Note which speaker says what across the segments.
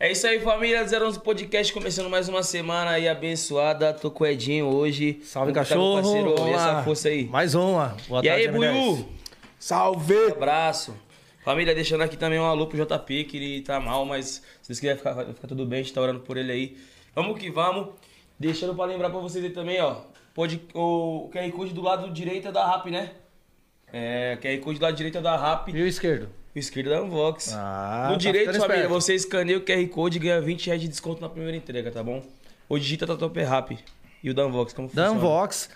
Speaker 1: É isso aí, família. 011 Podcast começando mais uma semana aí abençoada. Tô com o Edinho hoje.
Speaker 2: Salve,
Speaker 1: Como que tá, meu
Speaker 2: cachorro.
Speaker 1: parceiro?
Speaker 2: Vamos
Speaker 1: E essa
Speaker 2: lá.
Speaker 1: força aí.
Speaker 2: Mais uma. Boa
Speaker 1: e aí,
Speaker 2: tarde, M10.
Speaker 1: Buiu?
Speaker 3: Salve!
Speaker 1: Abraço. Família, deixando aqui também um alô pro JP, que ele tá mal, mas se vocês quiserem ficar, vai ficar tudo bem, a gente tá orando por ele aí. Vamos que vamos. Deixando pra lembrar pra vocês aí também, ó. Pode, o QR Code do lado direito é da RAP, né? É, QR Code do lado direito é da RAP.
Speaker 2: E o esquerdo?
Speaker 1: O esquerdo da Unbox.
Speaker 2: Ah,
Speaker 1: no
Speaker 2: tá
Speaker 1: direito,
Speaker 2: ficando
Speaker 1: família,
Speaker 2: esperto.
Speaker 1: você escaneia o QR Code e ganha 20 reais de desconto na primeira entrega, tá bom? Ou digita Tatuapé Rap e o da Unbox, como funciona?
Speaker 2: Danvox.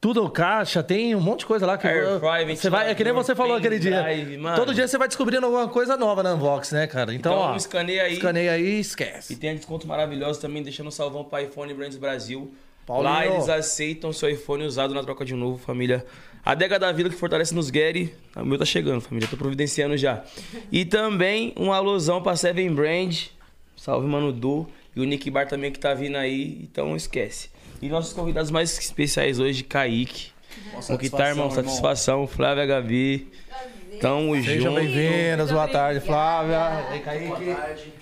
Speaker 2: Tudo caixa, tem um monte de coisa lá que
Speaker 1: Air fry,
Speaker 2: você vai, é que nem
Speaker 1: ventilador,
Speaker 2: você falou aquele dia.
Speaker 1: pendrive, mano.
Speaker 2: Todo dia você vai descobrindo alguma coisa nova na Unbox, né, cara? Então,
Speaker 1: Então,
Speaker 2: ó,
Speaker 1: escaneia aí.
Speaker 2: escaneia aí e
Speaker 1: E
Speaker 2: esquece.
Speaker 1: tem desconto maravilhoso também, deixando um salvão para iPhone Brands Brasil.
Speaker 2: Paulinho.
Speaker 1: Lá eles aceitam seu iPhone usado na troca de novo, família. Adega da Vila que fortalece nos Gary. O meu tá chegando, família. Tô providenciando já. E também um alusão pra Seven Brand. Salve, Mano Du. E o Nick Bar também que tá vindo aí. Então esquece. E nossos convidados mais especiais hoje, Kaique. O que tá, irmão? Satisfação. Flávia Gabi. Tamo
Speaker 2: Sejam
Speaker 1: junto.
Speaker 2: bem-vindos, boa
Speaker 4: Muito
Speaker 2: tarde,
Speaker 4: obrigada.
Speaker 2: Flávia. E Kaique.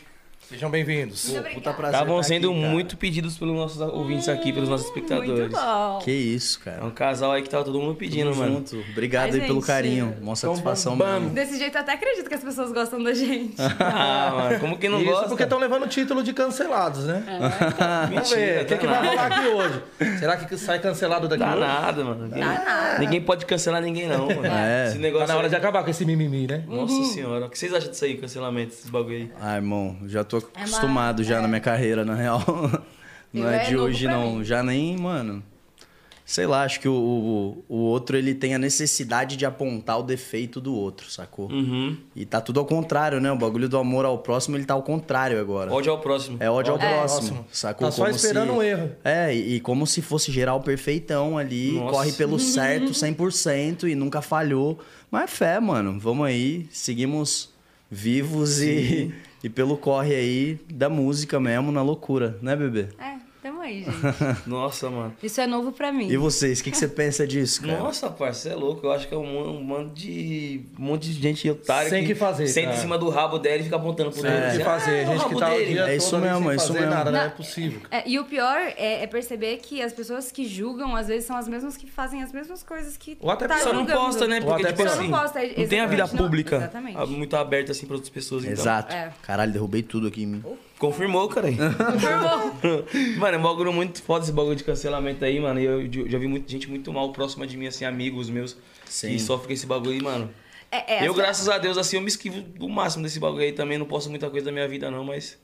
Speaker 2: Sejam bem-vindos.
Speaker 4: Muito
Speaker 5: Puta
Speaker 4: obrigada.
Speaker 5: prazer.
Speaker 1: Estavam
Speaker 5: tá
Speaker 1: sendo um
Speaker 5: aqui, cara.
Speaker 1: muito pedidos pelos nossos ouvintes aqui, pelos nossos espectadores.
Speaker 5: Muito bom.
Speaker 4: Que isso,
Speaker 1: É
Speaker 4: cara.
Speaker 1: um casal aí que tava todo mundo pedindo,
Speaker 4: Tamo
Speaker 1: mano.
Speaker 4: junto. Obrigado
Speaker 5: Ai,
Speaker 4: aí pelo
Speaker 5: gente.
Speaker 4: carinho. Uma satisfação mesmo.
Speaker 5: Desse jeito eu até acredito que as pessoas gostam da gente.
Speaker 1: Ah, mano, como que não
Speaker 2: Isso
Speaker 1: gosta?
Speaker 2: porque estão levando o título de cancelados, né? Vamos ver,
Speaker 4: É.
Speaker 1: Mentira,
Speaker 2: o que,
Speaker 1: tá
Speaker 2: que vai
Speaker 1: nada.
Speaker 2: rolar aqui hoje? Será que sai cancelado daqui
Speaker 1: Dá
Speaker 2: hoje?
Speaker 1: nada, mano. Ninguém, ninguém pode cancelar ninguém, não, mano.
Speaker 4: É.
Speaker 1: Esse
Speaker 2: Tá
Speaker 1: negócio
Speaker 2: na hora
Speaker 1: aí-
Speaker 2: de acabar com esse mimimi, né?
Speaker 5: Uhum.
Speaker 1: Nossa senhora, o que vocês acham disso aí, cancelamento, esses bagulho aí?
Speaker 4: Ah, irmão, já
Speaker 5: É
Speaker 4: tô acostumado já na minha carreira, na real. Não
Speaker 5: Ele
Speaker 4: é
Speaker 5: é
Speaker 4: de
Speaker 5: novo
Speaker 4: hoje,
Speaker 5: pra
Speaker 4: não.
Speaker 5: mim.
Speaker 4: Já nem, mano. Sei lá, acho que o, o, o outro ele tem a necessidade de apontar o defeito do outro, sacou?
Speaker 1: Uhum.
Speaker 4: E tá tudo ao contrário, né? O bagulho do amor ao próximo, ele tá ao contrário agora.
Speaker 1: Ódio ao próximo.
Speaker 4: É ódio ao
Speaker 2: Ódio ao
Speaker 4: próximo,
Speaker 2: próximo.
Speaker 4: sacou?
Speaker 2: Tá só esperando
Speaker 4: se...
Speaker 2: um erro.
Speaker 4: É, e, e como se fosse geral perfeitão ali,
Speaker 1: Nossa.
Speaker 4: corre
Speaker 5: Uhum.
Speaker 4: pelo certo 100% e nunca falhou. Mas fé, mano, vamos aí, seguimos vivos e, e pelo corre aí da música mesmo, na loucura, né, bebê?
Speaker 5: É, tamo aí, gente.
Speaker 1: Nossa, mano.
Speaker 5: Isso é novo pra mim.
Speaker 4: E vocês, o que, que você pensa disso, cara?
Speaker 1: Nossa, parceiro, é louco. Eu acho que é um, mon- um monte de. Um monte de gente otária.
Speaker 2: Sem que fazer,
Speaker 1: Senta
Speaker 2: cara.
Speaker 1: em cima do rabo dela e fica apontando pro
Speaker 2: Tem
Speaker 1: dedo.
Speaker 2: o que
Speaker 1: assim,
Speaker 2: fazer.
Speaker 1: "Ah, o
Speaker 2: gente que
Speaker 1: rabo
Speaker 2: tá o
Speaker 1: dele."
Speaker 2: dia
Speaker 4: É
Speaker 2: todo
Speaker 4: isso
Speaker 2: ali
Speaker 4: mesmo,
Speaker 2: sem
Speaker 4: é isso
Speaker 2: fazer
Speaker 4: mesmo.
Speaker 2: nada, né?
Speaker 5: Não.
Speaker 2: É possível.
Speaker 5: É, e o pior é, é perceber que as pessoas que julgam, às vezes, são as mesmas que fazem as mesmas coisas que.
Speaker 2: Ou até
Speaker 5: tá
Speaker 2: pessoa
Speaker 1: Só não
Speaker 5: julgando.
Speaker 1: posta, né?
Speaker 2: Ou
Speaker 1: Porque,
Speaker 2: até
Speaker 1: tipo
Speaker 2: pessoa
Speaker 1: assim,
Speaker 5: não posta,
Speaker 1: não tem a vida
Speaker 5: exatamente, não-
Speaker 1: pública
Speaker 5: exatamente.
Speaker 1: ah, muito aberta, assim, para outras pessoas. Então.
Speaker 4: Exato.
Speaker 5: É.
Speaker 4: Caralho, derrubei tudo aqui em mim.
Speaker 1: Confirmou, cara.
Speaker 5: Confirmou.
Speaker 1: mano, é um bagulho muito foda esse bagulho de cancelamento aí, mano. E eu ju- já vi muita gente muito mal próxima de mim, assim, amigos meus.
Speaker 4: Sim.
Speaker 1: Que sofrem com esse bagulho aí, mano.
Speaker 5: É, é,
Speaker 1: eu,
Speaker 5: essa-
Speaker 1: graças a Deus, assim, eu me esquivo do máximo desse bagulho aí também. Não posso muita coisa da minha vida, não, mas.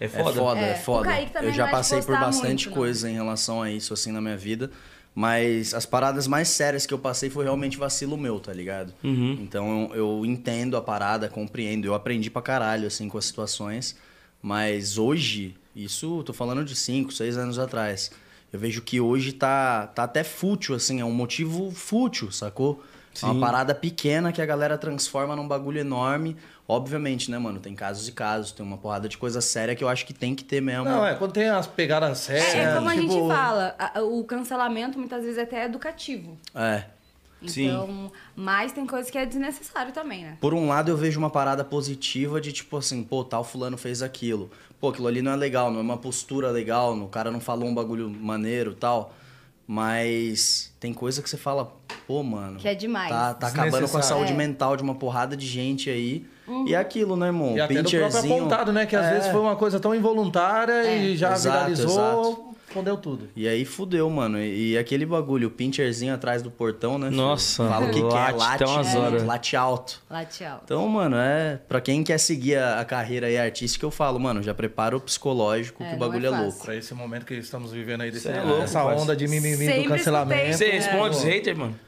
Speaker 1: É foda.
Speaker 4: É foda, é,
Speaker 5: É, o
Speaker 4: foda.
Speaker 5: Kaique também
Speaker 4: Eu já
Speaker 5: não é de
Speaker 4: passei por
Speaker 5: postar
Speaker 4: bastante
Speaker 5: muito, né? não.
Speaker 4: coisa em relação a isso, assim, na minha vida. Mas as paradas mais sérias que eu passei foi realmente vacilo meu, tá ligado?
Speaker 2: Uhum.
Speaker 4: Então eu, eu entendo a parada, compreendo. Eu aprendi pra caralho, assim, com as situações. Mas hoje, isso eu tô falando de 5, 6 anos atrás. Eu vejo que hoje tá, tá até fútil, assim, é um motivo fútil, sacou? É Uma parada pequena que a galera transforma num bagulho enorme. Obviamente, né, mano? Tem casos e casos, tem uma porrada de coisa séria que eu acho que tem que ter mesmo.
Speaker 2: Não, é, quando tem as pegadas
Speaker 5: É,
Speaker 2: sérias.
Speaker 5: é
Speaker 4: Um
Speaker 5: como a
Speaker 2: tipo,
Speaker 5: gente fala, a- o cancelamento muitas vezes é até educativo.
Speaker 4: É.
Speaker 1: Sim.
Speaker 5: Então, mas tem coisa que é desnecessário também, né?
Speaker 4: Por um lado, eu vejo uma parada positiva de tipo assim, pô, tal fulano fez aquilo. Pô, aquilo ali não é legal, não é uma postura legal, o cara não falou um bagulho maneiro tal. Mas tem coisa que você fala, pô, mano.
Speaker 5: Que é demais.
Speaker 4: Tá, tá acabando com a
Speaker 2: Desnecessário.
Speaker 4: saúde
Speaker 5: É. Uhum.
Speaker 4: mental de uma porrada de gente aí. E é aquilo, né, irmão?
Speaker 2: E até do próprio
Speaker 4: Pinterzinho.
Speaker 2: apontado, né? Que às
Speaker 4: É.
Speaker 2: vezes foi uma coisa tão involuntária e já
Speaker 4: Exato,
Speaker 2: viralizou,
Speaker 4: exato.
Speaker 2: fodeu tudo.
Speaker 4: E aí fudeu, mano. E, e aquele bagulho, o pincherzinho atrás do portão, né? filho?
Speaker 1: Nossa,
Speaker 4: Fala o que, que é,
Speaker 1: late,
Speaker 4: late,
Speaker 1: tá umas
Speaker 4: né?
Speaker 1: horas.
Speaker 4: late alto.
Speaker 5: Lateal.
Speaker 4: Então, mano, é. Pra quem quer seguir a, a carreira aí artística, eu falo, mano, já prepara o psicológico,
Speaker 5: É,
Speaker 4: que o
Speaker 5: não é
Speaker 4: bagulho é,
Speaker 5: fácil.
Speaker 4: louco.
Speaker 2: Pra esse momento que estamos vivendo aí, desse,
Speaker 1: Cê é louco,
Speaker 2: essa
Speaker 1: parceiro.
Speaker 2: onda de mimimi do
Speaker 5: Sempre
Speaker 2: cancelamento.
Speaker 4: né?
Speaker 1: Você responde os haters, mano?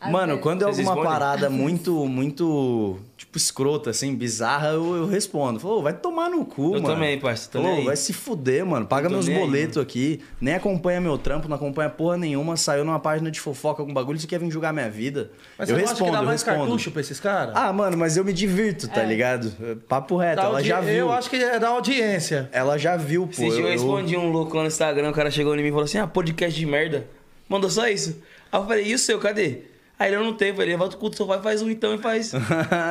Speaker 5: Às
Speaker 4: mano,
Speaker 5: vezes.
Speaker 4: quando é
Speaker 1: Vocês
Speaker 4: alguma
Speaker 1: respondem?
Speaker 4: parada muito, muito, tipo, escrota, assim, bizarra, eu, eu respondo. Falou, vai tomar no cu,
Speaker 1: Eu
Speaker 4: mano.
Speaker 1: também, parça, tô
Speaker 4: Ô,
Speaker 1: nem aí.
Speaker 4: vai se fuder, mano. Paga
Speaker 1: Tô
Speaker 4: meus
Speaker 1: nem aí,
Speaker 4: boletos aqui. Nem acompanha meu trampo, não acompanha porra nenhuma. Saiu numa página de fofoca, algum bagulho, você quer vir julgar minha vida.
Speaker 2: Mas
Speaker 4: eu
Speaker 2: você não acha
Speaker 4: respondo,
Speaker 2: que dá
Speaker 4: eu
Speaker 2: mais
Speaker 4: respondo.
Speaker 2: cartucho pra esses caras?
Speaker 4: Ah, mano, mas eu me divirto,
Speaker 5: É.
Speaker 4: tá ligado? Papo reto,
Speaker 2: Da
Speaker 4: ela
Speaker 2: audi-
Speaker 4: já viu.
Speaker 2: Eu acho que é da audiência.
Speaker 4: Ela já viu, pô.
Speaker 1: Esse dia eu
Speaker 4: eu-
Speaker 1: respondi um louco lá no Instagram, o cara chegou em mim e falou assim: ah, podcast de merda. Mandou só isso. Aí eu falei: e o seu, cadê? Aí ele não tem, falei, levanta o cu do sofá e faz um então e faz.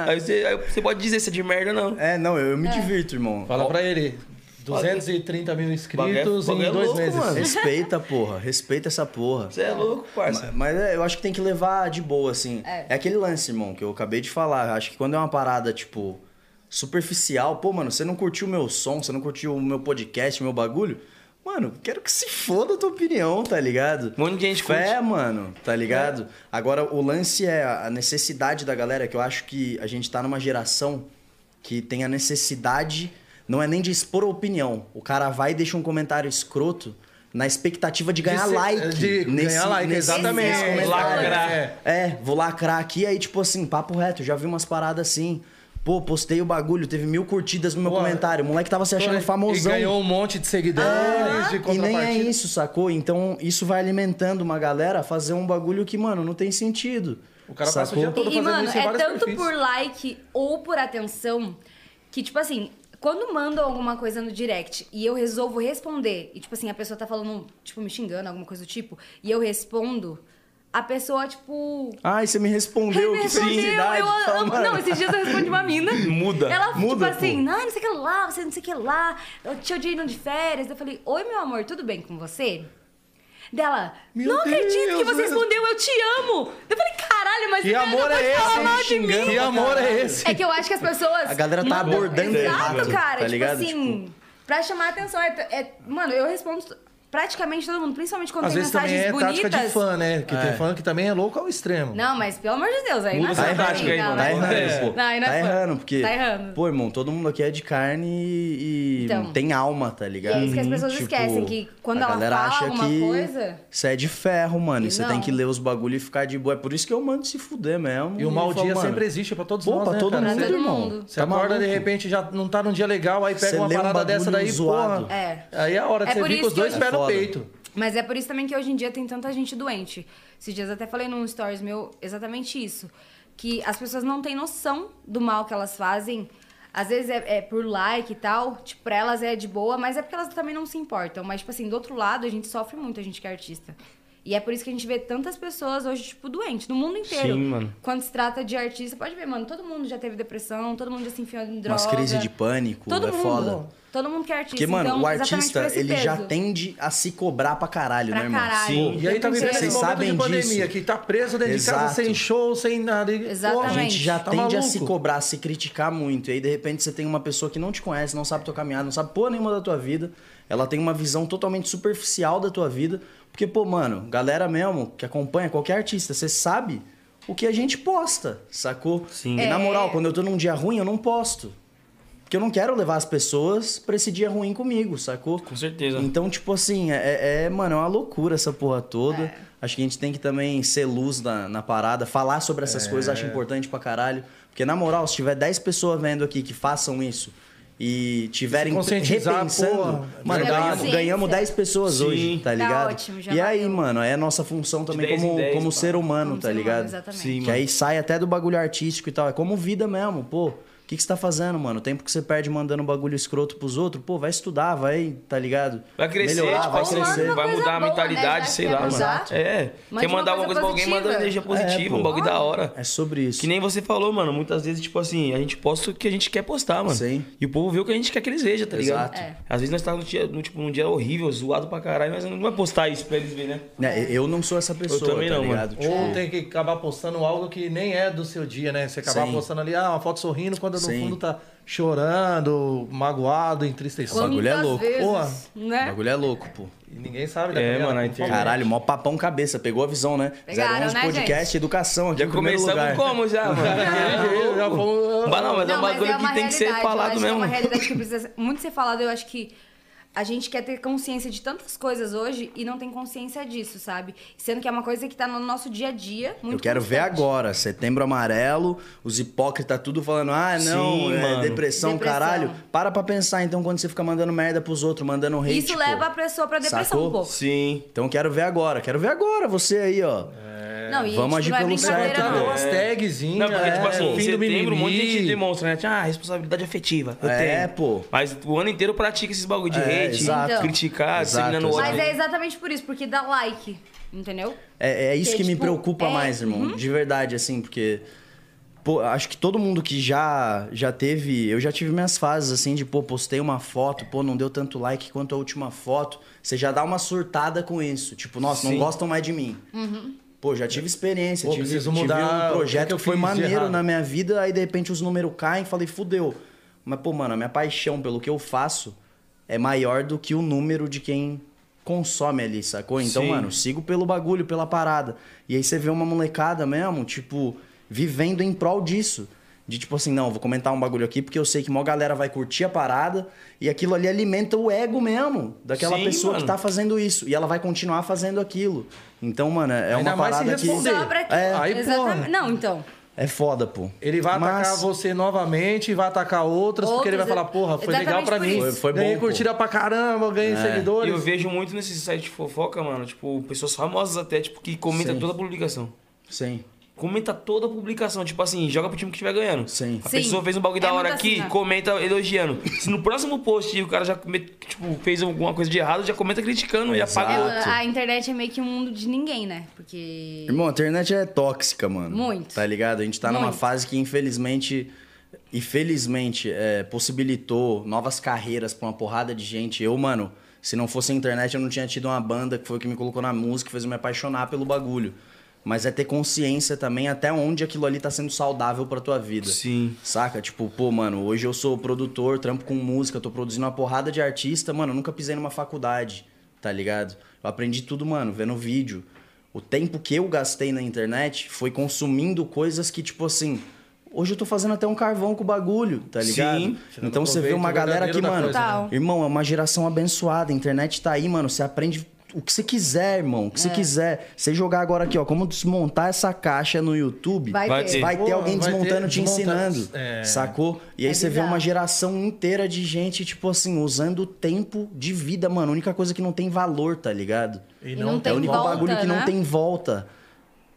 Speaker 1: aí, você, aí você pode dizer se é de merda ou não.
Speaker 4: É, não, eu, eu me divirto, irmão.
Speaker 2: Fala pra ele. 230 mil inscritos
Speaker 1: Bagulho é
Speaker 2: em dois
Speaker 1: louco,
Speaker 2: meses.
Speaker 1: mano.
Speaker 4: Respeita, porra. Respeita essa porra.
Speaker 1: Você é louco, parça.
Speaker 4: Ma- Mas é, eu acho que tem que levar de boa, assim.
Speaker 5: É.
Speaker 4: É. aquele lance, irmão, que eu acabei de falar. Eu Acho que quando é uma parada, tipo, superficial, pô, mano, você não curtiu o meu som, você não curtiu o meu podcast, o meu bagulho. Mano, quero que se foda a tua opinião, tá ligado?
Speaker 1: Um monte de gente
Speaker 4: Fé, mano, tá ligado? Agora, o lance é a necessidade da galera, que eu acho que a gente tá numa geração que tem a necessidade, não é nem de expor a opinião. O cara vai e deixa um comentário escroto na expectativa de ganhar
Speaker 2: ser- é,
Speaker 4: like.
Speaker 2: de ganhar like, exatamente.
Speaker 4: nesse comentário.
Speaker 1: Lacrar.
Speaker 2: É.
Speaker 4: É, vou lacrar aqui, aí tipo assim, papo reto, já vi umas paradas assim. Pô, postei o bagulho, teve mil curtidas no meu
Speaker 2: Pô,
Speaker 4: comentário. O moleque tava se achando
Speaker 2: E
Speaker 4: famosão.
Speaker 2: ganhou um monte de seguidores de
Speaker 4: E nem é
Speaker 2: contrapartida.
Speaker 4: isso, sacou? Então, isso vai alimentando uma galera a fazer um bagulho que, mano, não tem sentido.
Speaker 2: O cara passa o
Speaker 4: sacou?
Speaker 2: dia todo
Speaker 5: E,
Speaker 2: fazendo
Speaker 5: mano,
Speaker 2: isso em
Speaker 5: é
Speaker 2: vários
Speaker 5: tanto
Speaker 2: perfis.
Speaker 5: por like ou por atenção que, tipo assim, quando mandam alguma coisa no direct e eu resolvo responder, e, tipo assim, a pessoa tá falando, tipo, me xingando, alguma coisa do tipo, e eu respondo, a pessoa, tipo.
Speaker 4: Ai, você me respondeu, que
Speaker 5: respondeu,
Speaker 4: felicidade.
Speaker 5: eu
Speaker 4: Fala,
Speaker 5: amo.
Speaker 4: mano.
Speaker 5: Não, esses dias eu respondi uma mina.
Speaker 1: Muda,
Speaker 5: Ela,
Speaker 4: muda,
Speaker 5: tipo assim, ah, não sei o que lá, você não sei o que lá, eu te odiei no de férias. Eu falei, oi, meu amor, tudo bem com você? Dela,
Speaker 2: Meu
Speaker 5: não acredito que
Speaker 2: Deus,
Speaker 5: você
Speaker 2: né?
Speaker 5: respondeu, eu te amo. Eu falei, caralho, mas
Speaker 2: Que
Speaker 5: você
Speaker 2: amor
Speaker 5: acabou
Speaker 2: é
Speaker 5: de falar
Speaker 2: esse?
Speaker 5: mal de mim.
Speaker 2: Xingando Que amor é esse?
Speaker 5: É que eu acho que as pessoas.
Speaker 4: A galera tá
Speaker 5: mandam-
Speaker 4: abordando
Speaker 5: Exato,
Speaker 4: errado,
Speaker 5: cara.
Speaker 4: tá
Speaker 5: tipo
Speaker 4: ligado?
Speaker 5: assim, pra chamar atenção. é- é- mano, eu respondo praticamente todo mundo, principalmente quando
Speaker 2: Às
Speaker 5: tem
Speaker 2: vezes também
Speaker 5: mensagens
Speaker 2: é tática
Speaker 5: bonitas.
Speaker 2: de fã, né? Porque tem fã que também é louco ao extremo.
Speaker 5: Não, mas pelo amor de Deus, aí
Speaker 1: Muda
Speaker 5: não é
Speaker 1: essa
Speaker 5: fã,
Speaker 1: tática aí,
Speaker 5: não,
Speaker 1: mano.
Speaker 5: não
Speaker 4: Tá
Speaker 5: é
Speaker 4: errando,
Speaker 5: fã.
Speaker 1: É.
Speaker 4: pô.
Speaker 5: Não, aí não é
Speaker 4: tá
Speaker 5: fã.
Speaker 4: errando, porque.
Speaker 5: Tá errando.
Speaker 4: Pô, irmão, todo mundo aqui é de carne e, e
Speaker 5: Então.
Speaker 4: tem alma, tá ligado?
Speaker 5: E é isso que as pessoas
Speaker 4: Tipo,
Speaker 5: esquecem, que quando
Speaker 4: a
Speaker 5: ela
Speaker 4: galera
Speaker 5: fala
Speaker 4: acha
Speaker 5: alguma
Speaker 4: que
Speaker 5: coisa-
Speaker 4: Você é de ferro, mano.
Speaker 5: E
Speaker 4: E você
Speaker 5: não.
Speaker 4: tem que ler os bagulho e ficar de boa. É por isso que eu mando se fuder mesmo.
Speaker 2: E o mau
Speaker 4: falo,
Speaker 2: dia
Speaker 4: mano,
Speaker 2: sempre existe pra todos
Speaker 4: Pô,
Speaker 2: nós,
Speaker 4: pra
Speaker 2: né,
Speaker 4: todo tá
Speaker 2: cara?
Speaker 5: mundo,
Speaker 2: Você-
Speaker 5: irmão.
Speaker 2: Você acorda, de repente, já não tá num dia legal, aí pega
Speaker 4: Você
Speaker 2: uma
Speaker 4: lê um
Speaker 2: parada dessa
Speaker 4: bagulho
Speaker 2: daí,
Speaker 4: zoado.
Speaker 2: porra.
Speaker 5: É.
Speaker 2: Aí é a hora de
Speaker 5: É
Speaker 2: você
Speaker 5: por
Speaker 2: vir
Speaker 5: isso
Speaker 2: com os
Speaker 5: que
Speaker 2: dois
Speaker 5: eu-
Speaker 2: pés no
Speaker 4: Foda.
Speaker 2: peito.
Speaker 5: Mas é por isso também que hoje em dia tem tanta gente doente. Esses dias eu até falei num stories meu exatamente isso. Que as pessoas não têm noção do mal que elas fazem. Às vezes é, é por like e tal, tipo, pra elas é de boa, mas é porque elas também não se importam. Mas, tipo assim, do outro lado, a gente sofre muito, a gente que é artista. E é por isso que a gente vê tantas pessoas hoje, tipo, doentes, no mundo inteiro.
Speaker 1: Sim, mano.
Speaker 5: Quando se trata de artista, pode ver, mano, todo mundo já teve depressão, todo mundo já se enfiou em droga.
Speaker 4: Umas crises de pânico,
Speaker 5: Todo
Speaker 4: é
Speaker 5: mundo.
Speaker 4: foda.
Speaker 5: Todo mundo que é artista.
Speaker 4: Porque, mano,
Speaker 5: então,
Speaker 4: o
Speaker 5: exatamente por
Speaker 4: artista,
Speaker 5: esse
Speaker 4: ele já
Speaker 5: peso.
Speaker 4: tende a se cobrar pra caralho,
Speaker 5: Pra
Speaker 4: né, irmão?
Speaker 5: caralho.
Speaker 1: Sim.
Speaker 2: E aí tá vivendo
Speaker 5: Vocês
Speaker 2: esse momento de
Speaker 5: um
Speaker 4: sabem
Speaker 2: pandemia,
Speaker 4: disso.
Speaker 2: que tá preso dentro de casa,
Speaker 4: Exato.
Speaker 2: sem show, sem nada. e-
Speaker 5: Exatamente.
Speaker 2: Porra,
Speaker 4: A gente já
Speaker 2: tá
Speaker 4: tende a
Speaker 2: maluco.
Speaker 4: se cobrar, a se criticar muito. E aí, de repente, você tem uma pessoa que não te conhece, não sabe tua caminhada, não sabe porra nenhuma da tua vida. Ela tem uma visão totalmente superficial da tua vida. Porque, pô, mano, galera mesmo que acompanha qualquer artista, você sabe o que a gente posta, sacou?
Speaker 1: Sim.
Speaker 4: E na
Speaker 5: É.
Speaker 4: moral, quando eu tô num dia ruim, eu não posto. Porque eu não quero levar as pessoas pra esse dia ruim comigo, sacou?
Speaker 1: Com certeza.
Speaker 4: Então, tipo assim, é, é- mano, é uma loucura essa porra toda.
Speaker 5: É.
Speaker 4: Acho que a gente tem que também ser luz na, na parada, falar
Speaker 1: É.
Speaker 4: sobre essas coisas, acho importante pra caralho. Porque, na moral, se tiver 10 pessoas vendo aqui que façam isso e tiverem
Speaker 2: conscientizar,
Speaker 4: repensando,
Speaker 2: porra,
Speaker 4: mano,
Speaker 5: É
Speaker 4: ganhamos,
Speaker 5: consciência.
Speaker 4: ganhamos 10 pessoas
Speaker 1: Sim.
Speaker 4: hoje, tá
Speaker 5: Tá
Speaker 4: ligado?
Speaker 5: ótimo, já
Speaker 4: e aí,
Speaker 5: valeu.
Speaker 4: mano, é a nossa função também
Speaker 1: 10 em
Speaker 4: como,
Speaker 1: 10,
Speaker 4: como
Speaker 1: pá.
Speaker 4: ser humano,
Speaker 5: Como
Speaker 4: tá
Speaker 5: ser humano,
Speaker 4: ligado?
Speaker 5: exatamente.
Speaker 1: Sim,
Speaker 4: que
Speaker 1: mano.
Speaker 4: aí sai até do bagulho artístico e tal. É como vida mesmo, pô. O que, que você tá fazendo, mano? O tempo que você perde mandando um bagulho escroto pros outros, pô, vai estudar, vai, tá ligado?
Speaker 1: Vai crescer,
Speaker 4: Melhorar,
Speaker 1: tipo
Speaker 4: vai
Speaker 1: assim,
Speaker 5: Manda
Speaker 4: crescer.
Speaker 5: uma
Speaker 1: vai
Speaker 5: coisa
Speaker 1: mudar a
Speaker 5: boa, né?
Speaker 1: mentalidade,
Speaker 5: Já
Speaker 1: sei
Speaker 5: que
Speaker 1: lá,
Speaker 5: é
Speaker 1: mano.
Speaker 5: usar,
Speaker 1: É.
Speaker 5: mande
Speaker 1: Quer
Speaker 5: uma
Speaker 1: mandar
Speaker 5: coisa
Speaker 1: alguma coisa pra alguém,
Speaker 5: positiva.
Speaker 1: manda uma energia
Speaker 4: É,
Speaker 1: positiva,
Speaker 4: pô.
Speaker 1: um bagulho da hora.
Speaker 4: É sobre isso.
Speaker 1: Que nem você falou, mano. Muitas vezes, tipo assim, a gente posta o que a gente quer postar, mano.
Speaker 4: Sim.
Speaker 1: E o povo vê o que a gente quer que eles vejam, tá ligado?
Speaker 4: Exato.
Speaker 5: É.
Speaker 1: Às vezes nós tá num dia, num, tipo, num dia horrível, zoado pra caralho, mas não vai postar isso pra eles verem, né?
Speaker 4: Né, eu não sou essa pessoa,
Speaker 1: também
Speaker 4: tá
Speaker 1: não, mano.
Speaker 4: ligado?
Speaker 2: Ou tem que acabar postando algo que nem é do seu dia, né? Você acabar
Speaker 4: Sim.
Speaker 2: postando ali, ah, uma foto sorrindo, quando no
Speaker 4: Sim.
Speaker 2: fundo tá chorando, magoado, entristecido.
Speaker 4: Quando- bagulho é
Speaker 5: Quantas
Speaker 4: louco.
Speaker 5: Vezes,
Speaker 4: O
Speaker 5: né?
Speaker 4: bagulho é louco, pô.
Speaker 2: E ninguém sabe
Speaker 1: É,
Speaker 2: galera,
Speaker 1: mano, a
Speaker 2: como
Speaker 1: internet-
Speaker 2: fala.
Speaker 4: Caralho, mó papão cabeça. Pegou a visão, né?
Speaker 5: Pegaram,
Speaker 4: 011
Speaker 5: né,
Speaker 4: Podcast
Speaker 5: gente?
Speaker 4: Educação aqui
Speaker 1: Já
Speaker 4: em primeiro
Speaker 1: começamos
Speaker 4: lugar.
Speaker 1: como já, mano?
Speaker 2: Já fomos-
Speaker 1: Mas não, mas é um bagulho que tem que ser
Speaker 5: realidade, eu
Speaker 1: falado
Speaker 5: acho que É
Speaker 1: mesmo.
Speaker 5: uma realidade que precisa ser- muito ser falada. Eu acho que a gente quer ter consciência de tantas coisas hoje e não tem consciência disso, sabe? Sendo que é uma coisa que tá no nosso dia a dia.
Speaker 4: Eu
Speaker 5: muito
Speaker 4: quero ver
Speaker 5: constante.
Speaker 4: agora, setembro amarelo, os hipócritas tudo falando, ah, não,
Speaker 1: Sim,
Speaker 4: é
Speaker 1: mano.
Speaker 4: depressão,
Speaker 5: Depressão.
Speaker 4: caralho. Para pra pensar, então, quando você fica mandando merda pros outros, mandando hate.
Speaker 5: Isso
Speaker 4: pô.
Speaker 5: leva a pessoa pra depressão
Speaker 4: tipo, Sacou?
Speaker 5: um pouco.
Speaker 1: Sim.
Speaker 4: Então eu quero ver agora, quero ver agora você aí, ó.
Speaker 5: Não, e,
Speaker 4: Vamos agir
Speaker 5: tipo, não é
Speaker 4: pelo
Speaker 5: brincadeira,
Speaker 4: certo,
Speaker 5: não.
Speaker 4: né?
Speaker 2: umas tagzinhas.
Speaker 1: Não, porque, tipo
Speaker 2: é,
Speaker 1: assim, em
Speaker 2: fim do
Speaker 1: setembro, um monte de gente
Speaker 2: mimimi.
Speaker 1: demonstra, né? Ah, responsabilidade afetiva. Eu
Speaker 4: É,
Speaker 1: tenho.
Speaker 4: pô.
Speaker 1: Mas o ano inteiro pratica esses bagulho de
Speaker 4: É,
Speaker 1: hate,
Speaker 4: exato.
Speaker 1: criticar,
Speaker 4: Exato,
Speaker 1: disseminando o
Speaker 4: exato.
Speaker 1: ódio.
Speaker 5: Mas é exatamente por isso, porque dá like. Entendeu?
Speaker 4: É, é isso
Speaker 5: Que,
Speaker 4: que, me
Speaker 5: tipo,
Speaker 4: preocupa
Speaker 5: é,
Speaker 4: mais, irmão. De verdade, assim, porque. pô, acho que todo mundo que já já teve. Eu já tive minhas fases, assim, de, pô, postei uma foto, pô, não deu tanto like quanto a última foto. Você já dá uma surtada com isso. Tipo, nossa,
Speaker 2: Sim.
Speaker 4: não gostam mais de mim.
Speaker 5: Uhum.
Speaker 4: Pô, já tive experiência,
Speaker 2: Pô,
Speaker 4: tive,
Speaker 2: preciso
Speaker 4: tive
Speaker 2: mudar, o
Speaker 4: um
Speaker 2: que
Speaker 4: projeto
Speaker 2: que
Speaker 4: que,
Speaker 2: eu
Speaker 4: foi
Speaker 2: fiz de
Speaker 4: maneiro
Speaker 2: errado?
Speaker 4: na minha vida, aí de repente os números caem e falei, fudeu. Mas, pô, mano, a minha paixão pelo que eu faço é maior do que o número de quem consome ali, sacou? Então,
Speaker 2: Sim.
Speaker 4: mano, sigo pelo bagulho, pela parada. E aí você vê uma molecada mesmo, tipo, vivendo em prol disso. De tipo assim, não, vou comentar um bagulho aqui porque eu sei que mó galera vai curtir a parada e aquilo ali alimenta o ego mesmo daquela
Speaker 1: Sim,
Speaker 4: pessoa que
Speaker 1: mano.
Speaker 4: tá fazendo isso e ela vai continuar fazendo aquilo. Então, mano, é
Speaker 2: Ainda
Speaker 4: uma
Speaker 2: mais se
Speaker 4: parada que
Speaker 2: responder.
Speaker 5: Sobra aqui.
Speaker 4: É.
Speaker 2: Aí, porra.
Speaker 5: Exatamente. Não, então.
Speaker 4: é foda, pô.
Speaker 2: Ele vai
Speaker 4: Mas-
Speaker 2: atacar você novamente, vai atacar outras, porque ele vai
Speaker 5: Outras,
Speaker 2: falar, porra, foi legal
Speaker 5: exatamente
Speaker 2: pra
Speaker 5: por
Speaker 2: mim.
Speaker 5: isso.
Speaker 4: Foi- foi
Speaker 2: ganhei
Speaker 4: bom, pô. É.
Speaker 2: curtida pra caramba, ganhei
Speaker 5: é
Speaker 2: seguidores.
Speaker 1: Eu vejo muito nesse site de fofoca, mano, tipo, pessoas famosas até, tipo, que comenta
Speaker 4: Sim.
Speaker 1: toda a publicação.
Speaker 4: Sim.
Speaker 1: Comenta toda a publicação, tipo assim, joga pro time que estiver ganhando.
Speaker 4: Sim.
Speaker 1: A
Speaker 5: Sim.
Speaker 1: pessoa fez um bagulho
Speaker 5: É
Speaker 1: da hora
Speaker 5: muito
Speaker 1: aqui,
Speaker 5: assim, né?
Speaker 1: comenta elogiando. Se no próximo post o cara já come- tipo, fez alguma coisa de errado, já comenta criticando e
Speaker 4: Exato.
Speaker 1: apaga.
Speaker 5: A, a internet é meio que um mundo de ninguém, né? Porque.
Speaker 4: Irmão, a internet é tóxica, mano.
Speaker 5: Muito.
Speaker 4: Tá ligado? A gente tá numa
Speaker 5: Muito.
Speaker 4: fase que, infelizmente, e felizmente, é, possibilitou novas carreiras pra uma porrada de gente. Eu, mano, se não fosse a internet, eu não tinha tido uma banda que foi o que me colocou na música, fez eu me apaixonar pelo bagulho. Mas é ter consciência também até onde aquilo ali tá sendo saudável pra tua vida.
Speaker 1: Sim.
Speaker 4: Saca? Tipo, pô, mano, hoje eu sou produtor, trampo com música, tô produzindo uma porrada de artista, mano, eu nunca pisei numa faculdade, tá ligado? Eu aprendi tudo, mano, vendo vídeo. O tempo que eu gastei na internet foi consumindo coisas que, tipo assim, hoje eu tô fazendo até um carvão com o bagulho, tá
Speaker 1: Sim.
Speaker 4: ligado?
Speaker 2: Tirando
Speaker 4: Então você vê
Speaker 2: proveito
Speaker 4: uma galera
Speaker 2: verdadeiro
Speaker 4: que,
Speaker 2: da
Speaker 4: mano,
Speaker 2: coisa,
Speaker 5: né? Total.
Speaker 4: irmão, é uma geração abençoada, a internet tá aí, mano, você aprende o que você quiser, irmão, o
Speaker 5: É.
Speaker 4: que você quiser. Você jogar agora aqui, ó, como desmontar essa caixa no YouTube,
Speaker 5: Vai
Speaker 1: Vai
Speaker 5: ter.
Speaker 1: ter.
Speaker 4: vai ter
Speaker 2: Pô,
Speaker 4: alguém
Speaker 2: vai ter
Speaker 4: desmontando, te
Speaker 2: desmontando.
Speaker 4: ensinando.
Speaker 2: É.
Speaker 4: Sacou? E aí
Speaker 5: É
Speaker 4: você vê
Speaker 5: bizarro.
Speaker 4: uma geração inteira de gente, tipo assim, usando o tempo de vida, mano. A única coisa que não tem valor, tá ligado?
Speaker 2: E
Speaker 5: não tem
Speaker 4: é o único
Speaker 5: volta,
Speaker 4: bagulho que não
Speaker 5: né?
Speaker 4: tem volta.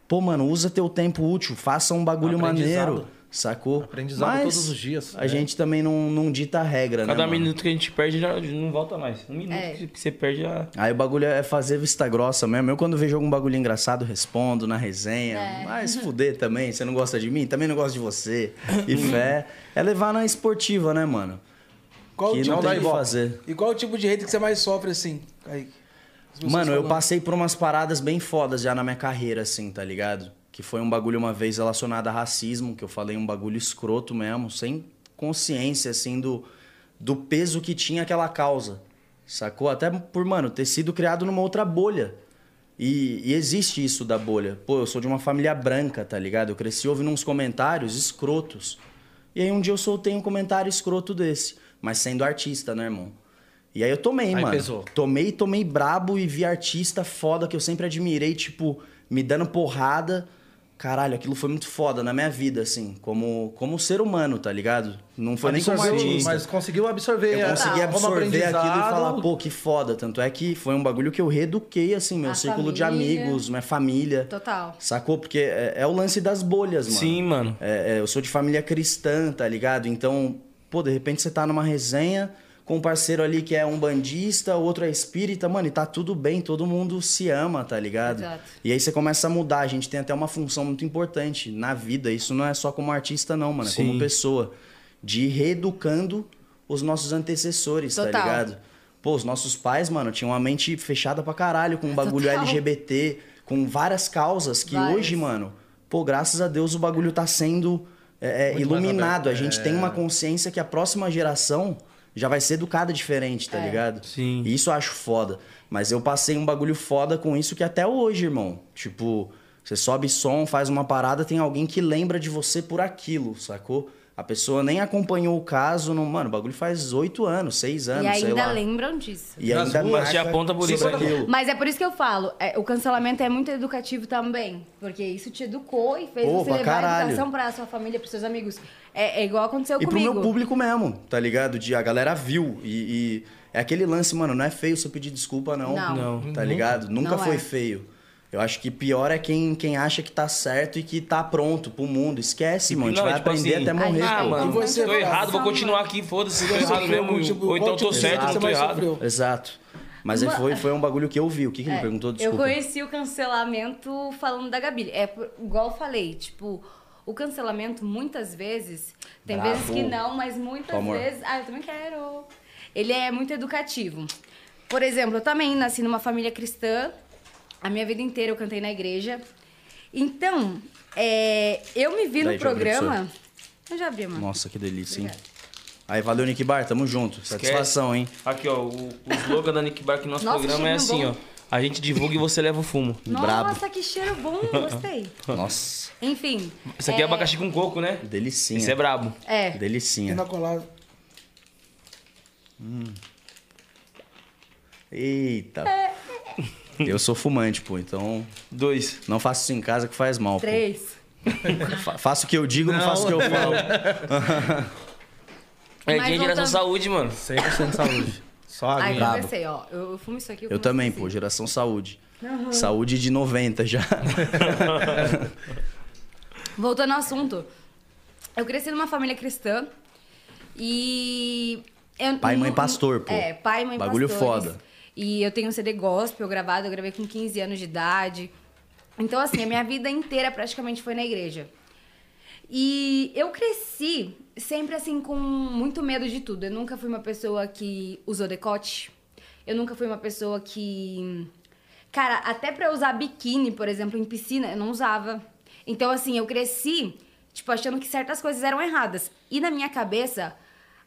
Speaker 4: Pô, mano, usa teu tempo útil, faça um bagulho
Speaker 2: Aprendizado.
Speaker 4: maneiro. Sacou?
Speaker 2: Aprendizado todos os dias,
Speaker 4: A
Speaker 2: né?
Speaker 4: gente também não, não dita a regra, né?
Speaker 1: Cada
Speaker 4: mano?
Speaker 1: minuto que a gente perde já não volta mais. Um minuto
Speaker 5: É.
Speaker 1: que- que você perde já.
Speaker 4: Aí o bagulho é fazer vista grossa mesmo. Eu quando vejo algum bagulho engraçado, respondo na resenha. Mas fuder também, você não gosta de mim? Também não gosto de você. E fé. É levar na esportiva, né, mano?
Speaker 3: Qual
Speaker 4: que
Speaker 3: o
Speaker 4: não
Speaker 3: tipo
Speaker 4: tem o
Speaker 3: de-
Speaker 4: que fazer.
Speaker 3: E qual o tipo de hater que você mais sofre, assim, Kaique? As pessoas
Speaker 4: Mano, eu
Speaker 3: falando.
Speaker 4: passei por umas paradas bem fodas já na minha carreira, assim, tá ligado? Que foi um bagulho uma vez relacionado a racismo, que eu falei um bagulho escroto mesmo, sem consciência, assim, do, do peso que tinha aquela causa. Sacou? Até por, mano, ter sido criado numa outra bolha. E, e existe isso da bolha. Pô, eu sou de uma família branca, tá ligado? Eu cresci ouvindo uns comentários escrotos. E aí um dia eu soltei um comentário escroto desse. Mas sendo artista, né, irmão? E aí eu tomei,
Speaker 2: Aí
Speaker 4: mano.
Speaker 2: pesou.
Speaker 4: Tomei, tomei brabo e vi artista foda que eu sempre admirei, tipo, me dando porrada. Caralho, aquilo foi muito foda na minha vida, assim, como, como ser humano, tá ligado? Não foi nem como
Speaker 2: Absorveu,
Speaker 4: artista.
Speaker 2: Mas conseguiu absorver.
Speaker 4: Eu
Speaker 2: é,
Speaker 4: consegui
Speaker 2: como
Speaker 4: absorver aquilo e falar,
Speaker 2: aprendizado.
Speaker 4: pô, que foda. Tanto é que foi um bagulho que eu reeduquei, assim, meu
Speaker 5: A
Speaker 4: círculo de
Speaker 5: família.
Speaker 4: amigos, minha família.
Speaker 5: Total.
Speaker 4: Sacou? Porque é, é o lance das bolhas, mano.
Speaker 1: Sim, mano.
Speaker 4: É, é, eu sou de família cristã, tá ligado? Então, pô, de repente você tá numa resenha com um parceiro ali que é um bandista, outro é espírita, mano, e tá tudo bem, todo mundo se ama, tá ligado?
Speaker 5: Exato.
Speaker 4: E aí você começa a mudar, a gente tem até uma função muito importante na vida, isso não é só como artista não, mano, é
Speaker 1: Sim.
Speaker 4: como pessoa, de ir reeducando os nossos antecessores, tá
Speaker 5: Total.
Speaker 4: ligado? Pô, os nossos pais, mano, tinham uma mente fechada pra caralho com o bagulho
Speaker 5: Total.
Speaker 4: LGBT, com várias causas que
Speaker 5: Várias.
Speaker 4: hoje, mano, pô, graças a Deus o bagulho tá sendo é, é,
Speaker 2: Muito mais
Speaker 4: iluminado. A
Speaker 2: aberto,
Speaker 4: gente
Speaker 2: é.
Speaker 4: tem uma consciência que a próxima geração já vai ser educada diferente,
Speaker 5: É.
Speaker 4: tá ligado?
Speaker 1: Sim.
Speaker 4: E isso eu acho foda. Mas eu passei um bagulho foda com isso que até hoje, irmão. Tipo, você sobe som, faz uma parada, tem alguém que lembra de você por aquilo, sacou? A pessoa nem acompanhou o caso, não... mano, o bagulho faz oito anos, seis anos,
Speaker 5: E
Speaker 4: sei
Speaker 5: ainda
Speaker 4: lá.
Speaker 5: lembram disso.
Speaker 4: E
Speaker 2: Nas
Speaker 4: ainda
Speaker 2: ruas,
Speaker 4: marca
Speaker 1: te aponta por isso,
Speaker 4: sobre
Speaker 1: né?
Speaker 4: aquilo.
Speaker 5: Mas é por isso que eu falo, é, o cancelamento é muito educativo também. Porque isso te educou e fez
Speaker 4: Pô,
Speaker 5: você
Speaker 4: pra
Speaker 5: levar a
Speaker 4: caralho.
Speaker 5: educação pra sua família, pros seus amigos. É, é igual aconteceu
Speaker 4: E pro
Speaker 5: comigo.
Speaker 4: meu público mesmo, tá ligado? De a galera viu. E, e é aquele lance, mano, não é feio você pedir desculpa, não.
Speaker 5: Não.
Speaker 1: Não.
Speaker 4: Tá ligado? Nunca
Speaker 5: Não
Speaker 4: foi
Speaker 5: é.
Speaker 4: feio. Eu acho que pior é quem, quem acha que tá certo e que tá pronto pro mundo. Esquece, mano. A gente
Speaker 1: Não,
Speaker 4: vai
Speaker 1: é tipo
Speaker 4: aprender
Speaker 1: assim,
Speaker 4: até morrer.
Speaker 1: Ah,
Speaker 4: pô.
Speaker 1: mano,
Speaker 3: E você
Speaker 1: tô
Speaker 3: vai
Speaker 1: errado, vou
Speaker 5: avançar,
Speaker 1: continuar
Speaker 5: mano.
Speaker 1: aqui, foda-se, tô
Speaker 3: Você
Speaker 1: errado
Speaker 3: sofreu
Speaker 1: mesmo.
Speaker 3: algum tipo-
Speaker 1: Ou então
Speaker 3: qual
Speaker 1: tô
Speaker 3: tipo de
Speaker 1: certo,
Speaker 3: hater
Speaker 1: ou
Speaker 3: que
Speaker 1: tô
Speaker 3: você mais
Speaker 1: errado.
Speaker 3: sofreu?
Speaker 4: Exato. Mas aí
Speaker 5: Uma-
Speaker 4: foi, foi um bagulho que eu vi. O que, que ele
Speaker 5: É,
Speaker 4: perguntou?
Speaker 5: Eu
Speaker 4: Desculpa.
Speaker 5: conheci o cancelamento falando da Gabi. É por- igual eu falei, tipo, o cancelamento muitas vezes, tem
Speaker 4: Bravo.
Speaker 5: vezes que não, mas muitas
Speaker 4: Amor.
Speaker 5: vezes, ah, eu também quero. Ele é muito educativo. Por exemplo, eu também nasci numa família cristã. A minha vida inteira eu cantei na igreja. Então, é, eu me
Speaker 4: Daí,
Speaker 5: vi no
Speaker 4: já abriu pra
Speaker 5: programa. Eu já vi, mano.
Speaker 4: Nossa, que delícia, hein? Aí, valeu, Nick Bar. Tamo junto. Satisfação, hein?
Speaker 1: Aqui, ó, o, o slogan da Nick Bark no nosso
Speaker 5: Nossa,
Speaker 1: programa é assim,
Speaker 5: cheiro
Speaker 1: ó.
Speaker 5: bom.
Speaker 1: A gente divulga e você leva o fumo.
Speaker 5: Nossa,
Speaker 4: Brabo.
Speaker 5: que cheiro bom, gostei.
Speaker 4: Nossa,
Speaker 5: Enfim.
Speaker 1: Isso aqui é, abacaxi com coco, né?
Speaker 4: delicinha.
Speaker 1: Isso é brabo.
Speaker 5: É.
Speaker 4: Delicinha.
Speaker 3: Pina colada.
Speaker 4: Eita.
Speaker 5: É.
Speaker 4: Eu sou fumante, pô, então
Speaker 1: Dois.
Speaker 4: não faço isso em casa que faz mal. pô.
Speaker 5: Três.
Speaker 4: Fa- faço o que eu digo, não, faço o que eu falo.
Speaker 1: É
Speaker 5: Mas
Speaker 1: dia de geração
Speaker 5: voltando-
Speaker 1: saúde, mano.
Speaker 2: 100% saúde. Só
Speaker 5: Aí
Speaker 2: aguinha.
Speaker 5: comecei, ó. Eu, eu fumo isso assim. aqui.
Speaker 4: Eu também, pô,
Speaker 5: comecei.
Speaker 4: geração saúde. Saúde de 90 já.
Speaker 5: Voltando ao assunto. Eu cresci numa família cristã. E. eu-
Speaker 4: Pai e mãe pastor, pô.
Speaker 5: É, pai e mãe
Speaker 4: Bagulho
Speaker 5: pastores.
Speaker 4: foda.
Speaker 5: E eu tenho um CD gospel gravado, eu gravei com 15 anos de idade. Então, assim, a minha vida inteira praticamente foi na igreja. E eu cresci sempre assim com muito medo de tudo. Eu nunca fui uma pessoa que usou decote. Eu nunca fui uma pessoa que cara, até pra eu usar biquíni, por exemplo, em piscina, eu não usava. Então assim, eu cresci tipo achando que certas coisas eram erradas. E na minha cabeça,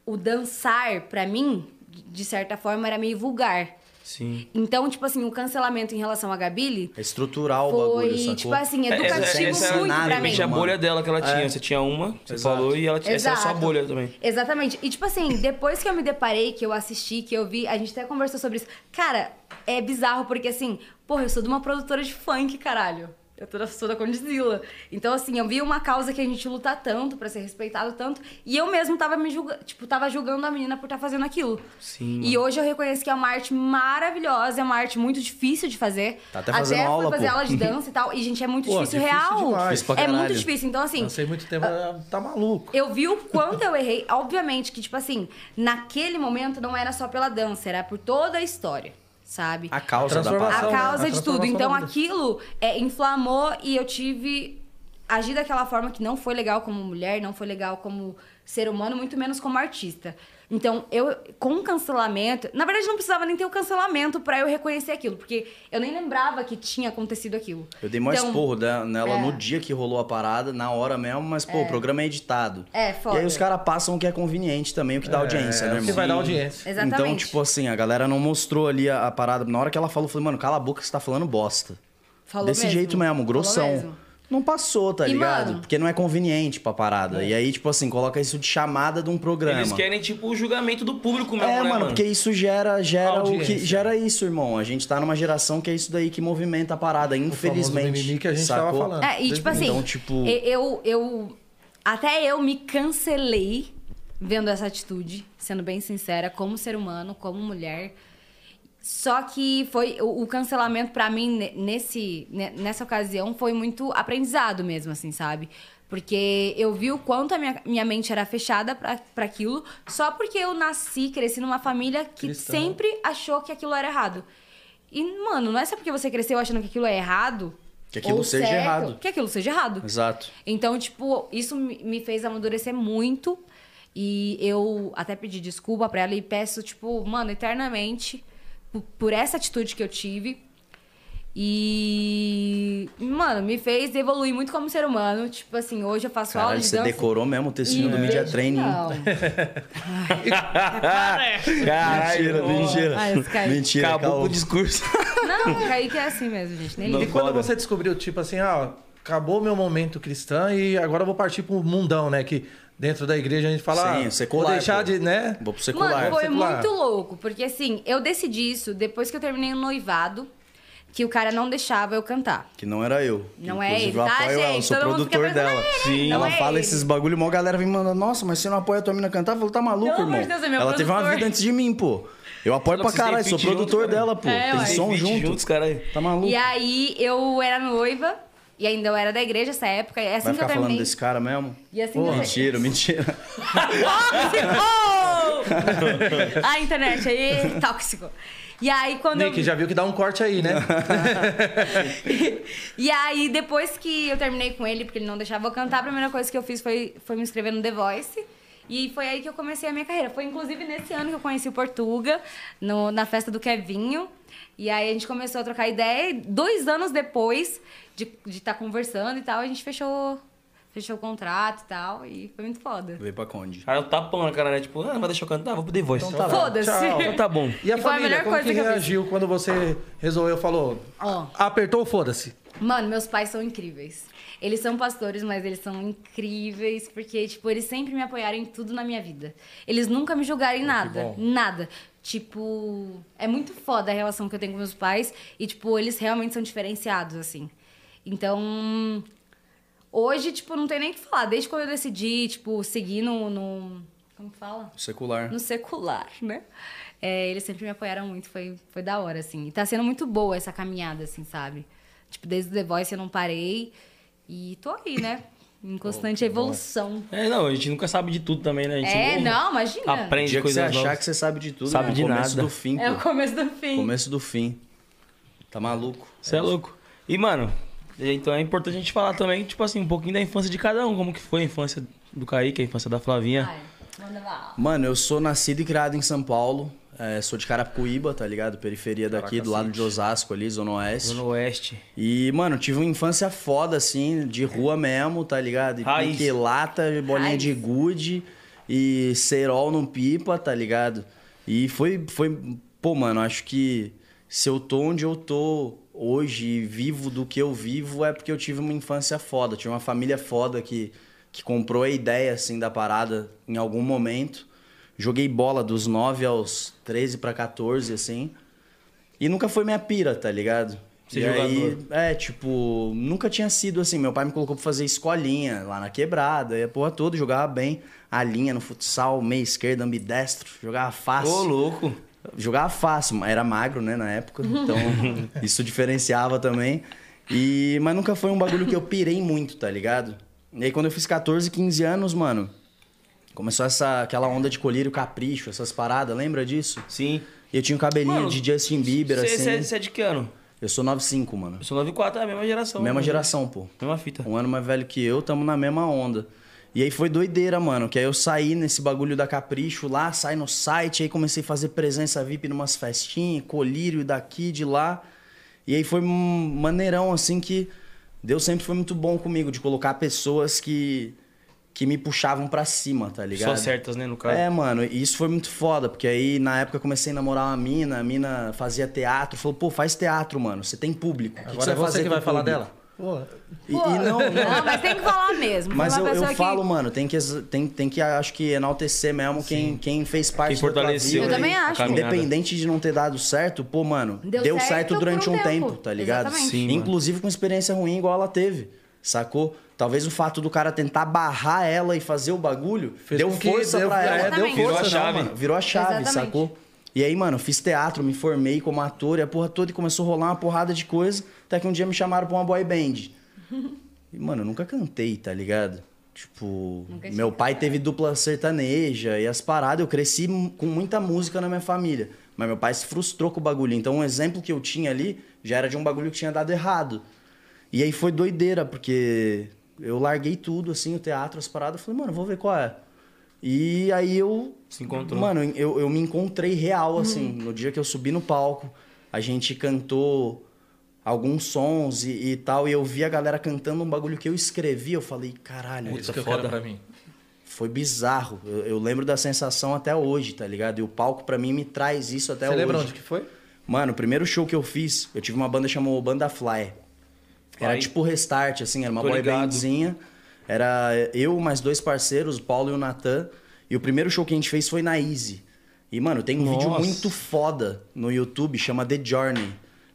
Speaker 5: o dançar pra mim, de certa forma, era meio vulgar.
Speaker 1: Sim.
Speaker 5: Então, tipo assim, o cancelamento em relação a Gabile
Speaker 4: É estrutural o bagulho,
Speaker 5: foi,
Speaker 4: sacou?
Speaker 5: tipo assim,
Speaker 1: É,
Speaker 5: educativo
Speaker 1: essa- essa-
Speaker 5: muito pra mim.
Speaker 1: Realmente a
Speaker 4: mano.
Speaker 1: bolha dela que ela tinha. Você tinha uma, você
Speaker 4: É. Exato.
Speaker 1: falou, e ela tinha. Essa é a sua
Speaker 5: Exato.
Speaker 1: bolha também.
Speaker 5: Exatamente. E tipo assim, depois que eu me deparei, que eu assisti, que eu vi, a gente até conversou sobre isso. Cara, é bizarro porque assim, porra, eu sou de uma produtora de funk, caralho. Eu tô da, sou da Condizila. Então, assim, eu vi uma causa que a gente luta tanto pra ser respeitado tanto. E eu mesmo tava me julgando, tipo, tava julgando a menina por estar fazendo aquilo.
Speaker 1: Sim,
Speaker 5: E hoje eu reconheço que é uma arte maravilhosa, é uma arte muito difícil de fazer.
Speaker 4: Tá até fazendo
Speaker 5: fui
Speaker 4: aula,
Speaker 5: fazer
Speaker 4: pô.
Speaker 5: aula de dança e tal. E, gente, é muito
Speaker 2: Pô,
Speaker 5: difícil,
Speaker 2: difícil
Speaker 5: real.
Speaker 2: demais.
Speaker 4: Difícil pra
Speaker 5: é muito
Speaker 4: caralho.
Speaker 5: difícil. Então, assim,
Speaker 2: Dancei muito tempo, tá maluco.
Speaker 5: eu vi o quanto eu errei. Obviamente que, tipo assim, naquele momento não era só pela dança, era por toda a história, sabe?
Speaker 4: A causa da
Speaker 5: A
Speaker 2: transformação,
Speaker 4: parada.
Speaker 2: né?
Speaker 5: causa
Speaker 2: A
Speaker 5: de tudo.
Speaker 2: transformação
Speaker 5: Então
Speaker 2: da vida.
Speaker 5: aquilo é, inflamou e eu tive. Agi daquela forma que não foi legal como mulher, não foi legal como ser humano, muito menos como artista. Então, eu, com o cancelamento. Na verdade, não precisava nem ter o cancelamento pra eu reconhecer aquilo, porque eu nem lembrava que tinha acontecido aquilo.
Speaker 4: Eu dei maior
Speaker 5: Então,
Speaker 4: esporro da- nela
Speaker 5: é.
Speaker 4: no dia que rolou a parada, na hora mesmo, mas, pô, o programa é editado.
Speaker 5: É, foda.
Speaker 4: E aí os caras passam o que é conveniente também, o que dá audiência,
Speaker 2: é,
Speaker 4: né,
Speaker 2: o que
Speaker 4: irmão?
Speaker 2: vai dar audiência.
Speaker 5: Exatamente.
Speaker 4: Então, tipo assim, a galera não mostrou ali a, a parada. Na hora que ela falou, eu falei, mano, cala a boca, você tá falando bosta.
Speaker 5: Falou
Speaker 4: Desse
Speaker 5: mesmo.
Speaker 4: jeito mesmo,
Speaker 5: Falou
Speaker 4: grossão.
Speaker 5: mesmo.
Speaker 4: Não passou, tá
Speaker 5: E,
Speaker 4: ligado?
Speaker 5: mano- É.
Speaker 4: Porque não é conveniente pra parada. E aí, tipo assim, coloca isso de chamada de um programa.
Speaker 1: Eles querem, tipo, o julgamento do público mesmo,
Speaker 4: É,
Speaker 1: né,
Speaker 4: mano,
Speaker 1: mano?
Speaker 4: porque isso gera, gera o que
Speaker 2: Audiência.
Speaker 4: gera isso, irmão. A gente tá numa geração que é isso daí que movimenta a parada, infelizmente.
Speaker 2: famoso mimimi que a gente
Speaker 4: sacou?
Speaker 2: tava falando.
Speaker 5: É, e tipo assim,
Speaker 4: Então, tipo-
Speaker 5: e- eu, eu. Até eu me cancelei vendo essa atitude, sendo bem sincera, como ser humano, como mulher. Só que foi o, o cancelamento pra mim ne- nesse ne- nessa ocasião foi muito aprendizado mesmo assim, sabe? Porque eu vi o quanto a minha, minha mente era fechada pra pra aquilo, só porque eu nasci, cresci numa família que
Speaker 2: Cristã.
Speaker 5: sempre achou que aquilo era errado. E, mano, não é só porque você cresceu achando que aquilo é errado.
Speaker 4: Que aquilo
Speaker 5: ou
Speaker 4: seja
Speaker 5: certo,
Speaker 4: errado.
Speaker 5: Que aquilo seja errado.
Speaker 4: Exato.
Speaker 5: Então, tipo, isso me me fez amadurecer muito. E eu até pedi desculpa pra ela e peço, tipo, mano, eternamente p- por essa atitude que eu tive. E, mano, me fez evoluir muito como ser humano. Tipo assim, hoje eu faço aula
Speaker 4: Caralho,
Speaker 5: de
Speaker 4: você
Speaker 5: dança.
Speaker 4: decorou mesmo o
Speaker 5: e
Speaker 4: textinho do Media
Speaker 5: vejo-
Speaker 4: Training.
Speaker 5: Não.
Speaker 1: Caralho,
Speaker 4: Mentira, mentira.
Speaker 5: Ah, esse cara-
Speaker 4: mentira,
Speaker 1: é. Acabou com
Speaker 4: calma.
Speaker 1: o discurso.
Speaker 5: Não, Kaique é assim mesmo, gente. Nem
Speaker 2: E
Speaker 5: liga.
Speaker 2: quando
Speaker 1: Foda.
Speaker 2: você descobriu, tipo assim, ah, acabou meu momento cristão e agora eu vou partir pro mundão, né? Que dentro da igreja a gente fala,
Speaker 4: Sim,
Speaker 2: ah,
Speaker 4: secular,
Speaker 2: vou deixar
Speaker 4: pô.
Speaker 2: de, né?
Speaker 4: Vou pro
Speaker 5: Mano,
Speaker 4: secular.
Speaker 5: foi
Speaker 2: Secular.
Speaker 5: muito louco, porque assim, eu decidi isso depois que eu terminei o noivado, que o cara não deixava eu cantar.
Speaker 4: Que não era eu.
Speaker 5: Não é
Speaker 4: Inclusive,
Speaker 5: ele,
Speaker 4: eu
Speaker 5: tá,
Speaker 4: apoio ela, eu
Speaker 5: gente?
Speaker 4: sou
Speaker 5: Todo mundo fica
Speaker 4: produtor
Speaker 5: pensando,
Speaker 4: dela.
Speaker 5: "Ah, ele, não
Speaker 4: Ela
Speaker 5: é
Speaker 4: fala
Speaker 5: ele."
Speaker 4: esses bagulho, mó galera vem mandando, nossa, mas você não apoia a tua mina cantar? Eu falo, tá maluco,
Speaker 5: Pelo amor
Speaker 4: irmão?
Speaker 5: de Deus, é meu
Speaker 4: ela teve uma
Speaker 5: produtor.
Speaker 4: vida antes de mim, pô. Eu apoio
Speaker 1: Ela
Speaker 4: pra
Speaker 1: precisa
Speaker 4: caralho,
Speaker 1: ter
Speaker 4: sou
Speaker 1: feat junto,
Speaker 4: produtor
Speaker 1: cara.
Speaker 4: dela, pô.
Speaker 5: É,
Speaker 4: Tem
Speaker 5: ué.
Speaker 4: som
Speaker 1: Feat
Speaker 4: junto.
Speaker 1: juntos, caralho.
Speaker 4: Tá maluco?
Speaker 5: E assim aí eu era noiva, e ainda eu era da igreja essa época, e assim
Speaker 4: Vai
Speaker 5: que eu assim
Speaker 4: ficar
Speaker 5: terminei.
Speaker 4: falando desse cara mesmo?
Speaker 5: E assim que
Speaker 4: Pô,
Speaker 5: eu terminei.
Speaker 4: mentira, mentira.
Speaker 5: Oh, A internet aí, tóxico. E aí, quando. eu-
Speaker 2: Nick, já viu que dá um corte aí, né?
Speaker 5: e aí, depois que eu terminei com ele, porque ele não deixava eu cantar, a primeira coisa que eu fiz foi, foi me inscrever no The Voice. E foi aí que eu comecei a minha carreira. Foi inclusive nesse ano que eu conheci o Portuga, no- na festa do Kevinho. E aí a gente começou a trocar ideia. E dois anos depois de estar de tá conversando e tal, a gente fechou, fechou o contrato e tal. E foi muito foda.
Speaker 4: Veio pra Conde.
Speaker 1: Cara, um tapão na cara, né? Tipo, ah, não vai deixar eu cantar, vou pro The Voice. Então
Speaker 2: bom.
Speaker 5: Foda-se.
Speaker 2: Tchau.
Speaker 1: Então tá bom.
Speaker 2: E a
Speaker 5: E foi a
Speaker 2: família,
Speaker 5: melhor
Speaker 2: como
Speaker 5: coisa
Speaker 2: que
Speaker 5: que eu fiz.
Speaker 2: reagiu quando você resolveu, falou,
Speaker 5: Ó.
Speaker 2: apertou, foda-se.
Speaker 5: Mano, meus pais são incríveis. Eles são pastores, mas eles são incríveis porque, tipo, eles sempre me apoiaram em tudo na minha vida. Eles nunca me julgaram em nada, nada. Tipo, é muito foda a relação que eu tenho com meus pais e, tipo, eles realmente são diferenciados, assim. Então, hoje, tipo, não tem nem o que falar. Desde quando eu decidi, tipo, seguir no. no como que fala?
Speaker 4: Secular.
Speaker 5: no secular, né? É, eles sempre me apoiaram muito, foi, foi da hora, assim. E tá sendo muito boa essa caminhada, assim, sabe? Tipo, desde o The Voice eu não parei e tô aí, né? Em constante evolução.
Speaker 1: É, não, a gente nunca sabe de tudo também, né? A gente
Speaker 5: É,
Speaker 1: ouve,
Speaker 5: não, imagina.
Speaker 4: O
Speaker 1: Aprende
Speaker 4: dia que você
Speaker 1: coisas
Speaker 4: achar
Speaker 1: novas.
Speaker 4: que você sabe de tudo,
Speaker 1: Sabe
Speaker 4: é o
Speaker 1: de
Speaker 4: começo
Speaker 1: nada.
Speaker 4: do fim,
Speaker 5: É o
Speaker 4: pô.
Speaker 5: começo do fim.
Speaker 4: Começo do fim. Tá maluco?
Speaker 1: Você é louco. E, mano, então é importante a gente falar também, tipo assim, um pouquinho da infância de cada um. Como que foi a infância do Kaique, a infância da Flavinha.
Speaker 5: Vai, manda lá.
Speaker 4: Mano, eu sou nascido e criado em São Paulo. É, sou de Carapicuíba, tá ligado? Periferia daqui, do lado de Osasco ali, Zona Oeste.
Speaker 1: Zona Oeste.
Speaker 4: E, mano, tive uma infância foda, assim, de rua mesmo, tá ligado? E
Speaker 1: Raiz.
Speaker 4: pique lata, bolinha
Speaker 5: Raiz.
Speaker 4: de gude e cerol no pipa, tá ligado? E foi, foi... Pô, mano, acho que se eu tô onde eu tô hoje e vivo do que eu vivo é porque eu tive uma infância foda. Tive uma família foda que, que comprou a ideia, assim, da parada em algum momento. Joguei bola dos 9 aos 13 pra 14, assim. E nunca foi minha pira, tá ligado?
Speaker 1: Ser
Speaker 4: e
Speaker 1: jogador.
Speaker 4: aí, é, tipo, nunca tinha sido assim. Meu pai me colocou pra fazer escolinha lá na quebrada, e a porra toda, jogava bem. A linha no futsal, meia esquerda, ambidestro, jogava
Speaker 1: Ô,
Speaker 4: fácil.
Speaker 1: louco.
Speaker 4: Jogava fácil, mas era magro, né, na época. Então, isso diferenciava também. E, mas nunca foi um bagulho que eu pirei muito, tá ligado? E aí, quando eu fiz 14, 15 anos, mano, começou essa, aquela onda de colírio capricho, essas paradas, lembra disso?
Speaker 1: Sim.
Speaker 4: E eu tinha um cabelinho
Speaker 1: Mano,
Speaker 4: de Justin Bieber,
Speaker 1: Você
Speaker 4: assim.
Speaker 1: você é, você é de que ano?
Speaker 4: Eu sou 95, mano.
Speaker 1: Eu sou 94, é a mesma geração.
Speaker 4: Mesma
Speaker 1: Mano.
Speaker 4: geração, pô.
Speaker 1: Mesma fita.
Speaker 4: Um ano mais velho que eu, tamo na mesma onda. E aí foi doideira, mano. Que aí eu saí nesse bagulho da Capricho lá, saí no site, aí comecei a fazer presença VIP numas festinhas, colírio daqui, de lá. E aí foi um maneirão, assim, que Deus sempre foi muito bom comigo, de colocar pessoas que, que me puxavam pra cima, tá ligado?
Speaker 1: Só certas, né, no caso.
Speaker 4: É, mano, e isso foi muito foda, porque aí na época eu comecei a namorar uma mina, a mina fazia teatro, falou, pô, faz teatro, mano, você tem público. O que
Speaker 2: Agora é
Speaker 4: que vai
Speaker 2: você
Speaker 4: fazer
Speaker 2: que
Speaker 4: com
Speaker 2: vai
Speaker 4: o
Speaker 2: falar
Speaker 4: público?"
Speaker 2: dela. Pô,
Speaker 4: E, e não, não.
Speaker 5: Não, mas tem que falar mesmo.
Speaker 4: Mas
Speaker 5: Foi
Speaker 4: eu,
Speaker 5: uma
Speaker 4: eu
Speaker 5: pessoa
Speaker 4: falo,
Speaker 5: que...
Speaker 4: mano, tem que, ex- tem, tem que, acho que, enaltecer mesmo quem, quem fez parte
Speaker 1: Quem
Speaker 4: da tua
Speaker 1: fortaleceu.
Speaker 4: vida.
Speaker 5: Eu também acho.
Speaker 1: a caminhada.
Speaker 4: Independente de não ter dado certo, pô, mano,
Speaker 5: Deu
Speaker 4: deu,
Speaker 5: certo
Speaker 4: certo,
Speaker 5: por
Speaker 4: durante
Speaker 5: um
Speaker 4: um
Speaker 5: tempo.
Speaker 4: tempo, tá ligado?
Speaker 5: Exatamente.
Speaker 1: Sim, mano.
Speaker 4: Inclusive com experiência ruim igual ela teve, sacou? Talvez o fato do cara tentar barrar ela e fazer o bagulho
Speaker 2: Fez
Speaker 4: deu
Speaker 2: com que
Speaker 4: força
Speaker 2: deu-
Speaker 4: pra
Speaker 2: é,
Speaker 4: ela.
Speaker 5: deu Exatamente.
Speaker 4: Virou
Speaker 1: força,
Speaker 4: a
Speaker 1: não,
Speaker 4: chave.
Speaker 1: mano.
Speaker 4: Virou a chave,
Speaker 5: Exatamente.
Speaker 4: sacou? E aí, mano, fiz teatro, me formei como ator e a porra toda e começou a rolar uma porrada de coisa. Até que um dia me chamaram pra uma boy band. E, mano, eu nunca cantei, tá ligado? Tipo,
Speaker 5: Nunca tinha
Speaker 4: meu pai teve dupla sertaneja e as paradas. Eu cresci m- com muita música na minha família. Mas meu pai se frustrou com o bagulho. Então, um exemplo que eu tinha ali já era de um bagulho que tinha dado errado. E aí foi doideira, porque eu larguei tudo, assim, o teatro, as paradas. Falei, mano, vou ver qual é. E aí eu.
Speaker 1: Se encontrou.
Speaker 4: Mano, eu, eu me encontrei real, assim, no dia que eu subi no palco. A gente cantou alguns sons e, e tal, e eu vi a galera cantando um bagulho que eu escrevi, eu falei, caralho,
Speaker 2: É isso que eu
Speaker 1: foda.
Speaker 2: quero pra mim.
Speaker 4: foi bizarro. Eu, eu lembro da sensação até hoje, tá ligado? E o palco pra mim me traz isso até
Speaker 2: Você
Speaker 4: hoje.
Speaker 2: lembra onde que foi?
Speaker 4: Mano, o primeiro show que eu fiz, eu tive uma banda que chamou Banda Fly. Era
Speaker 1: Fly.
Speaker 4: tipo Restart, assim, era uma
Speaker 1: Tô
Speaker 4: boy
Speaker 1: ligado.
Speaker 4: bandzinha. Era eu mais dois parceiros, o Paulo e o Natan. E o primeiro show que a gente fez foi na Easy. E, mano, tem um vídeo
Speaker 1: Nossa.
Speaker 4: muito foda no YouTube, chama The Journey.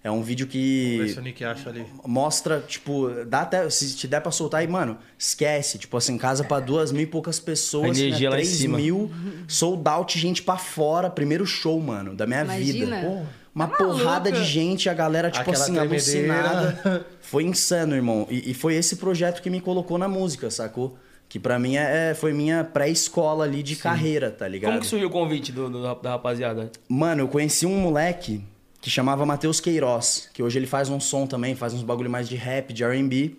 Speaker 4: É um vídeo
Speaker 2: Vê se
Speaker 4: que
Speaker 2: o Nick acha ali.
Speaker 4: mostra, tipo, dá até, se te der pra soltar aí, mano, esquece. Tipo assim, casa pra duas mil e poucas pessoas, né?
Speaker 1: A energia lá em
Speaker 4: três
Speaker 1: cima.
Speaker 4: mil, sold out, gente pra fora. Primeiro show, mano, da minha
Speaker 5: Imagina.
Speaker 4: vida.
Speaker 5: Porra.
Speaker 4: Uma
Speaker 5: Tá
Speaker 4: porrada
Speaker 5: maluca.
Speaker 4: de gente, a galera, tipo
Speaker 2: Aquela
Speaker 4: assim,
Speaker 2: tremedeira.
Speaker 4: alucinada. Foi insano, irmão. E, e foi esse projeto que me colocou na música, sacou? Que pra mim é, foi minha pré-escola ali de carreira, tá ligado?
Speaker 1: Como que surgiu o convite do- do- da rapaziada?
Speaker 4: Mano, eu conheci um moleque que chamava Matheus Queiroz, que hoje ele faz um som também, faz uns bagulho mais de rap, de R&B.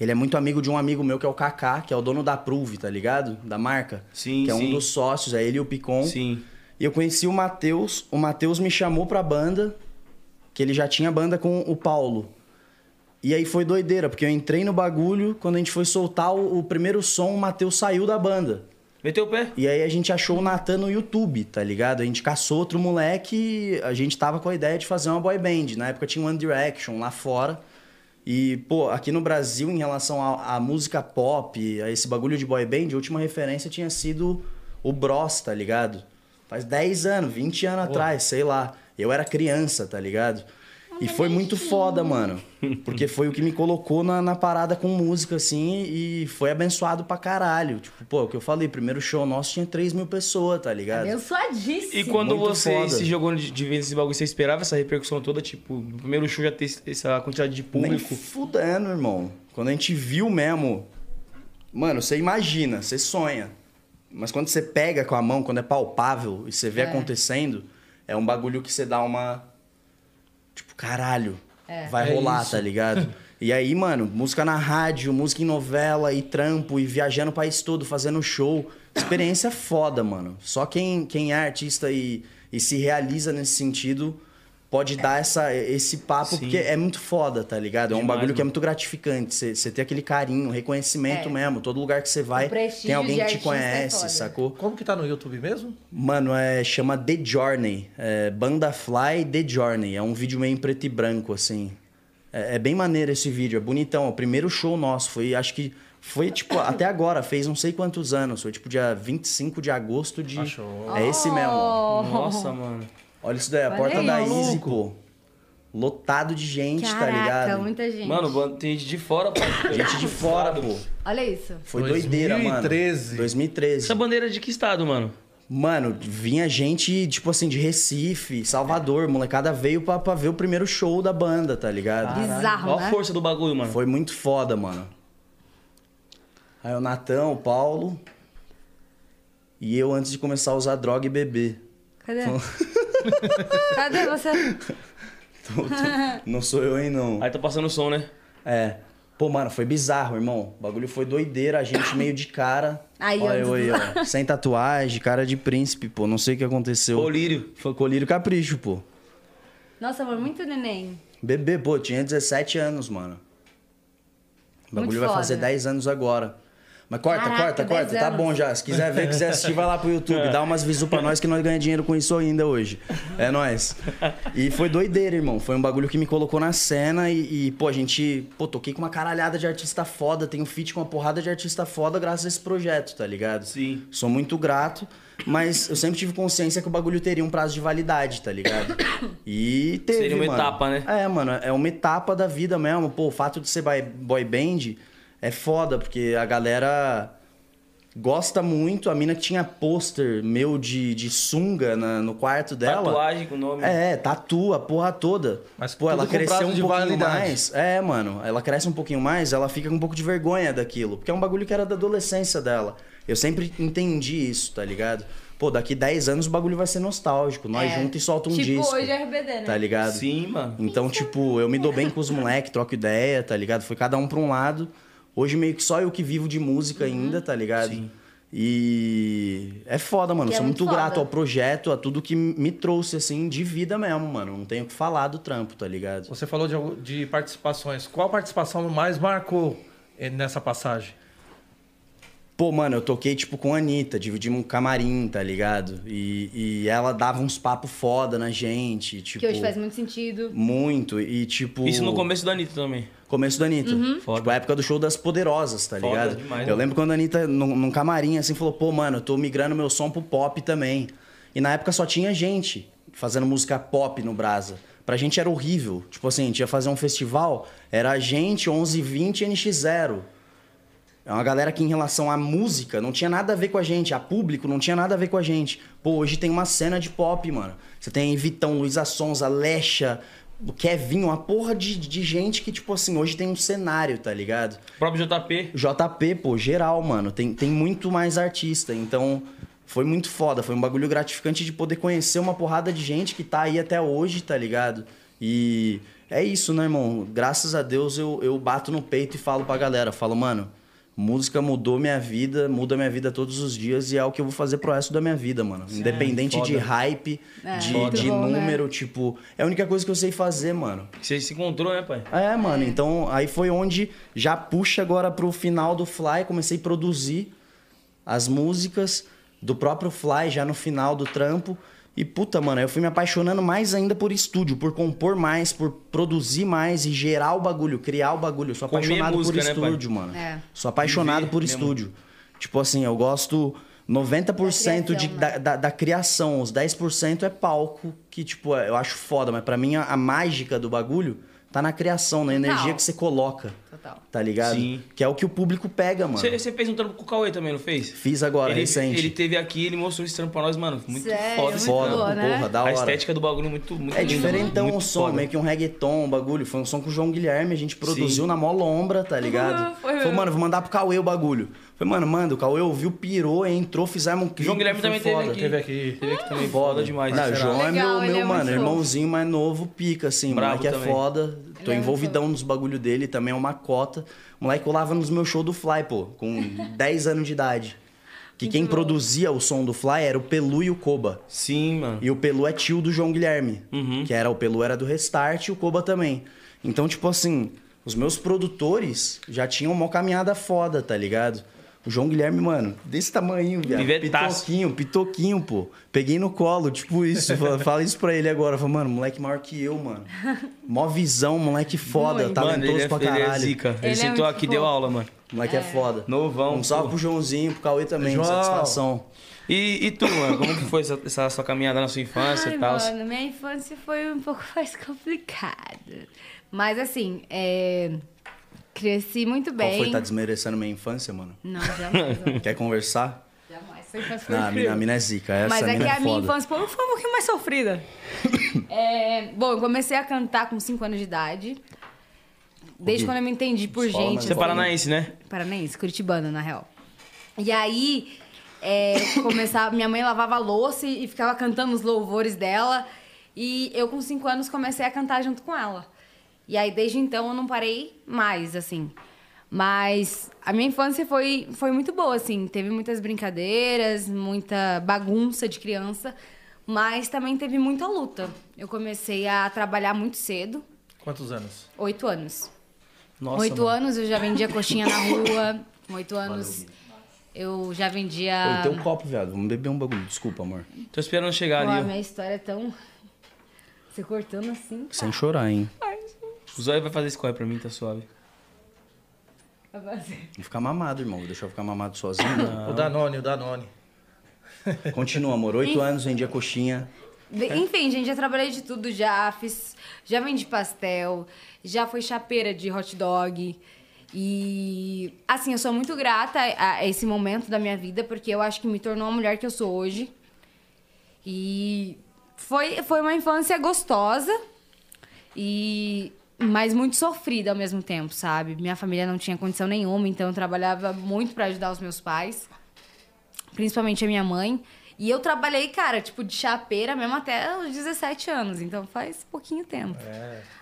Speaker 4: Ele é muito amigo de um amigo meu que é o Kaká, que é o dono da Prove, tá ligado? Da marca.
Speaker 1: Sim,
Speaker 4: Que é
Speaker 1: sim.
Speaker 4: um dos sócios, é ele e o Picon.
Speaker 1: Sim.
Speaker 4: E eu conheci o Matheus, o Matheus me chamou pra banda, que ele já tinha banda com o Paulo. E aí foi doideira, porque eu entrei no bagulho, quando a gente foi soltar o, o primeiro som, o Matheus saiu da banda.
Speaker 1: Meteu o pé?
Speaker 4: E aí a gente achou o Natan no YouTube, tá ligado? A gente caçou outro moleque, a gente tava com a ideia de fazer uma boy band. Na época tinha One Direction lá fora. E, pô, aqui no Brasil, em relação à à música pop, a esse bagulho de boy band, a última referência tinha sido o Bros, tá ligado? Faz 10 anos, 20 anos atrás, sei lá. Eu era criança, tá ligado? E foi muito foda, mano. Porque foi o que me colocou na, na parada com música, assim, e foi abençoado pra caralho. Tipo, pô, o que eu falei, primeiro show nosso tinha 3 mil pessoas, tá
Speaker 5: É
Speaker 4: ligado?
Speaker 5: Abençoadíssimo.
Speaker 1: E quando
Speaker 4: muito
Speaker 1: você
Speaker 4: foda.
Speaker 1: se jogou de, de vez nesse bagulho, você esperava essa repercussão toda? Tipo, no primeiro show já ter esse- essa quantidade de
Speaker 4: Nem
Speaker 1: público?
Speaker 4: fudendo, irmão. Quando a gente viu mesmo. Mano, você imagina, você sonha. Mas quando você pega com a mão, quando é palpável e você vê
Speaker 5: É.
Speaker 4: acontecendo, é um bagulho que você dá uma. Tipo, caralho. Vai
Speaker 2: É
Speaker 4: rolar,
Speaker 2: isso.
Speaker 4: tá ligado? E aí, mano, música na rádio, música em novela e trampo e viajando o país todo, fazendo show. Experiência foda, mano. Só quem, quem é artista e, e se realiza nesse sentido pode dar essa, esse papo,
Speaker 1: Sim.
Speaker 4: porque é muito foda, tá ligado? É um
Speaker 1: Demais,
Speaker 4: bagulho que é
Speaker 1: mano.
Speaker 4: muito gratificante. Você você ter aquele carinho, reconhecimento
Speaker 5: É.
Speaker 4: mesmo. Todo lugar que você vai,
Speaker 5: prestígio
Speaker 4: tem alguém
Speaker 5: de
Speaker 4: que te
Speaker 5: artista é
Speaker 4: conhece,
Speaker 5: foda.
Speaker 4: sacou?
Speaker 2: Como que tá no YouTube mesmo?
Speaker 4: Mano, é, chama The Journey. É, Banda Fly The Journey. É um vídeo meio em preto e branco, assim. É, é bem maneiro esse vídeo, é bonitão. É o primeiro show nosso. Foi, acho que. Foi, tipo, até agora, fez não sei quantos anos. Foi tipo dia 25 de agosto de.
Speaker 2: Achou.
Speaker 4: É esse mesmo. ó.
Speaker 1: Nossa, mano.
Speaker 4: Olha isso daí, a
Speaker 5: Oh. Olha
Speaker 4: porta
Speaker 5: aí.
Speaker 4: da Easy, pô. Lotado de gente,
Speaker 5: Caraca,
Speaker 4: tá ligado?
Speaker 5: muita gente.
Speaker 1: Mano, ban- tem gente de fora, pô.
Speaker 4: Gente de fora, pô.
Speaker 5: Olha isso.
Speaker 4: Foi
Speaker 2: 2013.
Speaker 4: doideira, mano. 2013.
Speaker 1: Essa bandeira é de que estado, mano?
Speaker 4: Mano, vinha gente, tipo assim, de Recife, Salvador. Molecada veio pra, pra ver o primeiro show da banda, tá ligado?
Speaker 5: Bizarro,
Speaker 1: Olha
Speaker 5: né?
Speaker 1: a força do bagulho, mano.
Speaker 4: Foi muito foda, mano. Aí o Natão, o Paulo. E eu antes de começar a usar droga e beber.
Speaker 5: Cadê? Cadê você?
Speaker 4: Tô- tô- não sou eu aí, não.
Speaker 1: Aí tá passando o som, né?
Speaker 4: É. Pô, mano, foi bizarro, irmão. O bagulho foi doideira, a gente meio de cara.
Speaker 5: Aí,
Speaker 4: Olha eu
Speaker 5: ó,
Speaker 4: aí, ó. Sem tatuagem, cara de príncipe, pô. Não sei o que aconteceu.
Speaker 1: Colírio.
Speaker 4: Foi colírio capricho, pô.
Speaker 5: Nossa, amor, muito neném.
Speaker 4: Bebê, pô, tinha 17 anos, mano. O
Speaker 5: Muito
Speaker 4: bagulho vai
Speaker 5: foda.
Speaker 4: fazer 10 anos agora. Mas corta,
Speaker 5: Caraca,
Speaker 4: corta,
Speaker 5: 10
Speaker 4: corta. Tá
Speaker 5: anos.
Speaker 4: bom já. Se quiser ver, quiser assistir, vai lá pro YouTube. Dá umas visu pra nós que nós ganhamos dinheiro com isso ainda hoje. É nóis. E foi doideira, irmão. Foi um bagulho que me colocou na cena e, e, pô, a gente... Pô, toquei com uma caralhada de artista foda. Tenho feat com uma porrada de artista foda graças a esse projeto, tá ligado?
Speaker 1: Sim.
Speaker 4: Sou muito grato, mas eu sempre tive consciência que o bagulho teria um prazo de validade, tá ligado? E teve,
Speaker 1: Seria uma
Speaker 4: mano.
Speaker 1: etapa, né?
Speaker 4: É, mano, é uma etapa da vida mesmo. Pô, o fato de ser boy- boy band é foda, porque a galera gosta muito. A mina que tinha pôster meu de, de sunga na- no quarto dela.
Speaker 1: Tatuagem com o nome.
Speaker 4: É, tatua a porra toda.
Speaker 2: Mas
Speaker 4: pô, ela
Speaker 2: tudo com
Speaker 4: cresceu
Speaker 2: prazo
Speaker 4: um
Speaker 2: de
Speaker 4: pouquinho
Speaker 2: validade.
Speaker 4: mais. É, mano, ela cresce um pouquinho mais, ela fica com um pouco de vergonha daquilo. Porque é um bagulho que era da adolescência dela. Eu sempre entendi isso, tá ligado? Pô, daqui 10 anos o bagulho vai ser nostálgico. Nós
Speaker 5: É.
Speaker 4: juntos e solta um
Speaker 5: tipo
Speaker 4: disco.
Speaker 5: hoje é RBD, né?
Speaker 4: Tá ligado?
Speaker 1: Sim, mano.
Speaker 4: Então, tipo, eu me dou bem com os moleques, troco ideia, tá ligado? Foi cada um pra um lado. Hoje meio que só eu que vivo de
Speaker 5: Uhum.
Speaker 4: música ainda, tá ligado? Sim. E é foda, mano.
Speaker 5: Que é
Speaker 4: Sou
Speaker 5: muito
Speaker 4: muito, grato
Speaker 5: foda.
Speaker 4: ao projeto, a tudo que me trouxe, assim, de vida mesmo, mano. Não tenho o que falar do trampo, tá ligado?
Speaker 2: Você falou de, algu- de participações. Qual participação mais marcou eh, nessa passagem?
Speaker 4: Pô, mano, eu toquei, tipo, com a Anitta, dividimos um camarim, tá ligado? E, e ela dava uns papos foda na gente, tipo...
Speaker 5: Que hoje faz muito sentido.
Speaker 4: Muito, e tipo...
Speaker 1: Isso no começo da Anitta também.
Speaker 4: Começo da Anitta.
Speaker 5: Uhum.
Speaker 4: Tipo,
Speaker 1: Foda.
Speaker 4: a época do show das Poderosas, tá
Speaker 1: Foda
Speaker 4: ligado?
Speaker 1: demais. né?
Speaker 4: eu lembro quando a Anitta, num, num camarim, assim, falou: pô, mano, eu tô migrando meu som pro pop também. E na época só tinha gente fazendo música pop no Brasa. Pra gente era horrível. Tipo assim, a gente ia fazer um festival, era a gente, 1120 NX0. É uma galera que, em relação à música, não tinha nada a ver com a gente. A público não tinha nada a ver com a gente. Pô, hoje tem uma cena de pop, mano. Você tem Vitão, Luísa Sonza, Lecha, o Kevinho, uma porra de, de gente que, tipo assim, hoje tem um cenário, tá ligado?
Speaker 1: O próprio JP.
Speaker 4: JP, pô, geral, mano. Tem, tem muito mais artista. Então, foi muito foda. Foi um bagulho gratificante de poder conhecer uma porrada de gente que tá aí até hoje, tá ligado? E é isso, né, irmão? Graças a Deus eu, eu bato no peito e falo pra galera. Falo, mano, música mudou minha vida, muda minha vida todos os dias e é o que eu vou fazer pro resto da minha vida, mano. Independente de hype,
Speaker 5: É,
Speaker 4: de,
Speaker 5: muito
Speaker 4: de
Speaker 5: bom, né?
Speaker 4: número, tipo. É a única coisa que eu sei fazer, mano.
Speaker 1: Você se encontrou, né, pai?
Speaker 4: É, mano, então aí foi onde já puxa agora pro final do Fly, comecei a produzir as músicas do próprio Fly já no final do trampo. E puta, mano, eu fui me apaixonando mais ainda por estúdio, por compor mais, por produzir mais e gerar o bagulho, criar o bagulho. Eu sou
Speaker 1: Comer
Speaker 4: apaixonado
Speaker 1: música,
Speaker 4: por
Speaker 1: né, pai?
Speaker 4: estúdio, mano.
Speaker 5: É.
Speaker 4: Sou apaixonado
Speaker 1: Viver
Speaker 4: por
Speaker 1: mesmo.
Speaker 4: estúdio. Tipo assim, eu gosto 90% de-
Speaker 5: Da criação, né?
Speaker 4: da, da- da criação, os 10% é palco, que tipo, eu acho foda, mas pra mim a, a mágica do bagulho tá na criação, na energia
Speaker 5: Total.
Speaker 4: que você coloca,
Speaker 5: Total.
Speaker 4: tá ligado?
Speaker 1: Sim.
Speaker 4: Que é o que o público pega, mano.
Speaker 1: Você, você fez um trampo com o Cauê também, não fez?
Speaker 4: Fiz agora,
Speaker 1: ele,
Speaker 4: recente.
Speaker 1: ele teve aqui, ele mostrou esse trampo pra nós, mano. Muito
Speaker 5: Sério?
Speaker 1: foda esse
Speaker 4: foda, assim,
Speaker 5: muito boa,
Speaker 1: trampo.
Speaker 5: né?
Speaker 4: porra, da hora.
Speaker 1: A estética do bagulho é muito, muito
Speaker 4: É
Speaker 1: linda,
Speaker 4: diferentão
Speaker 1: mano. Muito
Speaker 4: o som,
Speaker 1: foda.
Speaker 4: meio que um reggaeton, um bagulho. Foi um som com o João Guilherme, a gente produziu na mó lombra, tá ligado?
Speaker 5: Uhum, Foi
Speaker 4: Foi,
Speaker 5: mesmo.
Speaker 4: mano, vou mandar pro Cauê o bagulho. Foi, mano, manda, o Cauê ouviu, pirou, entrou, fizemos um clipe.
Speaker 1: João Guilherme
Speaker 4: foi
Speaker 1: também
Speaker 4: foda. tá
Speaker 1: teve aqui.
Speaker 2: Teve aqui.
Speaker 1: Teve aqui também, foda demais.
Speaker 4: Não, o João é
Speaker 5: Legal,
Speaker 4: meu,
Speaker 5: ele
Speaker 4: meu
Speaker 5: é muito
Speaker 4: mano,
Speaker 5: fofo.
Speaker 4: irmãozinho mais novo, pica, assim,
Speaker 1: Bravo
Speaker 4: moleque
Speaker 1: também.
Speaker 4: é foda. Tô
Speaker 5: é muito
Speaker 4: envolvidão nos bagulho dele, também é uma cota. Moleque colava nos meus shows do Fly, pô, com 10 anos de idade. Que quem produzia o som do Fly era o Pelu e o Koba.
Speaker 1: Sim, mano.
Speaker 4: E o Pelu é tio do João Guilherme,
Speaker 1: Uhum.
Speaker 4: que era o Pelu era do Restart e o Koba também. Então, tipo assim, os meus produtores já tinham uma caminhada foda, tá ligado? O João Guilherme, mano, desse tamanho, viado.
Speaker 1: Pivetaço.
Speaker 4: Pitoquinho, pitoquinho, pô. Peguei no colo, tipo isso. Fala- Fala isso pra ele agora. Fala, mano, moleque maior que eu, mano. Mó visão, moleque foda,
Speaker 5: Muito.
Speaker 4: talentoso
Speaker 1: ele é,
Speaker 4: pra
Speaker 1: ele
Speaker 4: caralho.
Speaker 1: é zica. Ele,
Speaker 5: Ele é
Speaker 1: sentou
Speaker 5: muito
Speaker 1: aqui e
Speaker 5: fofo.
Speaker 1: deu aula, mano.
Speaker 4: Moleque é. foda.
Speaker 1: Novão,
Speaker 4: Um salve
Speaker 1: pô.
Speaker 4: pro Joãozinho, pro Cauê também,
Speaker 2: João.
Speaker 4: satisfação.
Speaker 1: E, e tu, mano, como que foi essa, essa sua caminhada na sua infância
Speaker 5: Ai,
Speaker 1: e tal?
Speaker 5: Mano, minha infância foi um pouco mais complicada. Mas assim, é, cresci muito
Speaker 4: Qual
Speaker 5: bem.
Speaker 4: foi? Tá desmerecendo minha infância, mano?
Speaker 5: Não, jamais. não,
Speaker 4: Quer conversar?
Speaker 5: jamais. Sua infância foi
Speaker 4: Não, a mina, a
Speaker 5: incrível.
Speaker 4: mina é zica. Essa
Speaker 5: Mas é
Speaker 4: mina
Speaker 5: que a minha
Speaker 4: foda.
Speaker 5: infância foi foi um pouquinho mais sofrida. É, bom, eu comecei a cantar com 5 anos de idade. Desde quando eu me entendi por
Speaker 4: Escola,
Speaker 5: gente.
Speaker 4: né?
Speaker 1: Você é
Speaker 5: assim.
Speaker 1: paranaense, né?
Speaker 5: Paranaense, curitibana, na real. E aí, é, começava, minha mãe lavava a louça e, e ficava cantando os louvores dela. E eu, com cinco anos, comecei a cantar junto com ela. E aí, desde então, eu não parei mais, assim. Mas a minha infância foi, foi muito boa, assim. Teve muitas brincadeiras, muita bagunça de criança. Mas também teve muita luta. Eu comecei a trabalhar muito cedo,
Speaker 2: Quantos anos?
Speaker 5: oito anos
Speaker 1: Nossa,
Speaker 5: oito
Speaker 1: mano.
Speaker 5: anos eu já vendia coxinha na rua. Com oito anos eu já vendia.
Speaker 4: Oi,
Speaker 1: então,
Speaker 4: tem um copo, viado. Vamos beber um bagulho. Desculpa, amor.
Speaker 1: Tô esperando chegar
Speaker 5: Pô, a
Speaker 1: ali.
Speaker 5: minha história é tão. Você cortando assim.
Speaker 4: Sem chorar, hein?
Speaker 1: ó. O Zóio vai fazer esse corre pra mim, tá suave.
Speaker 5: pra fazer.
Speaker 4: Vou ficar mamado, irmão. Vou deixar eu ficar mamado sozinho. né?
Speaker 2: O Danone, o Danone.
Speaker 4: Continua, amor. Oito anos, vendia coxinha.
Speaker 5: De- Enfim, gente, já trabalhei de tudo, já fiz. Já vendi pastel, já fui chapeira de hot dog. E assim, eu sou muito grata a a esse momento da minha vida, porque eu acho que me tornou a mulher que eu sou hoje. E foi, foi uma infância gostosa e mas muito sofrida ao mesmo tempo, sabe? Minha família não tinha condição nenhuma, então eu trabalhava muito pra ajudar os meus pais, principalmente a minha mãe. E eu trabalhei, cara, tipo de chapeira mesmo até os 17 anos, então faz pouquinho tempo.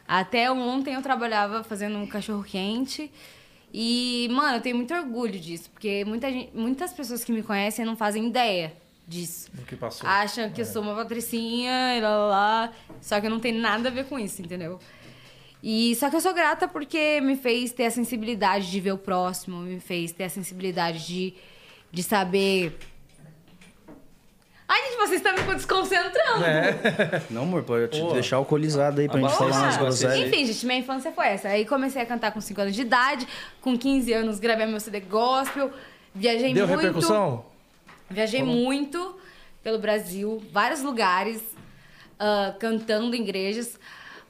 Speaker 5: Até ontem eu trabalhava fazendo um cachorro quente. E, mano, eu tenho muito orgulho disso, porque muita gen- muitas pessoas que me conhecem não fazem ideia disso
Speaker 2: O que passou? É.
Speaker 5: acham que eu sou uma patricinha e lá, lá, lá. Só que eu não tenho nada a ver com isso, entendeu? E só que eu sou grata porque me fez ter a sensibilidade de ver o próximo, me fez ter a sensibilidade de, de saber. Ai, gente, vocês estão me desconcentrando!
Speaker 2: É.
Speaker 4: Não, amor, pode te
Speaker 2: Boa.
Speaker 4: deixar alcoolizado aí pra gente
Speaker 1: Abaixa
Speaker 4: falar
Speaker 1: esse
Speaker 4: umas
Speaker 1: negócio aí.
Speaker 4: groselhas.
Speaker 5: Enfim, gente, minha infância foi essa. Aí comecei a cantar com 5 anos de idade, com 15 anos gravei meu CD gospel, viajei
Speaker 2: Deu
Speaker 5: muito.
Speaker 2: repercussão?
Speaker 5: Viajei muito pelo Brasil, vários lugares, ah, cantando em igrejas.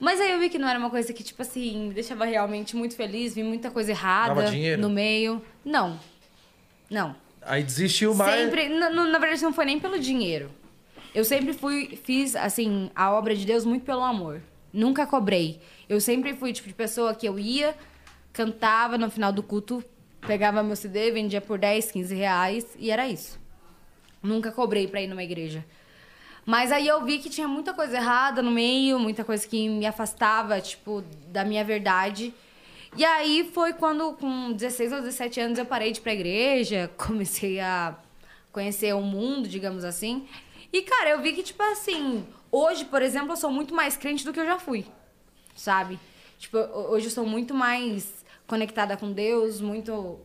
Speaker 5: Mas aí eu vi que não era uma coisa que, tipo assim, me deixava realmente muito feliz, vi muita coisa errada
Speaker 2: Dava dinheiro?
Speaker 5: no meio. Não. Não.
Speaker 2: Aí desistiu, mas...
Speaker 5: Sempre, na, na- na verdade, não foi nem pelo dinheiro. Eu sempre fui, fiz, assim, a obra de Deus muito pelo amor. Nunca cobrei. Eu sempre fui tipo de pessoa que eu ia, cantava no final do culto, pegava meu CD, vendia por 10, 15 reais e era isso. Nunca cobrei pra ir numa igreja. Mas aí eu vi que tinha muita coisa errada no meio, muita coisa que me afastava, tipo, da minha verdade. E aí foi quando, com 16 ou 17 anos, eu parei de ir pra igreja, comecei a conhecer o mundo, digamos assim. E, cara, eu vi que, tipo assim, hoje, por exemplo, eu sou muito mais crente do que eu já fui, sabe? Tipo, eu- hoje eu sou muito mais conectada com Deus, muito.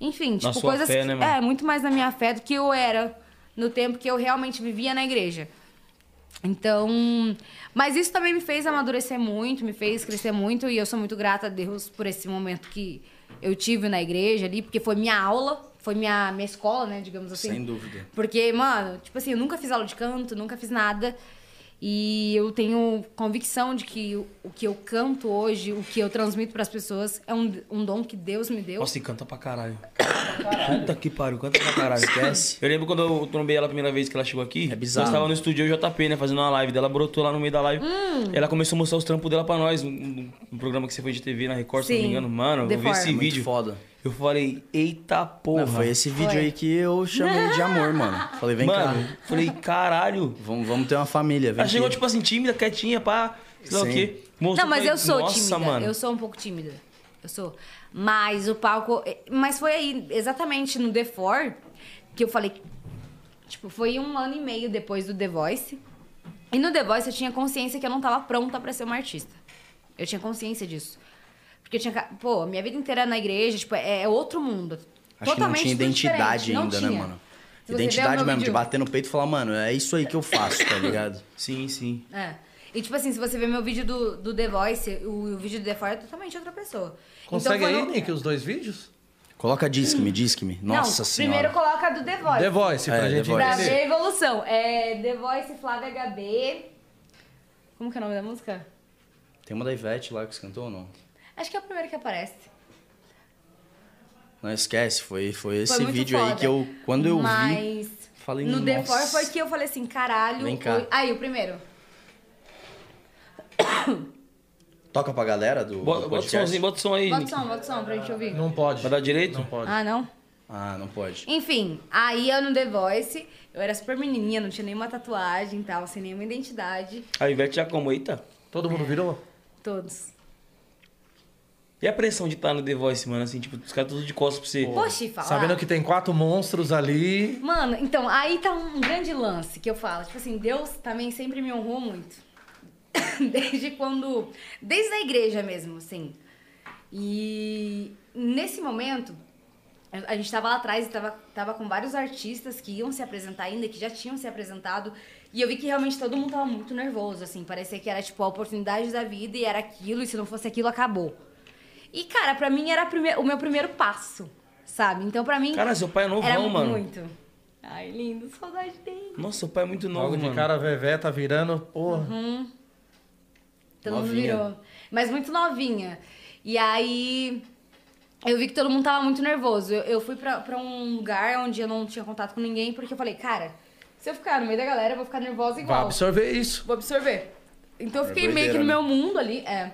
Speaker 5: Enfim, tipo,
Speaker 1: sua
Speaker 5: coisas.
Speaker 1: fé,
Speaker 5: que-
Speaker 1: né, mano?
Speaker 5: É, muito mais na minha fé do que eu era no tempo que eu realmente vivia na igreja. Então, mas isso também me fez amadurecer muito, me fez crescer muito e eu sou muito grata a Deus por esse momento que eu tive na igreja ali, porque foi minha aula, foi minha, minha escola, né, digamos assim.
Speaker 4: Sem dúvida.
Speaker 5: Porque, mano, tipo assim, eu nunca fiz aula de canto, nunca fiz nada. E eu tenho convicção de que o- o que eu canto hoje, o que eu transmito pras pessoas, é um, um dom que Deus me deu.
Speaker 1: Nossa, e canta pra caralho. Puta que pariu, canta pra caralho.
Speaker 4: Esquece.
Speaker 1: Eu lembro quando eu trombei ela a primeira vez que ela chegou aqui.
Speaker 4: É bizarro.
Speaker 1: Nós tava no estúdio eu e o JP, né? Fazendo uma live. Daí Ela brotou lá no meio da live.
Speaker 5: Hum.
Speaker 1: Ela começou a mostrar os trampos dela pra nós. Um, um- um programa que você foi de TV na Record, se não me
Speaker 5: Sim.
Speaker 1: engano. Mano,
Speaker 5: The
Speaker 1: eu vi
Speaker 5: Four.
Speaker 1: esse
Speaker 4: Muito
Speaker 1: vídeo.
Speaker 4: foda.
Speaker 1: Eu falei, eita porra.
Speaker 4: Não, foi esse vídeo
Speaker 5: Foi.
Speaker 4: aí que eu chamei de amor, mano. Falei, vem
Speaker 1: Mano,
Speaker 4: cá.
Speaker 1: falei, caralho.
Speaker 4: Vamos, vamos ter uma família, vem
Speaker 1: Ela chegou,
Speaker 4: aqui.
Speaker 1: tipo assim, tímida, quietinha, pá. Sei lá o
Speaker 4: Sim.
Speaker 1: quê.
Speaker 5: Não,
Speaker 1: Mostrou,
Speaker 5: mas
Speaker 1: falei,
Speaker 5: eu sou
Speaker 1: Nossa,
Speaker 5: tímida.
Speaker 1: mano.
Speaker 5: Eu sou um pouco tímida. Eu sou. Mas o palco. é, Mas foi aí, exatamente no The Four, que eu falei. Tipo, foi um ano e meio depois do The Voice. E no The Voice eu tinha consciência que eu não tava pronta pra ser uma artista. Eu tinha consciência disso. Porque eu tinha. ca- Pô, minha vida inteira na igreja, tipo, é é outro mundo.
Speaker 4: Acho que não
Speaker 5: Totalmente
Speaker 4: tinha
Speaker 5: tudo
Speaker 4: identidade
Speaker 5: diferente. Não
Speaker 4: ainda, né,
Speaker 5: tinha.
Speaker 4: mano?
Speaker 5: Se você ver o
Speaker 4: Identidade
Speaker 5: meu
Speaker 4: mesmo, de
Speaker 5: vídeo-
Speaker 4: bater no peito e falar, mano, é isso aí que eu faço, tá ligado?
Speaker 1: Sim, sim.
Speaker 5: É. E tipo assim, se você ver meu vídeo do, do The Voice, o, o vídeo do The Four é totalmente outra pessoa.
Speaker 2: Consegue
Speaker 5: Então foi
Speaker 2: aí,
Speaker 5: no-
Speaker 2: Nick, os dois vídeos?
Speaker 4: Coloca disque-me, disque-me. Nossa
Speaker 5: Não,
Speaker 4: senhora.
Speaker 5: primeiro coloca a do The Voice.
Speaker 2: The Voice,
Speaker 4: É,
Speaker 2: pra
Speaker 4: The
Speaker 2: gente
Speaker 4: Voice.
Speaker 5: Pra ver
Speaker 2: entender.
Speaker 5: a evolução. É The Voice, Flávia HB. Como que é o nome da música?
Speaker 4: Tem uma da Ivete lá que você cantou ou não?
Speaker 5: Acho que é o primeiro que aparece.
Speaker 4: Não esquece, foi, foi esse
Speaker 5: Foi muito
Speaker 4: vídeo aí
Speaker 5: foda.
Speaker 4: que eu, quando eu vi,
Speaker 5: Mas
Speaker 4: falei,
Speaker 5: no The
Speaker 4: "Nossa".
Speaker 5: Four foi que eu falei assim, caralho.
Speaker 4: Vem cá.
Speaker 5: o- Aí, o primeiro.
Speaker 4: Toca pra galera do,
Speaker 1: Bota,
Speaker 4: do
Speaker 1: bota o
Speaker 4: podcast?
Speaker 1: somzinho, bota o som aí.
Speaker 5: Bota o
Speaker 1: Nick.
Speaker 5: som, bota o som pra gente ouvir.
Speaker 2: Não pode.
Speaker 1: Vai dar direito?
Speaker 2: Não pode.
Speaker 5: Ah, não?
Speaker 4: Ah, não pode.
Speaker 5: Enfim, aí eu no The Voice, eu era super menininha, não tinha nenhuma tatuagem e tal, sem nenhuma identidade.
Speaker 1: A Ivete já como, eita.
Speaker 2: Todo mundo virou?
Speaker 5: Todos.
Speaker 1: E a pressão de estar no The Voice, mano? Assim, tipo, os caras tudo de costas pra você.
Speaker 5: Poxa, e falar.
Speaker 2: Sabendo que tem quatro monstros ali.
Speaker 5: Mano, então, aí tá um grande lance que eu falo. Tipo assim, Deus também sempre me honrou muito. Desde quando. Desde a igreja mesmo, assim. E nesse momento, a- a gente tava lá atrás e tava, tava com vários artistas que iam se apresentar ainda, que já tinham se apresentado. E eu vi que realmente todo mundo tava muito nervoso, assim. Parecia que era, tipo, a oportunidade da vida e era aquilo, e se não fosse aquilo, acabou. E, cara, pra mim era a prime- o meu primeiro passo, sabe? Então, pra mim.
Speaker 1: Cara, seu pai é novão,
Speaker 5: era
Speaker 1: mano.
Speaker 5: Muito. Ai, lindo, saudade dele.
Speaker 1: Nossa, o pai é muito novo,
Speaker 2: Logo de
Speaker 1: mano.
Speaker 2: cara, a Vevé tá virando. Porra.
Speaker 5: Uhum. Todo mundo
Speaker 4: Novinha.
Speaker 5: Então, virou. Mas muito novinha. E aí. Eu vi que todo mundo tava muito nervoso. Eu, eu fui pra, pra um lugar onde eu não tinha contato com ninguém, porque eu falei, cara, se eu ficar no meio da galera, eu vou ficar nervosa
Speaker 2: Vai
Speaker 5: igual.
Speaker 2: absorver isso.
Speaker 5: Vou absorver. Então eu
Speaker 4: É
Speaker 5: fiquei meio
Speaker 4: doideira,
Speaker 5: que no
Speaker 4: né?
Speaker 5: meu mundo ali. É.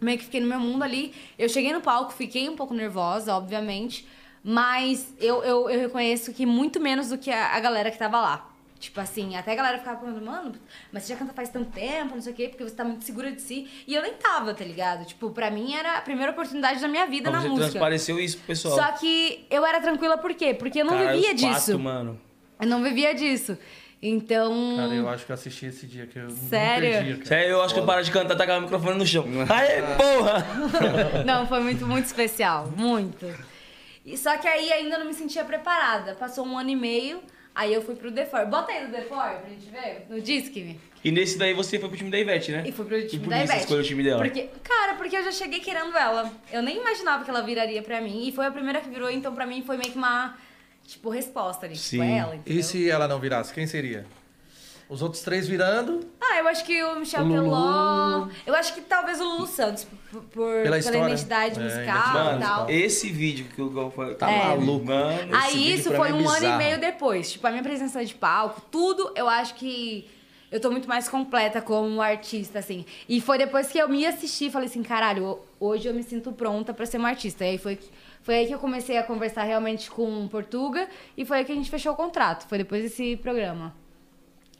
Speaker 5: Meio que fiquei no meu mundo ali. Eu cheguei no palco, fiquei um pouco nervosa, obviamente. Mas eu, eu, eu reconheço que muito menos do que a, a galera que tava lá. Tipo assim, até a galera ficava falando, mano, mas você já canta faz tanto tempo, não sei o quê, porque você tá muito segura de si. E eu nem tava, tá ligado? Tipo, pra mim era a primeira oportunidade da minha vida
Speaker 1: Mas
Speaker 5: na
Speaker 1: você
Speaker 5: música.
Speaker 1: transpareceu isso pro pessoal.
Speaker 5: Só que eu era tranquila por quê? Porque eu não
Speaker 1: Caralho,
Speaker 5: vivia
Speaker 1: os quatro,
Speaker 5: disso.
Speaker 1: mano.
Speaker 5: Eu não vivia disso. Então.
Speaker 2: Cara, eu acho que eu assisti esse dia que eu não
Speaker 5: Sério?
Speaker 2: perdi, cara.
Speaker 1: Sério, eu acho que eu parar de cantar, tacar o microfone no chão. Aê, porra!
Speaker 5: Não, foi muito, muito especial. Muito. E, só que aí ainda não me sentia preparada. Passou um ano e meio, aí eu fui pro The Four. Bota aí no The Four pra gente ver. No Disque.
Speaker 1: E nesse daí você foi pro time da Ivete, né?
Speaker 5: E fui pro time
Speaker 1: por
Speaker 5: da
Speaker 1: isso você
Speaker 5: Ivete.
Speaker 1: escolheu o time dela.
Speaker 5: Porque, cara, porque eu já cheguei querendo ela. Eu nem imaginava que ela viraria pra mim. E foi a primeira que virou, então pra mim foi meio que uma, tipo, resposta ali.
Speaker 1: Sim.
Speaker 5: Tipo, é ela, entendeu?
Speaker 2: E se ela não virasse, quem seria? Os outros três virando
Speaker 5: Ah, eu acho que o Michel
Speaker 2: Lulu.
Speaker 5: Teló. Eu acho que talvez o Lulu Santos, por, por- pela,
Speaker 2: história.
Speaker 5: identidade
Speaker 2: É,
Speaker 5: musical e ah, tal. É.
Speaker 1: Mano, esse vídeo que o Gal falou.
Speaker 4: Tá maluco.
Speaker 1: Mano,
Speaker 4: Esse
Speaker 5: Aí
Speaker 4: vídeo
Speaker 5: isso
Speaker 4: pra
Speaker 5: foi
Speaker 4: mim é
Speaker 5: um ano e
Speaker 4: bizarro.
Speaker 5: meio depois. Tipo, a minha presença de palco, tudo, eu acho que. eu tô muito mais completa como artista, assim. E foi depois que eu me assisti, falei assim, caralho, hoje eu me sinto pronta pra ser uma artista. E aí foi, foi aí que eu comecei a conversar realmente com o Portuga e foi aí que a gente fechou o contrato. Foi depois desse programa.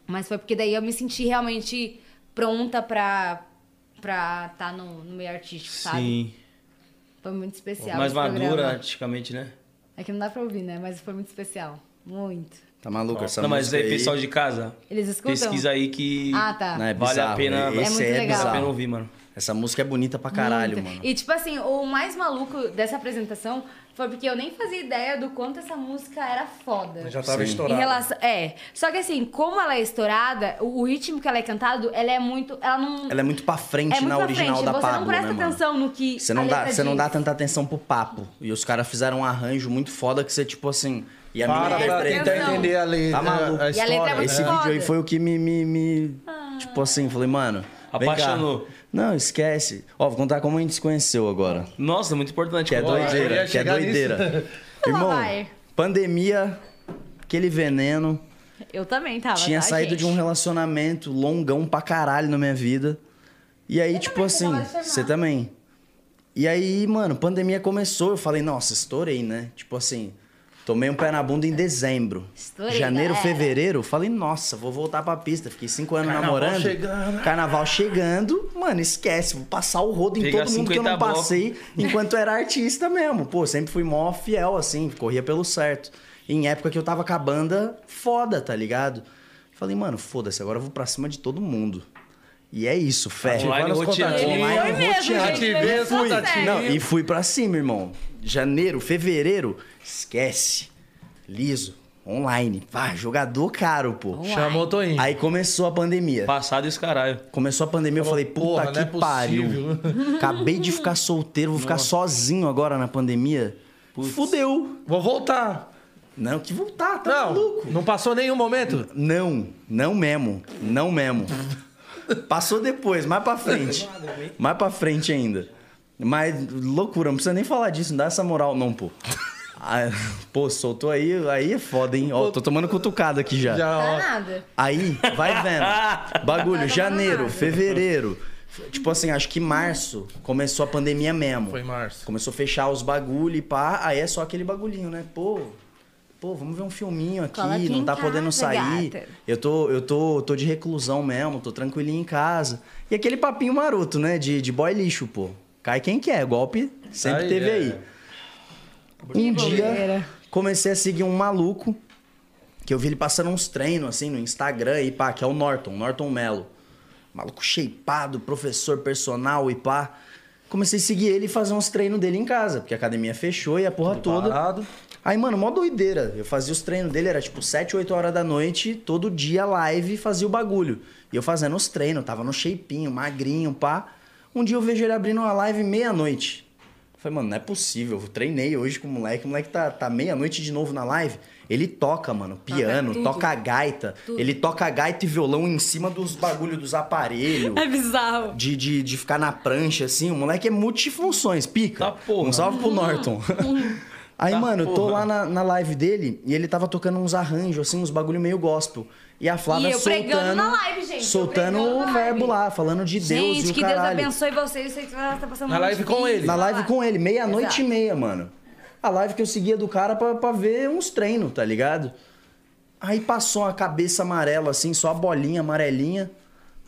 Speaker 5: Mas foi porque daí eu me senti realmente pronta pra estar tá no, no meio artístico, sabe?
Speaker 1: Sim.
Speaker 5: Foi muito especial.
Speaker 1: Mais
Speaker 5: esse programa.
Speaker 1: madura, artisticamente, né?
Speaker 5: É que não dá pra ouvir, né? Mas foi muito especial. Muito.
Speaker 4: Tá maluco essa
Speaker 1: não, mas
Speaker 4: música
Speaker 1: aí, pessoal de casa,
Speaker 5: Eles escutam?
Speaker 1: pesquisa aí que
Speaker 5: Ah, tá.
Speaker 4: Não, é
Speaker 1: vale a
Speaker 4: bizarro,
Speaker 1: pena.
Speaker 4: né? Esse
Speaker 5: É muito
Speaker 4: é,
Speaker 5: legal.
Speaker 1: Vale a
Speaker 4: bizarro.
Speaker 1: pena ouvir, mano.
Speaker 4: Essa música é bonita pra caralho,
Speaker 5: Muito.
Speaker 4: mano.
Speaker 5: E tipo assim, o mais maluco dessa apresentação foi porque eu nem fazia ideia do quanto essa música era foda.
Speaker 2: Já tava
Speaker 4: Sim.
Speaker 5: Em
Speaker 2: estourado.
Speaker 5: relação, é. Só que assim, como ela é estourada, o, o ritmo que ela é cantado, ela é muito, ela não
Speaker 4: Ela é muito pra frente
Speaker 5: é muito
Speaker 4: na
Speaker 5: pra
Speaker 4: original
Speaker 5: frente.
Speaker 4: da
Speaker 5: você não
Speaker 4: Pablo, né,
Speaker 5: presta
Speaker 4: mano?
Speaker 5: atenção no que
Speaker 4: Você
Speaker 5: a
Speaker 4: não, dá,
Speaker 5: letra
Speaker 4: você não
Speaker 5: diz.
Speaker 4: dá tanta atenção pro papo. E os caras fizeram um arranjo muito foda que você, tipo assim. E a
Speaker 2: Para
Speaker 4: mina
Speaker 5: Presta
Speaker 2: pra tentar
Speaker 5: atenção.
Speaker 2: entender a lei.
Speaker 4: Tá maluco.
Speaker 2: A
Speaker 4: E a
Speaker 5: letra é
Speaker 2: história.
Speaker 5: muito
Speaker 4: Esse
Speaker 5: foda.
Speaker 4: vídeo aí foi o que me. me- me-
Speaker 5: Ah.
Speaker 4: Tipo assim, falei, mano. vem cá.
Speaker 1: Apaixonou.
Speaker 4: Não, esquece. Ó, vou contar como a gente se conheceu agora.
Speaker 1: Nossa, muito importante.
Speaker 4: Que é
Speaker 1: Boa.
Speaker 2: doido. eu
Speaker 4: doideira,
Speaker 2: ia
Speaker 4: que é
Speaker 2: chegar
Speaker 4: doideira.
Speaker 5: Então
Speaker 4: Irmão,
Speaker 5: vai.
Speaker 4: pandemia, aquele veneno.
Speaker 5: Eu também tava.
Speaker 4: tinha
Speaker 5: tá,
Speaker 4: saído
Speaker 5: gente?
Speaker 4: de um relacionamento longão pra caralho na minha vida. E aí,
Speaker 5: Eu
Speaker 4: tipo
Speaker 5: também,
Speaker 4: assim,
Speaker 5: você tava de
Speaker 4: você
Speaker 5: formato.
Speaker 4: também. E aí, mano, pandemia começou, eu falei, nossa, estourei, né? Tipo assim, tomei um pé na bunda em dezembro.
Speaker 5: Estourei, é.
Speaker 4: Janeiro,
Speaker 5: galera.
Speaker 4: fevereiro, falei, nossa, vou voltar pra pista. Fiquei cinco anos
Speaker 2: Carnaval
Speaker 4: namorando.
Speaker 2: chegando. né?
Speaker 4: Carnaval chegando, mano, esquece, vou passar o rodo em
Speaker 1: Pegar
Speaker 4: todo mundo que eu
Speaker 1: 50
Speaker 4: não
Speaker 1: blocos.
Speaker 4: passei enquanto era artista mesmo. Pô, sempre fui mó fiel, assim, corria pelo certo. Em época que eu tava com a banda, foda, tá ligado? Falei, mano, foda-se, agora eu vou pra cima de todo mundo. E é isso, fé.
Speaker 1: Online
Speaker 2: Vários
Speaker 1: roteando.
Speaker 2: contatinhos.
Speaker 4: Online
Speaker 5: Foi mesmo,
Speaker 4: roteando.
Speaker 5: gente,
Speaker 2: Ativei
Speaker 5: eu
Speaker 2: as
Speaker 5: sou
Speaker 2: contatinhas.
Speaker 5: séria.
Speaker 4: Não, e fui pra cima, irmão. Janeiro, fevereiro, esquece. Liso, online. Pá, jogador caro, pô.
Speaker 2: Chamou, tô indo.
Speaker 4: Aí começou a pandemia.
Speaker 1: Passado esse caralho.
Speaker 4: Começou a pandemia, eu falei, puta
Speaker 2: Porra, não é
Speaker 4: que pariu. Acabei de ficar solteiro, vou ficar sozinho agora na pandemia. Fudeu.
Speaker 2: Vou voltar.
Speaker 4: Não, que voltar, tá
Speaker 2: Não,
Speaker 4: maluco? Tá.
Speaker 2: não passou nenhum momento?
Speaker 4: Não, não mesmo. Não mesmo. Passou depois, mais pra frente. mais pra frente ainda. Mas loucura, não precisa nem falar disso, não dá essa moral, não, pô. Ah, pô, soltou aí, aí é foda, hein? Ó, tô tomando cutucada aqui já.
Speaker 2: Já,
Speaker 5: Tá
Speaker 2: ó.
Speaker 5: nada.
Speaker 4: Aí, vai vendo. Bagulho,
Speaker 5: Vai tomar
Speaker 4: janeiro,
Speaker 5: nada.
Speaker 4: fevereiro. Tipo assim, acho que março começou a pandemia mesmo.
Speaker 2: Foi em março.
Speaker 4: Começou a fechar os bagulho e pá. Aí é só aquele bagulhinho, né? Pô, pô, vamos ver um filminho aqui,
Speaker 5: Cola aqui
Speaker 4: não
Speaker 5: em
Speaker 4: tá
Speaker 5: casa,
Speaker 4: podendo sair.
Speaker 5: gata.
Speaker 4: Eu tô, eu tô, tô de reclusão mesmo, tô tranquilinho em casa. E aquele papinho maroto, né? De, de boy lixo, pô. Cai quem quer, golpe sempre
Speaker 2: Aí, é.
Speaker 4: teve
Speaker 2: né?
Speaker 4: aí. Um dia
Speaker 5: bobeira.
Speaker 4: comecei a seguir um maluco que eu vi ele passando uns treinos assim no Instagram e pá, que é o Norton, Norton Mello. Maluco shapeado, professor personal e pá. Comecei a seguir ele e fazer uns treinos dele em casa, porque a academia fechou e a porra toda.
Speaker 2: Parado.
Speaker 4: Aí, mano, mó doideira. Eu fazia os treinos dele, era tipo 7, 8 horas da noite, todo dia live, fazia o bagulho. E eu fazendo os treinos, tava no shapinho, magrinho, pá. Um dia eu vejo ele abrindo uma live meia-noite. Eu Falei, mano, não é possível. Eu treinei hoje com o moleque, o moleque tá, tá meia-noite de novo na live. Ele toca, mano, piano,
Speaker 5: tudo.
Speaker 4: toca gaita.
Speaker 5: Tudo.
Speaker 4: Ele toca gaita e violão em cima dos bagulhos dos aparelhos.
Speaker 5: É bizarro.
Speaker 4: De, de, de ficar na prancha, assim. O moleque é multifunções, pica.
Speaker 1: Tá porra.
Speaker 4: Um salve
Speaker 5: Hum.
Speaker 4: pro Norton. Aí,
Speaker 1: Tá
Speaker 4: mano, eu tô
Speaker 1: porra.
Speaker 4: lá na, na live dele e ele tava tocando uns arranjos, assim, uns bagulho meio gospel. E a Flávia
Speaker 5: E eu
Speaker 4: soltando...
Speaker 5: pregando na live, gente, eu
Speaker 4: Soltando
Speaker 5: pregando na
Speaker 4: o verbo
Speaker 5: live.
Speaker 4: lá, falando de Deus e
Speaker 5: gente,
Speaker 4: o
Speaker 5: que
Speaker 4: caralho.
Speaker 5: Deus abençoe vocês. Eu sei que você tá passando
Speaker 2: Na
Speaker 5: um
Speaker 2: live
Speaker 5: difícil,
Speaker 2: com ele.
Speaker 4: Na
Speaker 5: vai
Speaker 4: live
Speaker 5: lá.
Speaker 4: com ele, meia-noite e
Speaker 5: Exato.
Speaker 4: meia, mano. A live que eu seguia do cara pra, pra ver uns treinos, tá ligado? Aí passou a cabeça amarela, assim, só a bolinha amarelinha.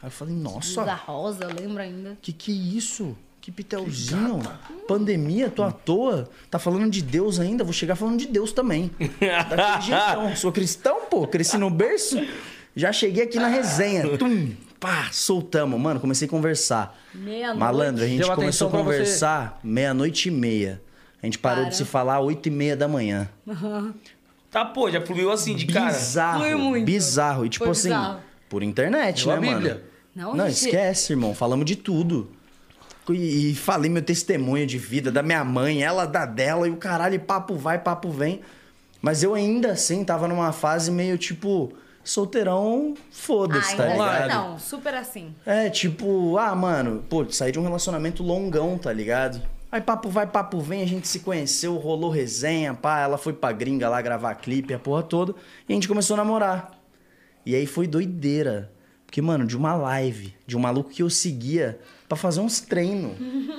Speaker 4: Aí eu falei, nossa,
Speaker 5: Da Rosa, lembra ainda?
Speaker 4: que que é isso? Que pitelzinho? Pandemia, tô à toa? Tá falando de Deus ainda? Vou chegar falando de Deus também. Daquele jeitão. Sou cristão, pô. Cresci no berço. Já cheguei aqui na resenha. Tum, pá, soltamos. Mano, comecei a conversar.
Speaker 5: Meia-noite.
Speaker 4: Malandro, a gente
Speaker 2: Deu atenção
Speaker 4: começou a
Speaker 2: pra você.
Speaker 4: conversar meia-noite e meia. A gente parou
Speaker 5: Para.
Speaker 4: de se falar oito e meia da manhã.
Speaker 1: Tá, pô, já fluiu assim de cara.
Speaker 4: Bizarro.
Speaker 5: Foi muito.
Speaker 4: Bizarro. E tipo
Speaker 5: Foi
Speaker 4: assim,
Speaker 5: bizarro.
Speaker 4: por internet,
Speaker 2: Leu a
Speaker 4: né, mano?
Speaker 2: Bíblia.
Speaker 5: Não,
Speaker 4: Não,
Speaker 5: gente.
Speaker 4: esquece, irmão. Falamos de tudo. E, e falei meu testemunho de vida da minha mãe, ela da dela, e o caralho, e papo vai, papo vem. Mas eu ainda assim tava numa fase meio tipo, solteirão, foda-se, tá
Speaker 5: ainda
Speaker 4: ligado?
Speaker 5: assim, não, super assim.
Speaker 4: É, tipo, ah, mano, pô, saí de um relacionamento longão, tá ligado? Aí papo vai, papo vem, a gente se conheceu, rolou resenha, pá, ela foi pra gringa lá gravar clipe, a porra toda, e a gente começou a namorar. E aí foi doideira. Porque, mano, de uma live, de um maluco que eu seguia pra fazer uns treinos.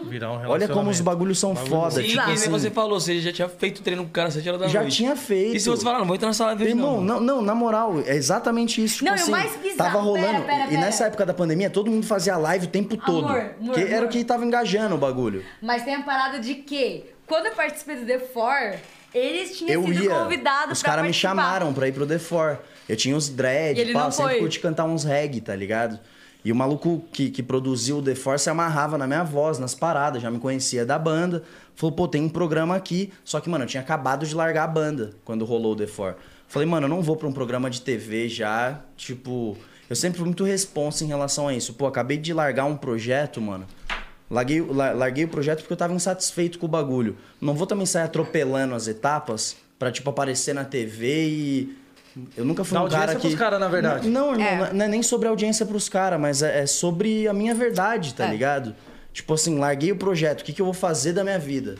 Speaker 2: Virar um
Speaker 4: Olha como os
Speaker 2: relacionamento.
Speaker 4: bagulhos são foda.
Speaker 1: Sim,
Speaker 4: tipo
Speaker 1: que
Speaker 4: assim,
Speaker 1: nem você falou, você já tinha feito treino com o cara às 7 horas da
Speaker 4: já
Speaker 1: noite.
Speaker 4: tinha feito.
Speaker 1: E se você falar, não vou entrar nessa live hoje
Speaker 4: Irmão,
Speaker 1: não.
Speaker 4: não, não, na moral, é exatamente isso.
Speaker 5: Não,
Speaker 4: tipo
Speaker 5: e o
Speaker 4: assim,
Speaker 5: mais bizarro-
Speaker 4: Tava rolando.
Speaker 5: pera, pera,
Speaker 4: E
Speaker 5: pera.
Speaker 4: nessa época da pandemia, todo mundo fazia live o tempo todo.
Speaker 5: Amor, amor,
Speaker 4: que era
Speaker 5: amor.
Speaker 4: o que tava engajando o bagulho.
Speaker 5: Mas tem a parada de que, quando eu participei do The Four, eles tinham
Speaker 4: eu
Speaker 5: sido
Speaker 4: ia.
Speaker 5: convidados
Speaker 4: os caras me
Speaker 5: participar.
Speaker 4: chamaram pra ir pro The Four. Eu tinha uns
Speaker 5: E
Speaker 4: dread,
Speaker 5: ele
Speaker 4: pá,
Speaker 5: não
Speaker 4: eu sempre
Speaker 5: foi.
Speaker 4: curti cantar uns reggae, tá ligado? E o maluco que, que produziu o The Four se amarrava na minha voz, nas paradas, já me conhecia da banda. Falou, pô, tem um programa aqui. Só que, mano, eu tinha acabado de largar a banda quando rolou o The Four. Falei, mano, eu não vou pra um programa de TV já, tipo... Eu sempre fui muito responsa em relação a isso. Pô, acabei de largar um projeto, mano. Larguei, la- larguei o projeto porque eu tava insatisfeito com o bagulho. Não vou também sair atropelando as etapas pra, tipo, aparecer na TV e. Eu nunca fui
Speaker 2: Dar
Speaker 4: um cara
Speaker 2: audiência
Speaker 4: que.
Speaker 2: pros cara, na verdade.
Speaker 4: Não, irmão,
Speaker 5: É.
Speaker 4: não é nem sobre audiência pros caras, mas é, é sobre a minha verdade, tá
Speaker 5: É.
Speaker 4: ligado? Tipo assim, larguei o projeto, o que, que eu vou fazer da minha vida?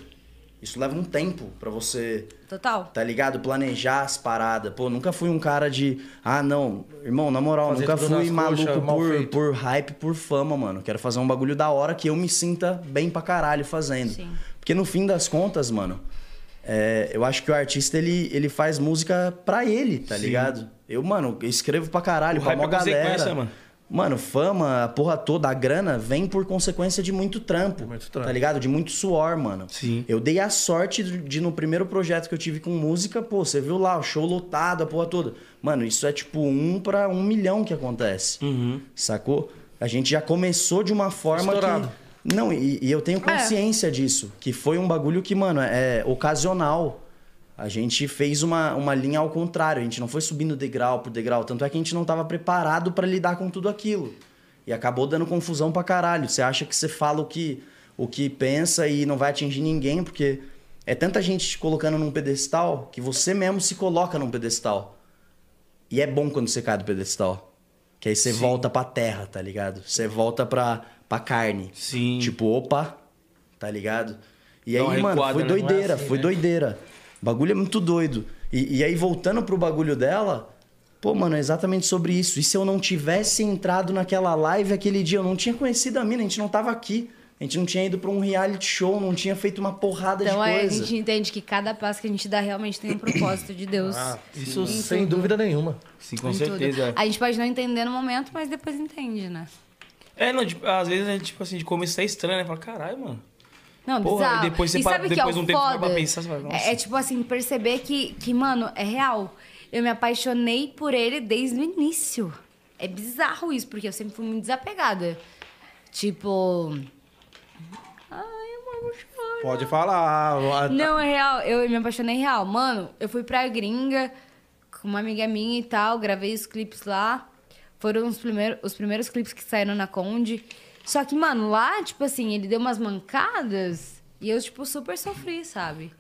Speaker 4: Isso leva um tempo pra você
Speaker 5: Total.
Speaker 4: tá ligado? Planejar as paradas. Pô, nunca fui um cara de. Ah, não. Irmão, na moral,
Speaker 2: Fazer
Speaker 4: nunca
Speaker 2: tudo
Speaker 4: fui
Speaker 2: nas
Speaker 4: maluco
Speaker 2: coxas, mal
Speaker 4: por,
Speaker 2: feito.
Speaker 4: por hype, por fama, mano. Quero fazer um bagulho da hora que eu me sinta bem pra caralho fazendo.
Speaker 5: Sim.
Speaker 4: Porque no fim das contas, mano, é, eu acho que o artista ele, ele faz música pra ele, tá ligado? Eu, mano, eu escrevo pra caralho,
Speaker 1: O
Speaker 4: pra
Speaker 1: hype
Speaker 4: mó
Speaker 1: é consequência,
Speaker 4: galera.
Speaker 1: mano.
Speaker 4: Mano, fama, a porra toda, a grana, vem por consequência de muito trampo.
Speaker 2: Muito trampo.
Speaker 4: Tá ligado? De muito suor, mano.
Speaker 1: Sim.
Speaker 4: Eu dei a sorte de, de no primeiro projeto que eu tive com música, pô, você viu lá, o show lotado, a porra toda. Mano, isso é tipo um pra um milhão que acontece. Sacou? A gente já começou de uma forma
Speaker 2: Estourado.
Speaker 4: que. Não, e, e eu tenho consciência disso. Que foi um bagulho que, mano, é ocasional. A gente fez uma, uma linha ao contrário, a gente não foi subindo degrau por degrau, tanto é que a gente não tava preparado pra lidar com tudo aquilo. E acabou dando confusão pra caralho. Você acha que você fala o que, o que pensa e não vai atingir ninguém, porque é tanta gente te colocando num pedestal que você mesmo se coloca num pedestal. E é bom quando você cai do pedestal. Que aí você volta pra terra, tá ligado? Você volta pra, pra carne.
Speaker 1: Sim.
Speaker 4: Tipo, opa, tá ligado? E aí,
Speaker 1: Dá uma
Speaker 4: mano,
Speaker 1: recuada,
Speaker 4: foi
Speaker 1: né?
Speaker 4: doideira,
Speaker 2: Não é assim,
Speaker 4: foi
Speaker 2: né?
Speaker 4: doideira. O bagulho é muito doido. E, e aí, voltando pro bagulho dela, pô, mano, é exatamente sobre isso. E se eu não tivesse entrado naquela live aquele dia, eu não tinha conhecido a mina, a gente não tava aqui. A gente não tinha ido pra um reality show, não tinha feito uma porrada
Speaker 5: Então
Speaker 4: de
Speaker 5: aí a
Speaker 4: coisa.
Speaker 5: gente entende que cada passo que a gente dá realmente tem um propósito de Deus.
Speaker 2: Ah, isso
Speaker 5: Em
Speaker 2: sem
Speaker 5: tudo.
Speaker 2: dúvida nenhuma.
Speaker 1: Sim, com
Speaker 5: Em tudo.
Speaker 1: certeza.
Speaker 5: A gente pode não entender no momento, mas depois entende, né?
Speaker 1: É, não, tipo, às vezes a gente, tipo assim, de começo é estranho, né? Fala, caralho, mano.
Speaker 5: Não,
Speaker 1: Porra,
Speaker 5: bizarro.
Speaker 1: e depois você
Speaker 5: e
Speaker 1: para-
Speaker 5: sabe o que
Speaker 1: depois
Speaker 5: é o
Speaker 1: um tempo
Speaker 5: foda?
Speaker 1: pra pensar, você fala, nossa.
Speaker 5: é, é tipo assim, perceber que, que, mano, é real. Eu me apaixonei por ele desde o início. É bizarro isso, porque eu sempre fui muito desapegada. Tipo... Ai, amor, vou chorar.
Speaker 2: Pode falar. a-
Speaker 5: Não, é real. Eu me apaixonei real. Mano, eu fui pra gringa com uma amiga minha e tal, gravei os clipes lá. Foram os primeiros, os primeiros clipes que saíram na Conde. Só que, mano, lá, tipo assim, ele deu umas mancadas e eu, tipo, super sofri, sabe?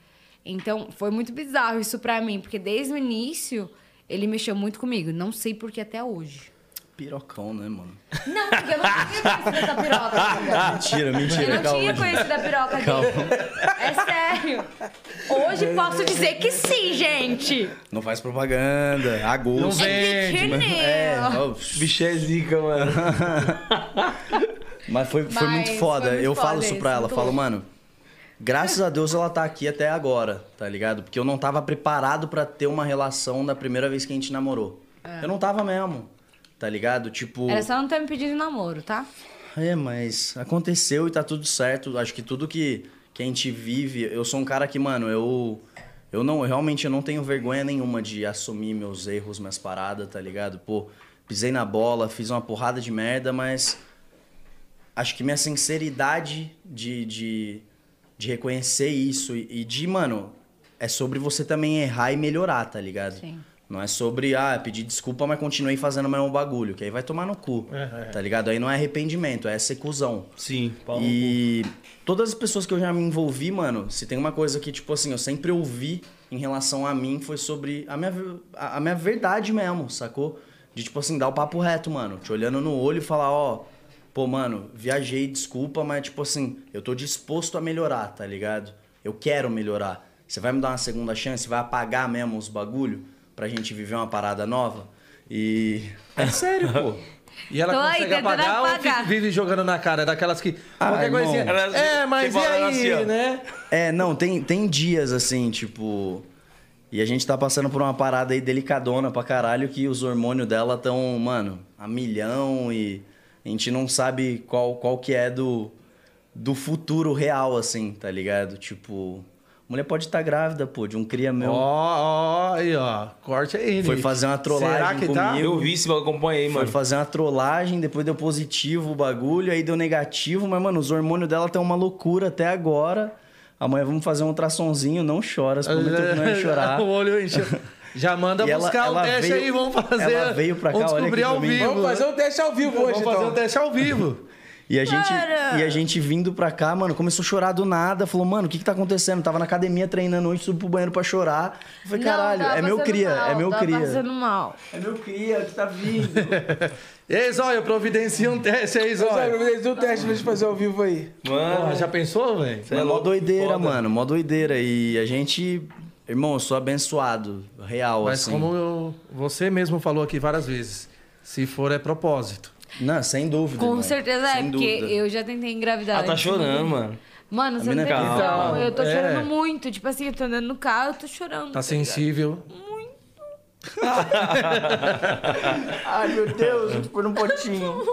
Speaker 5: Então, foi muito bizarro isso pra mim, porque desde o início ele mexeu muito comigo. Não sei por que até hoje.
Speaker 4: Pirocão, né, mano?
Speaker 5: Não, porque eu não tinha conhecido essa piroca.
Speaker 4: É Mentira,
Speaker 5: Eu
Speaker 4: mentira,
Speaker 5: não
Speaker 4: calma.
Speaker 5: tinha conhecido a piroca dele.
Speaker 4: Calma.
Speaker 5: É sério. Hoje posso dizer que sim, gente.
Speaker 4: Não faz propaganda, agosto.
Speaker 2: Não vem. Entende,
Speaker 5: Pequenino.
Speaker 4: É, ó,
Speaker 1: Bicho é zica, mano.
Speaker 4: Mas foi, foi
Speaker 5: Mas
Speaker 4: muito foda.
Speaker 5: foi muito
Speaker 4: eu
Speaker 5: foda
Speaker 4: falo isso pra
Speaker 5: isso,
Speaker 4: ela.
Speaker 5: muito
Speaker 4: Falo,
Speaker 5: louco.
Speaker 4: mano, graças a Deus ela tá aqui até agora, tá ligado? Porque eu não tava preparado pra ter uma relação da primeira vez que a gente namorou. Eu não tava mesmo, tá ligado? Tipo.
Speaker 5: É. Era só não tá me pedindo namoro, tá?
Speaker 4: É, mas aconteceu e tá tudo certo. Acho que tudo que, que a gente vive. Eu sou um cara que, mano, eu. Eu não, realmente eu não tenho vergonha nenhuma de assumir meus erros, minhas paradas, tá ligado? Pô, pisei na bola, fiz uma porrada de merda, mas. Acho que minha sinceridade de, de, de reconhecer isso e, e de, mano, é sobre você também errar e melhorar, tá ligado?
Speaker 5: Sim.
Speaker 4: Não é sobre, ah, pedir desculpa, mas continuei fazendo o mesmo bagulho, que aí vai tomar no cu,
Speaker 2: É, é.
Speaker 4: tá ligado? Aí não é arrependimento, é secusão.
Speaker 1: Sim, Paulo.
Speaker 4: E todas as pessoas que eu já me envolvi, mano, se tem uma coisa que, tipo assim, eu sempre ouvi em relação a mim foi sobre a minha, ver- a, a minha verdade mesmo, sacou? De, tipo assim, dar o papo reto, mano. Te olhando no olho e falar, ó, pô, mano, viajei, desculpa, mas, tipo assim, eu tô disposto a melhorar, tá ligado? Eu quero melhorar. Você vai me dar uma segunda chance? Vai apagar mesmo os bagulho pra gente viver uma parada nova? E. É sério, pô.
Speaker 2: E ela
Speaker 5: Tô aí,
Speaker 2: consegue
Speaker 5: tentando
Speaker 2: apagar ou
Speaker 5: apagar.
Speaker 2: fica- vive jogando na cara É daquelas que.
Speaker 4: Ah,
Speaker 2: qualquer
Speaker 4: irmão. tipo,
Speaker 2: coisinha.
Speaker 1: Elas-
Speaker 2: É, mas e
Speaker 1: tem balão
Speaker 2: aí,
Speaker 1: assim, ó.
Speaker 2: né?
Speaker 4: É, não, tem, tem dias assim, tipo. E a gente tá passando por uma parada aí delicadona pra caralho que os hormônios dela estão, mano, a milhão e a gente não sabe qual, qual que é do, do futuro real, assim, tá ligado? Tipo, a mulher pode estar grávida, pô, de um cria meu.
Speaker 2: Ó, ó, aí, ó. Corte aí,
Speaker 4: Foi
Speaker 2: Nick.
Speaker 4: fazer uma trollagem
Speaker 2: Será que tá?
Speaker 4: comigo.
Speaker 1: Eu vi esse bagulho, acompanhei,
Speaker 4: Foi
Speaker 1: mano.
Speaker 4: fazer uma trollagem, depois deu positivo o bagulho, aí deu negativo, mas, mano, os hormônios dela estão uma loucura até agora. Amanhã vamos fazer um ultrassomzinho, não chora, você prometeu que não ia chorar.
Speaker 2: o olho encheu. Já manda
Speaker 4: E ela-
Speaker 2: buscar o
Speaker 4: ela
Speaker 2: teste
Speaker 4: veio-
Speaker 2: aí, vamos fazer.
Speaker 4: ela veio pra cá,
Speaker 2: vamos
Speaker 4: olha
Speaker 2: descobrir
Speaker 4: aqui
Speaker 2: ao
Speaker 4: pra mim.
Speaker 2: vivo. né?
Speaker 3: Vamos fazer um teste ao vivo
Speaker 2: Vamos
Speaker 3: hoje,
Speaker 2: fazer
Speaker 3: então.
Speaker 2: um teste ao vivo.
Speaker 4: E a gente,
Speaker 5: Para!
Speaker 4: e a gente vindo pra cá, mano, começou a chorar do nada. Falou, mano, o que que tá acontecendo? Tava na academia treinando hoje, subi pro banheiro pra chorar. Eu falei,
Speaker 5: Não,
Speaker 4: caralho,
Speaker 5: tava
Speaker 4: é meu
Speaker 5: passando
Speaker 4: cria,
Speaker 5: mal,
Speaker 4: é meu
Speaker 5: tava
Speaker 4: cria.
Speaker 5: passando mal.
Speaker 4: É meu cria que tá vindo.
Speaker 2: Ei, Zóio, providencia um teste aí,
Speaker 3: Zóio,
Speaker 2: Zóio.
Speaker 3: providencia um teste pra gente fazer ao vivo aí.
Speaker 2: Porra,
Speaker 1: Mano,
Speaker 2: já pensou, velho?
Speaker 4: Mas é mó doideira, mano, mó doideira. E a gente, irmão, eu sou abençoado, real,
Speaker 2: Mas
Speaker 4: assim.
Speaker 2: como eu- você mesmo falou aqui várias vezes, se for é propósito.
Speaker 4: Não, sem dúvida.
Speaker 5: Com
Speaker 4: irmão,
Speaker 5: certeza
Speaker 4: sem
Speaker 5: é, porque
Speaker 4: dúvida. Ah,
Speaker 5: eu já tentei engravidar.
Speaker 1: Ela tá
Speaker 5: antes.
Speaker 1: chorando, mano.
Speaker 5: Mano, você não
Speaker 4: mina
Speaker 5: tem
Speaker 4: é calma.
Speaker 5: noção. Eu tô
Speaker 2: É.
Speaker 5: chorando muito. Tipo assim, eu tô andando no carro, eu tô chorando.
Speaker 2: Tá sensível.
Speaker 4: Ai, meu Deus, a gente foi num um potinho.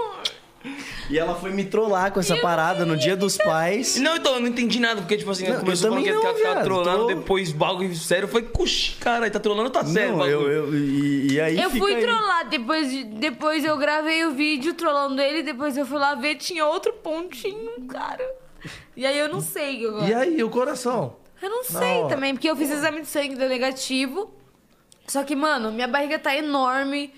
Speaker 4: E ela foi me trollar com essa parada no dia dos pais.
Speaker 1: Não, então, eu não entendi nada, porque, tipo assim,
Speaker 4: Não,
Speaker 1: começou
Speaker 4: eu
Speaker 1: falando
Speaker 4: também
Speaker 1: que
Speaker 4: não,
Speaker 1: ela tava
Speaker 4: viado,
Speaker 1: trollando,
Speaker 4: tô-
Speaker 1: depois bagulho sério. Eu falei, cuxi, cara, tá trollando, tá sério.
Speaker 4: Não,
Speaker 1: bagulho.
Speaker 4: eu, eu, e, e aí
Speaker 5: Eu
Speaker 4: fica
Speaker 5: fui
Speaker 4: aí.
Speaker 5: trollar, depois, de- depois eu gravei o vídeo trollando ele, depois eu fui lá ver, tinha outro pontinho, cara. E aí eu não sei agora.
Speaker 2: E aí, o coração?
Speaker 5: Eu não sei
Speaker 2: hora.
Speaker 5: também, porque eu fiz exame de sangue deu negativo. Só que, mano, minha barriga tá enorme.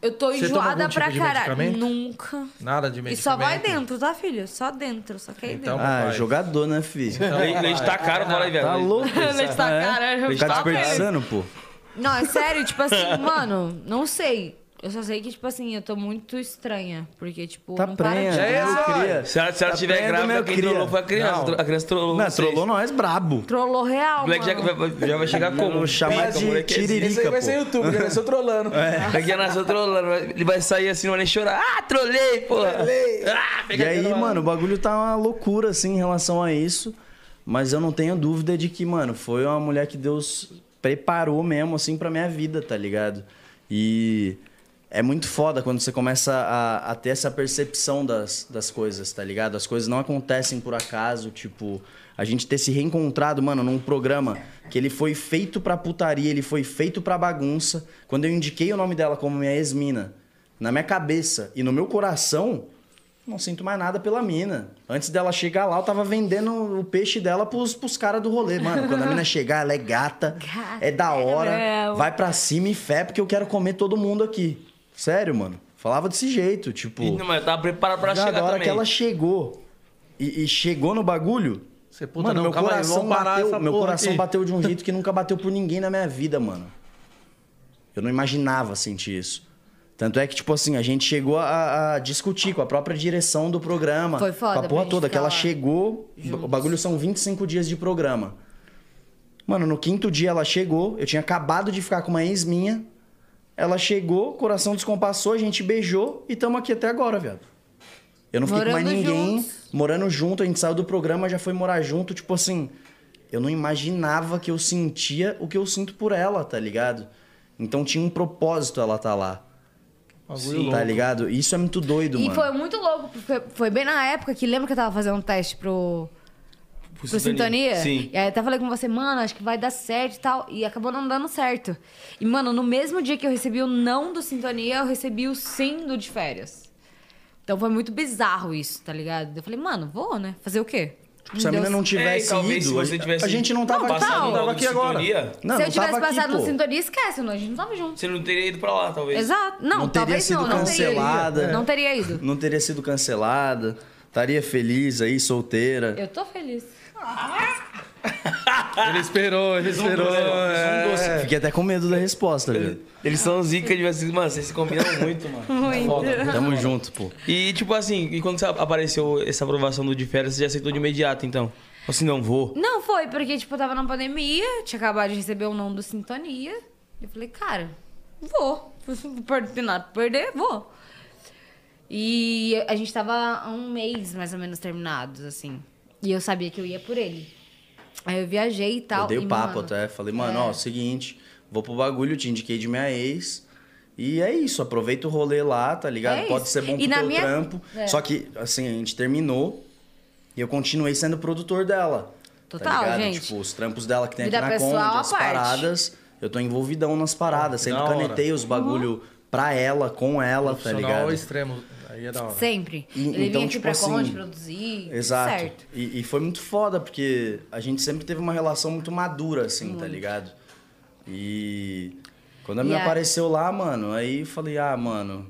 Speaker 5: Eu tô
Speaker 2: Você toma
Speaker 5: enjoada
Speaker 2: algum tipo
Speaker 5: pra
Speaker 2: de
Speaker 5: caralho.
Speaker 2: medicamento?
Speaker 5: Nunca.
Speaker 2: Nada de
Speaker 5: E
Speaker 2: medicamento.
Speaker 5: só vai dentro, tá, filho? Só dentro, só que aí
Speaker 2: Então,
Speaker 5: dentro.
Speaker 4: Ah,
Speaker 2: Rapaz.
Speaker 4: jogador, né, filho?
Speaker 1: Leite, leite tá caro, fala aí, velho.
Speaker 4: Tá louco?
Speaker 5: Leite tá
Speaker 4: É?
Speaker 5: caro, eu
Speaker 4: Tá
Speaker 5: falo pra ele.
Speaker 4: desperdiçando, pô.
Speaker 5: Não, é sério, tipo assim, mano, não sei. Eu só sei que, tipo assim, eu tô muito estranha. Porque, tipo,
Speaker 4: Tá
Speaker 5: não para
Speaker 4: prenha.
Speaker 5: de
Speaker 2: É isso,
Speaker 5: gravar.
Speaker 4: meu cria.
Speaker 1: Se ela, se ela
Speaker 4: Tá
Speaker 1: tiver
Speaker 4: prenha do
Speaker 1: grávida,
Speaker 4: meu
Speaker 1: quem
Speaker 4: cria.
Speaker 1: trollou foi a criança.
Speaker 2: Não.
Speaker 1: A criança trollou.
Speaker 4: Não,
Speaker 1: vocês.
Speaker 4: trollou nós, brabo.
Speaker 5: Trollou real,
Speaker 1: O moleque já,
Speaker 5: mano.
Speaker 1: vai- já vai chegar como?
Speaker 4: Vou chamar
Speaker 1: Pica,
Speaker 4: de
Speaker 1: moleque.
Speaker 4: tiririca,
Speaker 3: Esse aí vai
Speaker 4: pô.
Speaker 3: ser YouTube, né? Eu sou trollando.
Speaker 2: Tá
Speaker 1: Daqui a nasceu trollando. vai- Ele vai sair assim, não vai nem chorar. Ah, trolei, porra. Trolei. Ah,
Speaker 4: E aí, mano, o bagulho tá uma loucura, assim, em relação a isso. Mas eu não tenho dúvida de que, mano, foi uma mulher que Deus preparou mesmo, assim, pra minha vida, tá ligado? E é muito foda quando você começa a, a ter essa percepção das, das coisas, tá ligado? As coisas não acontecem por acaso, tipo... A gente ter se reencontrado, mano, num programa que ele foi feito pra putaria, ele foi feito pra bagunça. Quando eu indiquei o nome dela como minha ex-mina, na minha cabeça e no meu coração, não sinto mais nada pela mina. Antes dela chegar lá, eu tava vendendo o peixe dela pros, pros caras do rolê. Mano, quando a mina chegar, ela é gata,
Speaker 5: Gata,
Speaker 4: é da hora,
Speaker 5: meu.
Speaker 4: vai pra cima e fé, porque eu quero comer todo mundo aqui. Sério, mano. Falava desse jeito, tipo...
Speaker 1: Não, mas eu tava preparado pra
Speaker 4: já
Speaker 1: chegar
Speaker 4: da hora
Speaker 1: também.
Speaker 4: que ela chegou e, e chegou no bagulho...
Speaker 2: Você, puta,
Speaker 4: mano,
Speaker 2: não,
Speaker 4: meu
Speaker 2: calma aí,
Speaker 4: coração,
Speaker 2: vamos parar essa
Speaker 4: bateu, meu
Speaker 2: porra
Speaker 4: coração
Speaker 2: aqui.
Speaker 4: bateu de um jeito que nunca bateu por ninguém na minha vida, mano. Eu não imaginava sentir isso. Tanto é que, tipo assim, a gente chegou a, a discutir com a própria direção do programa.
Speaker 5: Foi foda
Speaker 4: Com a
Speaker 5: pra
Speaker 4: porra
Speaker 5: gente
Speaker 4: toda, que ela
Speaker 5: ficar
Speaker 4: chegou. O bagulho são 25 dias de programa. Mano, no quinto dia ela chegou, eu tinha acabado de ficar com uma ex minha. Ela chegou, coração descompassou, a gente beijou e tamo aqui até agora, viado. Eu não fiquei com mais
Speaker 5: Morando
Speaker 4: ninguém.
Speaker 5: juntos.
Speaker 4: Morando junto, a gente saiu do programa, já foi morar junto, tipo assim. Eu não imaginava que eu sentia o que eu sinto por ela, tá ligado? Então tinha um propósito ela tá lá.
Speaker 2: Bagulho louco.
Speaker 4: tá ligado? Isso é muito doido,
Speaker 5: E
Speaker 4: mano.
Speaker 5: foi muito louco, porque foi- foi bem na época que lembra que eu tava fazendo um teste pro, pro, Sintonia?
Speaker 1: Tipo, Sim.
Speaker 5: E aí eu até falei com você, mano, acho que vai dar certo e tal. E acabou não dando certo. E, mano, no mesmo dia que eu recebi o não do Sintonia, eu recebi o sim do de férias. Então foi muito bizarro isso, tá ligado? Eu falei, mano, vou, né? Fazer o quê?
Speaker 4: Tipo, Se a
Speaker 5: deu
Speaker 4: menina não tivesse
Speaker 1: É, talvez
Speaker 4: ido,
Speaker 1: se você
Speaker 4: a-
Speaker 1: tivesse
Speaker 4: a gente não tava aqui.
Speaker 1: passado
Speaker 5: não. tá.
Speaker 1: logo
Speaker 2: Tava
Speaker 1: de
Speaker 2: aqui agora.
Speaker 1: sintonia,
Speaker 4: Não,
Speaker 5: Se eu
Speaker 4: não
Speaker 5: tivesse
Speaker 4: tava aqui,
Speaker 5: passado no
Speaker 4: pô.
Speaker 5: Sintonia, esquece, nós a gente não tava junto.
Speaker 1: Você não teria ido pra lá, talvez.
Speaker 5: Exato. Não,
Speaker 4: Não teria
Speaker 5: talvez
Speaker 4: sido
Speaker 5: não. Não teria
Speaker 4: cancelada. né?
Speaker 5: ido. Não teria ido.
Speaker 4: Não teria sido cancelada. Estaria feliz aí, solteira.
Speaker 5: Eu tô feliz.
Speaker 2: Ele esperou, ele esperou. é.
Speaker 4: um Fiquei até com medo da resposta, velho.
Speaker 1: Eles são zica de vocês. Mano, vocês se combinam muito, mano.
Speaker 5: Muito.
Speaker 4: Tamo junto, pô.
Speaker 1: E tipo assim, e quando você apareceu essa aprovação do de férias, você já aceitou de imediato, então? Ou assim, não vou.
Speaker 5: Não foi, porque, tipo, eu tava na pandemia, tinha acabado de receber o não do Sintonia. Eu falei, cara, vou. Não tem nada pra perder, vou. E a gente tava há um mês, mais ou menos, terminados, assim. E eu sabia que eu ia por ele. Aí eu viajei e tal.
Speaker 4: Eu dei
Speaker 5: e,
Speaker 4: o papo
Speaker 5: mano,
Speaker 4: até. Falei, mano, ó,
Speaker 5: é.
Speaker 4: seguinte, vou pro bagulho, te indiquei de minha ex. E é isso, aproveita o rolê lá, tá ligado?
Speaker 5: É
Speaker 4: Pode
Speaker 5: isso.
Speaker 4: ser bom
Speaker 5: E
Speaker 4: pro
Speaker 5: na
Speaker 4: teu
Speaker 5: minha-
Speaker 4: trampo.
Speaker 5: É.
Speaker 4: Só que, assim, a gente terminou e eu continuei sendo produtor dela. tá
Speaker 5: Total,
Speaker 4: ligado?
Speaker 5: gente.
Speaker 4: Tipo, os trampos dela que tem
Speaker 5: Vida
Speaker 4: aqui na Conde,
Speaker 5: pessoal à
Speaker 4: as
Speaker 5: parte.
Speaker 4: paradas. Eu tô envolvidão nas paradas, sempre
Speaker 2: Da hora.
Speaker 4: canetei os bagulho pra ela, com ela, tá
Speaker 2: Profissional
Speaker 4: ligado?
Speaker 2: ao extremo. Aí é da hora.
Speaker 5: Sempre.
Speaker 4: E-
Speaker 5: ele
Speaker 4: então,
Speaker 5: vinha aqui
Speaker 4: tipo
Speaker 5: pra
Speaker 4: assim,
Speaker 5: Conde produzir. tudo
Speaker 4: Exato.
Speaker 5: Certo.
Speaker 4: E, e foi muito foda, porque a gente sempre teve uma relação muito madura, assim, tá ligado? E quando a
Speaker 5: E
Speaker 4: minha
Speaker 5: a-
Speaker 4: apareceu lá, mano, aí eu falei, ah, mano,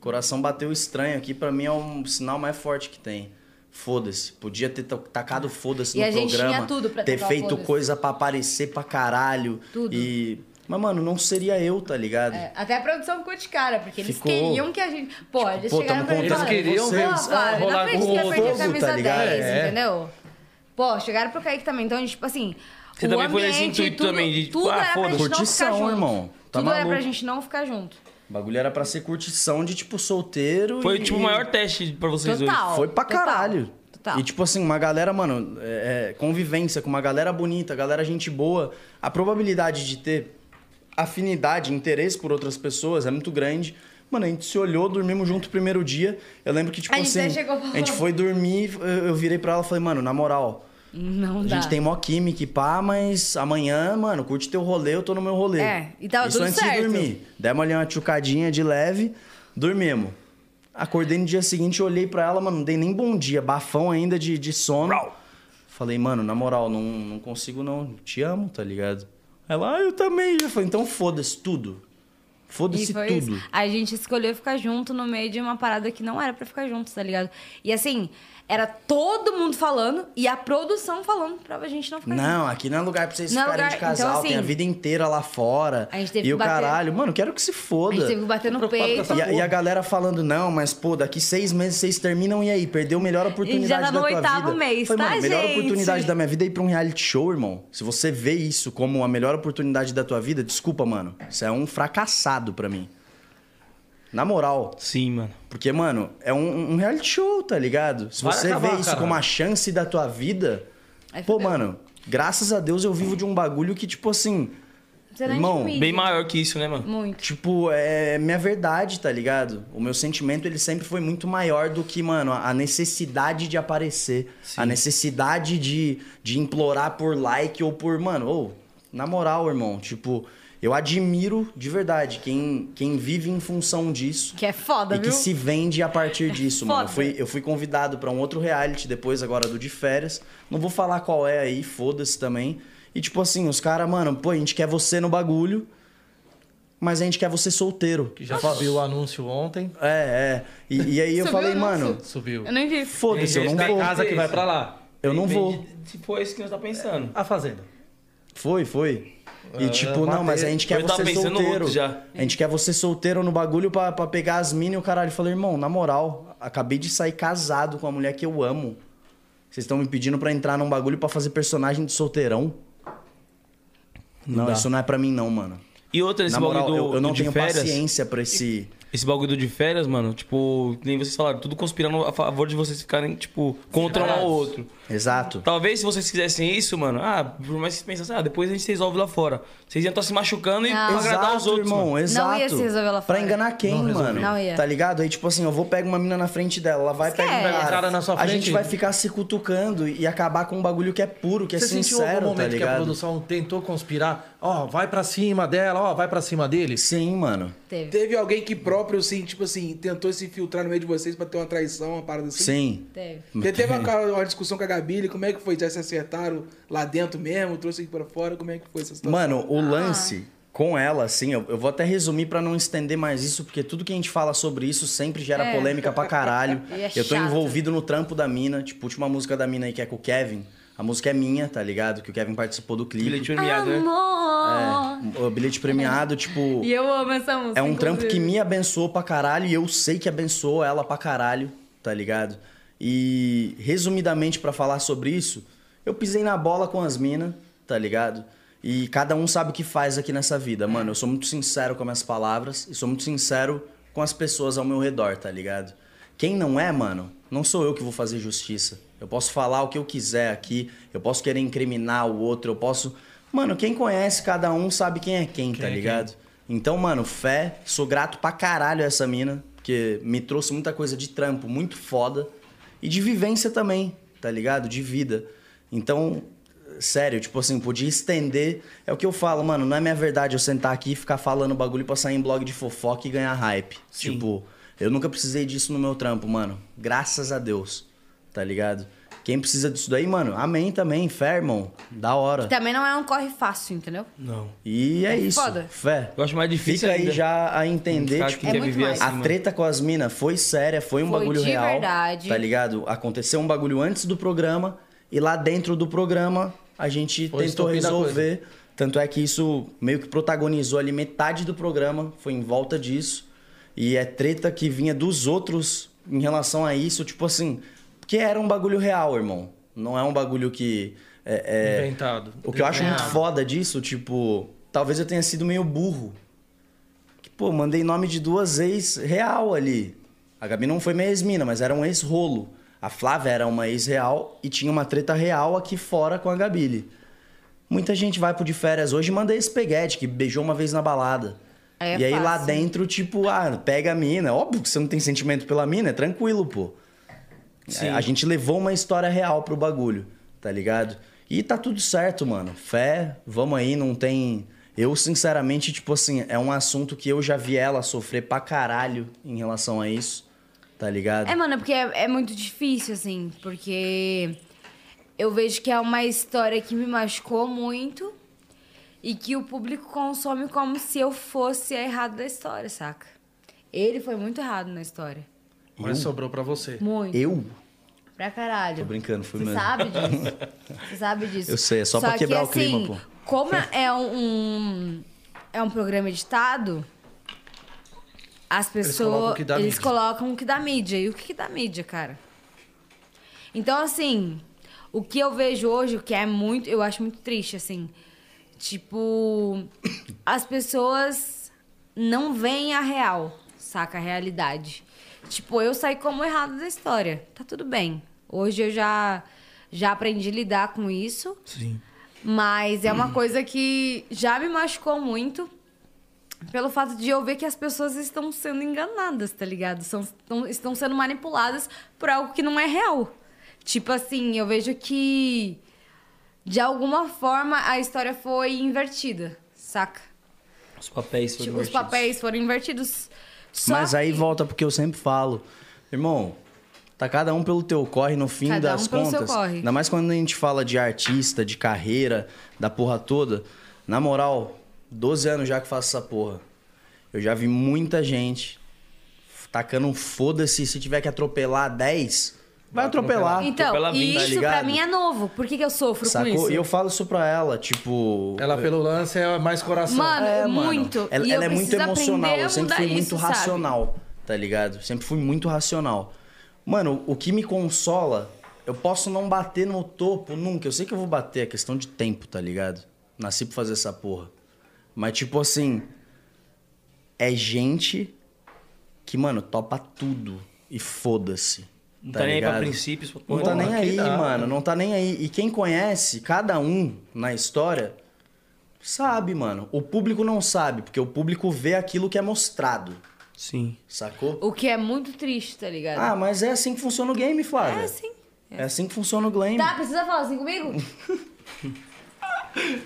Speaker 4: coração bateu estranho aqui, pra mim é um sinal mais forte que tem. Foda-se, podia ter to- tacado foda-se
Speaker 5: E
Speaker 4: no
Speaker 5: a gente
Speaker 4: programa,
Speaker 5: tinha tudo pra
Speaker 4: ter
Speaker 5: tacar o
Speaker 4: feito
Speaker 5: foda-se.
Speaker 4: coisa pra aparecer pra caralho.
Speaker 5: Tudo.
Speaker 4: E... Mas, mano, não seria eu, tá ligado?
Speaker 5: É, até a produção ficou de cara, porque eles
Speaker 4: Ficou. Tipo,
Speaker 5: queriam que a gente. Pô, eles
Speaker 4: pô, tamo
Speaker 5: chegaram pra mim e
Speaker 4: contando
Speaker 5: falaram,
Speaker 2: com vocês,
Speaker 5: Pô,
Speaker 2: ah,
Speaker 5: Flávio, não
Speaker 2: rolar com
Speaker 5: acredito que ia perder a
Speaker 4: fogo, tá
Speaker 5: camisa
Speaker 4: ligado?
Speaker 5: 10,
Speaker 2: É.
Speaker 5: entendeu? Pô, chegaram pro Kaique também. Então, a gente, tipo assim.
Speaker 1: Você
Speaker 5: o
Speaker 1: também foi nesse
Speaker 5: ambiente,
Speaker 1: intuito
Speaker 5: tudo,
Speaker 1: também, de, tipo,
Speaker 5: tudo
Speaker 1: ah,
Speaker 5: era pra
Speaker 1: foda-se.
Speaker 5: gente não ficar
Speaker 4: Curtição,
Speaker 5: junto.
Speaker 4: irmão. Tá
Speaker 5: tudo era pra
Speaker 4: maluco.
Speaker 5: gente não ficar junto.
Speaker 4: O bagulho era pra ser curtição de, tipo, solteiro
Speaker 1: Foi
Speaker 4: e-
Speaker 1: tipo o maior teste pra vocês
Speaker 5: Total.
Speaker 1: hoje.
Speaker 4: Foi pra
Speaker 5: total,
Speaker 4: caralho.
Speaker 5: total.
Speaker 4: E tipo assim, uma galera, mano, é, é, convivência com uma galera bonita, galera gente boa, a probabilidade de ter afinidade, interesse por outras pessoas é muito grande. Mano, a gente se olhou, dormimos junto o primeiro dia. Eu lembro que, tipo
Speaker 5: A gente
Speaker 4: assim,
Speaker 5: até chegou a falar.
Speaker 4: a gente foi dormir, eu, eu virei pra ela e falei, mano, na moral,
Speaker 5: Não
Speaker 4: a
Speaker 5: dá.
Speaker 4: gente tem mó química e pá, mas amanhã, mano, curte teu rolê, eu tô no meu rolê.
Speaker 5: É, e tava
Speaker 4: Isso
Speaker 5: tudo
Speaker 4: antes
Speaker 5: certo.
Speaker 4: de dormir. Demos ali uma tchucadinha de leve, dormimos. Acordei no dia seguinte, olhei pra ela, mano, não dei nem bom dia, bafão ainda de, de sono. Falei, mano, na moral, não, não consigo não, te amo, tá ligado? Ela, ah, eu também. Eu falei, então foda-se tudo. Foda-se
Speaker 5: E foi
Speaker 4: tudo.
Speaker 5: isso. A gente escolheu ficar junto no meio de uma parada que não era pra ficar junto, tá ligado? E assim, era todo mundo falando e a produção falando pra gente não ficar junto.
Speaker 4: Não, aqui não é lugar pra vocês
Speaker 5: Não é
Speaker 4: ficarem de
Speaker 5: lugar-
Speaker 4: casal,
Speaker 5: então, assim,
Speaker 4: tem a vida inteira lá fora.
Speaker 5: a gente teve
Speaker 4: e
Speaker 5: que
Speaker 4: o
Speaker 5: bater-
Speaker 4: caralho, mano, quero que se
Speaker 5: A
Speaker 4: foda.
Speaker 5: gente teve que bater no
Speaker 2: preocupado com
Speaker 5: peito.
Speaker 2: essa
Speaker 4: E a, e a galera falando, não, mas pô, daqui seis meses vocês terminam e aí? Perdeu a melhor oportunidade
Speaker 5: já tá
Speaker 4: da
Speaker 5: no
Speaker 4: tua
Speaker 5: oitavo
Speaker 4: vida.
Speaker 5: mês,
Speaker 4: Falei,
Speaker 5: tá,
Speaker 4: mano, a melhor
Speaker 5: gente?
Speaker 4: oportunidade da minha vida é ir pra um reality show, irmão. Se você vê isso como a melhor oportunidade da tua vida, desculpa, mano. Você é um fracassado pra mim. Na moral.
Speaker 1: Sim, mano.
Speaker 4: Porque, mano, é um, um reality show, tá ligado? Se
Speaker 2: Vai
Speaker 4: você
Speaker 2: acabar,
Speaker 4: vê isso
Speaker 2: cara.
Speaker 4: como a chance da tua vida,
Speaker 5: Aí
Speaker 4: pô,
Speaker 5: fudeu.
Speaker 4: mano, graças a Deus eu vivo de um bagulho que, tipo assim,
Speaker 5: Você não
Speaker 4: Irmão,
Speaker 5: admite.
Speaker 1: Bem maior que isso, né, mano?
Speaker 5: Muito.
Speaker 4: Tipo, é minha verdade, tá ligado? O meu sentimento, ele sempre foi muito maior do que, mano, a necessidade de aparecer. A necessidade de, de implorar por like ou por, mano, ou, na moral, irmão, tipo, eu admiro de verdade quem, quem vive em função disso.
Speaker 5: Que é foda,
Speaker 4: E que
Speaker 5: viu?
Speaker 4: se vende a partir disso, mano. Eu
Speaker 5: foda.
Speaker 4: fui, eu fui convidado pra um outro reality depois, agora do de férias. Não vou falar qual é aí, foda-se também. E tipo assim, os caras, mano, pô, a gente quer você no bagulho, mas a gente quer você solteiro.
Speaker 2: Que já subiu o anúncio ontem.
Speaker 4: É, é. E, e aí eu
Speaker 5: Subiu
Speaker 4: falei,
Speaker 5: o anúncio?
Speaker 4: mano,
Speaker 2: Subiu.
Speaker 5: Eu nem vi.
Speaker 4: foda-se, eu não
Speaker 1: Tem
Speaker 2: Da
Speaker 1: gente
Speaker 4: vou.
Speaker 1: na
Speaker 2: casa que vai pra lá.
Speaker 4: Eu não vou. Ah,
Speaker 1: Depende de- Se for isso que nós tá pensando.
Speaker 2: A fazenda.
Speaker 4: Foi, foi. E
Speaker 2: Ah,
Speaker 4: tipo, não,
Speaker 2: bater.
Speaker 4: mas a gente quer
Speaker 1: Eu tava
Speaker 4: você
Speaker 1: pensando no
Speaker 4: solteiro.
Speaker 1: outro já.
Speaker 4: A gente quer você solteiro no bagulho pra, pra pegar as minas e o caralho. Eu falei, irmão, na moral, acabei de sair casado com a mulher que eu amo. Vocês estão me pedindo pra entrar num bagulho pra fazer personagem de solteirão? Não,
Speaker 1: dá.
Speaker 4: isso não é pra mim, não, mano.
Speaker 1: E outra, esse
Speaker 4: na
Speaker 1: bagulho do,
Speaker 4: moral, eu, eu não
Speaker 1: do de
Speaker 4: tenho
Speaker 1: férias.
Speaker 4: paciência pra esse.
Speaker 1: Esse bagulho do de férias, mano, tipo, nem vocês falaram, tudo conspirando a favor de vocês ficarem, tipo, contra um ao outro.
Speaker 4: Exato.
Speaker 1: Talvez se vocês fizessem isso, mano, ah, por mais que vocês pensassem, ah, depois a gente resolve lá fora. Vocês iam estar se machucando e
Speaker 5: Não.
Speaker 1: pra agradar
Speaker 4: Exato,
Speaker 1: os outros.
Speaker 4: irmão,
Speaker 1: mano.
Speaker 4: exato.
Speaker 5: Não ia se resolver lá
Speaker 4: Pra
Speaker 5: fora.
Speaker 4: enganar quem, mano?
Speaker 5: Não ia.
Speaker 4: Tá ligado? Aí, tipo assim, eu vou pegar uma mina na frente dela, ela vai
Speaker 5: Esquece.
Speaker 4: pegar
Speaker 5: Pega
Speaker 4: um
Speaker 5: um
Speaker 2: cara na sua
Speaker 4: A
Speaker 2: frente.
Speaker 4: gente vai ficar se cutucando e acabar com um bagulho que é puro, que é
Speaker 2: Você sentiu
Speaker 4: sincero,
Speaker 2: algum momento
Speaker 4: tá
Speaker 2: que a
Speaker 4: ligado?
Speaker 2: produção tentou conspirar? Ó, vai pra cima dela, ó, vai pra cima dele.
Speaker 4: Sim, mano.
Speaker 5: Teve.
Speaker 3: Teve alguém que próprio, assim, tipo assim, tentou se infiltrar no meio de vocês pra ter uma traição, uma parada assim?
Speaker 4: Sim.
Speaker 5: Teve.
Speaker 3: Te- Teve uma, ca- uma discussão com a Gabi, como é que foi? Já se acertaram lá dentro mesmo? Trouxe aqui pra fora? Como é que foi essa situação?
Speaker 4: Mano,
Speaker 5: Ah.
Speaker 4: o lance com ela, assim, eu, eu vou até resumir pra não estender mais isso, porque tudo que a gente fala sobre isso sempre gera
Speaker 5: É.
Speaker 4: polêmica pra caralho.
Speaker 5: E é
Speaker 4: eu tô
Speaker 5: chato.
Speaker 4: envolvido no trampo da mina, tipo, a última música da mina aí que é com o Kevin. A música é minha, tá ligado? Que o Kevin participou do clipe.
Speaker 1: Bilhete premiado, né?
Speaker 5: Amor!
Speaker 4: É, o bilhete premiado, tipo.
Speaker 5: E eu amo essa música.
Speaker 4: É um trampo que
Speaker 5: inclusive.
Speaker 4: me abençoou pra caralho e eu sei que abençoou ela pra caralho, tá ligado? E resumidamente pra falar sobre isso, eu pisei na bola com as minas, tá ligado? E cada um sabe o que faz aqui nessa vida, mano. Eu sou muito sincero com as minhas palavras e sou muito sincero com as pessoas ao meu redor, tá ligado? Quem não é, mano, não sou eu que vou fazer justiça. Eu posso falar o que eu quiser aqui, eu posso querer incriminar o outro, eu posso. Mano, quem conhece cada um sabe quem é quem, tá
Speaker 2: é quem.
Speaker 4: ligado? Então, mano, fé, sou grato pra caralho a essa mina, porque me trouxe muita coisa de trampo, muito foda, e de vivência também, tá ligado? De vida. Então, sério, tipo assim, podia estender. É o que eu falo, mano, não é minha verdade eu sentar aqui e ficar falando bagulho pra sair em blog de fofoca e ganhar hype. Tipo, eu nunca precisei disso no meu trampo, mano. Graças a Deus, tá ligado? Quem precisa disso daí, mano, amém também, fé, irmão. Da hora.
Speaker 5: Também não é um corre fácil, entendeu?
Speaker 1: Não.
Speaker 4: E é isso.
Speaker 5: Foda.
Speaker 4: Fé.
Speaker 1: Eu acho mais difícil
Speaker 4: Fica aí
Speaker 1: ainda.
Speaker 4: já a entender,
Speaker 1: Cara que
Speaker 4: tipo,
Speaker 1: quer
Speaker 5: É muito
Speaker 1: viver
Speaker 5: mais.
Speaker 1: assim,
Speaker 4: a
Speaker 1: mano.
Speaker 4: treta com as minas foi séria, foi um
Speaker 5: Foi
Speaker 4: bagulho
Speaker 5: de
Speaker 4: real.
Speaker 5: verdade.
Speaker 4: Tá ligado? Aconteceu um bagulho antes do programa e lá dentro do programa a gente
Speaker 2: Foi
Speaker 4: tentou
Speaker 2: estupida a coisa.
Speaker 4: resolver. Tanto é que isso meio que protagonizou ali metade do programa, foi em volta disso. E é treta que vinha dos outros em relação a isso, tipo assim, porque era um bagulho real, irmão. Não é um bagulho que é, é,
Speaker 2: Inventado.
Speaker 4: o que eu acho muito
Speaker 5: Não.
Speaker 4: foda disso, tipo, talvez eu tenha sido meio burro. Que, pô, mandei nome de duas ex real ali. A Gabi não foi minha ex-mina, mas era um ex-rolo. A Flávia era uma ex-real e tinha uma treta real aqui fora com a Gabile. Muita gente vai pro de férias hoje e manda espaguete, que beijou uma vez na balada.
Speaker 5: Aí é
Speaker 4: e aí lá
Speaker 5: fácil.
Speaker 4: dentro, tipo, ah, pega a mina. Óbvio que você não tem sentimento pela mina, é tranquilo, pô.
Speaker 1: Sim.
Speaker 4: A gente levou uma história real pro bagulho, tá ligado? E tá tudo certo, mano. Fé, vamos aí, não tem. Eu, sinceramente, tipo assim, é um assunto que eu já vi ela sofrer pra caralho em relação a isso, tá ligado?
Speaker 5: É, mano, é porque é, é muito difícil, assim, porque eu vejo que é uma história que me machucou muito e que o público consome como se eu fosse a errada da história, saca? Ele foi muito errado na história.
Speaker 2: Mas sobrou pra você.
Speaker 5: Muito.
Speaker 4: Eu?
Speaker 5: Pra caralho.
Speaker 4: Tô brincando, fui
Speaker 5: Você
Speaker 4: mesmo.
Speaker 5: sabe disso. Você sabe disso.
Speaker 4: Eu sei, é só pra quebrar o clima,
Speaker 5: assim,
Speaker 4: pô.
Speaker 5: Como é um, um- é um programa editado, as pessoas.
Speaker 2: colocam o que dá
Speaker 5: eles
Speaker 2: mídia.
Speaker 5: colocam o que dá mídia. E o que, que dá mídia, cara? Então, assim, o que eu vejo hoje, o que é muito. Eu acho muito triste, assim. Tipo, as pessoas não veem a real, saca? A realidade. Tipo, eu saí como errado da história. Tá tudo bem. Hoje eu já, já aprendi a lidar com isso.
Speaker 1: Sim.
Speaker 5: Mas é uma coisa que já me machucou muito pelo fato de eu ver que as pessoas estão sendo enganadas, tá ligado? São, estão, estão sendo manipuladas por algo que não é real. Tipo assim, eu vejo que de alguma forma a história foi invertida, saca?
Speaker 1: Os papéis foram
Speaker 5: Tipo, os
Speaker 1: invertidos.
Speaker 5: papéis foram invertidos. Só
Speaker 4: Mas aí
Speaker 5: que
Speaker 4: volta porque eu sempre falo, irmão, tá cada um pelo teu corre no fim
Speaker 5: Cada um
Speaker 4: das
Speaker 5: pelo seu
Speaker 4: contas.
Speaker 5: corre.
Speaker 4: Ainda mais quando a gente fala de artista, de carreira, da porra toda. Na moral, 12 anos já que faço essa porra. Eu já vi muita gente tacando um foda-se se tiver que atropelar 10, vai atropelar.
Speaker 5: Então,
Speaker 1: pela
Speaker 5: e
Speaker 1: vida, tá
Speaker 5: isso pra
Speaker 4: ligado?
Speaker 5: mim é novo. Por que, que eu sofro com
Speaker 4: Sacou?
Speaker 5: isso?
Speaker 4: E eu falo isso pra ela, tipo,
Speaker 2: Ela, pelo lance, é mais coração.
Speaker 5: Mano,
Speaker 4: É, mano.
Speaker 5: muito.
Speaker 4: Ela,
Speaker 5: E eu
Speaker 4: ela é muito
Speaker 5: preciso
Speaker 4: emocional.
Speaker 5: aprender a
Speaker 4: Eu sempre
Speaker 5: mudar
Speaker 4: fui
Speaker 5: isso,
Speaker 4: muito
Speaker 5: sabe?
Speaker 4: racional, tá ligado? Sempre fui muito racional. Mano, o que me consola, eu posso não bater no topo nunca. Eu sei que eu vou bater, é questão de tempo, tá ligado? Nasci pra fazer essa porra. Mas, tipo assim, é gente que, mano, topa tudo e foda-se.
Speaker 1: Não
Speaker 4: tá
Speaker 1: tá, nem aí pra
Speaker 4: ligado?
Speaker 1: princípios, pra
Speaker 4: Não
Speaker 1: porra
Speaker 4: tá
Speaker 1: nenhuma.
Speaker 4: nem
Speaker 2: aqui
Speaker 4: aí,
Speaker 2: dá.
Speaker 4: mano. Não tá nem aí. E quem conhece cada um na história sabe, mano. O público não sabe, porque o público vê aquilo que é mostrado,
Speaker 1: Sim.
Speaker 4: sacou?
Speaker 5: O que é muito triste, tá ligado?
Speaker 4: Ah, mas é assim que funciona o game, Flávia.
Speaker 5: É assim.
Speaker 4: É assim que funciona o game.
Speaker 5: Tá, precisa falar assim comigo?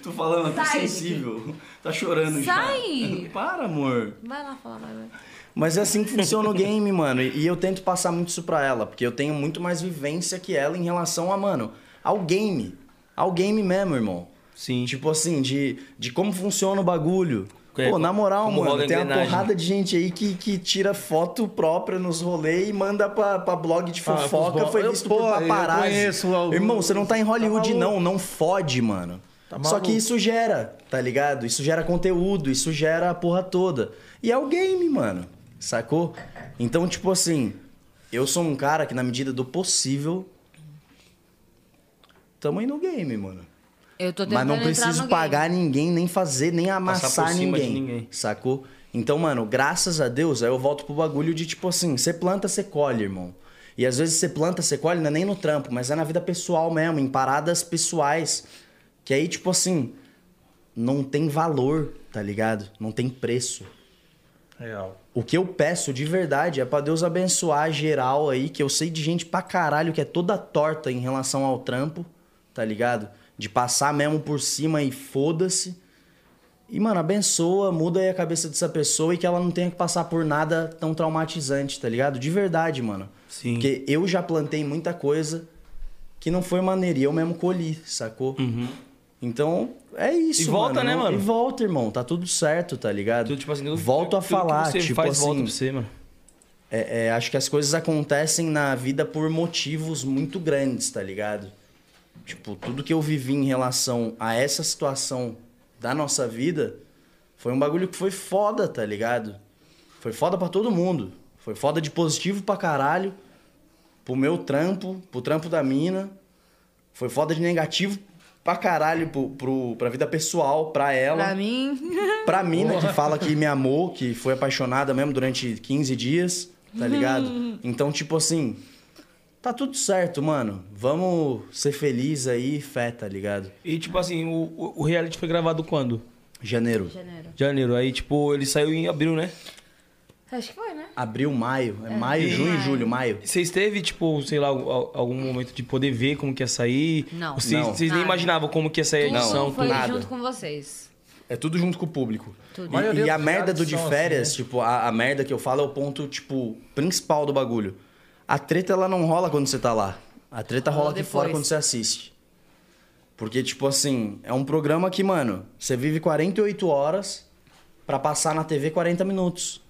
Speaker 4: Tô falando,
Speaker 5: tá Sai, sensível.
Speaker 4: Tá chorando
Speaker 5: já. Sai.
Speaker 4: Para, amor.
Speaker 5: Vai lá falar, vai, vai.
Speaker 4: Mas é assim que funciona o game, mano. E e eu tento passar muito isso pra ela, porque eu tenho muito mais vivência que ela em relação a, mano, ao game. Ao game mesmo, irmão.
Speaker 1: Sim.
Speaker 4: Tipo assim, de, de como funciona o bagulho.
Speaker 1: É,
Speaker 4: Pô, na moral,
Speaker 1: como rola
Speaker 4: mano,
Speaker 1: a
Speaker 4: tem uma
Speaker 1: engrenagem.
Speaker 4: porrada de gente aí que, que tira foto própria nos rolês e manda pra, pra blog de
Speaker 2: Ah,
Speaker 4: fofoca.
Speaker 2: pros bo-
Speaker 4: foi
Speaker 2: eu-
Speaker 4: visto
Speaker 2: pô,
Speaker 4: por
Speaker 2: eu
Speaker 4: paparazzi.
Speaker 2: conheço alguns-
Speaker 4: Irmão, você não tá em Hollywood,
Speaker 2: Tá maluco.
Speaker 4: não. Não fode, mano.
Speaker 2: Tá
Speaker 4: Só que
Speaker 2: maluco.
Speaker 4: isso gera, tá ligado? Isso gera conteúdo, isso gera a porra toda. E é o game, mano. Sacou? Então, tipo assim, eu sou um cara que, na medida do possível, tamo aí no game, mano.
Speaker 5: Eu tô tentando
Speaker 4: Mas não
Speaker 5: entrar no
Speaker 4: preciso
Speaker 5: game.
Speaker 4: pagar ninguém, nem fazer, nem amassar
Speaker 1: cima de
Speaker 4: ninguém,
Speaker 1: ninguém.
Speaker 4: Sacou? Então, mano, graças a Deus, aí eu volto pro bagulho de tipo assim, você planta, você colhe, irmão. E às vezes você planta, você colhe, não é nem no trampo, mas é na vida pessoal mesmo, em paradas pessoais. Que aí, tipo assim, não tem valor, tá ligado? Não tem preço.
Speaker 2: Real.
Speaker 4: O que eu peço de verdade é pra Deus abençoar geral aí, que eu sei de gente pra caralho que é toda torta em relação ao trampo, tá ligado? De passar mesmo por cima e foda-se. E, mano, abençoa, muda aí a cabeça dessa pessoa e que ela não tenha que passar por nada tão traumatizante, tá ligado? De verdade, mano.
Speaker 1: Sim.
Speaker 4: Porque eu já plantei muita coisa que não foi maneira e eu mesmo colhi, sacou? Então, é isso,
Speaker 1: Uhum. E volta, né, mano?
Speaker 4: E volta, irmão. Tá tudo certo, tá ligado?
Speaker 1: Tudo, tipo assim, tudo-
Speaker 4: Volto a
Speaker 1: tudo que
Speaker 4: falar,
Speaker 1: você
Speaker 4: tipo
Speaker 1: faz,
Speaker 4: assim...
Speaker 1: volta pra você, mano.
Speaker 4: É, é, acho que as coisas acontecem na vida por motivos muito grandes, tá ligado? Tipo, tudo que eu vivi em relação a essa situação da nossa vida foi um bagulho que foi foda, tá ligado? Foi foda pra todo mundo. Foi foda de positivo pra caralho, pro meu trampo, pro trampo da mina. Foi foda de negativo pra caralho pro, pro, pra vida pessoal, pra ela.
Speaker 5: Pra mim,
Speaker 4: Pra mina que fala que me amou, que foi apaixonada mesmo durante 15 dias, tá ligado? Então, tipo assim, tá tudo certo, mano. Vamos ser feliz aí, fé, tá ligado?
Speaker 1: E tipo assim, o, o- o reality foi gravado quando?
Speaker 4: Janeiro,
Speaker 5: janeiro.
Speaker 1: Janeiro. Aí, tipo, ele saiu em abril, né?
Speaker 5: Acho que foi, né?
Speaker 4: abril, maio. É maio, junho, julho, maio.
Speaker 1: Vocês teve, tipo, sei lá, al- algum momento de poder ver como que ia sair?
Speaker 5: Não.
Speaker 1: Vocês,
Speaker 4: Não.
Speaker 1: vocês nem
Speaker 5: Nada.
Speaker 1: imaginavam como que ia sair a
Speaker 5: Tudo
Speaker 1: edição,
Speaker 5: foi
Speaker 1: tudo.
Speaker 4: nada.
Speaker 5: junto com vocês.
Speaker 4: É tudo junto com o público.
Speaker 5: Tudo.
Speaker 4: E-
Speaker 2: Maioria
Speaker 4: E, a
Speaker 2: dos
Speaker 4: merda do
Speaker 2: caras
Speaker 4: de
Speaker 2: são
Speaker 4: férias,
Speaker 2: assim,
Speaker 4: tipo, a, a merda que eu falo é o ponto, tipo, principal do bagulho. A treta, ela não rola quando você tá lá. A treta rola,
Speaker 5: Rola
Speaker 4: aqui fora
Speaker 5: depois.
Speaker 4: quando você assiste. Porque, tipo assim, é um programa que, mano, você vive 48 horas pra passar na TV 40 minutos.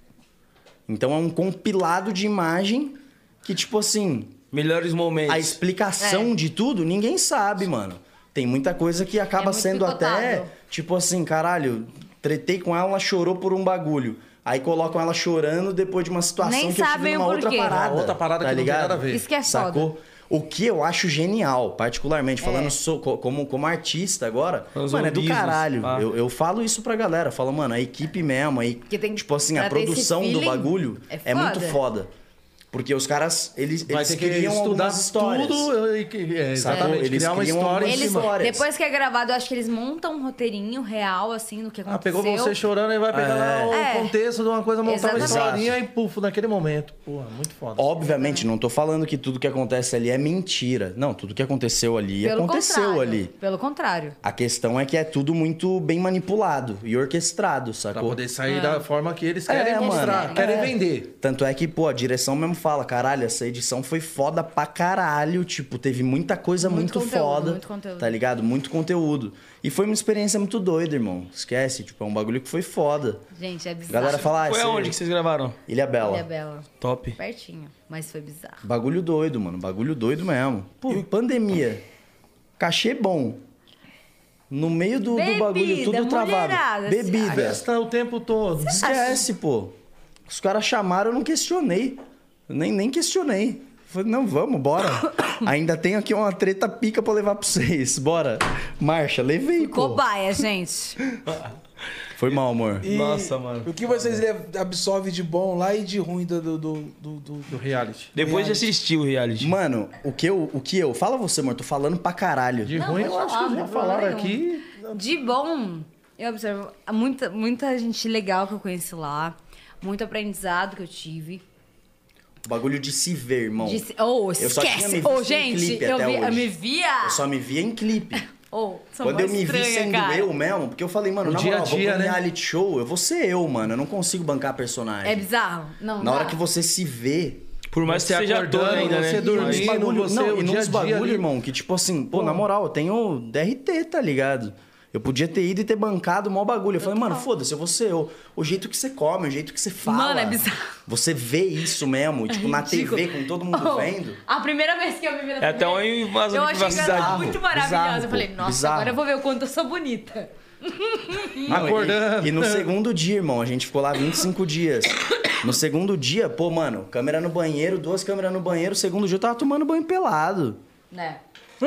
Speaker 4: Então é um compilado de imagem que, tipo assim,
Speaker 1: Melhores momentos.
Speaker 4: a explicação
Speaker 5: É.
Speaker 4: de tudo, ninguém sabe, mano. Tem muita coisa que acaba
Speaker 5: É muito
Speaker 4: sendo até,
Speaker 5: picotado.
Speaker 4: tipo assim, caralho, tretei com ela, ela chorou por um bagulho. Aí colocam ela chorando depois de uma situação
Speaker 5: Nem
Speaker 4: que eu tive
Speaker 5: sabem o
Speaker 4: numa outra
Speaker 5: porquê.
Speaker 4: parada.
Speaker 2: Uma outra parada
Speaker 4: tá
Speaker 2: que não tem
Speaker 4: ligado?
Speaker 2: nada a ver.
Speaker 5: Isso que é foda. É.
Speaker 4: Sacou? O que eu acho genial, particularmente, falando so- co- como, como artista agora,
Speaker 1: Falando
Speaker 4: mano, é do
Speaker 1: business,
Speaker 4: caralho.
Speaker 2: Ah.
Speaker 1: pá.
Speaker 4: Eu, eu falo isso pra galera, falo, mano, a equipe mesmo, aí,
Speaker 5: Que tem-
Speaker 4: tipo assim, a
Speaker 5: pra ter esse
Speaker 4: produção do
Speaker 5: feeling
Speaker 4: bagulho
Speaker 5: é
Speaker 4: é muito
Speaker 5: foda.
Speaker 4: foda. Porque os caras, eles,
Speaker 2: Vai
Speaker 4: eles
Speaker 2: ter que
Speaker 4: queriam
Speaker 2: estudar
Speaker 4: algumas histórias.
Speaker 2: tudo. e que- é,
Speaker 4: Sacou?
Speaker 2: exatamente.
Speaker 4: Eles
Speaker 2: criar uma
Speaker 4: criam
Speaker 2: história
Speaker 4: algumas
Speaker 2: em
Speaker 5: Eles,
Speaker 2: cima.
Speaker 4: histórias.
Speaker 5: depois que é gravado, eu acho que eles montam um roteirinho real, assim, do que aconteceu.
Speaker 2: Ah, pegou você chorando e vai pegar lá o
Speaker 5: É.
Speaker 2: contexto de uma coisa, montar uma
Speaker 5: Exatamente.
Speaker 2: historinha e pufo naquele momento. Porra, muito foda.
Speaker 4: Obviamente, não tô falando que tudo que acontece ali é mentira. Não, tudo que aconteceu ali
Speaker 5: Pelo
Speaker 4: aconteceu
Speaker 5: contrário,
Speaker 4: ali.
Speaker 5: Pelo contrário.
Speaker 4: A questão é que é tudo muito bem manipulado e orquestrado,
Speaker 2: Pra
Speaker 4: sacou?
Speaker 2: poder
Speaker 5: É.
Speaker 2: sair da forma que eles querem
Speaker 4: É,
Speaker 2: mostrar,
Speaker 4: mano.
Speaker 2: querem
Speaker 4: É.
Speaker 2: vender.
Speaker 4: Tanto é que, pô, a direção mesmo fala, caralho, essa edição foi foda pra caralho. Tipo, teve muita coisa
Speaker 5: Muito
Speaker 4: muito,
Speaker 5: conteúdo,
Speaker 4: foda.
Speaker 5: muito conteúdo.
Speaker 4: Tá ligado? Muito conteúdo. E foi uma experiência muito doida, irmão. Esquece, tipo, é um bagulho que foi foda.
Speaker 5: Gente, é bizarro.
Speaker 4: Galera fala, ah,
Speaker 1: Foi
Speaker 4: esse-
Speaker 1: aonde que vocês gravaram?
Speaker 4: Ilha Bela.
Speaker 5: Ilha Bela.
Speaker 1: Top.
Speaker 5: Pertinho. Mas foi bizarro.
Speaker 4: Bagulho doido, mano. Bagulho doido mesmo. Pô, pandemia. Cachê bom. No meio do, do
Speaker 5: Bebida,
Speaker 4: bagulho, tudo travado.
Speaker 5: mulherada, assim, ah, é.
Speaker 4: Bebida.
Speaker 2: Festa o tempo todo.
Speaker 4: Esquece, pô. Os caras chamaram, eu não questionei. Nem, nem questionei. Falei, não, vamos, bora. Ainda tenho aqui uma treta pica pra levar pra vocês. Bora. Marcha, levei, pô.
Speaker 5: Cobaia, gente.
Speaker 4: Foi mal, amor.
Speaker 3: E
Speaker 1: Nossa, mano.
Speaker 3: O que vocês le- absorvem de bom lá e de ruim do. do, do, do- do-
Speaker 2: Do reality.
Speaker 1: Depois de assistir o reality.
Speaker 4: Mano, o que eu... O que eu fala você, amor. Tô falando pra caralho.
Speaker 2: De
Speaker 5: Não,
Speaker 2: ruim,
Speaker 5: pode
Speaker 2: eu acho
Speaker 5: falar,
Speaker 2: que
Speaker 5: não
Speaker 2: já
Speaker 5: tem problema
Speaker 2: falaram
Speaker 5: nenhum.
Speaker 2: aqui.
Speaker 5: De bom, eu observo muita, muita gente legal que eu conheci lá. Muito aprendizado que eu tive.
Speaker 4: O bagulho de se ver, irmão.
Speaker 5: De se- Oh,
Speaker 4: Eu só tinha me
Speaker 5: esquece!
Speaker 4: visto
Speaker 5: Oh,
Speaker 4: em um
Speaker 5: gente,
Speaker 4: clipe
Speaker 5: eu,
Speaker 4: até
Speaker 5: vi- eu
Speaker 4: hoje.
Speaker 5: me via!
Speaker 4: Eu só me via em clipe.
Speaker 5: Oh, sou
Speaker 4: Quando
Speaker 5: mó
Speaker 4: eu me vi
Speaker 5: estranha,
Speaker 4: sendo
Speaker 5: cara.
Speaker 4: eu mesmo, porque eu falei, mano,
Speaker 2: O
Speaker 4: na
Speaker 2: dia a
Speaker 4: moral, vou
Speaker 2: dia,
Speaker 4: pra um
Speaker 2: né?
Speaker 4: reality show, eu vou ser eu, mano. Eu não consigo bancar personagem.
Speaker 5: É bizarro. Não,
Speaker 4: né? Na
Speaker 5: dá.
Speaker 4: hora que você se vê.
Speaker 1: Por mais que
Speaker 2: Você
Speaker 1: seja ator
Speaker 2: acordando,
Speaker 1: ainda,
Speaker 2: você
Speaker 1: né?
Speaker 2: dormindo,
Speaker 1: Mas-
Speaker 4: uns bagulho,
Speaker 2: você,
Speaker 4: não,
Speaker 2: o
Speaker 4: e
Speaker 2: dia a
Speaker 4: nos
Speaker 2: dia
Speaker 4: bagulho,
Speaker 2: ali.
Speaker 4: irmão, que tipo assim, pô, na moral, eu tenho DRT, tá ligado? Eu podia ter ido e ter bancado o maior bagulho. Eu falei, mano, foda-se, eu vou ser eu. O jeito que você come, o jeito que você fala.
Speaker 5: Mano, é bizarro.
Speaker 4: Você vê isso mesmo, e, tipo, na TV, com todo mundo
Speaker 5: Oh,
Speaker 4: vendo.
Speaker 5: A primeira vez que eu me vi na
Speaker 1: É até
Speaker 5: primeira-
Speaker 1: uma invasão
Speaker 5: Eu
Speaker 1: de
Speaker 5: achei que
Speaker 1: privacidade.
Speaker 5: era muito
Speaker 4: Bizarro,
Speaker 5: maravilhosa.
Speaker 4: pô.
Speaker 5: Eu falei, nossa,
Speaker 4: Bizarro.
Speaker 5: agora eu vou ver o quanto eu sou bonita.
Speaker 4: Não, e-
Speaker 2: Acordando.
Speaker 4: E, no segundo dia, irmão, a gente ficou lá 25 dias. No segundo dia, pô, mano, câmera no banheiro, duas câmeras no banheiro. O segundo dia eu tava tomando banho pelado.
Speaker 5: Né?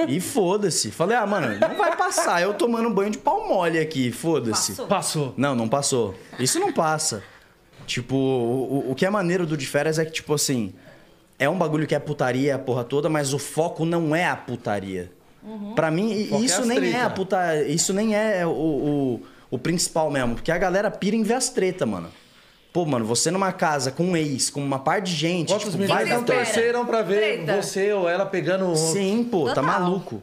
Speaker 4: E foda-se. Falei, ah, mano, não vai passar. Eu tomando banho de pau mole aqui, foda-se.
Speaker 5: Passou.
Speaker 4: Tipo,
Speaker 2: Passou.
Speaker 4: Não, não passou. Isso não passa. Tipo, o, o- o que é maneiro do de férias é que, tipo assim, é um bagulho que é putaria, é a porra toda, mas o foco não é a putaria. Pra mim, e-
Speaker 2: foco é
Speaker 4: isso
Speaker 2: as
Speaker 4: nem é a
Speaker 2: treta.
Speaker 4: putaria. Isso nem é o, o, o principal mesmo. Porque a galera pira em ver as treta, mano. Pô, mano, você numa casa com um ex, com uma par de gente.
Speaker 2: Quantos
Speaker 4: tipo, vai
Speaker 2: meninos
Speaker 5: vai
Speaker 2: não
Speaker 5: dar treta.
Speaker 2: torceram pra ver
Speaker 5: Treta.
Speaker 2: você ou ela pegando...
Speaker 4: Sim, pô, tá
Speaker 5: Total.
Speaker 4: maluco.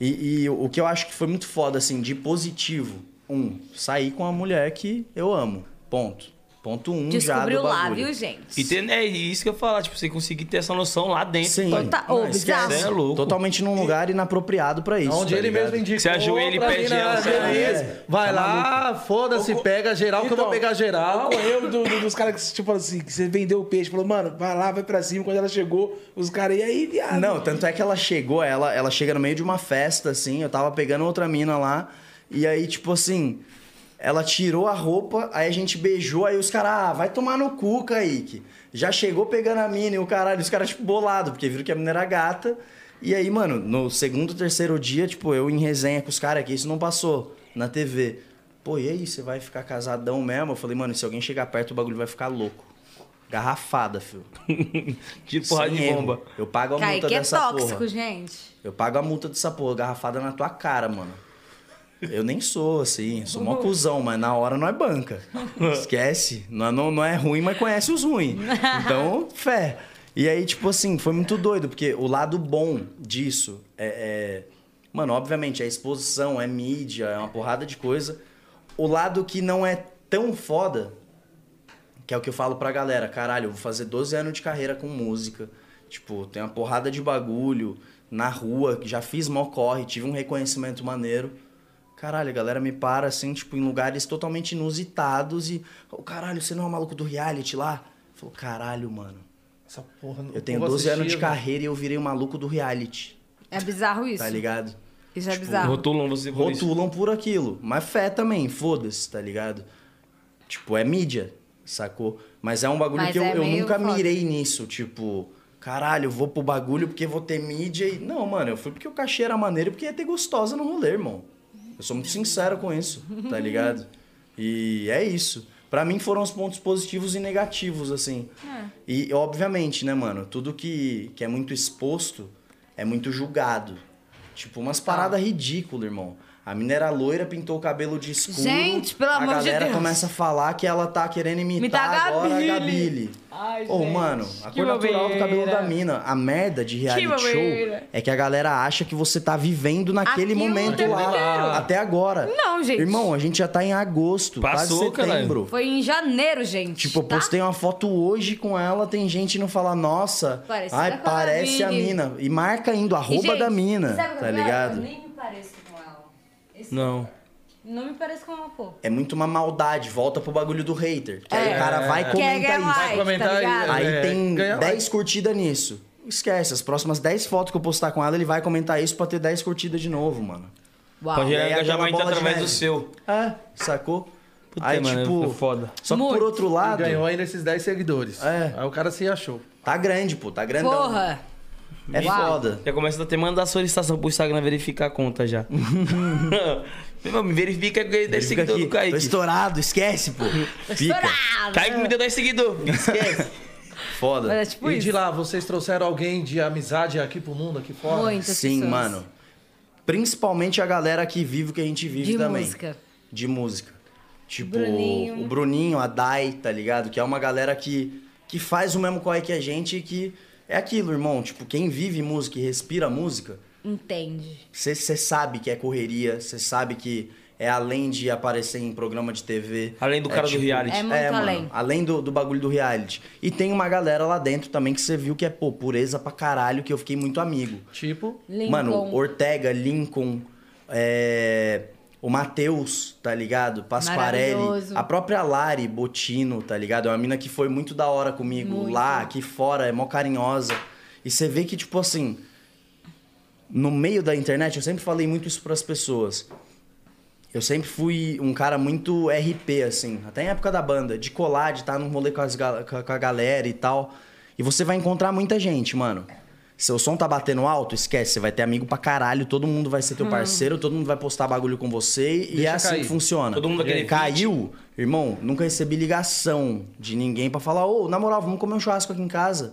Speaker 4: E, e o que eu acho que foi muito foda, assim, de positivo. Um, sair com uma mulher que eu amo. Ponto. Ponto um já do
Speaker 5: Descobriu lá,
Speaker 4: bagulho.
Speaker 5: viu, gente?
Speaker 1: E tem- é isso que eu ia falar, tipo, você conseguir ter essa noção lá dentro.
Speaker 4: Sim.
Speaker 1: tá?
Speaker 5: Total. Ô,
Speaker 4: Não, esquece.
Speaker 1: bizarro. É louco.
Speaker 4: Totalmente num lugar inapropriado pra isso.
Speaker 2: Onde
Speaker 4: tá
Speaker 2: ele
Speaker 4: ligado?
Speaker 2: mesmo indica.
Speaker 1: Você ajoelha e pede ela,
Speaker 4: é.
Speaker 2: Vai
Speaker 4: Tá
Speaker 2: lá, foda-se, pega geral, que eu vou
Speaker 3: Então,
Speaker 2: pegar geral.
Speaker 3: Correu do- do- dos caras que, tipo assim, que você vendeu o peixe, falou, mano, vai lá, vai pra cima. Quando ela chegou, os caras, e aí, viado?
Speaker 4: Não, tanto é que ela chegou, ela, ela chega no meio de uma festa, assim, eu tava pegando outra mina lá, e aí, tipo assim, ela tirou a roupa, aí a gente beijou, aí os caras, ah, vai tomar no cu, Kaique. Já chegou pegando a mina e o caralho, os caras, tipo, bolado, porque viram que a mina era gata. E aí, mano, no segundo, terceiro dia, tipo, eu em resenha com os caras aqui, isso não passou na TV. Pô, e aí, você vai ficar casadão mesmo? Eu falei, mano, se alguém chegar perto, o bagulho vai ficar louco. Garrafada, filho.
Speaker 1: Tiro porrada
Speaker 4: Sem
Speaker 1: de
Speaker 4: erro.
Speaker 1: bomba.
Speaker 4: Eu pago a multa
Speaker 5: Kaique é
Speaker 4: dessa
Speaker 5: tóxico,
Speaker 4: porra.
Speaker 5: gente.
Speaker 4: Eu pago a multa dessa porra, garrafada na tua cara, mano. Eu nem sou, assim, sou mó cuzão, mas na hora não é banca. Esquece. Não, não, não é ruim, mas conhece os ruins. Então, fé. E aí, tipo assim, foi muito doido, porque o lado bom disso é. é- Mano, obviamente, é exposição, é mídia, é uma porrada de coisa. O lado que não é tão foda que é o que eu falo pra galera, caralho, eu vou fazer 12 anos de carreira com música. Tipo, tem uma porrada de bagulho na rua, que já fiz mó corre, tive um reconhecimento maneiro. Caralho, a galera me para assim, tipo, em lugares totalmente inusitados e, oh, caralho, você não é o maluco do reality lá? Falou, caralho, mano.
Speaker 2: Essa porra,
Speaker 4: Eu tenho 12 anos de carreira e eu virei o maluco do reality,
Speaker 5: É bizarro isso.
Speaker 4: tá ligado?
Speaker 5: Isso é
Speaker 4: Tipo,
Speaker 5: bizarro.
Speaker 1: Rotulam você por isso.
Speaker 4: rotulam por aquilo. Mas fé também, foda-se, tá ligado? Tipo, é mídia, sacou? Mas é um bagulho
Speaker 5: Mas
Speaker 4: que eu,
Speaker 5: é
Speaker 4: eu
Speaker 5: meio
Speaker 4: nunca
Speaker 5: foda.
Speaker 4: mirei nisso. Tipo, caralho, eu vou pro bagulho porque vou ter mídia e. Não, mano, eu fui porque o cachê era maneiro e porque ia ter gostosa no rolê, irmão. Eu sou muito sincero com isso, tá ligado? E é isso. Pra mim foram os pontos positivos e negativos, assim.
Speaker 5: É.
Speaker 4: E, obviamente, né, mano, tudo que, que é muito exposto é muito julgado. Tipo, umas
Speaker 5: Tá.
Speaker 4: paradas ridículas, irmão. A mina era loira, pintou o cabelo de escuro.
Speaker 5: Gente, pelo amor de
Speaker 4: A galera
Speaker 5: Deus.
Speaker 4: começa a falar que ela tá querendo imitar
Speaker 5: Imitar a
Speaker 4: agora a
Speaker 5: Gabi.
Speaker 4: Gabile.
Speaker 5: Ai,
Speaker 4: Ô,
Speaker 5: gente,
Speaker 4: mano, a
Speaker 5: que
Speaker 4: cor natural do cabelo da
Speaker 5: bobeira.
Speaker 4: mina. A merda de reality show
Speaker 5: bobeira.
Speaker 4: é que a galera acha que você tá vivendo naquele
Speaker 5: Aquilo o
Speaker 4: momento
Speaker 5: tempo
Speaker 4: lá.
Speaker 5: inteiro.
Speaker 4: Até agora.
Speaker 5: Não, gente.
Speaker 4: Irmão, a gente já tá em agosto,
Speaker 1: Passou,
Speaker 4: quase setembro.
Speaker 5: Foi em janeiro, gente.
Speaker 4: Tipo, eu
Speaker 5: tá?
Speaker 4: postei uma foto hoje com ela, tem gente não fala, nossa,
Speaker 5: Parecida
Speaker 4: ai,
Speaker 5: com a
Speaker 4: parece a
Speaker 5: Gabi.
Speaker 4: mina. E marca indo,
Speaker 5: E,
Speaker 4: arroba
Speaker 5: gente,
Speaker 4: da mina,
Speaker 5: sabe o que
Speaker 4: tá
Speaker 5: é pior?
Speaker 4: ligado?
Speaker 5: Eu nem me pareço com ela. Esse-
Speaker 1: Não.
Speaker 5: Não me pareço com ela, pô.
Speaker 4: É muito uma maldade, volta pro bagulho do hater. Que aí
Speaker 5: É.
Speaker 4: o cara vai e
Speaker 5: Quer
Speaker 4: comenta
Speaker 5: ganhar
Speaker 4: isso.
Speaker 5: like,
Speaker 2: comentar
Speaker 5: tá
Speaker 2: aí,
Speaker 5: ligado?
Speaker 4: Aí
Speaker 2: É,
Speaker 4: tem
Speaker 2: ganha like.
Speaker 4: 10 curtidas nisso. Esquece, as próximas 10 fotos que eu postar com ela, ele vai comentar isso pra ter 10 curtidas de novo, mano.
Speaker 5: Uau.
Speaker 1: Pode
Speaker 4: E aí
Speaker 1: gerar engajamento
Speaker 4: aquela bola de
Speaker 1: através do
Speaker 4: neve.
Speaker 1: seu.
Speaker 4: É, sacou?
Speaker 1: Puta,
Speaker 4: aí,
Speaker 1: mano,
Speaker 4: tipo,
Speaker 1: é foda.
Speaker 4: só que por
Speaker 5: Muito.
Speaker 4: outro
Speaker 2: E
Speaker 4: lado,
Speaker 2: ganhou ainda esses 10 seguidores.
Speaker 4: É.
Speaker 2: Aí o cara se achou.
Speaker 4: tá grande, pô, tá grandão.
Speaker 5: Porra.
Speaker 4: É
Speaker 5: Uau.
Speaker 4: foda.
Speaker 1: Já começa a ter mandar solicitação pro Instagram verificar a conta já. Meu irmão, me verifica que eu ganhei 10
Speaker 4: Fica
Speaker 1: seguidores
Speaker 4: aqui,
Speaker 1: do
Speaker 4: tô né?
Speaker 1: Kaique.
Speaker 4: estourado, esquece, pô. Fica.
Speaker 5: Estourado.
Speaker 1: Kaique me deu 10 seguidores.
Speaker 4: Tá
Speaker 1: Esquece.
Speaker 4: Foda.
Speaker 5: Era tipo
Speaker 2: e
Speaker 5: isso.
Speaker 2: de lá, vocês trouxeram alguém de amizade aqui pro mundo, aqui fora?
Speaker 5: Muitas
Speaker 4: Sim,
Speaker 5: pessoas.
Speaker 4: mano. Principalmente a galera que vive o que a gente vive
Speaker 5: De
Speaker 4: também.
Speaker 5: música.
Speaker 4: De música. Tipo,
Speaker 5: Bruninho.
Speaker 4: o Bruninho, a Dai, tá ligado? Que é uma galera que, que faz o mesmo corre que a gente e que é aquilo, irmão. Tipo, quem vive música e respira música,
Speaker 5: Entende.
Speaker 4: você sabe que é correria, você sabe que é além de aparecer em programa de TV.
Speaker 1: Além do
Speaker 4: É
Speaker 1: cara do reality.
Speaker 5: É muito
Speaker 4: mano,
Speaker 5: além.
Speaker 4: além do, do bagulho do reality. E tem uma galera lá dentro também que você viu que é, pô, pureza pra caralho, que eu fiquei muito amigo.
Speaker 2: Tipo,
Speaker 5: Lincoln.
Speaker 4: Mano, Ortega, Lincoln, é, o Matheus, tá ligado? Pasquarelli.
Speaker 5: Maravilhoso.
Speaker 4: A própria Lari Botino, tá ligado? É uma mina que foi muito da hora comigo
Speaker 5: Muito.
Speaker 4: lá, aqui fora, é mó carinhosa. E você vê que, tipo assim, no meio da internet, eu sempre falei muito isso pras pessoas. Eu sempre fui um cara muito RP, assim, até em época da banda, de tá colar, de estar num rolê com, as gal- com a- com a galera e tal. E você vai encontrar muita gente, mano. Seu som tá batendo alto, esquece. Você vai ter amigo pra caralho, todo mundo vai ser teu parceiro, todo mundo vai postar bagulho com você. e é
Speaker 2: Hum. Deixa
Speaker 4: assim
Speaker 2: cair.
Speaker 4: que funciona.
Speaker 1: Todo mundo aquele
Speaker 4: Caiu, irmão, nunca recebi ligação de ninguém pra falar, ô, na moral, vamos comer um churrasco aqui em casa.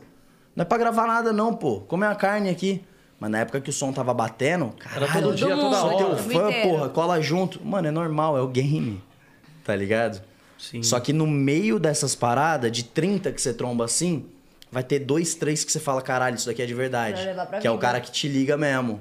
Speaker 4: Não é pra gravar nada, não, pô. Come a carne aqui. Mas na época que o som tava batendo,
Speaker 2: Era
Speaker 4: caralho,
Speaker 2: todo dia,
Speaker 5: mundo,
Speaker 2: toda
Speaker 5: todo
Speaker 2: hora.
Speaker 5: mundo.
Speaker 4: um fã,
Speaker 5: inteiro.
Speaker 4: porra, cola junto. Mano, é normal, é o game. Tá ligado?
Speaker 1: Sim.
Speaker 4: Só que no meio dessas paradas, de 30 que você tromba assim, vai ter dois, três que você fala, caralho, isso daqui é de verdade.
Speaker 5: Pra levar pra
Speaker 4: que é o
Speaker 5: vida.
Speaker 4: cara que te liga mesmo.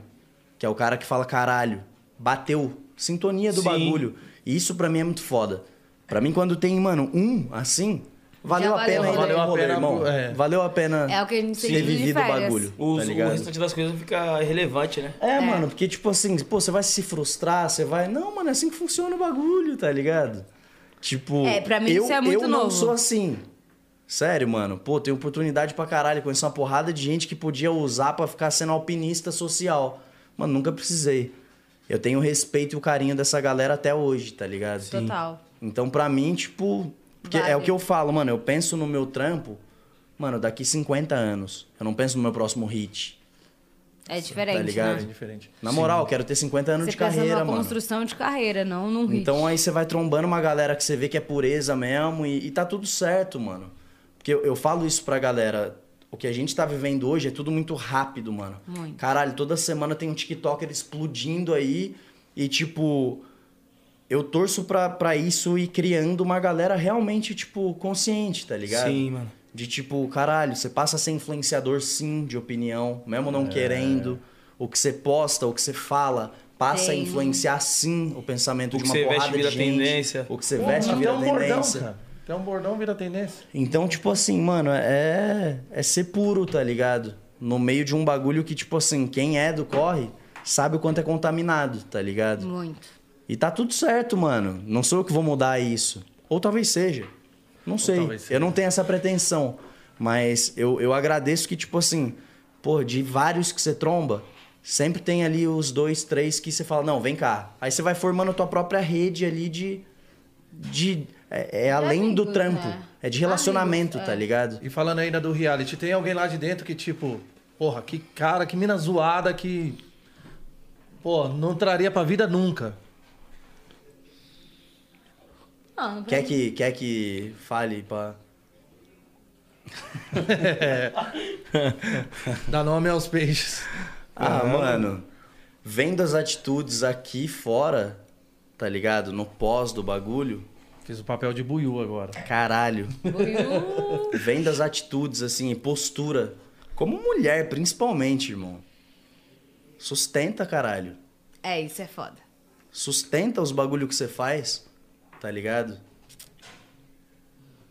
Speaker 4: Que é o cara que fala, caralho, bateu. Sintonia do
Speaker 1: Sim.
Speaker 4: bagulho. E isso pra mim é muito foda. Pra mim, quando tem, mano, um assim, valeu
Speaker 5: Já
Speaker 4: a pena.
Speaker 5: valeu a
Speaker 4: ainda
Speaker 5: pena.
Speaker 4: o rolê,
Speaker 2: Valeu a pena,
Speaker 4: irmão.
Speaker 2: é.
Speaker 4: Valeu a pena
Speaker 5: É o que a gente
Speaker 4: ter
Speaker 5: sente de
Speaker 4: vivido o
Speaker 5: férias.
Speaker 4: bagulho.
Speaker 1: Os-
Speaker 4: tá
Speaker 1: o
Speaker 4: ligado?
Speaker 1: restante das coisas fica irrelevante, né?
Speaker 4: É, mano, porque tipo assim, pô, você vai se frustrar, você vai. Não, mano, é assim que funciona o bagulho, tá ligado? Tipo.
Speaker 5: É, pra mim
Speaker 4: eu,
Speaker 5: isso é muito
Speaker 4: eu não
Speaker 5: novo.
Speaker 4: sou assim. Sério, mano. Pô, tem oportunidade pra caralho. Conheço uma porrada de gente que podia usar pra ficar sendo alpinista social. Mano, nunca precisei. Eu tenho o respeito e o carinho dessa galera até hoje, tá ligado?
Speaker 5: Total.
Speaker 4: Então, pra mim, tipo. Porque é
Speaker 5: Vale.
Speaker 4: o que eu falo, mano. Eu penso no meu trampo, mano, daqui 50 anos. Eu não penso no meu próximo hit.
Speaker 5: É diferente,
Speaker 4: Tá ligado?
Speaker 5: né?
Speaker 2: Diferente.
Speaker 4: Na moral, eu quero ter 50 anos
Speaker 5: Você
Speaker 4: de
Speaker 5: pensa
Speaker 4: carreira,
Speaker 5: numa
Speaker 4: mano.
Speaker 5: construção de carreira, não num hit.
Speaker 4: Então aí você vai trombando uma galera que você vê que é pureza mesmo e, e tá tudo certo, mano. Porque eu, eu falo isso pra galera. O que a gente tá vivendo hoje é tudo muito rápido, mano.
Speaker 5: Muito.
Speaker 4: Caralho, toda semana tem um TikToker explodindo aí e tipo. Eu torço pra, pra isso e criando uma galera realmente, tipo, consciente, tá ligado?
Speaker 1: Sim, mano.
Speaker 4: De tipo, caralho, você passa a ser influenciador sim de opinião, mesmo
Speaker 1: É.
Speaker 4: não querendo. O que você posta, o que você fala, passa a
Speaker 5: Tem.
Speaker 4: influenciar sim o pensamento
Speaker 1: O
Speaker 4: de
Speaker 1: que
Speaker 4: uma
Speaker 1: você veste
Speaker 4: porrada
Speaker 1: vira
Speaker 4: de gente.
Speaker 1: tendência.
Speaker 4: O que você
Speaker 2: Porra,
Speaker 4: veste
Speaker 2: até
Speaker 4: vira
Speaker 2: um bordão,
Speaker 4: tendência.
Speaker 2: cara. Até um bordão vira tendência.
Speaker 4: então, tipo assim, mano, é é ser puro, tá ligado? No meio de um bagulho que tipo assim, quem é do corre sabe o quanto é contaminado, tá ligado?
Speaker 5: Muito.
Speaker 4: E tá tudo certo, mano. Não sou eu que vou mudar isso. Ou talvez seja. Não sei.
Speaker 2: talvez seja.
Speaker 4: Eu não tenho essa pretensão. Mas eu, eu agradeço que, tipo assim, pô, de vários que você tromba, sempre tem ali os dois, três que você fala, não, vem cá. Aí você vai formando a tua própria rede ali de. de é, é além do
Speaker 5: amigos,
Speaker 4: trampo.
Speaker 5: né?
Speaker 4: É de relacionamento,
Speaker 5: Amigos,
Speaker 4: tá
Speaker 5: é.
Speaker 4: ligado?
Speaker 2: E falando ainda do reality, tem alguém lá de dentro que, tipo, porra, que cara, que mina zoada que. Pô, não traria pra vida nunca.
Speaker 5: Não, não
Speaker 4: Quer que, quer que fale pra.
Speaker 2: Dá nome aos peixes.
Speaker 4: Ah, mano. Vendo as atitudes aqui fora, tá ligado? No pós do bagulho,
Speaker 2: Fiz o papel de buiú agora.
Speaker 4: É caralho.
Speaker 5: Buiú.
Speaker 4: Vendo as atitudes, assim, e postura. Como mulher, principalmente, irmão. Sustenta, caralho.
Speaker 5: É, isso é foda.
Speaker 4: Sustenta os bagulho que você faz, tá ligado?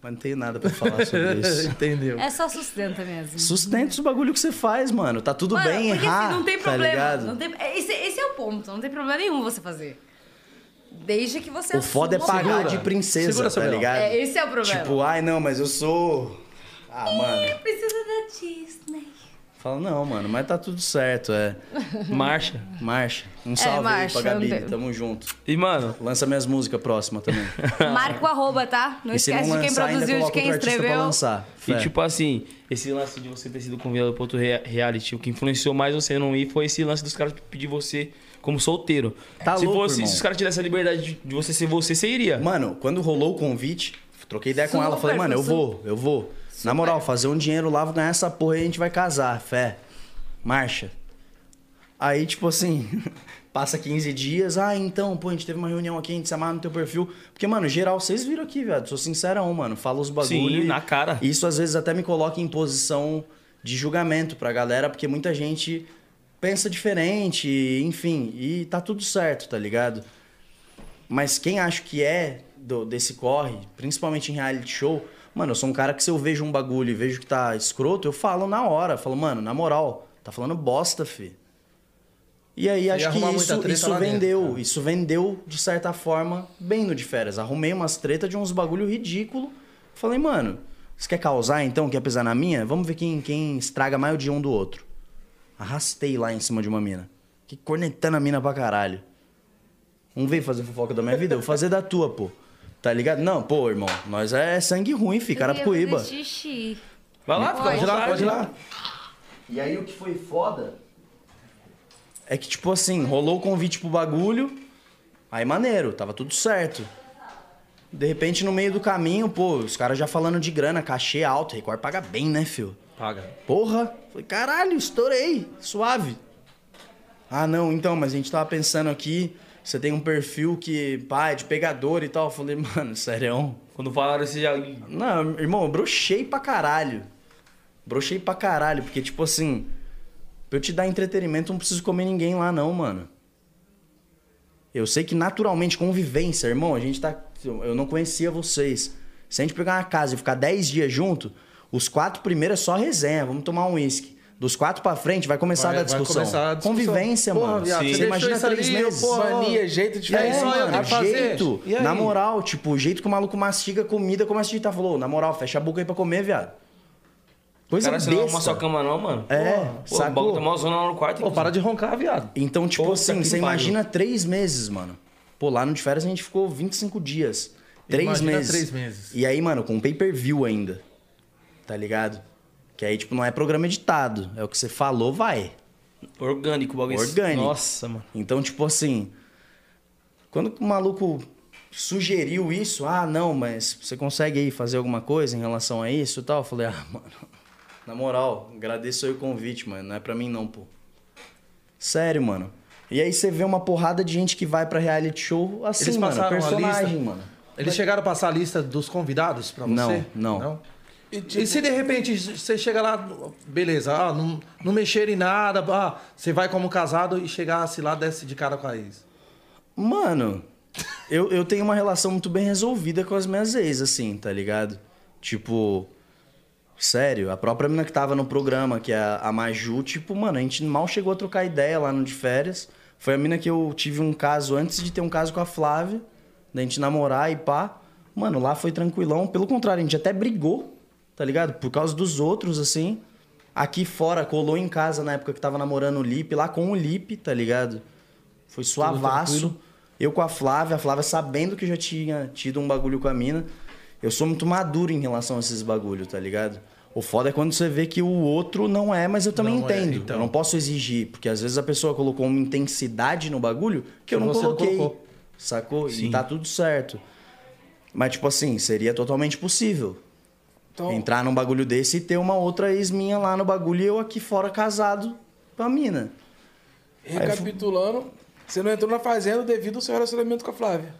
Speaker 4: Mas não tenho nada pra falar sobre isso.
Speaker 2: Entendeu?
Speaker 5: É só sustenta mesmo.
Speaker 4: Sustenta os bagulho que você faz, mano. Tá tudo
Speaker 5: Mano,
Speaker 4: bem
Speaker 5: porque
Speaker 4: errar,
Speaker 5: assim, não tem
Speaker 4: tá
Speaker 5: problema.
Speaker 4: ligado?
Speaker 5: não tem- esse, esse é o ponto. Não tem problema nenhum você fazer. Desde que você
Speaker 4: O foda é
Speaker 5: assuma
Speaker 4: pagar
Speaker 5: o
Speaker 2: Segura.
Speaker 4: de princesa,
Speaker 2: Segura essa
Speaker 4: tá
Speaker 2: moral.
Speaker 4: ligado?
Speaker 5: É, esse é o problema.
Speaker 4: Tipo, ai não, mas eu sou. Ah, mano.
Speaker 5: Precisa da Disney.
Speaker 4: Fala, não, mano, mas tá tudo certo, é.
Speaker 1: Marcha.
Speaker 4: Marcha. Um salve
Speaker 5: É, marcha,
Speaker 4: aí pra Gabi,
Speaker 5: não tem-
Speaker 4: tamo junto.
Speaker 1: E, mano,
Speaker 4: Lança minhas músicas próxima também.
Speaker 5: Marca o arroba, tá? Não
Speaker 4: E se
Speaker 5: esquece de quem
Speaker 4: lançar, ainda
Speaker 5: produziu, de
Speaker 4: coloca
Speaker 5: quem
Speaker 4: outro artista
Speaker 5: escreveu.
Speaker 4: Pra lançar.
Speaker 1: e
Speaker 4: Fé.
Speaker 1: tipo assim, esse lance de você ter sido convidado pra outro rea- reality, o que influenciou mais você não ir foi esse lance dos caras pedir você como solteiro.
Speaker 4: Tá
Speaker 1: se
Speaker 4: louco,
Speaker 1: fosse,
Speaker 4: irmão.
Speaker 1: se os caras tivessem a liberdade de- de você ser você, você iria.
Speaker 4: Mano, quando rolou o convite, troquei ideia com ela,
Speaker 5: Super,
Speaker 4: falei, mano, eu
Speaker 5: super.
Speaker 4: vou, eu vou. Na moral, fazer um dinheiro lá, vou ganhar essa porra e a gente vai casar, fé. Marcha. Aí, tipo assim, passa 15 dias, ah, então, pô, a gente teve uma reunião aqui, a gente se amarra no teu perfil. Porque, mano, geral, vocês viram aqui, viado, sou sincerão, mano, falo os bagulho.
Speaker 1: Sim,
Speaker 4: e-
Speaker 1: na cara.
Speaker 4: Isso às vezes até me coloca em posição de julgamento pra galera, porque muita gente pensa diferente, enfim, e tá tudo certo, tá ligado? Mas quem acho que é do- desse corre, principalmente em reality show, mano, eu sou um cara que se eu vejo um bagulho e vejo que tá escroto, eu falo na hora. Falo, mano, na moral, tá falando bosta, fi. E aí acho que
Speaker 2: arrumar muita
Speaker 4: isso,
Speaker 2: treta
Speaker 4: isso
Speaker 2: lá dentro,
Speaker 4: vendeu.
Speaker 2: cara.
Speaker 4: isso vendeu, de certa forma, bem no de férias. Arrumei umas tretas de uns bagulho ridículo. Falei, mano, você quer causar então? Quer pisar na minha? Vamos ver quem, quem estraga mais o dia um do outro. Arrastei lá em cima de uma mina. Que cornetando a mina pra caralho. Não veio fazer fofoca da minha vida, eu vou fazer da tua, pô. Tá ligado? Não, pô, irmão, nós é sangue ruim, fi,
Speaker 5: Eu ia fazer
Speaker 4: Carapicuíba.
Speaker 5: Xixi.
Speaker 1: Vai lá,
Speaker 5: Pode
Speaker 1: fica à
Speaker 5: ir lá,
Speaker 1: vontade.
Speaker 2: Pode ir lá.
Speaker 4: E aí o que foi foda é que, tipo assim, rolou o convite pro bagulho, aí maneiro, tava tudo certo. De repente, no meio do caminho, pô, os caras já falando de grana, cachê alto, Record paga bem, né, fio?
Speaker 2: Paga.
Speaker 4: Porra! Falei, caralho, estourei, suave. Ah, não, então, mas a gente tava pensando aqui, você tem um perfil que, pá, é de pegador e tal. Eu falei, mano, sério?
Speaker 1: Quando falaram isso, já.
Speaker 4: Não, irmão, eu brochei pra caralho. Brochei pra caralho, porque, tipo assim, pra eu te dar entretenimento, eu não preciso comer ninguém lá, não, mano. Eu sei que naturalmente, convivência, irmão, a gente tá. Eu não conhecia vocês. Se a gente pegar uma casa e ficar 10 dias junto, os quatro primeiros é só resenha, vamos tomar um uísque. Dos quatro pra frente vai começar
Speaker 2: Vai-
Speaker 4: a dar
Speaker 2: vai
Speaker 4: discussão.
Speaker 2: começar a discussão.
Speaker 4: Convivência,
Speaker 2: Porra,
Speaker 4: mano.
Speaker 2: viado,
Speaker 4: Sim.
Speaker 2: você
Speaker 4: Você
Speaker 2: deixou
Speaker 4: imagina
Speaker 2: isso
Speaker 4: três
Speaker 2: ali,
Speaker 4: meses.
Speaker 2: pô,
Speaker 3: Mania, jeito de
Speaker 4: E aí,
Speaker 2: É,
Speaker 3: fazer.
Speaker 2: só eu
Speaker 4: mano,
Speaker 2: vou fazer.
Speaker 4: jeito.
Speaker 2: E aí?
Speaker 4: Na moral, tipo, o jeito que o maluco mastiga comida, começa a digitar. Falou, na moral, fecha a boca aí pra comer, viado. Coisa
Speaker 1: Cara, você não arruma
Speaker 4: besta.
Speaker 1: sua cama, não, mano.
Speaker 4: É,
Speaker 1: Pô, o bagulho tá
Speaker 4: sacou?
Speaker 1: mó zona lá no quarto.
Speaker 2: Pô,
Speaker 1: inclusive.
Speaker 2: para de roncar, viado.
Speaker 4: Então, tipo
Speaker 1: Puta
Speaker 4: assim,
Speaker 1: que
Speaker 4: você
Speaker 1: pariu.
Speaker 4: imagina três meses, mano. Pô, lá no de férias a gente ficou 25 dias. Três
Speaker 2: Imagina
Speaker 4: meses.
Speaker 2: três meses.
Speaker 4: E aí, mano, com pay-per-view ainda. Tá ligado? Que aí, tipo, não é programa editado. É o que você falou, vai.
Speaker 1: Orgânico o bagulho. é assim.
Speaker 4: Orgânico.
Speaker 1: Nossa, mano.
Speaker 4: Então, tipo assim, quando que o maluco sugeriu isso, ah, não, mas você consegue aí fazer alguma coisa em relação a isso e tal? Eu falei, ah, mano, na moral, agradeço aí o convite, mano, não é pra mim não, pô. Sério, mano. E aí você vê uma porrada de gente que vai pra reality show assim,
Speaker 2: Eles
Speaker 4: mano,
Speaker 2: passaram a
Speaker 4: personagem,
Speaker 2: lista?
Speaker 4: mano.
Speaker 2: Eles chegaram a passar a lista dos convidados pra você?
Speaker 4: Não, não.
Speaker 3: E, tipo,
Speaker 2: E se de repente você chega lá, beleza, ah, não, não mexer em nada, ah, você vai como casado e chegasse lá, desce de cara com a ex.
Speaker 4: Mano, eu, eu tenho uma relação muito bem resolvida com as minhas ex, assim, tá ligado? Tipo, sério, a própria mina que tava no programa, que é a, a Maju, tipo, mano, a gente mal chegou a trocar ideia lá no de férias. Foi a mina que eu tive um caso antes de ter um caso com a Flávia, da gente namorar e pá. Mano, lá foi tranquilão. Pelo contrário, a gente até brigou, tá ligado? Por causa dos outros, assim. Aqui fora, colou em casa na época que tava namorando o Lipe, lá com o Lipe, tá ligado? Foi suavaço. Eu com a Flávia, a Flávia sabendo que eu já tinha tido um bagulho com a mina. Eu sou muito maduro em relação a esses bagulhos, tá ligado? O foda é quando você vê que o outro não é, mas eu também
Speaker 2: Não é,
Speaker 4: entendo.
Speaker 2: então.
Speaker 4: Eu não posso exigir, porque às vezes a pessoa colocou uma intensidade no bagulho que eu não
Speaker 2: Você não
Speaker 4: coloquei.
Speaker 2: colocou.
Speaker 4: sacou? E tá tudo certo. Mas, tipo assim, seria totalmente possível
Speaker 3: então,
Speaker 4: entrar num bagulho desse e ter uma outra ex minha lá no bagulho e eu aqui fora casado com a mina.
Speaker 3: recapitulando, você não entrou na fazenda devido ao seu relacionamento com a Flávia.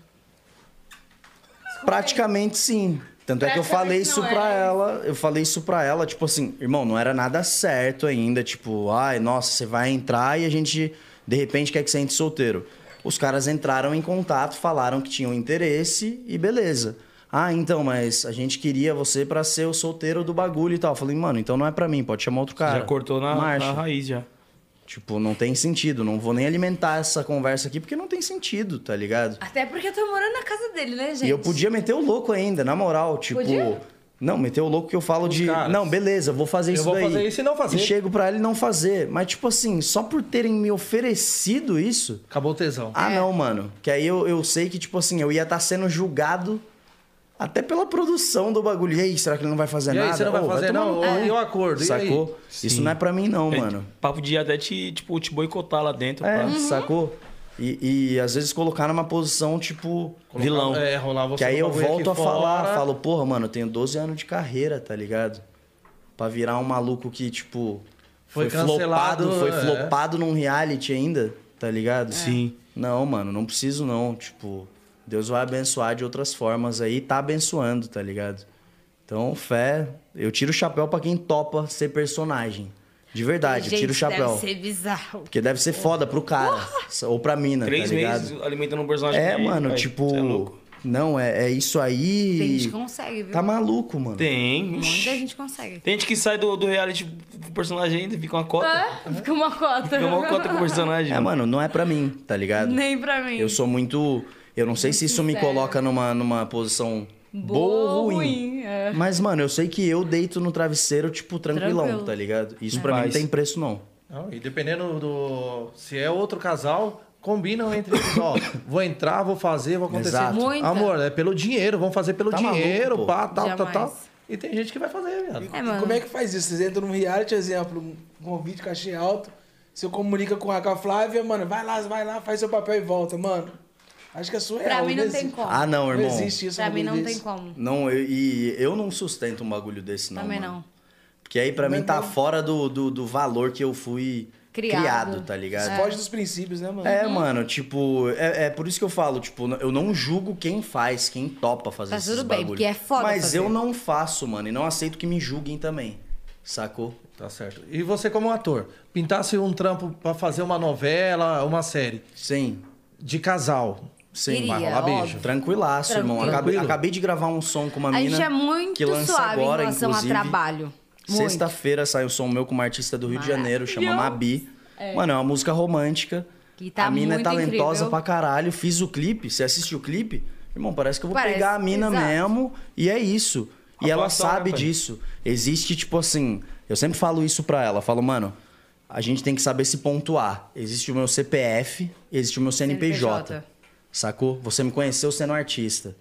Speaker 4: Praticamente sim. Tanto é que eu falei
Speaker 5: Praticamente
Speaker 4: isso
Speaker 5: não
Speaker 4: pra
Speaker 5: é.
Speaker 4: ela, eu falei isso pra ela, tipo assim, irmão, não era nada certo ainda, tipo, ai, nossa, você vai entrar e a gente de repente quer que você entre solteiro. Os caras entraram em contato, falaram que tinham interesse e beleza. Ah, então, mas a gente queria você pra ser o solteiro do bagulho e tal. Eu falei, mano, então não é pra mim, pode chamar outro cara.
Speaker 1: já cortou na,
Speaker 4: Marcha.
Speaker 1: na raiz, já.
Speaker 4: Tipo, não tem sentido, não vou nem alimentar essa conversa aqui porque não tem sentido, tá ligado?
Speaker 5: Até porque eu tô morando na casa dele, né, gente?
Speaker 4: E eu podia meter o louco ainda, na moral, tipo.
Speaker 5: Podia?
Speaker 4: Não, meter o louco que eu falo de.
Speaker 2: caras.
Speaker 4: Não, beleza, vou fazer
Speaker 2: Eu
Speaker 4: isso
Speaker 2: vou
Speaker 4: daí.
Speaker 2: fazer isso e não fazer.
Speaker 4: E chego pra ele não fazer. Mas, tipo assim, só por terem me oferecido isso.
Speaker 2: Acabou o tesão.
Speaker 4: Ah,
Speaker 5: É.
Speaker 4: não, mano. Que aí eu, eu sei que, tipo assim, eu ia estar sendo julgado até pela produção do bagulho. E aí, será que ele não vai fazer
Speaker 2: e
Speaker 4: nada?
Speaker 2: aí, você não vai
Speaker 4: Ô,
Speaker 2: fazer,
Speaker 4: tomar
Speaker 2: não?
Speaker 4: no cu.
Speaker 2: E o acordo? E aí?
Speaker 4: Sacou? Isso não é pra mim, não, mano.
Speaker 1: É, papo de até te, tipo, te boicotar lá dentro.
Speaker 4: É,
Speaker 1: pá.
Speaker 4: sacou? E, e às vezes colocar numa posição, tipo, vilão.
Speaker 2: É, rolar você
Speaker 4: que aí
Speaker 2: no
Speaker 4: eu
Speaker 2: bagulho aqui
Speaker 4: volto a falar,
Speaker 2: fora.
Speaker 4: falo, porra, mano, eu tenho 12 anos de carreira, tá ligado? Pra virar um maluco que, tipo,
Speaker 2: Foi cancelado,
Speaker 4: flopado, foi
Speaker 2: é.
Speaker 4: flopado num reality ainda, tá ligado?
Speaker 1: Sim.
Speaker 4: Não, mano, não preciso não, tipo, Deus vai abençoar de outras formas aí, tá abençoando, tá ligado? Então, fé, eu tiro o chapéu pra quem topa ser personagem. De verdade, eu
Speaker 5: Gente,
Speaker 4: tiro o chapéu.
Speaker 5: Deve ser bizarro.
Speaker 4: Porque deve ser foda pro cara. Ou pra mina,
Speaker 1: Três
Speaker 4: tá ligado?
Speaker 1: meses alimentando um personagem.
Speaker 4: É,
Speaker 1: dele,
Speaker 4: mano,
Speaker 1: pai.
Speaker 4: tipo.
Speaker 1: Cê é louco.
Speaker 4: não, é, é isso aí.
Speaker 5: Tem gente que consegue, viu?
Speaker 4: Tá maluco, mano.
Speaker 1: Tem.
Speaker 5: Muita
Speaker 1: Ixi.
Speaker 5: gente consegue.
Speaker 1: Tem gente que sai do, do reality com o personagem ainda, fica uma cota.
Speaker 5: Ah, fica uma cota.
Speaker 1: Fica uma cota com o personagem.
Speaker 4: É, mano, não é pra mim, tá ligado?
Speaker 5: Nem pra mim.
Speaker 4: Eu sou muito. Eu não sei se isso me
Speaker 5: Sincero.
Speaker 4: coloca numa, numa posição boa ou ruim.
Speaker 5: é.
Speaker 4: Mas, mano, eu sei que eu deito no travesseiro, tipo, tranquilão,
Speaker 5: Tranquilo.
Speaker 4: tá ligado? Isso pra mim não
Speaker 1: Paz.
Speaker 4: tem preço, não.
Speaker 2: Não, e dependendo do. Se é outro casal, combinam entre eles, ó. Vou entrar, vou fazer, vou acontecer.
Speaker 4: Exato.
Speaker 5: Muita.
Speaker 2: Amor, é pelo dinheiro, vamos fazer pelo
Speaker 4: Tá maluco,
Speaker 2: dinheiro,
Speaker 4: pô.
Speaker 2: pá, tal, tal,
Speaker 5: Jamais.
Speaker 2: tal. E tem gente que vai fazer, viado.
Speaker 5: É,
Speaker 3: E
Speaker 5: mano.
Speaker 3: como é que faz isso? Vocês entram num reality, exemplo, um convite, cachê alto, você comunica com a, com a Flávia, mano, vai lá, vai lá, faz seu papel e volta, mano. Acho que a sua é
Speaker 5: Pra
Speaker 3: real,
Speaker 5: mim não
Speaker 3: existe-
Speaker 5: tem como.
Speaker 4: Ah, não,
Speaker 3: Não
Speaker 4: irmão.
Speaker 3: existe isso.
Speaker 5: pra
Speaker 3: no
Speaker 5: mim não
Speaker 3: mundo
Speaker 5: tem
Speaker 3: desse.
Speaker 5: como.
Speaker 4: Não, eu, e eu não sustento um bagulho desse, não.
Speaker 5: Também
Speaker 4: mano.
Speaker 5: não.
Speaker 4: Porque aí pra
Speaker 3: Mas
Speaker 4: mim tá
Speaker 3: não-
Speaker 4: fora do, do, do valor que eu fui
Speaker 5: Criado.
Speaker 4: criado, tá ligado?
Speaker 5: É.
Speaker 1: É.
Speaker 3: Foge dos princípios, né, mano?
Speaker 5: Uhum.
Speaker 4: É, mano, tipo, é, é por isso que eu falo, tipo, eu não julgo quem faz, quem topa fazer
Speaker 5: Tá
Speaker 4: esses
Speaker 5: tudo bem,
Speaker 4: bagulho.
Speaker 5: porque é foda
Speaker 4: Mas
Speaker 5: fazer.
Speaker 4: eu não faço, mano, e não aceito que me julguem também, sacou?
Speaker 2: Tá certo. E você, como ator, pintasse um trampo pra fazer uma novela, uma série
Speaker 4: Sim,
Speaker 2: de casal.
Speaker 4: sim.
Speaker 5: Iria,
Speaker 2: vai rolar beijo.
Speaker 4: Tranquilaço, irmão.
Speaker 5: Tranquilo.
Speaker 4: Acabei,
Speaker 2: Tranquilo.
Speaker 4: acabei de gravar um som com uma
Speaker 5: A
Speaker 4: mina
Speaker 5: gente é muito
Speaker 4: que lança
Speaker 5: suave
Speaker 4: agora,
Speaker 5: em relação
Speaker 4: inclusive.
Speaker 5: a trabalho. Muito.
Speaker 4: Sexta-feira sai um som meu com uma artista do Rio de Janeiro, chama Mabi. Mano, é uma música romântica.
Speaker 5: Que tá
Speaker 4: a mina
Speaker 5: muito
Speaker 4: é talentosa
Speaker 5: incrível.
Speaker 4: pra caralho. Fiz o clipe, você assiste o clipe, irmão, parece que eu vou
Speaker 5: Parece,
Speaker 4: pegar a mina
Speaker 5: exato.
Speaker 4: mesmo e é isso. E ela
Speaker 1: Atuação,
Speaker 4: sabe
Speaker 1: né, pai?
Speaker 4: disso. Existe, tipo assim, eu sempre falo isso pra ela. Falo, mano, a gente tem que saber se pontuar. Existe o meu CPF, existe o meu CNPJ.
Speaker 5: CNPJ.
Speaker 4: Sacou? Você me conheceu sendo artista.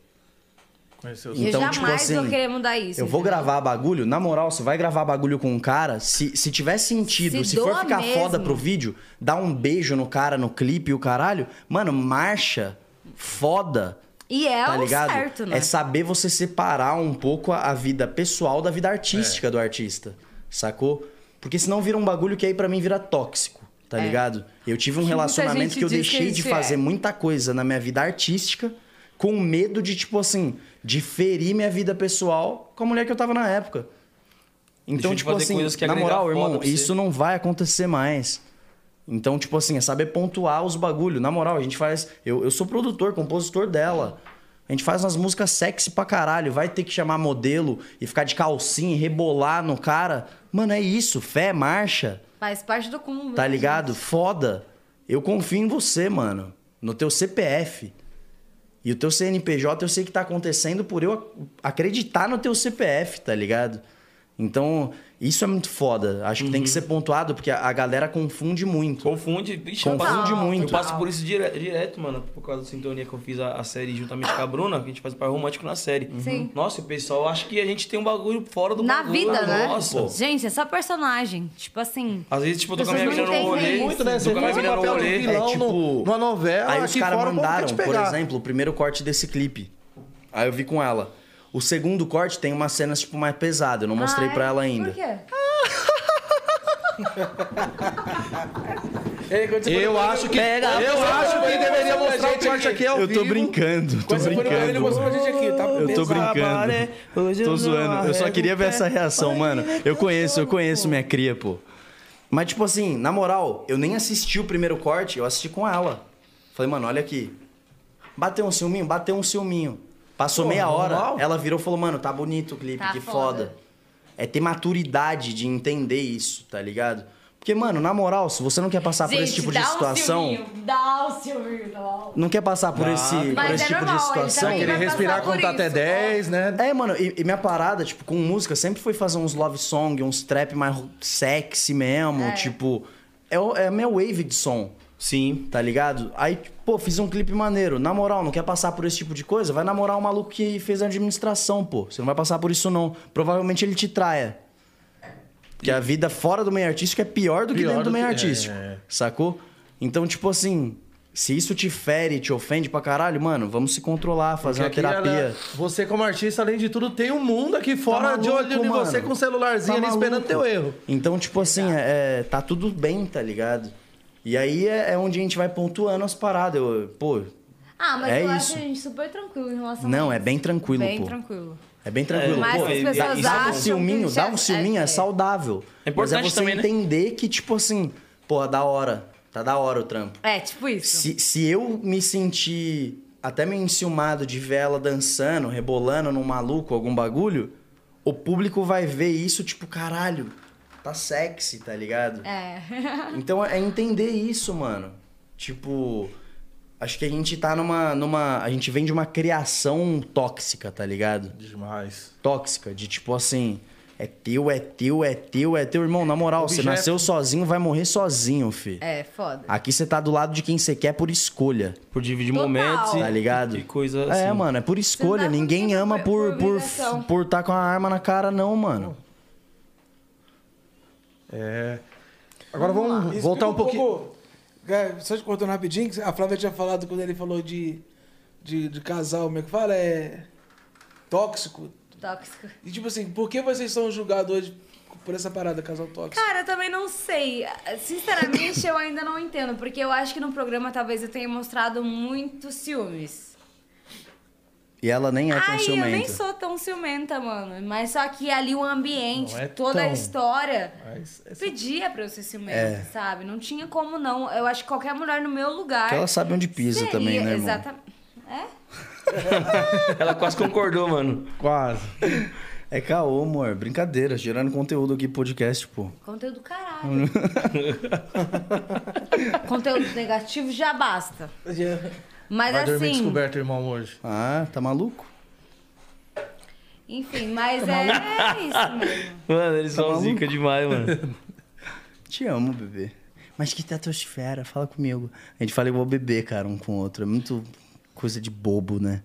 Speaker 2: Conheceu
Speaker 5: Eu
Speaker 4: Então,
Speaker 5: jamais
Speaker 4: tipo assim,
Speaker 5: vou querer mudar isso.
Speaker 4: Eu vou
Speaker 5: entendeu?
Speaker 4: gravar bagulho, na moral, você vai gravar bagulho com um cara, se, se tiver sentido,
Speaker 5: Se
Speaker 4: se, for
Speaker 5: doa
Speaker 4: ficar
Speaker 5: mesmo.
Speaker 4: foda pro vídeo, dá um beijo no cara no clipe e o caralho, mano, marcha, foda.
Speaker 5: E é
Speaker 4: Tá
Speaker 5: o
Speaker 4: ligado?
Speaker 5: certo, né?
Speaker 4: É saber você separar um pouco a, a vida pessoal da vida artística do artista, sacou? Porque senão vira um bagulho que aí pra mim vira tóxico, tá ligado? Eu tive um
Speaker 5: É. Muita
Speaker 4: relacionamento
Speaker 5: gente
Speaker 4: que eu
Speaker 5: diz que
Speaker 4: deixei de
Speaker 5: isso é.
Speaker 4: fazer muita coisa na minha vida artística com medo de, tipo assim, de ferir minha vida pessoal com a mulher que eu tava na época. Então,
Speaker 1: Deixou de
Speaker 4: tipo
Speaker 1: fazer
Speaker 4: assim,
Speaker 1: coisas que
Speaker 4: na
Speaker 1: agregar
Speaker 4: moral,
Speaker 1: foda
Speaker 4: irmão,
Speaker 1: pra você.
Speaker 4: isso não vai acontecer mais. Então, tipo assim, é saber pontuar os bagulho. Na moral, a gente faz. Eu, eu sou produtor, compositor dela. A gente faz umas músicas sexy pra caralho. Vai ter que chamar modelo e ficar de calcinha e rebolar no cara. Mano, é isso. Fé, marcha.
Speaker 5: Faz parte do
Speaker 3: é
Speaker 5: né, cúmulo.
Speaker 4: Tá ligado? Foda. Eu confio em você, mano. No teu CPF. E o teu CNPJ eu sei que tá acontecendo por eu ac- acreditar no teu CPF, tá ligado? Então, isso é muito foda. Acho que tem que ser pontuado, porque a, a galera confunde muito.
Speaker 1: Confunde, bicho, eu
Speaker 4: Confunde
Speaker 1: passo-
Speaker 4: muito.
Speaker 1: Eu passo por isso direto, direto, mano, por causa da sintonia que eu fiz a, a série juntamente com a Bruna, que a gente faz o par romântico na série.
Speaker 5: Sim.
Speaker 1: Nossa, o pessoal acha que a gente tem um bagulho fora do
Speaker 5: Uhum. Na
Speaker 1: bagulho.
Speaker 5: vida, né?
Speaker 1: Nossa.
Speaker 5: Gente, é só personagem. Tipo assim.
Speaker 1: Às vezes, tipo, eu tô com a
Speaker 5: Pessoas
Speaker 1: minha
Speaker 5: não
Speaker 1: menina no
Speaker 5: entendem
Speaker 1: rolê.
Speaker 5: muito,
Speaker 2: né? Você
Speaker 1: Tô com a minha
Speaker 2: faz o
Speaker 1: menina no
Speaker 2: papel do
Speaker 1: rolê. tipo,
Speaker 2: vilão. no- numa novela,
Speaker 4: é tipo, Aí os
Speaker 2: aqui
Speaker 4: caras
Speaker 2: fora o povo quer
Speaker 4: mandaram,
Speaker 2: te
Speaker 4: por
Speaker 2: um pegar.
Speaker 4: exemplo, o primeiro corte desse clipe. Aí eu vi com ela. O segundo corte tem umas cenas, tipo, mais pesadas. Eu não mostrei
Speaker 3: Ah,
Speaker 5: Ai,
Speaker 3: é?
Speaker 4: pra ela ainda.
Speaker 5: Ah, é? Por quê?
Speaker 3: Ei, quando você
Speaker 2: Eu
Speaker 3: foi no-
Speaker 2: acho
Speaker 4: um
Speaker 2: que. eu
Speaker 4: é
Speaker 2: acho que deveria mostrar é o corte aqui ao
Speaker 4: Eu tô
Speaker 2: vivo.
Speaker 4: brincando, tô
Speaker 3: É Quando você foi no banheiro, ele
Speaker 4: brincando.
Speaker 3: mostrou pra gente aqui, tá?
Speaker 4: Eu tô
Speaker 3: Beleza.
Speaker 4: brincando. é. Tô zoando. Eu só queria ver essa reação, mano. Eu conheço, eu conheço minha cria, pô. Mas, tipo assim, na moral, eu nem assisti o primeiro corte, eu assisti com ela. Falei, mano, olha aqui. Bateu um ciúminho? Bateu um ciúminho. Passou
Speaker 2: Pô,
Speaker 4: meia hora,
Speaker 2: normal.
Speaker 4: ela virou e falou, mano, tá bonito o clipe,
Speaker 5: Tá
Speaker 4: que
Speaker 5: foda.
Speaker 4: foda. É ter maturidade de entender isso, tá ligado? Porque, mano, na moral, se você não quer passar por esse tipo de
Speaker 5: um
Speaker 2: um
Speaker 4: situação.
Speaker 5: Silvinho, dá o Silvinho, não.
Speaker 4: não quer passar por esse, por
Speaker 5: Mas
Speaker 4: esse
Speaker 5: é
Speaker 4: tipo
Speaker 5: normal,
Speaker 4: de
Speaker 5: ele
Speaker 4: situação.
Speaker 5: também
Speaker 2: Querer
Speaker 5: Vai passar
Speaker 2: respirar,
Speaker 5: por
Speaker 2: contar até
Speaker 5: isso,
Speaker 2: 10, né?
Speaker 4: É, mano, e, e minha parada, tipo, com música, sempre foi fazer uns love song, uns trap mais ro- sexy mesmo, tipo... É, o- é a minha wave de som,
Speaker 1: Sim.
Speaker 4: tá ligado? Aí, pô, fiz um clipe maneiro. Na moral, não quer passar por esse tipo de coisa? Vai namorar um maluco que fez administração, pô. Você não vai passar por isso, não. Provavelmente ele te traia. Porque a vida fora do meio artístico é pior do que
Speaker 2: Pior
Speaker 4: dentro do,
Speaker 2: do
Speaker 4: meio
Speaker 2: que-
Speaker 4: artístico.
Speaker 2: é.
Speaker 4: Sacou? Então, tipo assim... Se isso te fere, te ofende pra caralho, mano, vamos se controlar, fazer
Speaker 2: Porque
Speaker 4: é uma
Speaker 2: aqui,
Speaker 4: terapia.
Speaker 2: ela- né, você, como artista, além de tudo, tem um mundo aqui fora de
Speaker 4: Tá maluco,
Speaker 2: olho de
Speaker 4: mano.
Speaker 2: você com um celularzinho ali
Speaker 4: Tá
Speaker 2: esperando
Speaker 4: maluco.
Speaker 2: teu erro.
Speaker 4: Então, tipo assim, é, é, tá tudo bem, tá ligado? E aí é, é onde a gente vai pontuando as paradas. Eu, pô,
Speaker 5: Ah, mas
Speaker 4: É
Speaker 5: eu
Speaker 4: isso.
Speaker 5: acho a gente super tranquilo em relação
Speaker 4: Não,
Speaker 5: a isso.
Speaker 4: é bem tranquilo,
Speaker 5: Bem
Speaker 4: pô.
Speaker 5: tranquilo.
Speaker 4: é bem tranquilo.
Speaker 5: Mas
Speaker 4: pô,
Speaker 5: as
Speaker 4: e-
Speaker 5: pessoas
Speaker 4: e dá um
Speaker 5: acham
Speaker 4: ciúminho,
Speaker 5: que
Speaker 4: dá
Speaker 5: já-
Speaker 4: um ciúminho, é,
Speaker 5: é.
Speaker 4: saudável.
Speaker 1: É
Speaker 4: Mas é
Speaker 1: importante
Speaker 4: você
Speaker 1: também, né?
Speaker 4: entender que, tipo assim, pô, da hora. Tá da hora o trampo.
Speaker 5: É, tipo isso.
Speaker 4: Se, se eu me sentir até meio enciumado de ver ela dançando, rebolando num maluco, algum bagulho, o público vai ver isso, tipo, caralho, tá sexy, tá ligado?
Speaker 5: É.
Speaker 4: Então é entender isso, mano. Tipo, acho que a gente tá numa, numa. A gente vem de uma criação tóxica, tá ligado?
Speaker 2: Demais.
Speaker 4: Tóxica, de tipo assim. É teu, é teu, é teu, é teu. Irmão, na moral, você
Speaker 2: Objeto.
Speaker 4: nasceu sozinho, vai morrer sozinho, fi.
Speaker 5: É, foda.
Speaker 4: Aqui você tá do lado de quem você quer por escolha.
Speaker 1: Por dividir
Speaker 5: Total.
Speaker 1: momentos. e-
Speaker 4: Tá ligado?
Speaker 1: E coisa assim.
Speaker 4: É, mano, é por escolha.
Speaker 5: tá com
Speaker 4: Ninguém
Speaker 5: ninguém
Speaker 4: ama por
Speaker 5: por- por
Speaker 4: por
Speaker 5: obrigação.
Speaker 4: por tá com a arma na cara, não, mano.
Speaker 2: É. Agora
Speaker 5: Vamos
Speaker 2: vamos,
Speaker 5: lá.
Speaker 3: Explica
Speaker 2: voltar um pouquinho.
Speaker 3: pouco- É, só te cortando rapidinho, que a Flávia tinha falado quando ele falou de, de, de casal, como é que fala? É. Tóxico.
Speaker 5: Tóxico.
Speaker 3: E tipo assim, por que vocês são julgados hoje por essa parada, casal tóxico?
Speaker 5: Cara, eu também não sei. Sinceramente, eu ainda não entendo, porque eu acho que no programa talvez eu tenha mostrado muito ciúmes.
Speaker 4: E ela nem é tão
Speaker 5: Ai, eu nem
Speaker 4: ciumenta.
Speaker 5: sou tão ciumenta, mano. Mas só que ali o ambiente,
Speaker 2: Não é
Speaker 5: toda
Speaker 2: tão.
Speaker 5: a
Speaker 2: É
Speaker 5: história,
Speaker 4: um
Speaker 2: Mas essa-
Speaker 5: pedia pra eu ser ciumenta,
Speaker 4: É.
Speaker 5: sabe? Não tinha como não. Eu acho que qualquer mulher no meu lugar.
Speaker 4: Porque ela sabe onde pisa
Speaker 5: seria-
Speaker 4: também, né, irmão?
Speaker 5: Exatamente. É?
Speaker 1: Ela quase concordou, mano.
Speaker 2: Quase.
Speaker 4: É caô, amor. Brincadeira. Gerando conteúdo aqui, podcast, pô.
Speaker 5: Conteúdo caralho. Conteúdo negativo já basta. Mas
Speaker 2: Vai dormir
Speaker 5: assim.
Speaker 2: descoberto, irmão, hoje.
Speaker 4: Ah, tá maluco?
Speaker 5: Enfim, mas é isso mesmo.
Speaker 1: Mano, eles são
Speaker 4: Tá maluco?
Speaker 1: zica demais, mano.
Speaker 4: Te amo, bebê. Mas que tetosfera? Fala comigo. A gente fala igual bebê, cara, um com o outro. É muito coisa de bobo, né?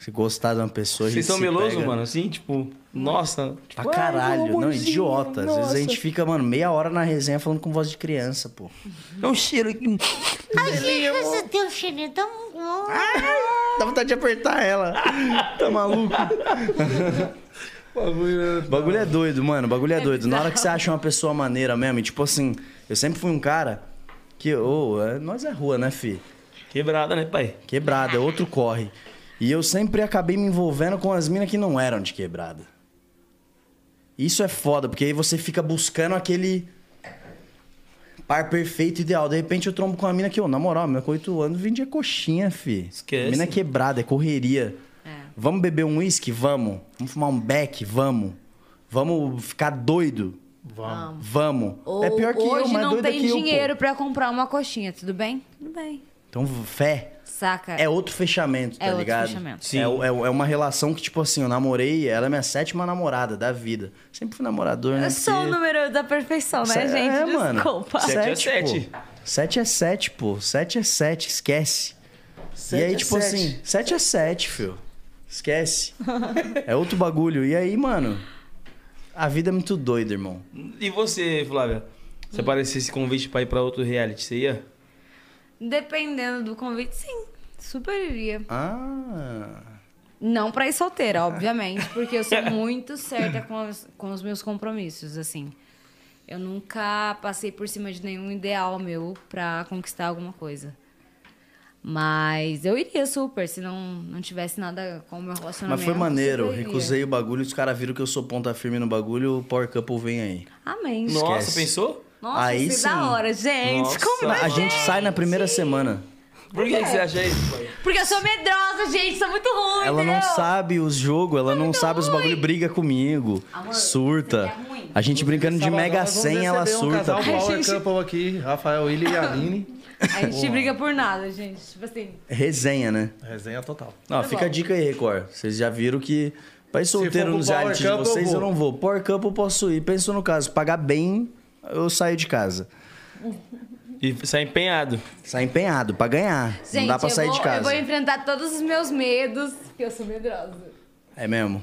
Speaker 4: Se gostar de uma pessoa, a gente
Speaker 1: Vocês são
Speaker 4: se
Speaker 1: meloso,
Speaker 4: pega.
Speaker 1: mano, assim, tipo, nossa.
Speaker 4: Pra caralho, não, idiota. Às vezes a gente fica, mano, meia hora na resenha falando com voz de criança, pô. um
Speaker 1: Não cheiro aqui.
Speaker 6: Você tem um cheirinho tão bom.
Speaker 4: Dá vontade de apertar ela. tá maluco? bagulho, é doido, mano. Bagulho é doido. Na hora que você acha uma pessoa maneira mesmo, e tipo assim, eu sempre fui um cara que, ô, é- nós é rua, né, fi?
Speaker 1: Quebrada, né, pai?
Speaker 4: Quebrada, é outro corre. E eu sempre acabei me envolvendo com as minas que não eram de quebrada. Isso é foda, porque aí você fica buscando aquele par perfeito ideal. De repente eu trombo com uma mina que, ô, na moral, minha com 8 anos vendia coxinha, fi.
Speaker 1: Esquece.
Speaker 4: Mina é quebrada, é correria.
Speaker 5: É.
Speaker 4: Vamos beber um uísque? Vamos. Vamos fumar um beck? Vamos. Vamos ficar doido?
Speaker 2: Vamos.
Speaker 4: Vamos.
Speaker 5: Ou
Speaker 4: é pior que
Speaker 5: hoje
Speaker 4: eu, mas
Speaker 5: não
Speaker 4: doido
Speaker 5: tem
Speaker 4: que eu, pô.
Speaker 5: dinheiro pra comprar uma coxinha, tudo bem? Tudo bem.
Speaker 4: Então, fé.
Speaker 5: Saca?
Speaker 4: É outro fechamento, tá
Speaker 5: É outro
Speaker 4: ligado?
Speaker 5: fechamento.
Speaker 1: Sim.
Speaker 4: É, é- é uma relação que, tipo assim, eu namorei, ela é minha sétima namorada da vida. Sempre fui namorador, né?
Speaker 5: Eu sou o
Speaker 4: Porque-
Speaker 5: número da perfeição, né,
Speaker 4: Sé-
Speaker 5: gente?
Speaker 4: É,
Speaker 5: Desculpa.
Speaker 4: mano.
Speaker 1: Sete é sete.
Speaker 4: Sete é 7. 7 é 7, pô. 7 é 7, esquece. e aí,
Speaker 3: é
Speaker 4: tipo
Speaker 3: sete.
Speaker 4: assim, 7 é 7, filho. Esquece. é outro bagulho. E aí, mano, a vida é muito doida, irmão.
Speaker 1: E você, Flávia?
Speaker 4: Hum.
Speaker 1: Se aparecesse convite pra ir pra outro reality, você ia?
Speaker 5: Dependendo do convite, sim. Super iria.
Speaker 4: Ah.
Speaker 5: Não pra ir solteira, obviamente, porque eu sou muito certa com os, com os meus compromissos, assim. Eu nunca passei por cima de nenhum ideal meu pra conquistar alguma coisa. Mas eu iria super, se não, não tivesse nada com o meu relacionamento.
Speaker 4: Mas foi maneiro.
Speaker 5: eu iria.
Speaker 4: Recusei o bagulho, os caras viram que eu sou ponta firme no bagulho, o Power Couple vem aí.
Speaker 5: Amém.
Speaker 1: Nossa,
Speaker 4: Esquece.
Speaker 1: pensou?
Speaker 5: Nossa,
Speaker 4: Aí
Speaker 5: isso é
Speaker 4: sim.
Speaker 5: da hora, gente.
Speaker 1: Nossa.
Speaker 5: Como
Speaker 4: A
Speaker 5: é,
Speaker 4: gente sai na primeira semana.
Speaker 1: Por que, que você acha isso, pai?
Speaker 5: Porque eu sou medrosa, gente, sou muito ruim,
Speaker 4: Ela não
Speaker 5: entendeu?
Speaker 4: sabe os jogos, ela não sabe os bagulho, briga comigo,
Speaker 5: Amor,
Speaker 4: surta.
Speaker 5: você é ruim.
Speaker 4: A gente brincando de
Speaker 2: Sabadão,
Speaker 4: Mega
Speaker 2: nós Tá vamos
Speaker 4: 100, ela
Speaker 2: receber um Casal
Speaker 4: surta. pô.
Speaker 2: Power Couple aqui, Rafael, Willi e Aline.
Speaker 5: A gente briga por nada, gente. Tipo assim,
Speaker 4: Resenha, né?
Speaker 2: Resenha total.
Speaker 5: Tá
Speaker 4: Não, fica a dica aí, Record. Vocês já viram que pra ir solteiro
Speaker 2: for pro
Speaker 4: nos
Speaker 2: Power
Speaker 4: reality de
Speaker 2: Camp, eu
Speaker 4: vocês, eu,
Speaker 2: vou.
Speaker 4: não vou. Power Camp eu posso ir. Pensou no caso, pagar bem, eu saio de casa.
Speaker 1: E sai empenhado.
Speaker 4: Sai empenhado pra ganhar.
Speaker 5: gente,
Speaker 4: não dá pra
Speaker 5: eu
Speaker 4: sair
Speaker 5: vou-
Speaker 4: de
Speaker 5: Eu vou
Speaker 4: casa.
Speaker 5: enfrentar todos os meus medos, porque eu sou medrosa.
Speaker 4: É mesmo.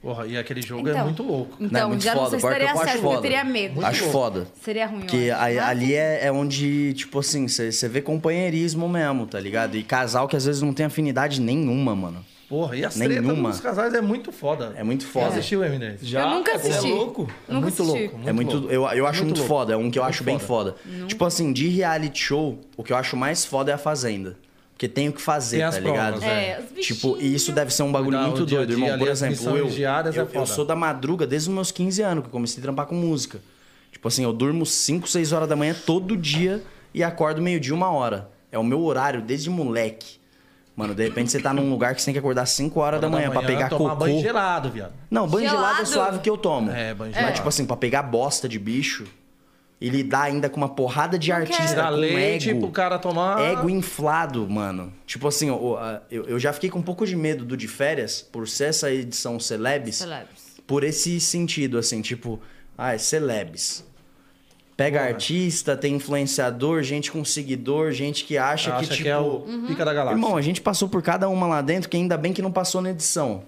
Speaker 2: Porra, e aquele jogo é muito louco.
Speaker 4: Não, é
Speaker 5: Então,
Speaker 4: muito
Speaker 5: já não
Speaker 4: foda.
Speaker 5: sei se
Speaker 4: Power
Speaker 5: teria
Speaker 4: Camp eu acho
Speaker 5: certo, porque eu
Speaker 4: foda.
Speaker 5: teria medo.
Speaker 4: Acho foda.
Speaker 5: Seria ruim,
Speaker 4: Porque
Speaker 5: eu acho.
Speaker 4: aí-
Speaker 5: Mas-
Speaker 4: ali é, é onde, tipo assim, você vê companheirismo mesmo, tá ligado? E casal que às vezes não tem afinidade nenhuma, mano.
Speaker 2: Porra, e as
Speaker 4: Nenhuma.
Speaker 2: tretas dos casais é muito foda.
Speaker 4: É muito
Speaker 2: Já
Speaker 4: foda.
Speaker 2: assistiu, Eminence?
Speaker 1: Já?
Speaker 5: nunca
Speaker 1: Você
Speaker 5: assisti.
Speaker 1: É louco?
Speaker 5: Nunca
Speaker 2: muito
Speaker 5: assisti.
Speaker 2: louco.
Speaker 4: é muito,
Speaker 2: louco.
Speaker 4: eu, eu acho muito,
Speaker 2: louco.
Speaker 4: foda, é um que eu
Speaker 2: Muito
Speaker 4: acho bem foda. Tipo assim, de reality show, o que eu acho mais foda é a Fazenda. Porque tem o que fazer,
Speaker 2: Tem
Speaker 4: tá
Speaker 2: as
Speaker 4: ligado?
Speaker 2: provas,
Speaker 5: é. É, os
Speaker 4: tipo, e isso
Speaker 5: bichinhos.
Speaker 4: deve ser um bagulho
Speaker 2: Cuidar
Speaker 4: muito
Speaker 2: o dia a
Speaker 4: doido,
Speaker 2: dia
Speaker 4: irmão.
Speaker 2: ali,
Speaker 4: Por
Speaker 2: as
Speaker 4: exemplo,
Speaker 2: missões
Speaker 4: eu,
Speaker 2: diárias é
Speaker 4: eu, eu
Speaker 2: foda.
Speaker 4: sou da madruga desde os meus 15 anos, que eu comecei a trampar com música. Tipo assim, eu durmo 5, 6 horas da manhã todo dia e acordo meio-dia, uma hora. É o meu horário desde moleque. Mano, de repente você tá num lugar que você tem que acordar 5 horas da manhã, pra pegar
Speaker 2: tomar
Speaker 4: cocô.
Speaker 2: banho gelado, viado.
Speaker 4: Não, banho gelado é
Speaker 5: Gelado?
Speaker 4: suave que eu tomo.
Speaker 2: É, banho
Speaker 4: Mas,
Speaker 2: gelado.
Speaker 4: tipo assim, pra pegar bosta de bicho e lidar ainda com uma porrada de artista,
Speaker 2: Tirar
Speaker 4: com um
Speaker 2: leite
Speaker 4: ego,
Speaker 2: pro cara tomar.
Speaker 4: ego inflado, mano. Tipo assim, ó, ó, a- eu, eu já fiquei com um pouco de medo do De Férias, por ser essa edição Celebs,
Speaker 5: Celebs.
Speaker 4: por esse sentido, assim, tipo, ah, é celebs. Pega artista, tem influenciador, gente com seguidor, gente que acha,
Speaker 2: Acha
Speaker 4: que,
Speaker 2: que,
Speaker 4: tipo.
Speaker 2: é o pica da galáxia.
Speaker 4: Irmão, a gente passou por cada uma lá dentro, que ainda bem que não passou na edição.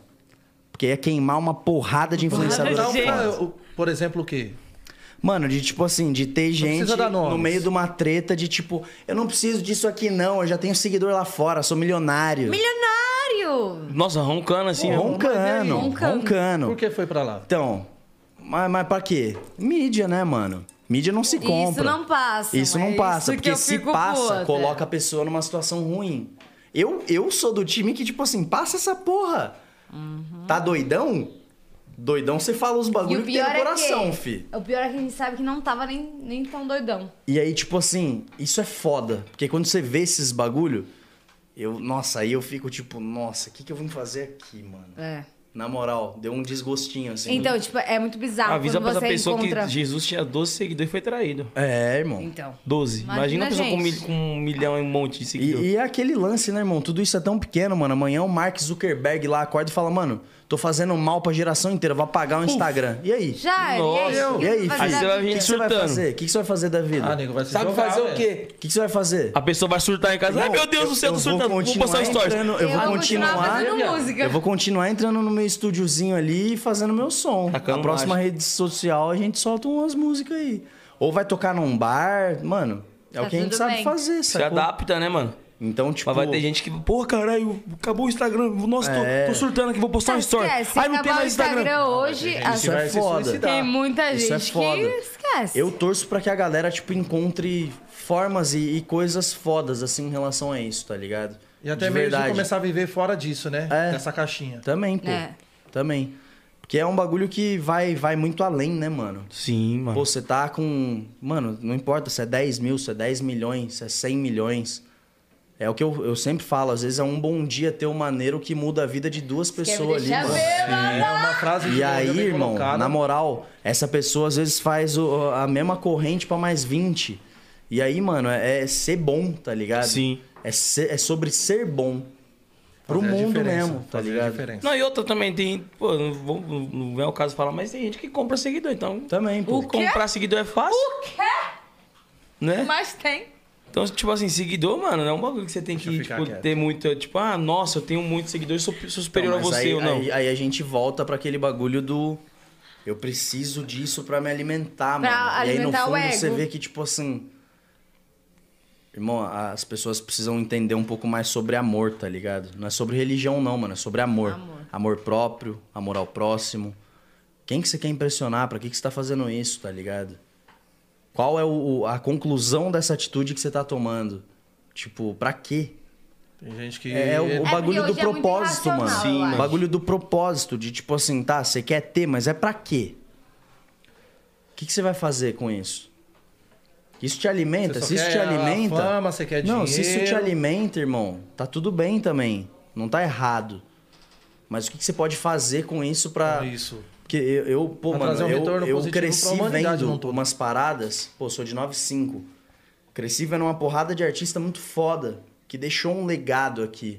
Speaker 4: Porque ia queimar uma porrada de influenciador.
Speaker 2: Não,
Speaker 4: foda.
Speaker 2: cara, então, é o- por exemplo, o quê?
Speaker 4: Mano, de tipo assim, de ter gente
Speaker 2: precisa dar nomes.
Speaker 4: no meio de uma treta de tipo, eu não preciso disso aqui não, eu já tenho seguidor lá fora, sou milionário.
Speaker 5: Milionário!
Speaker 1: Nossa, roncando assim. ó.
Speaker 4: Roncano,
Speaker 5: mas e aí?
Speaker 4: roncano.
Speaker 2: Por que foi pra lá?
Speaker 4: Então, mas, mas pra quê? Mídia, né, mano? Mídia não se compra.
Speaker 5: não passa,
Speaker 4: Isso
Speaker 5: é
Speaker 4: não
Speaker 5: isso
Speaker 4: passa,
Speaker 5: que
Speaker 4: porque
Speaker 5: eu
Speaker 4: se
Speaker 5: fico
Speaker 4: passa,
Speaker 5: puta.
Speaker 4: coloca a pessoa numa situação ruim. Eu, eu sou do time que, tipo assim, passa essa porra. Tá doidão? Doidão, você fala os
Speaker 5: Uhum. E
Speaker 4: bagulho
Speaker 5: o
Speaker 4: que tem
Speaker 5: pior
Speaker 4: no coração,
Speaker 5: é que,
Speaker 4: fi.
Speaker 5: O pior é que a gente sabe que não tava nem, nem tão doidão.
Speaker 4: E aí, tipo assim, isso é foda. Porque quando você vê esses bagulho, eu, nossa, aí eu fico tipo, nossa, o que, que eu vim fazer aqui, mano?
Speaker 5: É.
Speaker 4: Na moral, deu um desgostinho assim.
Speaker 5: Então, tipo, é muito bizarro
Speaker 1: Avisa pra
Speaker 5: quando
Speaker 1: essa
Speaker 5: você
Speaker 1: pessoa
Speaker 5: encontra...
Speaker 1: que Jesus tinha 12 seguidores e foi traído.
Speaker 4: É, irmão.
Speaker 5: Então.
Speaker 1: 12. Imagina,
Speaker 5: Imagina,
Speaker 1: a pessoa com,
Speaker 5: gente.
Speaker 1: mil- com um milhão e um monte de seguidores.
Speaker 4: E, e é aquele lance, né, irmão? Tudo isso é tão pequeno, mano. Amanhã o Mark Zuckerberg lá acorda e fala, mano, tô fazendo mal pra geração inteira, vou apagar o Instagram. E aí?
Speaker 5: Já,
Speaker 1: Nossa.
Speaker 5: e aí? O que
Speaker 4: E aí,
Speaker 5: vai
Speaker 1: Aí
Speaker 5: fazer
Speaker 1: você
Speaker 5: da
Speaker 1: vai
Speaker 5: vida?
Speaker 1: vir
Speaker 4: O que, que você vai
Speaker 1: surtando.
Speaker 4: fazer? O que, que você vai fazer da vida?
Speaker 2: Ah, nego, vai se
Speaker 3: Sabe
Speaker 2: jogar,
Speaker 3: fazer o
Speaker 2: velho.
Speaker 3: quê?
Speaker 4: O que, que você vai fazer?
Speaker 1: A pessoa vai surtar em casa. Ai,
Speaker 4: Irmão,
Speaker 1: Ah, meu Deus do céu,
Speaker 4: eu
Speaker 1: tô
Speaker 4: vou
Speaker 1: surtando. Vou
Speaker 4: continuar
Speaker 1: postar stories.
Speaker 4: entrando- Eu vou continuar
Speaker 5: fazendo um música.
Speaker 4: Eu vou continuar entrando no meu estúdiozinho ali e fazendo meu som.
Speaker 1: Tacando
Speaker 4: Na próxima
Speaker 1: marcha.
Speaker 4: rede social a gente solta umas músicas aí. Ou vai tocar num bar, mano. É
Speaker 5: Tá
Speaker 4: o que a gente
Speaker 5: tudo
Speaker 4: sabe
Speaker 5: bem.
Speaker 4: fazer,
Speaker 1: Se
Speaker 4: sacou?
Speaker 1: adapta, né, mano?
Speaker 4: Então, tipo...
Speaker 1: Mas vai ter gente que, pô, caralho, acabou o Instagram. Nossa, tô-
Speaker 4: É.
Speaker 1: tô, surtando aqui, vou postar um story.
Speaker 5: Esquece, se
Speaker 1: Ai, não tem
Speaker 5: acabar o é
Speaker 1: mais
Speaker 5: Instagram,
Speaker 1: Instagram.
Speaker 5: hoje,
Speaker 2: gente
Speaker 5: assim,
Speaker 4: Isso é
Speaker 2: vai se
Speaker 4: foda.
Speaker 2: suicidar.
Speaker 5: tem muita
Speaker 4: Isso é
Speaker 5: gente
Speaker 4: foda.
Speaker 5: que esquece.
Speaker 4: Eu torço pra que a galera, tipo, encontre formas e, e coisas fodas, assim, em relação a isso, tá ligado?
Speaker 2: E até
Speaker 4: De
Speaker 2: mesmo
Speaker 4: verdade.
Speaker 2: de começar a viver fora disso, né?
Speaker 4: É.
Speaker 2: Dessa caixinha.
Speaker 4: Também, pô.
Speaker 5: É.
Speaker 4: Também. Porque é um bagulho que vai, vai muito além, né, mano?
Speaker 1: Sim, mano.
Speaker 4: Pô, você tá com. Mano, não importa se é 10 mil, se é 10 milhões, se é 100 milhões. É o que eu, eu sempre falo, às vezes é um bom dia ter um maneiro que muda a vida de duas
Speaker 5: me
Speaker 4: pessoas ali,
Speaker 5: deixar
Speaker 4: mano.
Speaker 5: ver?
Speaker 2: É uma frase de
Speaker 4: E
Speaker 2: Deus,
Speaker 4: aí,
Speaker 2: bem
Speaker 4: irmão,
Speaker 2: colocada.
Speaker 4: na moral, essa pessoa às vezes faz o- a mesma corrente pra mais 20. E aí, mano, é, é ser bom, tá ligado?
Speaker 1: Sim.
Speaker 4: É, ser- é sobre ser bom. Pro
Speaker 2: Fazer a
Speaker 4: mundo
Speaker 2: diferença,
Speaker 4: mesmo, tá
Speaker 2: fazer a
Speaker 4: ligado?
Speaker 2: diferença.
Speaker 1: Não, e outra também tem. Pô, não, vou, não- não é o caso de falar, mas tem gente que compra seguidor, então.
Speaker 4: Também, pô.
Speaker 1: O comprar seguidor é fácil. O quê? Né?
Speaker 5: Mas tem.
Speaker 1: Então, tipo assim, seguidor, mano, não é um bagulho que você tem
Speaker 2: eu
Speaker 1: que
Speaker 2: ficar
Speaker 1: tipo,
Speaker 2: quieto.
Speaker 1: ter muito. Tipo, ah, nossa, eu tenho muito seguidor, eu sou, sou superior
Speaker 4: Então,
Speaker 1: a
Speaker 4: mas
Speaker 1: você
Speaker 4: aí,
Speaker 1: ou não.
Speaker 4: Aí, aí a gente volta pra aquele bagulho do. Eu preciso disso pra me alimentar,
Speaker 5: Pra
Speaker 4: mano.
Speaker 5: alimentar
Speaker 4: e aí no
Speaker 5: o
Speaker 4: fundo
Speaker 5: ego.
Speaker 4: você vê que, tipo assim. Irmão, as pessoas precisam entender um pouco mais sobre amor, tá ligado? Não é sobre religião, não, mano. É sobre amor.
Speaker 5: Amor.
Speaker 4: próprio, amor ao próximo. Quem que você quer impressionar? Pra que, que você tá fazendo isso, tá ligado? Qual é o- o- a conclusão dessa atitude que você tá tomando? Tipo, pra quê?
Speaker 2: Tem gente que.
Speaker 4: É o, o
Speaker 5: porque
Speaker 4: bagulho do
Speaker 5: hoje é muito
Speaker 4: propósito, mano.
Speaker 5: irracional, eu acho.
Speaker 4: O bagulho do propósito, de tipo assim, tá, você quer ter, mas é pra quê? O que, que você vai fazer com isso? Isso te alimenta?
Speaker 2: Você só
Speaker 4: Se isso
Speaker 2: quer
Speaker 4: te
Speaker 2: a
Speaker 4: alimenta.
Speaker 2: fama, você quer
Speaker 4: Não, se isso te
Speaker 2: dinheiro.
Speaker 4: alimenta, irmão, tá tudo bem também. Não tá errado. Mas o que, que você pode fazer com isso pra.
Speaker 2: É Isso.
Speaker 4: Porque eu, eu pô,
Speaker 2: Pra
Speaker 4: mano,
Speaker 2: trazer um retorno
Speaker 4: eu, eu
Speaker 2: positivo pra
Speaker 4: cresci
Speaker 2: humanidade
Speaker 4: vendo
Speaker 2: num todo.
Speaker 4: umas paradas. Pô, sou de 9,5. Cresci vendo uma porrada de artista muito foda, que deixou um legado aqui,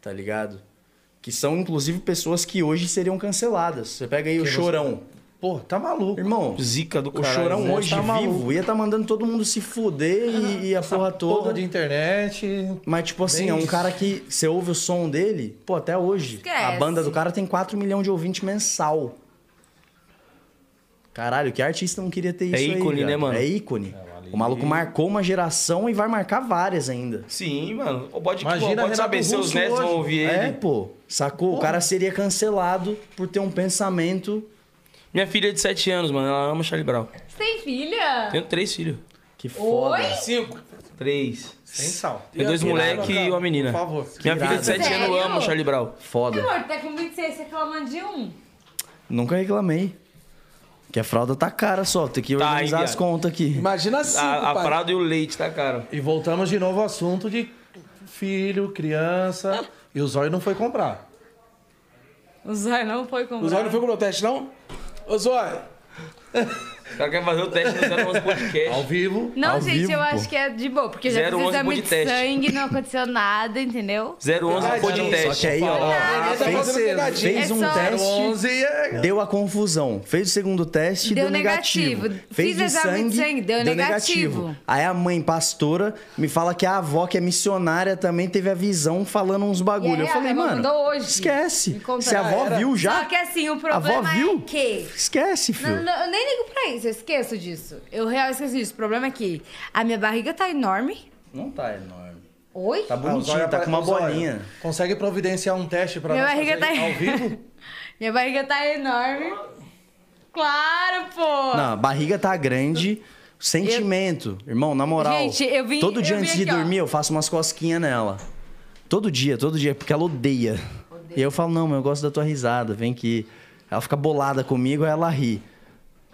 Speaker 4: tá ligado? Que são, inclusive, pessoas que hoje seriam canceladas. Você pega aí o Chorão.
Speaker 2: Pô, tá maluco.
Speaker 4: Irmão,
Speaker 1: Zica do
Speaker 4: o
Speaker 1: um caralho.
Speaker 4: Chorão
Speaker 1: né?
Speaker 4: hoje
Speaker 1: Tá maluco.
Speaker 4: vivo ia tá mandando todo mundo se fuder e, e a porra
Speaker 2: Porra
Speaker 4: toda.
Speaker 2: de internet.
Speaker 4: Mas, tipo assim,
Speaker 2: Bem
Speaker 4: é um
Speaker 2: isso.
Speaker 4: cara que você ouve o som dele, pô, até hoje.
Speaker 5: Esquece.
Speaker 4: A banda do cara tem 4 milhões de ouvintes mensal. Caralho, que artista não queria ter isso
Speaker 1: É
Speaker 4: aí,
Speaker 1: ícone,
Speaker 4: cara?
Speaker 1: né, mano?
Speaker 4: É ícone. O maluco marcou uma geração e vai marcar várias ainda.
Speaker 1: Sim, mano. Ou Pode,
Speaker 2: Imagina
Speaker 1: pode
Speaker 2: Renato
Speaker 1: saber, seus
Speaker 2: Russo
Speaker 1: netos vão
Speaker 2: hoje.
Speaker 1: ouvir ele.
Speaker 4: É, pô. Sacou? O cara seria cancelado por ter um pensamento
Speaker 1: Minha filha é de 7 anos, mano, ela ama Charlie Brown.
Speaker 5: Você tem filha?
Speaker 1: Tenho três filhos.
Speaker 4: que foda.
Speaker 3: Cinco.
Speaker 1: Três.
Speaker 2: Sem sal.
Speaker 1: Tem dois moleques e uma menina.
Speaker 2: Por favor.
Speaker 1: Minha filha de
Speaker 4: irado.
Speaker 1: 7 anos
Speaker 5: Sério?
Speaker 1: ama o Charlie Brown.
Speaker 4: Foda.
Speaker 5: Amor, tá com 26, você reclamando de um?
Speaker 4: Nunca reclamei. Que a fralda tá cara só, tem que
Speaker 1: Tá, hein,
Speaker 4: organizar as
Speaker 1: viado?
Speaker 4: contas aqui.
Speaker 3: Imagina assim, cinco,
Speaker 1: A, a
Speaker 3: pai.
Speaker 1: Prado e o leite, tá, cara?
Speaker 2: E voltamos de novo ao assunto de filho, criança. E o zóio não foi comprar.
Speaker 5: O Zóio não foi comprar.
Speaker 3: O Zóio não foi com o meu teste, não? Ô, Zóio.
Speaker 1: O cara quer fazer o teste no 011
Speaker 2: Ao
Speaker 1: Podcast.
Speaker 2: vivo.
Speaker 5: Não,
Speaker 4: Ao
Speaker 5: gente,
Speaker 4: vivo,
Speaker 5: eu
Speaker 4: pô.
Speaker 5: acho que é de boa, porque já
Speaker 1: 011
Speaker 5: fiz exame
Speaker 1: bom
Speaker 5: de,
Speaker 1: de teste.
Speaker 5: sangue, não aconteceu nada, entendeu?
Speaker 1: 011
Speaker 4: Só que
Speaker 1: Podcast.
Speaker 4: aí, ó,
Speaker 3: Ah, tá
Speaker 4: fez,
Speaker 3: fazendo pegadinha.
Speaker 4: fez
Speaker 5: É
Speaker 4: um
Speaker 5: só-
Speaker 4: teste,
Speaker 2: 11 é.
Speaker 4: deu a confusão. Fez o segundo teste,
Speaker 5: Deu
Speaker 4: deu, negativo.
Speaker 5: negativo.
Speaker 4: Fez
Speaker 5: Fiz
Speaker 4: de
Speaker 5: exame
Speaker 4: sangue,
Speaker 5: de sangue, deu negativo.
Speaker 4: Aí a mãe pastora me fala que a avó, que é missionária, também teve a visão falando uns
Speaker 5: E é
Speaker 4: bagulho. Eu
Speaker 5: real,
Speaker 4: falei,
Speaker 5: minha avó
Speaker 4: mano,
Speaker 5: mandou hoje. Me
Speaker 4: esquece.
Speaker 5: conta,
Speaker 4: Se a avó
Speaker 5: galera.
Speaker 4: viu já,
Speaker 5: Só que assim, o
Speaker 4: a avó
Speaker 5: problema
Speaker 4: viu,
Speaker 5: é que...
Speaker 4: esquece, filho.
Speaker 5: Não, não, eu nem ligo pra isso, eu esqueço disso. Eu real esqueço disso. O problema é que a minha barriga tá enorme.
Speaker 4: Não tá enorme.
Speaker 5: Oi?
Speaker 4: Tá
Speaker 2: Ah, os
Speaker 4: bonitinho,
Speaker 2: olhos
Speaker 4: tá com uma
Speaker 2: os olhos.
Speaker 4: bolinha.
Speaker 2: Consegue providenciar um teste pra
Speaker 5: Minha
Speaker 2: nós
Speaker 5: barriga
Speaker 2: fazer
Speaker 5: tá-
Speaker 2: ao vivo?
Speaker 5: Minha barriga tá enorme. Claro, pô!
Speaker 4: Não, a barriga tá grande. Sentimento, irmão, na moral.
Speaker 5: Gente, eu vim-
Speaker 4: Todo dia
Speaker 5: eu vim
Speaker 4: antes de
Speaker 5: aqui, ó.
Speaker 4: dormir, eu faço umas cosquinhas nela. Todo dia, todo dia, porque ela odeia. E aí eu falo, não, mas eu gosto da tua risada, vem aqui. Ela fica bolada comigo, aí ela ri.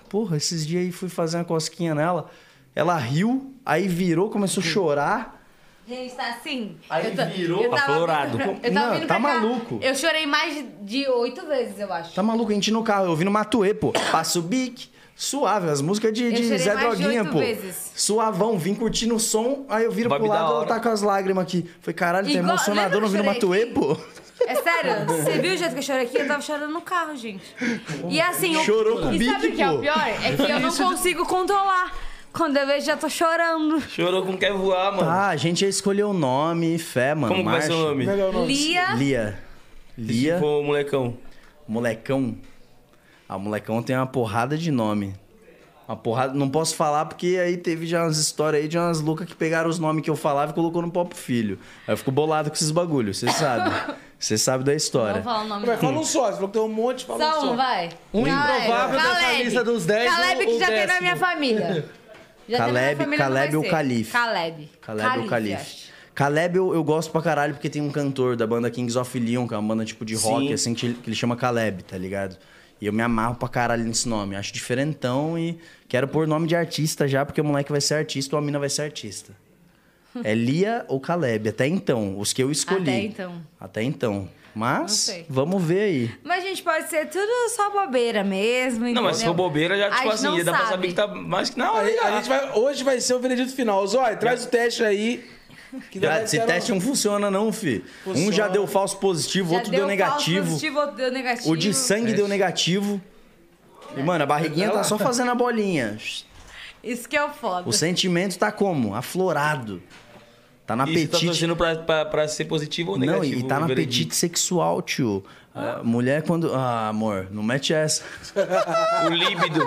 Speaker 4: Porra, esses dias aí fui fazer uma cosquinha nela. Ela riu, aí virou, começou a chorar.
Speaker 5: Gente, tá assim.
Speaker 4: Aí
Speaker 5: eu tô,
Speaker 4: virou.
Speaker 5: eu tava
Speaker 1: Aflorado.
Speaker 5: vindo pra- eu tava
Speaker 4: Tá Não,
Speaker 5: vindo
Speaker 4: tá
Speaker 5: pra cá,
Speaker 4: maluco.
Speaker 5: Eu chorei mais de- de oito vezes, eu acho.
Speaker 4: Tá maluco, a gente no carro, eu ouvindo Matuê, pô. Passo o bique, suave, as músicas de,
Speaker 5: Eu
Speaker 4: de
Speaker 5: chorei
Speaker 4: Zé
Speaker 5: mais de
Speaker 4: Droguinha,
Speaker 5: oito
Speaker 4: pô.
Speaker 5: vezes.
Speaker 4: Suavão, vim curtindo o som, aí eu viro
Speaker 1: Vibe
Speaker 4: pro
Speaker 1: da
Speaker 4: lado, ela
Speaker 1: hora.
Speaker 4: tá com as lágrimas aqui. Falei, caralho, tá
Speaker 5: Igual-
Speaker 4: emocionador, não
Speaker 5: lembra
Speaker 4: vindo
Speaker 5: que eu
Speaker 4: Matuê, pô.
Speaker 5: chorei É sério, você viu o jeito que eu chorei aqui? Eu tava chorando no carro, gente. E assim, eu-
Speaker 4: Chorou com
Speaker 5: e
Speaker 4: o
Speaker 5: sabe
Speaker 4: bico,
Speaker 5: o que é o
Speaker 4: pô.
Speaker 5: pior? É que eu não consigo controlar. Quando eu vejo, já tô chorando.
Speaker 1: Chorou com quer voar, mano.
Speaker 4: Ah, a gente já escolheu o nome e fé, mano.
Speaker 1: Como que vai
Speaker 4: marcha.
Speaker 1: ser o nome?
Speaker 3: Legal, não.
Speaker 5: Lia.
Speaker 4: Lia.
Speaker 1: Se
Speaker 4: Lia,
Speaker 1: for molecão.
Speaker 4: molecão. Ah, molecão tem uma porrada de nome. Uma porrada, não posso falar porque aí teve já umas histórias aí de umas loucas que pegaram os nomes que eu falava e colocou no próprio filho. Aí eu fico bolado com esses bagulhos, você sabe. Você sabe da
Speaker 5: Vou
Speaker 4: história.
Speaker 5: falar o nome.
Speaker 3: Vai, fala um só. Você falou que tem um monte, fala um
Speaker 5: Só
Speaker 3: só.
Speaker 5: um, vai.
Speaker 2: Um
Speaker 5: Caleb.
Speaker 2: improvável dessa
Speaker 5: Caleb.
Speaker 2: lista dos dez,
Speaker 5: Caleb
Speaker 2: o-
Speaker 5: que
Speaker 2: o
Speaker 5: já tem na
Speaker 2: décimo.
Speaker 5: minha família. Já tem na minha
Speaker 4: Caleb-
Speaker 5: família, não
Speaker 4: Caleb
Speaker 5: vai
Speaker 4: ou
Speaker 5: ser.
Speaker 4: Calife?
Speaker 5: Caleb.
Speaker 4: Caleb ou
Speaker 5: acho.
Speaker 4: Calife? Caleb eu, eu gosto pra caralho porque tem um cantor da banda Kings of Leon, que é uma banda tipo de rock,
Speaker 1: Sim.
Speaker 4: assim, que ele, que ele chama Caleb, tá ligado? E eu me amarro pra caralho nesse nome. Acho diferentão e quero pôr nome de artista já, porque o moleque vai ser artista ou a mina vai ser artista. É Lia ou Caleb, até então, os que eu escolhi.
Speaker 5: Até então.
Speaker 4: Até então.
Speaker 5: Não
Speaker 4: Mas,
Speaker 5: sei.
Speaker 4: vamos ver aí.
Speaker 5: Mas, gente, pode ser tudo só bobeira mesmo.
Speaker 1: Não, mas se for bobeira, já, tipo assim, já dá pra saber que tá mais que na hora.
Speaker 3: Aí,
Speaker 1: já.
Speaker 3: a gente vai, hoje vai ser o veredito final. Zói, traz o teste aí. Que
Speaker 4: Já,
Speaker 3: deve
Speaker 4: esse
Speaker 3: ser-
Speaker 4: teste é um não funciona não, fi. Um já
Speaker 3: Funciona.
Speaker 4: deu falso positivo, outro deu, negativo.
Speaker 5: Positivo, outro deu negativo.
Speaker 4: O de sangue
Speaker 2: É.
Speaker 4: deu negativo. E, mano, a barriguinha tá só fazendo a bolinha.
Speaker 5: Isso que é o foda.
Speaker 4: O sentimento tá como? Aflorado. Tá na
Speaker 1: E você tá
Speaker 4: apetite.
Speaker 1: torcendo pra, pra, pra ser positivo
Speaker 2: um
Speaker 1: ou
Speaker 4: Não,
Speaker 1: negativo?
Speaker 4: e tá
Speaker 1: o
Speaker 4: na
Speaker 1: veredito?
Speaker 4: apetite sexual, tio. A mulher quando. Ah, amor, não mete essa.
Speaker 1: O líbido.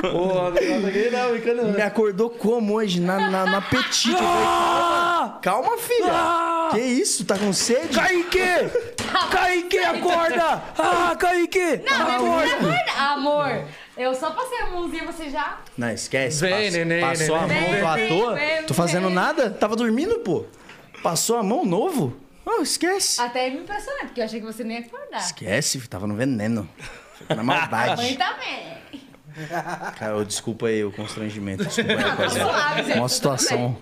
Speaker 2: Porra, não tá aqui, não, brincando não.
Speaker 4: Me acordou como hoje? Na, na, no apetite. Eu falei, Calma, filha. Que isso? Tá com sede?
Speaker 2: Ah! Kaique! Kaique, acorda! Ah, Kaique! Ah,
Speaker 5: Não, é não
Speaker 1: tá
Speaker 5: precisa acordar. Amor, eu só passei a mãozinha, você já...
Speaker 4: Não, esquece.
Speaker 2: Vem,
Speaker 4: Passou-
Speaker 2: neném,
Speaker 4: Passou a
Speaker 5: neném.
Speaker 4: mão, tô à
Speaker 5: Vem,
Speaker 4: toa.
Speaker 5: vem,
Speaker 4: Tô fazendo
Speaker 5: vem.
Speaker 4: nada? Tava dormindo, pô. Passou a mão novo? Oh, esquece.
Speaker 5: Até me impressionei, porque eu achei que você nem ia acordar.
Speaker 4: Esquece, filho, tava no veneno. Na
Speaker 5: Mãe
Speaker 4: maldade.
Speaker 5: também.
Speaker 4: Cara, eu- desculpa aí o constrangimento. Desculpa aí,
Speaker 5: Não, tá
Speaker 1: é.
Speaker 4: rapaziada.
Speaker 5: suave, gente.
Speaker 4: Uma
Speaker 5: tá tudo
Speaker 4: situação.
Speaker 5: bem.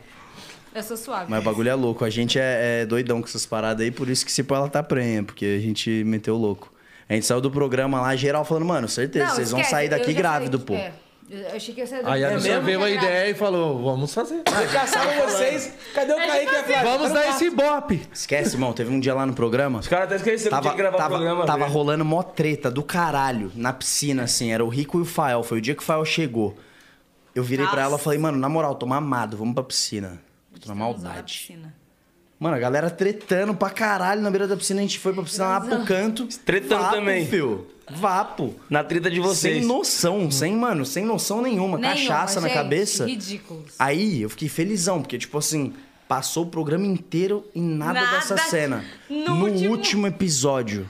Speaker 5: Eu sou suave.
Speaker 4: Mas o bagulho é louco. A gente é, é doidão com essas paradas aí, por isso que se pô, ela tá prenha, porque a gente meteu louco. A gente saiu do programa lá, geral falando, mano, certeza,
Speaker 5: Não,
Speaker 4: vocês vão
Speaker 5: esquece,
Speaker 4: sair
Speaker 5: eu
Speaker 4: daqui
Speaker 5: já
Speaker 4: grávido,
Speaker 5: saí-
Speaker 4: pô.
Speaker 5: é, eu achei que eu saí
Speaker 2: Aí
Speaker 5: eu
Speaker 2: a pessoa
Speaker 5: mesmo
Speaker 2: veio a
Speaker 5: saí
Speaker 2: ideia e falou, vamos fazer.
Speaker 3: Caçaram vocês.
Speaker 4: né?
Speaker 3: Cadê o
Speaker 5: É
Speaker 3: Kaique e a
Speaker 5: tipo
Speaker 3: Flávia?
Speaker 2: Vamos dar esse bope.
Speaker 4: Esquece, irmão, teve um dia lá no programa.
Speaker 1: Os caras até esqueceram que tinha que gravar
Speaker 4: tava,
Speaker 1: o programa. né?
Speaker 4: tava
Speaker 1: velho.
Speaker 4: rolando mó treta do caralho na piscina, assim. Era o Rico e o Fael. Foi o dia que o Fael chegou. Eu virei pra
Speaker 5: Nossa.
Speaker 4: ela e falei, mano, na moral, tô mamado, vamos pra piscina. Tô na
Speaker 5: grávida. Estamos lá na
Speaker 4: maldade.
Speaker 5: piscina.
Speaker 4: Mano, a galera tretando pra caralho na beira da piscina. A gente foi pra piscina lá pro canto.
Speaker 1: Tretando
Speaker 4: Vapo,
Speaker 1: também.
Speaker 4: Fio. Vapo.
Speaker 1: Na treta de vocês.
Speaker 4: Sem noção, sem, mano, sem noção nenhuma.
Speaker 5: Nenhuma,
Speaker 4: Cachaça na
Speaker 5: gente,
Speaker 4: cabeça. Ah,
Speaker 5: Ridículos.
Speaker 4: Aí eu fiquei felizão, porque, tipo assim, passou o programa inteiro e nada,
Speaker 5: Nada.
Speaker 4: dessa cena.
Speaker 5: No
Speaker 4: No,
Speaker 5: último-
Speaker 4: último... episódio,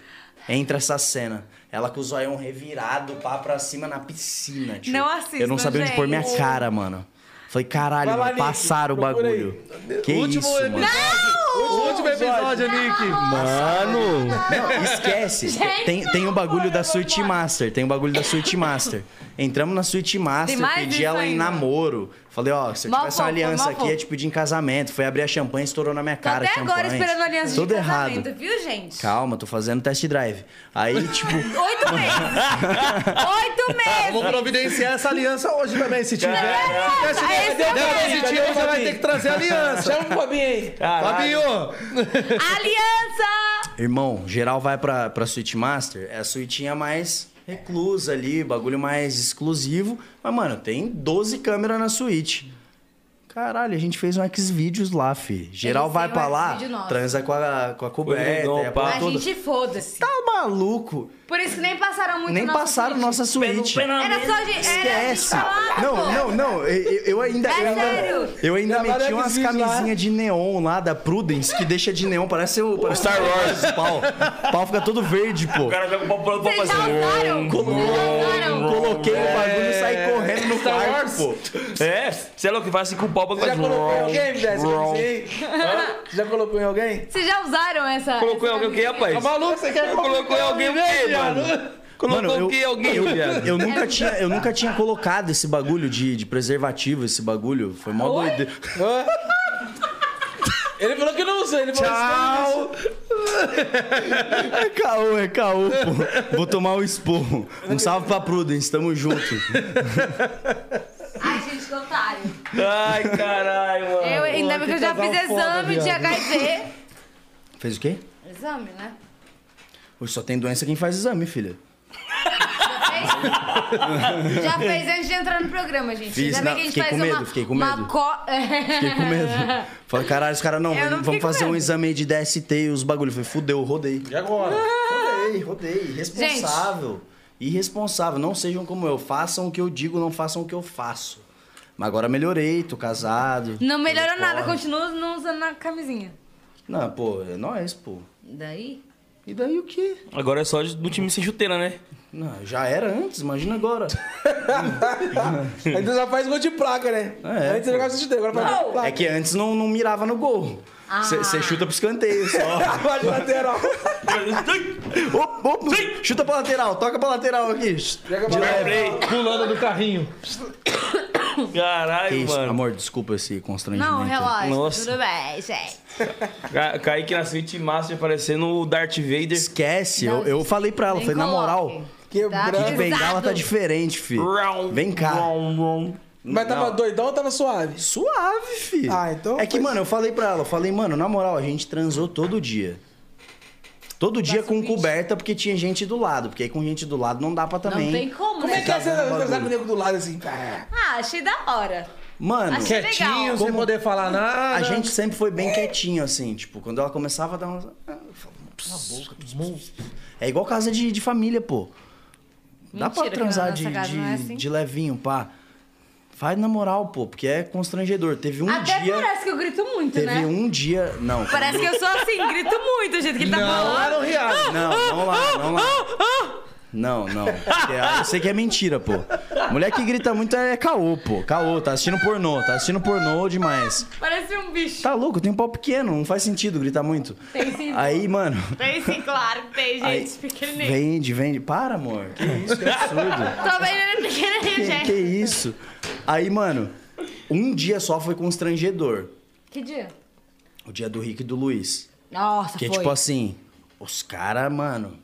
Speaker 4: entra essa cena. Ela com o zoião revirado, pá pra cima na piscina, tio.
Speaker 5: Não assistam,
Speaker 4: Eu não sabia onde pôr minha
Speaker 5: gente.
Speaker 4: cara, mano. Falei, caralho,
Speaker 3: Vai lá,
Speaker 4: mano,
Speaker 3: Nick,
Speaker 4: passaram o
Speaker 3: procura aí.
Speaker 4: bagulho. Que
Speaker 2: Último
Speaker 4: isso, mano.
Speaker 2: Último episódio, Nick.
Speaker 4: Mano! Não, esquece.
Speaker 5: Gente,
Speaker 4: tem, tem o
Speaker 5: não,
Speaker 4: bagulho
Speaker 5: eu
Speaker 4: da
Speaker 5: vou
Speaker 4: Suite
Speaker 5: embora.
Speaker 4: Master. Tem o bagulho da Suite Master. Entramos na Suite Master,
Speaker 5: mais
Speaker 4: pedi
Speaker 5: disso
Speaker 4: ela em
Speaker 5: ainda.
Speaker 4: namoro. Falei, ó, se eu
Speaker 5: Mal
Speaker 4: tivesse uma
Speaker 5: pouco, mal
Speaker 4: aliança aqui,
Speaker 5: pouco.
Speaker 4: ia te pedir em casamento. Foi abrir a champanhe, estourou na minha
Speaker 5: Tô
Speaker 4: cara.
Speaker 5: até
Speaker 4: a
Speaker 5: agora
Speaker 4: champanhe.
Speaker 5: esperando a aliança de
Speaker 4: Tudo
Speaker 5: casamento,
Speaker 4: errado.
Speaker 5: viu, gente?
Speaker 4: Calma, tô fazendo test drive. Aí, tipo,
Speaker 5: Oito meses! Oito
Speaker 2: Vou
Speaker 5: meses!
Speaker 2: providenciar essa aliança hoje também, se tiver. Se tiver,
Speaker 5: Aí
Speaker 2: se
Speaker 5: você
Speaker 2: tiver,
Speaker 5: vai.
Speaker 2: se tiver, você vai ter que trazer a aliança.
Speaker 3: Chama o Fabinho aí.
Speaker 4: Tá
Speaker 1: Caralho.
Speaker 2: Fabinho!
Speaker 5: Aliança!
Speaker 4: irmão, geral vai pra, pra Suite Master. É a suitinha mais reclusa ali, bagulho mais exclusivo. Mas, mano, tem 12 câmeras na suíte. Caralho, a gente fez um X-Vídeos lá, fi. Geral
Speaker 5: Eles
Speaker 4: vai
Speaker 5: têm um
Speaker 4: pra lá,
Speaker 5: Xvideos nosso.
Speaker 4: transa com a, com a coberta,
Speaker 1: Rodrigão,
Speaker 4: é a
Speaker 1: pá.
Speaker 4: porra
Speaker 5: A
Speaker 4: toda.
Speaker 5: gente foda-se.
Speaker 4: Tá maluco?
Speaker 5: Por isso que nem passaram muito
Speaker 4: Nem
Speaker 5: nosso
Speaker 4: passaram
Speaker 5: vídeo.
Speaker 4: nossa suíte.
Speaker 5: Era só de. Então, Era de
Speaker 4: Esquece.
Speaker 5: falar, pô.
Speaker 4: Não, não, não. Eu, eu- eu ainda.
Speaker 5: É
Speaker 4: eu ainda,
Speaker 5: sério?
Speaker 4: Eu ainda
Speaker 2: Trabalhar
Speaker 4: meti
Speaker 2: com
Speaker 4: umas
Speaker 2: esses vídeos lá.
Speaker 4: camisinhas de neon lá da Prudence que deixa de neon, parece o. parece
Speaker 1: Star Wars.
Speaker 4: O pau. O pau fica todo verde, pô.
Speaker 1: O cara joga o pau pro
Speaker 5: Vocês já
Speaker 4: um
Speaker 5: usaram? Vocês já usaram?
Speaker 4: Coloquei o bagulho e saí correndo no
Speaker 2: Star
Speaker 4: quarto,
Speaker 2: Wars.
Speaker 4: pô.
Speaker 1: É, você é louco, faz assim com o pau pra
Speaker 3: Você já colocou em alguém, Dez?
Speaker 1: Wrong.
Speaker 3: Você já colocou em alguém?
Speaker 5: Vocês já usaram essa.
Speaker 1: Colocou em
Speaker 5: essa
Speaker 1: alguém o quê,
Speaker 5: camisinha?
Speaker 1: rapaz?
Speaker 2: Tá Maluco, você quer
Speaker 1: Colocou em alguém o quê, mano?
Speaker 4: Mano,
Speaker 1: Colocou
Speaker 4: eu-
Speaker 1: o quê, alguém, viado?
Speaker 4: Eu nunca, tinha, eu nunca tinha colocado esse bagulho de, de preservativo, esse bagulho. Foi mó doideira.
Speaker 3: Ele falou que não usa, ele falou assim.
Speaker 4: Tchau! É caô, é caô, pô. Vou tomar o esporro. Um salve pra Prudence, tamo junto.
Speaker 5: Ai, gente, que otário.
Speaker 1: Ai, caralho,
Speaker 4: Tá
Speaker 1: mano.
Speaker 5: Eu, ainda bem que eu já
Speaker 2: casal
Speaker 5: fiz
Speaker 2: foda,
Speaker 5: exame de HIV.
Speaker 4: Fez o quê?
Speaker 5: Exame, né?
Speaker 4: Hoje só tem doença quem faz exame, filha.
Speaker 5: Já fez antes de entrar no programa, gente.
Speaker 4: Fiz,
Speaker 5: Ainda
Speaker 4: não,
Speaker 5: bem que
Speaker 4: fiquei
Speaker 5: a gente faz
Speaker 4: com medo,
Speaker 5: uma.
Speaker 4: fiquei com
Speaker 5: uma
Speaker 4: medo.
Speaker 5: co-
Speaker 4: Fiquei com medo. Falei, caralho, os caras não,
Speaker 5: Eu não
Speaker 4: vamos
Speaker 5: fiquei com
Speaker 4: fazer um
Speaker 5: medo.
Speaker 4: exame aí de DST e os bagulho. Falei, fudeu, rodei.
Speaker 2: E agora?
Speaker 4: Rodei, rodei. Irresponsável. Irresponsável. Não sejam como eu. Façam o que eu digo, não façam o que eu faço. Mas agora melhorei, tô casado.
Speaker 5: Não melhorou
Speaker 4: Tô
Speaker 5: nada,
Speaker 4: fora.
Speaker 5: continua não usando a camisinha.
Speaker 4: Não, pô, é nóis, pô.
Speaker 5: Daí?
Speaker 4: E daí o quê?
Speaker 1: Agora é só do time sem chuteira, né?
Speaker 4: Não, já era antes, imagina agora.
Speaker 3: Ainda já faz gol de placa, né?
Speaker 4: É,
Speaker 3: Antes você jogava assistente, agora faz gol de placa.
Speaker 4: É que antes não, não mirava no gol.
Speaker 5: Ah.
Speaker 4: Você chuta pro escanteio só.
Speaker 3: Vai de lateral.
Speaker 4: Op, op, chuta pra lateral, toca pra lateral aqui.
Speaker 3: Joga
Speaker 4: De
Speaker 3: pra
Speaker 4: leve.
Speaker 1: Play.
Speaker 2: Pulando do carrinho.
Speaker 1: Caralho,
Speaker 4: Que
Speaker 2: É,
Speaker 4: isso,
Speaker 1: mano.
Speaker 4: amor, desculpa esse constrangimento.
Speaker 5: Não, relaxa.
Speaker 1: Nossa.
Speaker 5: Tudo bem, gente.
Speaker 1: Ca Kaique na suíte master parecendo o Darth Vader.
Speaker 4: Esquece,
Speaker 5: Não,
Speaker 4: eu, eu falei pra ela,
Speaker 5: Nem
Speaker 4: falei, na moral,
Speaker 5: coloque.
Speaker 3: Quebrando.
Speaker 5: Tá
Speaker 4: de bengala tá
Speaker 5: pesado.
Speaker 4: diferente, fi. Vem cá.
Speaker 1: Rom, rom.
Speaker 3: Mas tava
Speaker 4: Não.
Speaker 3: doidão ou tava suave?
Speaker 4: Suave, fi.
Speaker 3: Ah, então
Speaker 4: É que,
Speaker 3: foi-
Speaker 4: mano, eu falei pra ela, eu falei, mano, na moral, a gente transou todo dia. Todo dia com coberta, porque tinha gente do lado. Porque aí com gente do lado não dá pra também.
Speaker 5: Não tem como,
Speaker 3: Como é
Speaker 5: né?
Speaker 3: que é você
Speaker 4: Tá vendo o
Speaker 3: transar com o
Speaker 4: bagulho? É,
Speaker 3: nego do lado assim? cara?
Speaker 5: Ah, achei da hora.
Speaker 4: Mano,
Speaker 5: Achei-
Speaker 2: Quietinho,
Speaker 5: Legal.
Speaker 2: sem poder falar nada.
Speaker 4: a gente sempre foi bem quietinho, assim. Tipo, quando ela começava a dar uns... ah, É igual casa de, de família, pô. Dá pra
Speaker 5: Mentira, que na
Speaker 4: transar
Speaker 5: nossa
Speaker 4: de,
Speaker 5: casa
Speaker 4: de,
Speaker 5: não é assim.
Speaker 4: de levinho, pá. Vai na moral, pô, porque é constrangedor. Teve um
Speaker 5: Até
Speaker 4: dia.
Speaker 5: parece que eu grito muito,
Speaker 4: Teve
Speaker 5: né?
Speaker 4: um dia. Não.
Speaker 5: Parece que eu sou assim, grito muito, o jeito que ele tá
Speaker 2: Não, um lá
Speaker 5: falando.
Speaker 2: no Riacho.
Speaker 4: Não, não lá, não lá. Não, não. Porque Eu sei que é mentira, pô. Mulher que grita muito é caô, pô. Caô, tá assistindo pornô, tá assistindo pornô demais.
Speaker 5: Parece um bicho.
Speaker 4: Tá louco, tem um pau pequeno, não faz sentido gritar muito.
Speaker 5: Tem sim.
Speaker 4: Aí, mano.
Speaker 5: Tem sim, claro que tem,
Speaker 4: Aí,
Speaker 5: gente. Pequenininho.
Speaker 4: vende, vende. Para, amor. Que isso, que absurdo.
Speaker 5: Tô bem pequenininho,
Speaker 4: Que, que
Speaker 5: gente.
Speaker 4: isso? Aí, mano, um dia só foi constrangedor.
Speaker 5: Que dia?
Speaker 4: O dia do Rick e do Luiz.
Speaker 5: Nossa,
Speaker 4: Que
Speaker 5: foi.
Speaker 4: tipo assim, os caras, mano,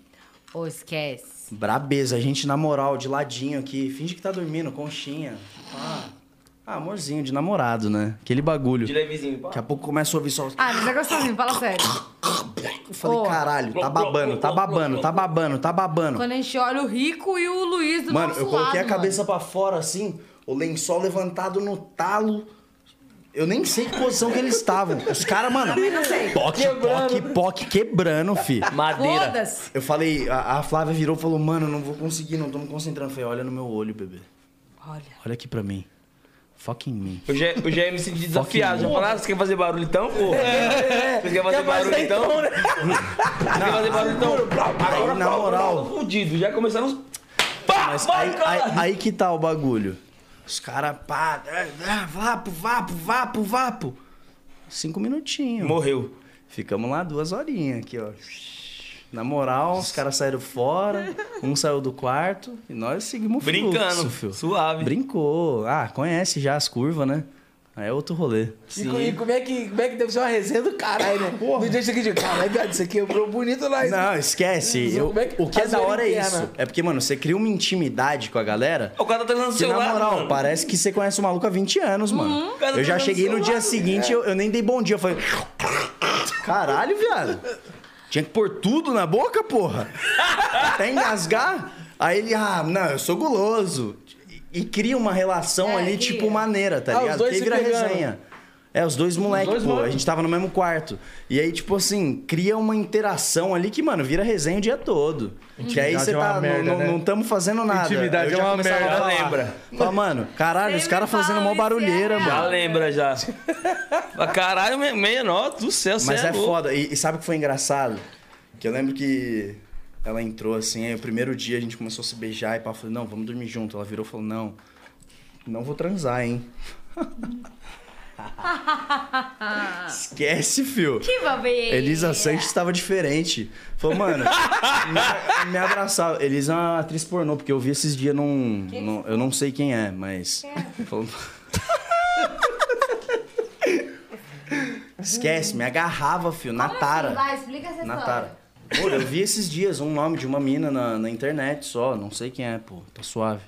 Speaker 5: Ô, esquece.
Speaker 4: brabeza, a gente na moral, de ladinho aqui, finge que tá dormindo, conchinha. Ah, ah, amorzinho de namorado, né? Aquele bagulho.
Speaker 1: De levezinho. pá.
Speaker 4: Daqui a pouco começa a ouvir só.
Speaker 5: Ah, mas é gostosinho, fala sério.
Speaker 4: Eu falei,
Speaker 5: Ô.
Speaker 4: caralho, tá babando, tá babando, tá babando, tá babando.
Speaker 5: Quando a gente olha o Rico e o Luiz do
Speaker 4: Mano,
Speaker 5: nosso
Speaker 4: eu coloquei a
Speaker 5: lado,
Speaker 4: cabeça pra fora assim, o lençol levantado no talo. Eu nem sei que posição que eles estavam. Os caras, mano.
Speaker 5: não sei.
Speaker 4: Poque, poque, poque, quebrando, fi.
Speaker 5: mano.
Speaker 1: Madeira.
Speaker 5: Foda-se.
Speaker 4: Eu falei, a, a Flávia virou e falou, mano, não vou conseguir, não tô me concentrando. Eu falei, olha no meu olho, bebê.
Speaker 5: Olha.
Speaker 4: Olha aqui pra mim. Fuck em mim.
Speaker 1: Eu já, eu já ia me sentir desafiado. Já falar, ah, você quer fazer barulho então, pô? Você é, quer fazer barulho então? Você quer fazer barulho então? Agora,
Speaker 4: na
Speaker 1: pau,
Speaker 4: moral.
Speaker 1: pau, Fudido, já começaram os... Pá,
Speaker 4: Mas
Speaker 1: vai,
Speaker 4: aí,
Speaker 1: cara!
Speaker 4: aí- aí que tá o bagulho. Os caras, pá, é, é, vapo, vapo, vapo, vapo. Cinco minutinhos.
Speaker 1: Morreu.
Speaker 4: Ficamos lá duas horinhas aqui, ó. Na moral, os caras saíram fora, um saiu do quarto e nós seguimos o
Speaker 1: Brincando,
Speaker 4: fluxo, fio.
Speaker 1: suave.
Speaker 4: Brincou. Ah, conhece já as curvas, né? Aí é outro rolê.
Speaker 3: E, co- e como, é que, como é que deve ser uma resenha do caralho, né? No dia seguinte, caralho, viado, isso aqui quebrou bonito lá.
Speaker 4: Não, esquece. Eu-
Speaker 3: Como é que- né?
Speaker 4: o que é
Speaker 3: a
Speaker 4: da hora é
Speaker 3: zoeira
Speaker 4: isso.
Speaker 3: interna.
Speaker 4: É porque, mano, você cria uma intimidade com a galera.
Speaker 1: O cara tá treinando no
Speaker 4: Que,
Speaker 1: seu
Speaker 4: na
Speaker 1: lado,
Speaker 4: moral,
Speaker 1: mano.
Speaker 4: parece que você conhece o maluco há 20 anos, mano.
Speaker 1: cara
Speaker 4: Eu
Speaker 1: tá
Speaker 4: já
Speaker 1: né? do
Speaker 4: cheguei
Speaker 1: seu
Speaker 4: no dia
Speaker 1: lado,
Speaker 4: seguinte, eu, eu nem dei bom dia. Eu falei. Caralho, viado. Tinha que pôr tudo na boca, porra. Até engasgar. Aí ele, ah, não, eu sou guloso. E, e cria uma relação
Speaker 5: É,
Speaker 4: ali,
Speaker 5: cria.
Speaker 4: tipo, maneira, tá
Speaker 3: Ah, os
Speaker 4: ligado?
Speaker 3: dois
Speaker 4: Porque
Speaker 3: se
Speaker 4: vira
Speaker 3: pegando.
Speaker 4: resenha. É, os dois moleques,
Speaker 2: dois
Speaker 4: pô. A
Speaker 2: moleques.
Speaker 4: gente tava no mesmo quarto. E aí, tipo assim, cria uma interação ali que, mano, vira resenha o dia todo. Que aí
Speaker 2: Intimidade
Speaker 4: você
Speaker 2: é uma
Speaker 4: tá. não-
Speaker 2: merda,
Speaker 4: não,
Speaker 2: né?
Speaker 4: não tamo fazendo nada.
Speaker 2: Intimidade
Speaker 4: Eu já
Speaker 2: é uma
Speaker 4: começava a
Speaker 2: merda.
Speaker 4: falar.
Speaker 1: Já lembra.
Speaker 4: Fala, mano, caralho, os
Speaker 5: Sempre
Speaker 4: caras fazendo
Speaker 5: falam
Speaker 4: mó
Speaker 5: isso,
Speaker 4: barulheira,
Speaker 5: é.
Speaker 4: mano.
Speaker 5: Já
Speaker 1: Já lembra, já. Mas Caralho, me- meia nota do céu, cê
Speaker 4: Mas é
Speaker 1: louco.
Speaker 4: foda. E, e sabe o que foi engraçado? Que eu lembro que ela entrou assim, aí o primeiro dia a gente começou a se beijar e pá, eu falei, não, vamos dormir junto. Ela virou e falou, não, não vou transar, hein? Esquece, fio.
Speaker 5: Que babeira.
Speaker 4: Elisa Sanches estava diferente. Falou, mano, me, me abraçava. Elisa é uma atriz pornô, porque eu vi esses dias num. num- eu não sei quem é, mas. Falou- Esquece, me agarrava, filho, na
Speaker 5: Como
Speaker 4: tara.
Speaker 5: assim? Vai, explica essa
Speaker 4: Na
Speaker 5: história.
Speaker 4: tara. Pô, eu vi esses dias um nome de uma mina na, na internet só, não sei quem é, pô, tá suave.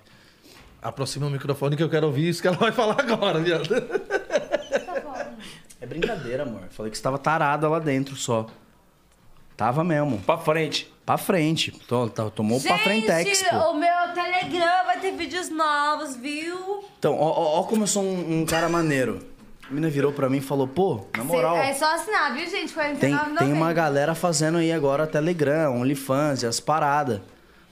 Speaker 2: Aproxima o microfone que eu quero ouvir isso que ela vai falar agora, viado.
Speaker 4: É brincadeira, amor. Falei que você tava tarada lá dentro só. Tava mesmo.
Speaker 1: Pra frente.
Speaker 4: Pra frente. Tô- tá- Tomou pra frentex,
Speaker 5: Gente,
Speaker 4: pô.
Speaker 5: o meu Telegram vai ter vídeos novos, viu?
Speaker 4: Então, ó, ó, ó como eu sou um, um cara maneiro. A mina virou pra mim e falou, pô, na moral,
Speaker 5: Cê- É só assinar, viu, gente? R$49,90.
Speaker 4: tem, tem uma galera fazendo aí agora Telegram, OnlyFans e as paradas.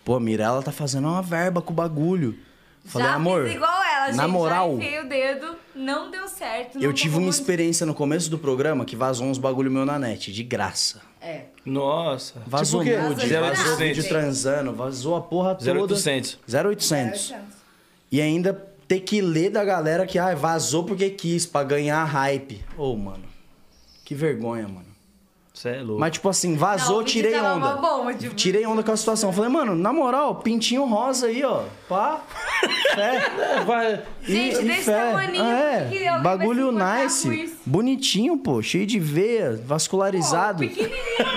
Speaker 4: Pô, a Mirella tá fazendo uma verba com o bagulho. Falei,
Speaker 5: já
Speaker 4: amor,
Speaker 5: fiz igual ela, gente.
Speaker 4: na moral,
Speaker 5: Já enfiei o dedo, não deu certo. não
Speaker 4: eu tive
Speaker 5: tô
Speaker 4: uma
Speaker 5: com-
Speaker 4: experiência no começo do programa que vazou uns bagulho meu na net, de graça.
Speaker 5: É.
Speaker 1: Nossa.
Speaker 4: Vazou
Speaker 2: Tipo o quê?
Speaker 4: nude,
Speaker 5: Vazou
Speaker 4: vazou
Speaker 1: de
Speaker 4: vídeo
Speaker 1: graça.
Speaker 4: transando, vazou a porra toda.
Speaker 1: 0800.
Speaker 4: 0800. E ainda ter que ler da galera que ah, vazou porque quis, pra ganhar hype. Ô, mano. Que vergonha, mano.
Speaker 1: Você é louco.
Speaker 4: Mas, tipo assim, vazou,
Speaker 5: Não, o vídeo
Speaker 4: tirei
Speaker 5: tava
Speaker 4: onda.
Speaker 5: mó bom, mas, tipo-
Speaker 4: Tirei onda com a situação. Falei, mano, na moral, pintinho rosa aí, ó. Pá. Fé.
Speaker 2: Vai.
Speaker 5: Gente, desse tamaninho,
Speaker 4: É,
Speaker 5: que alguém
Speaker 4: bagulho
Speaker 5: vai se importar com
Speaker 4: nice.
Speaker 5: isso.
Speaker 4: Bonitinho, pô. Cheio de veia, vascularizado.
Speaker 5: Pô, pequenininho.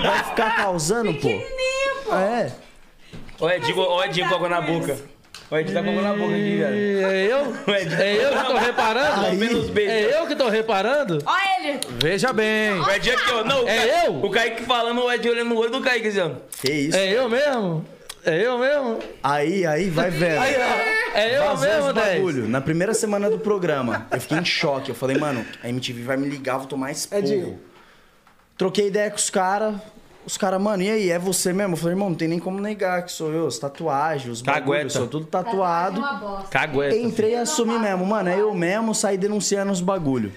Speaker 4: Vai ficar causando, pô.
Speaker 5: Pequenininho, pô.
Speaker 4: É.
Speaker 1: Ó, Edinho, ó, Edinho com água na boca. Ó, Edinho tá com água na boca aqui, velho.
Speaker 2: E É eu? É eu que tô reparando?
Speaker 1: Aí. Menos beijo.
Speaker 2: É eu que tô reparando?
Speaker 5: Olha ele.
Speaker 2: Veja bem.
Speaker 1: O Edinho aqui, ó. Não, o
Speaker 2: É
Speaker 1: Ca-
Speaker 2: eu?
Speaker 1: O Kaique falando, o Edinho olhando no olho do Kaique, assim, ó.
Speaker 4: Que isso.
Speaker 2: É eu mesmo? É eu mesmo?
Speaker 4: Aí, aí, vai vendo.
Speaker 2: É eu
Speaker 4: Vazou
Speaker 2: mesmo,
Speaker 4: esse
Speaker 2: 10?
Speaker 4: bagulho. Na primeira semana do programa, eu fiquei em choque. Eu falei, mano, a MTV vai me ligar, vou tomar esse
Speaker 3: Edinho.
Speaker 4: pouco. Troquei ideia com os caras. Os caras, mano, e aí, é você mesmo? Eu falei, irmão, não tem nem como negar que sou eu, as tatuagens, os bagulhos,
Speaker 1: Cagueta.
Speaker 4: sou tudo tatuado.
Speaker 5: Uma bosta.
Speaker 1: Cagueta.
Speaker 4: Entrei e assumi mesmo, mano, é eu mesmo, saí denunciando os bagulho.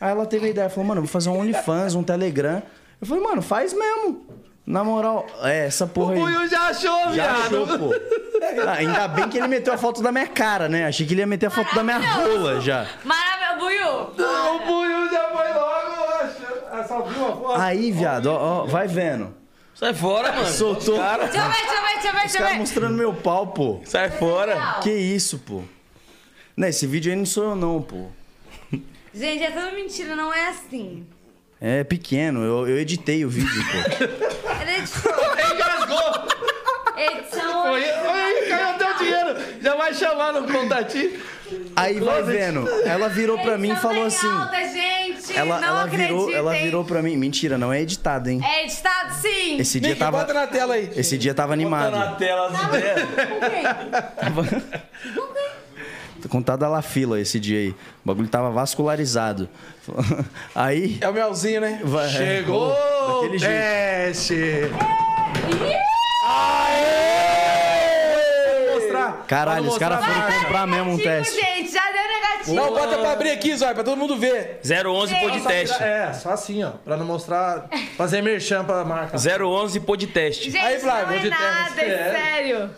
Speaker 4: Aí ela teve a ideia, falou, mano, eu vou fazer um OnlyFans, um Telegram. Eu falei, mano, faz mesmo. Na moral, é, essa porra aí.
Speaker 2: Buiu já achou,
Speaker 4: Já
Speaker 2: viado.
Speaker 4: achou, pô. Ah, ainda bem que ele meteu a foto da minha cara, né? Achei que ele ia meter a foto da minha rola já.
Speaker 5: Maravilhoso, Buiu.
Speaker 2: O Buiu já foi logo. achou. Ah, Só viu a foto.
Speaker 4: Aí, viado, ó, ó, vai vendo.
Speaker 1: Sai fora, mano.
Speaker 4: Soltou.
Speaker 1: Cara,
Speaker 5: Deixa eu ver, deixa eu ver, deixa eu
Speaker 4: Os
Speaker 5: ver, deixa eu
Speaker 4: caras
Speaker 5: ver.
Speaker 4: mostrando meu pau, pô.
Speaker 1: sai fora.
Speaker 5: Não.
Speaker 4: Que isso, pô. Não, esse vídeo aí não sou eu não, pô.
Speaker 5: Gente, é tudo mentira, não é assim.
Speaker 4: É pequeno, eu, eu editei o vídeo, pô.
Speaker 5: Ele editou. Edição.
Speaker 2: Oi, oi, caiu até o dinheiro. Já vai chamar no contatinho.
Speaker 4: Aí vai vendo. Ela virou pra mim e
Speaker 5: Edição
Speaker 4: falou
Speaker 5: em
Speaker 4: assim.
Speaker 5: tá Alta, gente.
Speaker 4: Ela,
Speaker 5: não
Speaker 4: ela
Speaker 5: acreditem.
Speaker 4: virou, ela virou pra mim. Mentira, não é editado, hein?
Speaker 5: É editado sim.
Speaker 4: Esse dia
Speaker 3: Nick, bota
Speaker 4: tava.
Speaker 3: na tela aí.
Speaker 4: Esse dia tava animado.
Speaker 1: tela,
Speaker 5: Com quem?
Speaker 4: Contada a fila esse dia aí. O bagulho tava vascularizado. Aí.
Speaker 3: É o melzinho, né?
Speaker 4: Vai-
Speaker 2: Chegou. É.
Speaker 4: Daquele jeito.
Speaker 2: Desce. Mostrar.
Speaker 4: Caralho, os caras foram comprar mesmo um
Speaker 5: Negativo,
Speaker 4: teste.
Speaker 5: Tipo, Gente, já deu negativo.
Speaker 3: Não, bota pra abrir aqui, Zóia, pra todo mundo ver.
Speaker 1: 011 pô de teste.
Speaker 2: É, só assim, ó. Pra não mostrar. Fazer merchan pra marca.
Speaker 1: 011 pô de teste.
Speaker 5: Gente,
Speaker 3: Aí, Flávio,
Speaker 5: não é
Speaker 3: de teste,
Speaker 5: nada, é
Speaker 2: é.
Speaker 5: sério.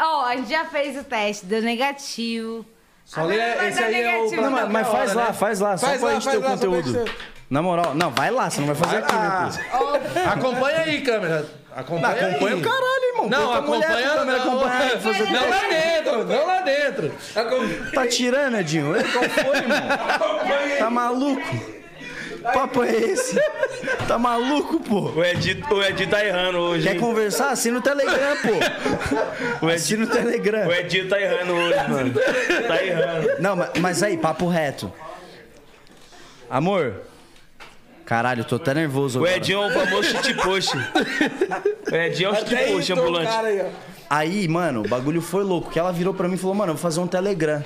Speaker 5: Ó, a gente já fez o teste, deu negativo.
Speaker 2: Só
Speaker 5: Agora
Speaker 2: lê,
Speaker 5: vai
Speaker 2: esse
Speaker 5: dar
Speaker 2: aí é o...
Speaker 5: negativo.
Speaker 2: pra
Speaker 4: Não, Ah, mas,
Speaker 2: qualquer
Speaker 4: mas faz
Speaker 2: hora,
Speaker 4: lá,
Speaker 2: né?
Speaker 4: faz lá, só
Speaker 3: Faz
Speaker 4: pra
Speaker 3: lá,
Speaker 4: gente
Speaker 3: faz
Speaker 4: ter o
Speaker 3: lá, só pra
Speaker 4: conteúdo.
Speaker 3: gente
Speaker 4: Na moral, não, vai lá, você não vai fazer aqui, meu filho.
Speaker 2: Ah. Acompanha aí, câmera. Acompanha
Speaker 4: Não, acompanha
Speaker 2: aí.
Speaker 4: o caralho, irmão.
Speaker 2: Não,
Speaker 4: Põe tua mulher
Speaker 2: acompanha...
Speaker 4: aqui, câmera,
Speaker 2: não,
Speaker 4: acompanha.
Speaker 2: não lá dentro, não lá dentro. Acompanha.
Speaker 4: Tá tirando, Edinho? Qual foi, irmão? Tá maluco? Papo é esse? Tá maluco, pô?
Speaker 1: O Edi, o Edi tá errando hoje.
Speaker 4: Quer
Speaker 1: hein?
Speaker 4: conversar? Assina o Telegram, pô. Assina o Telegram.
Speaker 1: O Edi tá errando hoje, mano. Tá errando.
Speaker 4: Não, ma- mas, aí, papo reto. Amor. Caralho, tô até nervoso
Speaker 1: O
Speaker 4: agora.
Speaker 1: Edinho é o famoso chitipoche. O Edinho é o
Speaker 3: Até
Speaker 1: chitipoche
Speaker 3: irritou o
Speaker 1: ambulante.
Speaker 3: então, cara aí, ó.
Speaker 4: Aí, mano, o bagulho foi louco. Que ela virou pra mim e falou, mano, eu vou fazer um Telegram.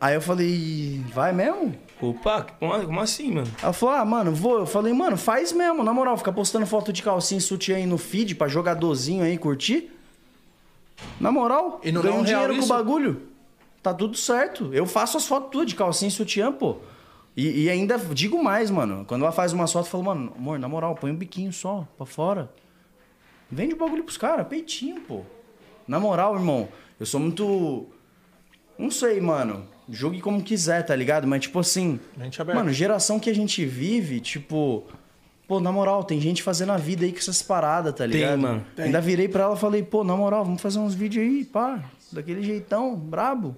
Speaker 4: Aí eu falei, vai mesmo?
Speaker 1: Opa, como como assim, mano?
Speaker 4: Ela falou, ah, mano, vou. Eu falei, mano, faz mesmo, na moral, fica postando foto de calcinha e sutiã aí no feed pra jogadorzinho aí curtir. Na moral,
Speaker 2: E não
Speaker 4: ganha
Speaker 2: dá
Speaker 4: um
Speaker 2: um real
Speaker 4: dinheiro com o
Speaker 2: isso?
Speaker 4: bagulho. Tá tudo certo. Eu faço as fotos tuas de calcinha e sutiã, pô. E, e ainda digo mais, mano. Quando ela faz uma foto, eu falo, mano, amor, na moral, põe um biquinho só pra fora. Vende o bagulho pros caras, peitinho, pô. Na moral, irmão, eu sou muito. Não sei, mano. Jogue como quiser, tá ligado? Mas, tipo assim.
Speaker 2: Mente aberta.
Speaker 4: Mano, geração que a gente vive, tipo. Pô, na moral, tem gente fazendo a vida aí com essas paradas, tá
Speaker 1: Tem,
Speaker 4: ligado?
Speaker 1: mano.
Speaker 4: Ainda virei pra ela e falei, pô, na moral, vamos fazer uns vídeos aí, pá. Daquele jeitão, brabo.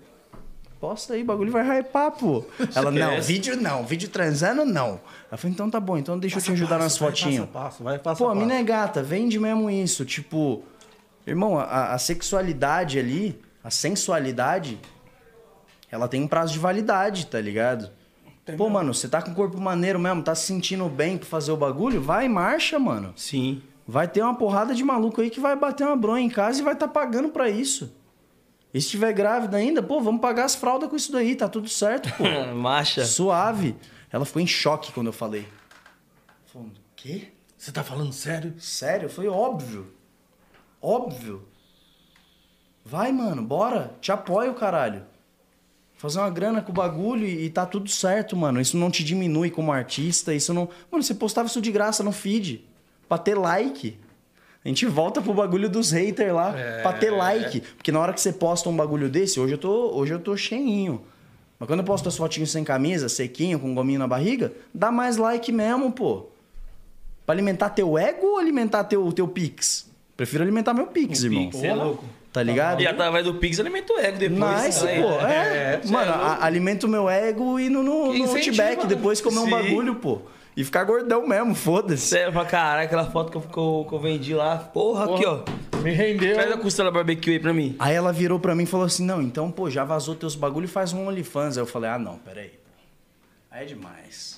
Speaker 4: Posta aí, o bagulho vai hypar, pô. Ela, não, vídeo não, vídeo transando não. Ela falou, então tá bom, então deixa eu te ajudar nas
Speaker 2: Vai,
Speaker 4: fotinhas.
Speaker 2: Passa, passo, vai, passa,
Speaker 4: Pô, a
Speaker 2: passo.
Speaker 4: mina é gata, vende mesmo isso. Tipo, irmão, a, a sexualidade ali, a sensualidade, ela tem um prazo de validade, tá ligado? Pô, mano, você tá com o corpo maneiro mesmo, tá se sentindo bem pra fazer o bagulho? Vai, marcha, mano.
Speaker 1: Sim.
Speaker 4: Vai ter uma porrada de maluco aí que vai bater uma bronha em casa e vai tá pagando pra isso. E se tiver grávida ainda, pô, vamos pagar as fraldas com isso daí, tá tudo certo, pô.
Speaker 1: Marcha.
Speaker 4: Suave. Ela ficou em choque quando eu falei. Falando, quê?
Speaker 2: Você tá falando sério?
Speaker 4: Sério? Foi óbvio. Óbvio. Vai, mano, bora. Te apoio, caralho. Fazer uma grana com o bagulho e, e tá tudo certo, mano. Isso não te diminui como artista, isso não. Mano, você postava isso de graça no feed. Pra ter like. A gente volta pro bagulho dos haters lá, pra ter like. Porque na hora que você posta um bagulho desse, hoje eu tô, hoje eu tô cheinho. Mas quando eu posto as fotinhas sem camisa, sequinho, com um gominho na barriga, dá mais like mesmo, pô. Pra alimentar teu ego ou alimentar teu, teu pix? Prefiro alimentar meu pix, irmão.
Speaker 1: Você é louco.
Speaker 4: Tá ligado?
Speaker 1: E através do Pix alimenta o ego depois.
Speaker 4: Mas,
Speaker 1: né?
Speaker 4: pô, é. mano, a- alimento meu ego e no, no, no
Speaker 2: Incentiva,
Speaker 4: Outback
Speaker 2: né?
Speaker 4: depois comer um
Speaker 1: Sim. é
Speaker 4: bagulho, pô. E ficar gordão mesmo, foda-se.
Speaker 1: Sério, pra caralho, aquela foto que eu, que eu- que eu vendi lá. Porra, aqui, ó.
Speaker 2: Me rendeu.
Speaker 1: Traz a costela barbecue aí pra mim.
Speaker 4: Aí ela virou pra mim e falou assim: Não, então, pô, já vazou teus bagulho e faz um OnlyFans. Aí eu falei: Ah, não, peraí. pô. Aí é demais.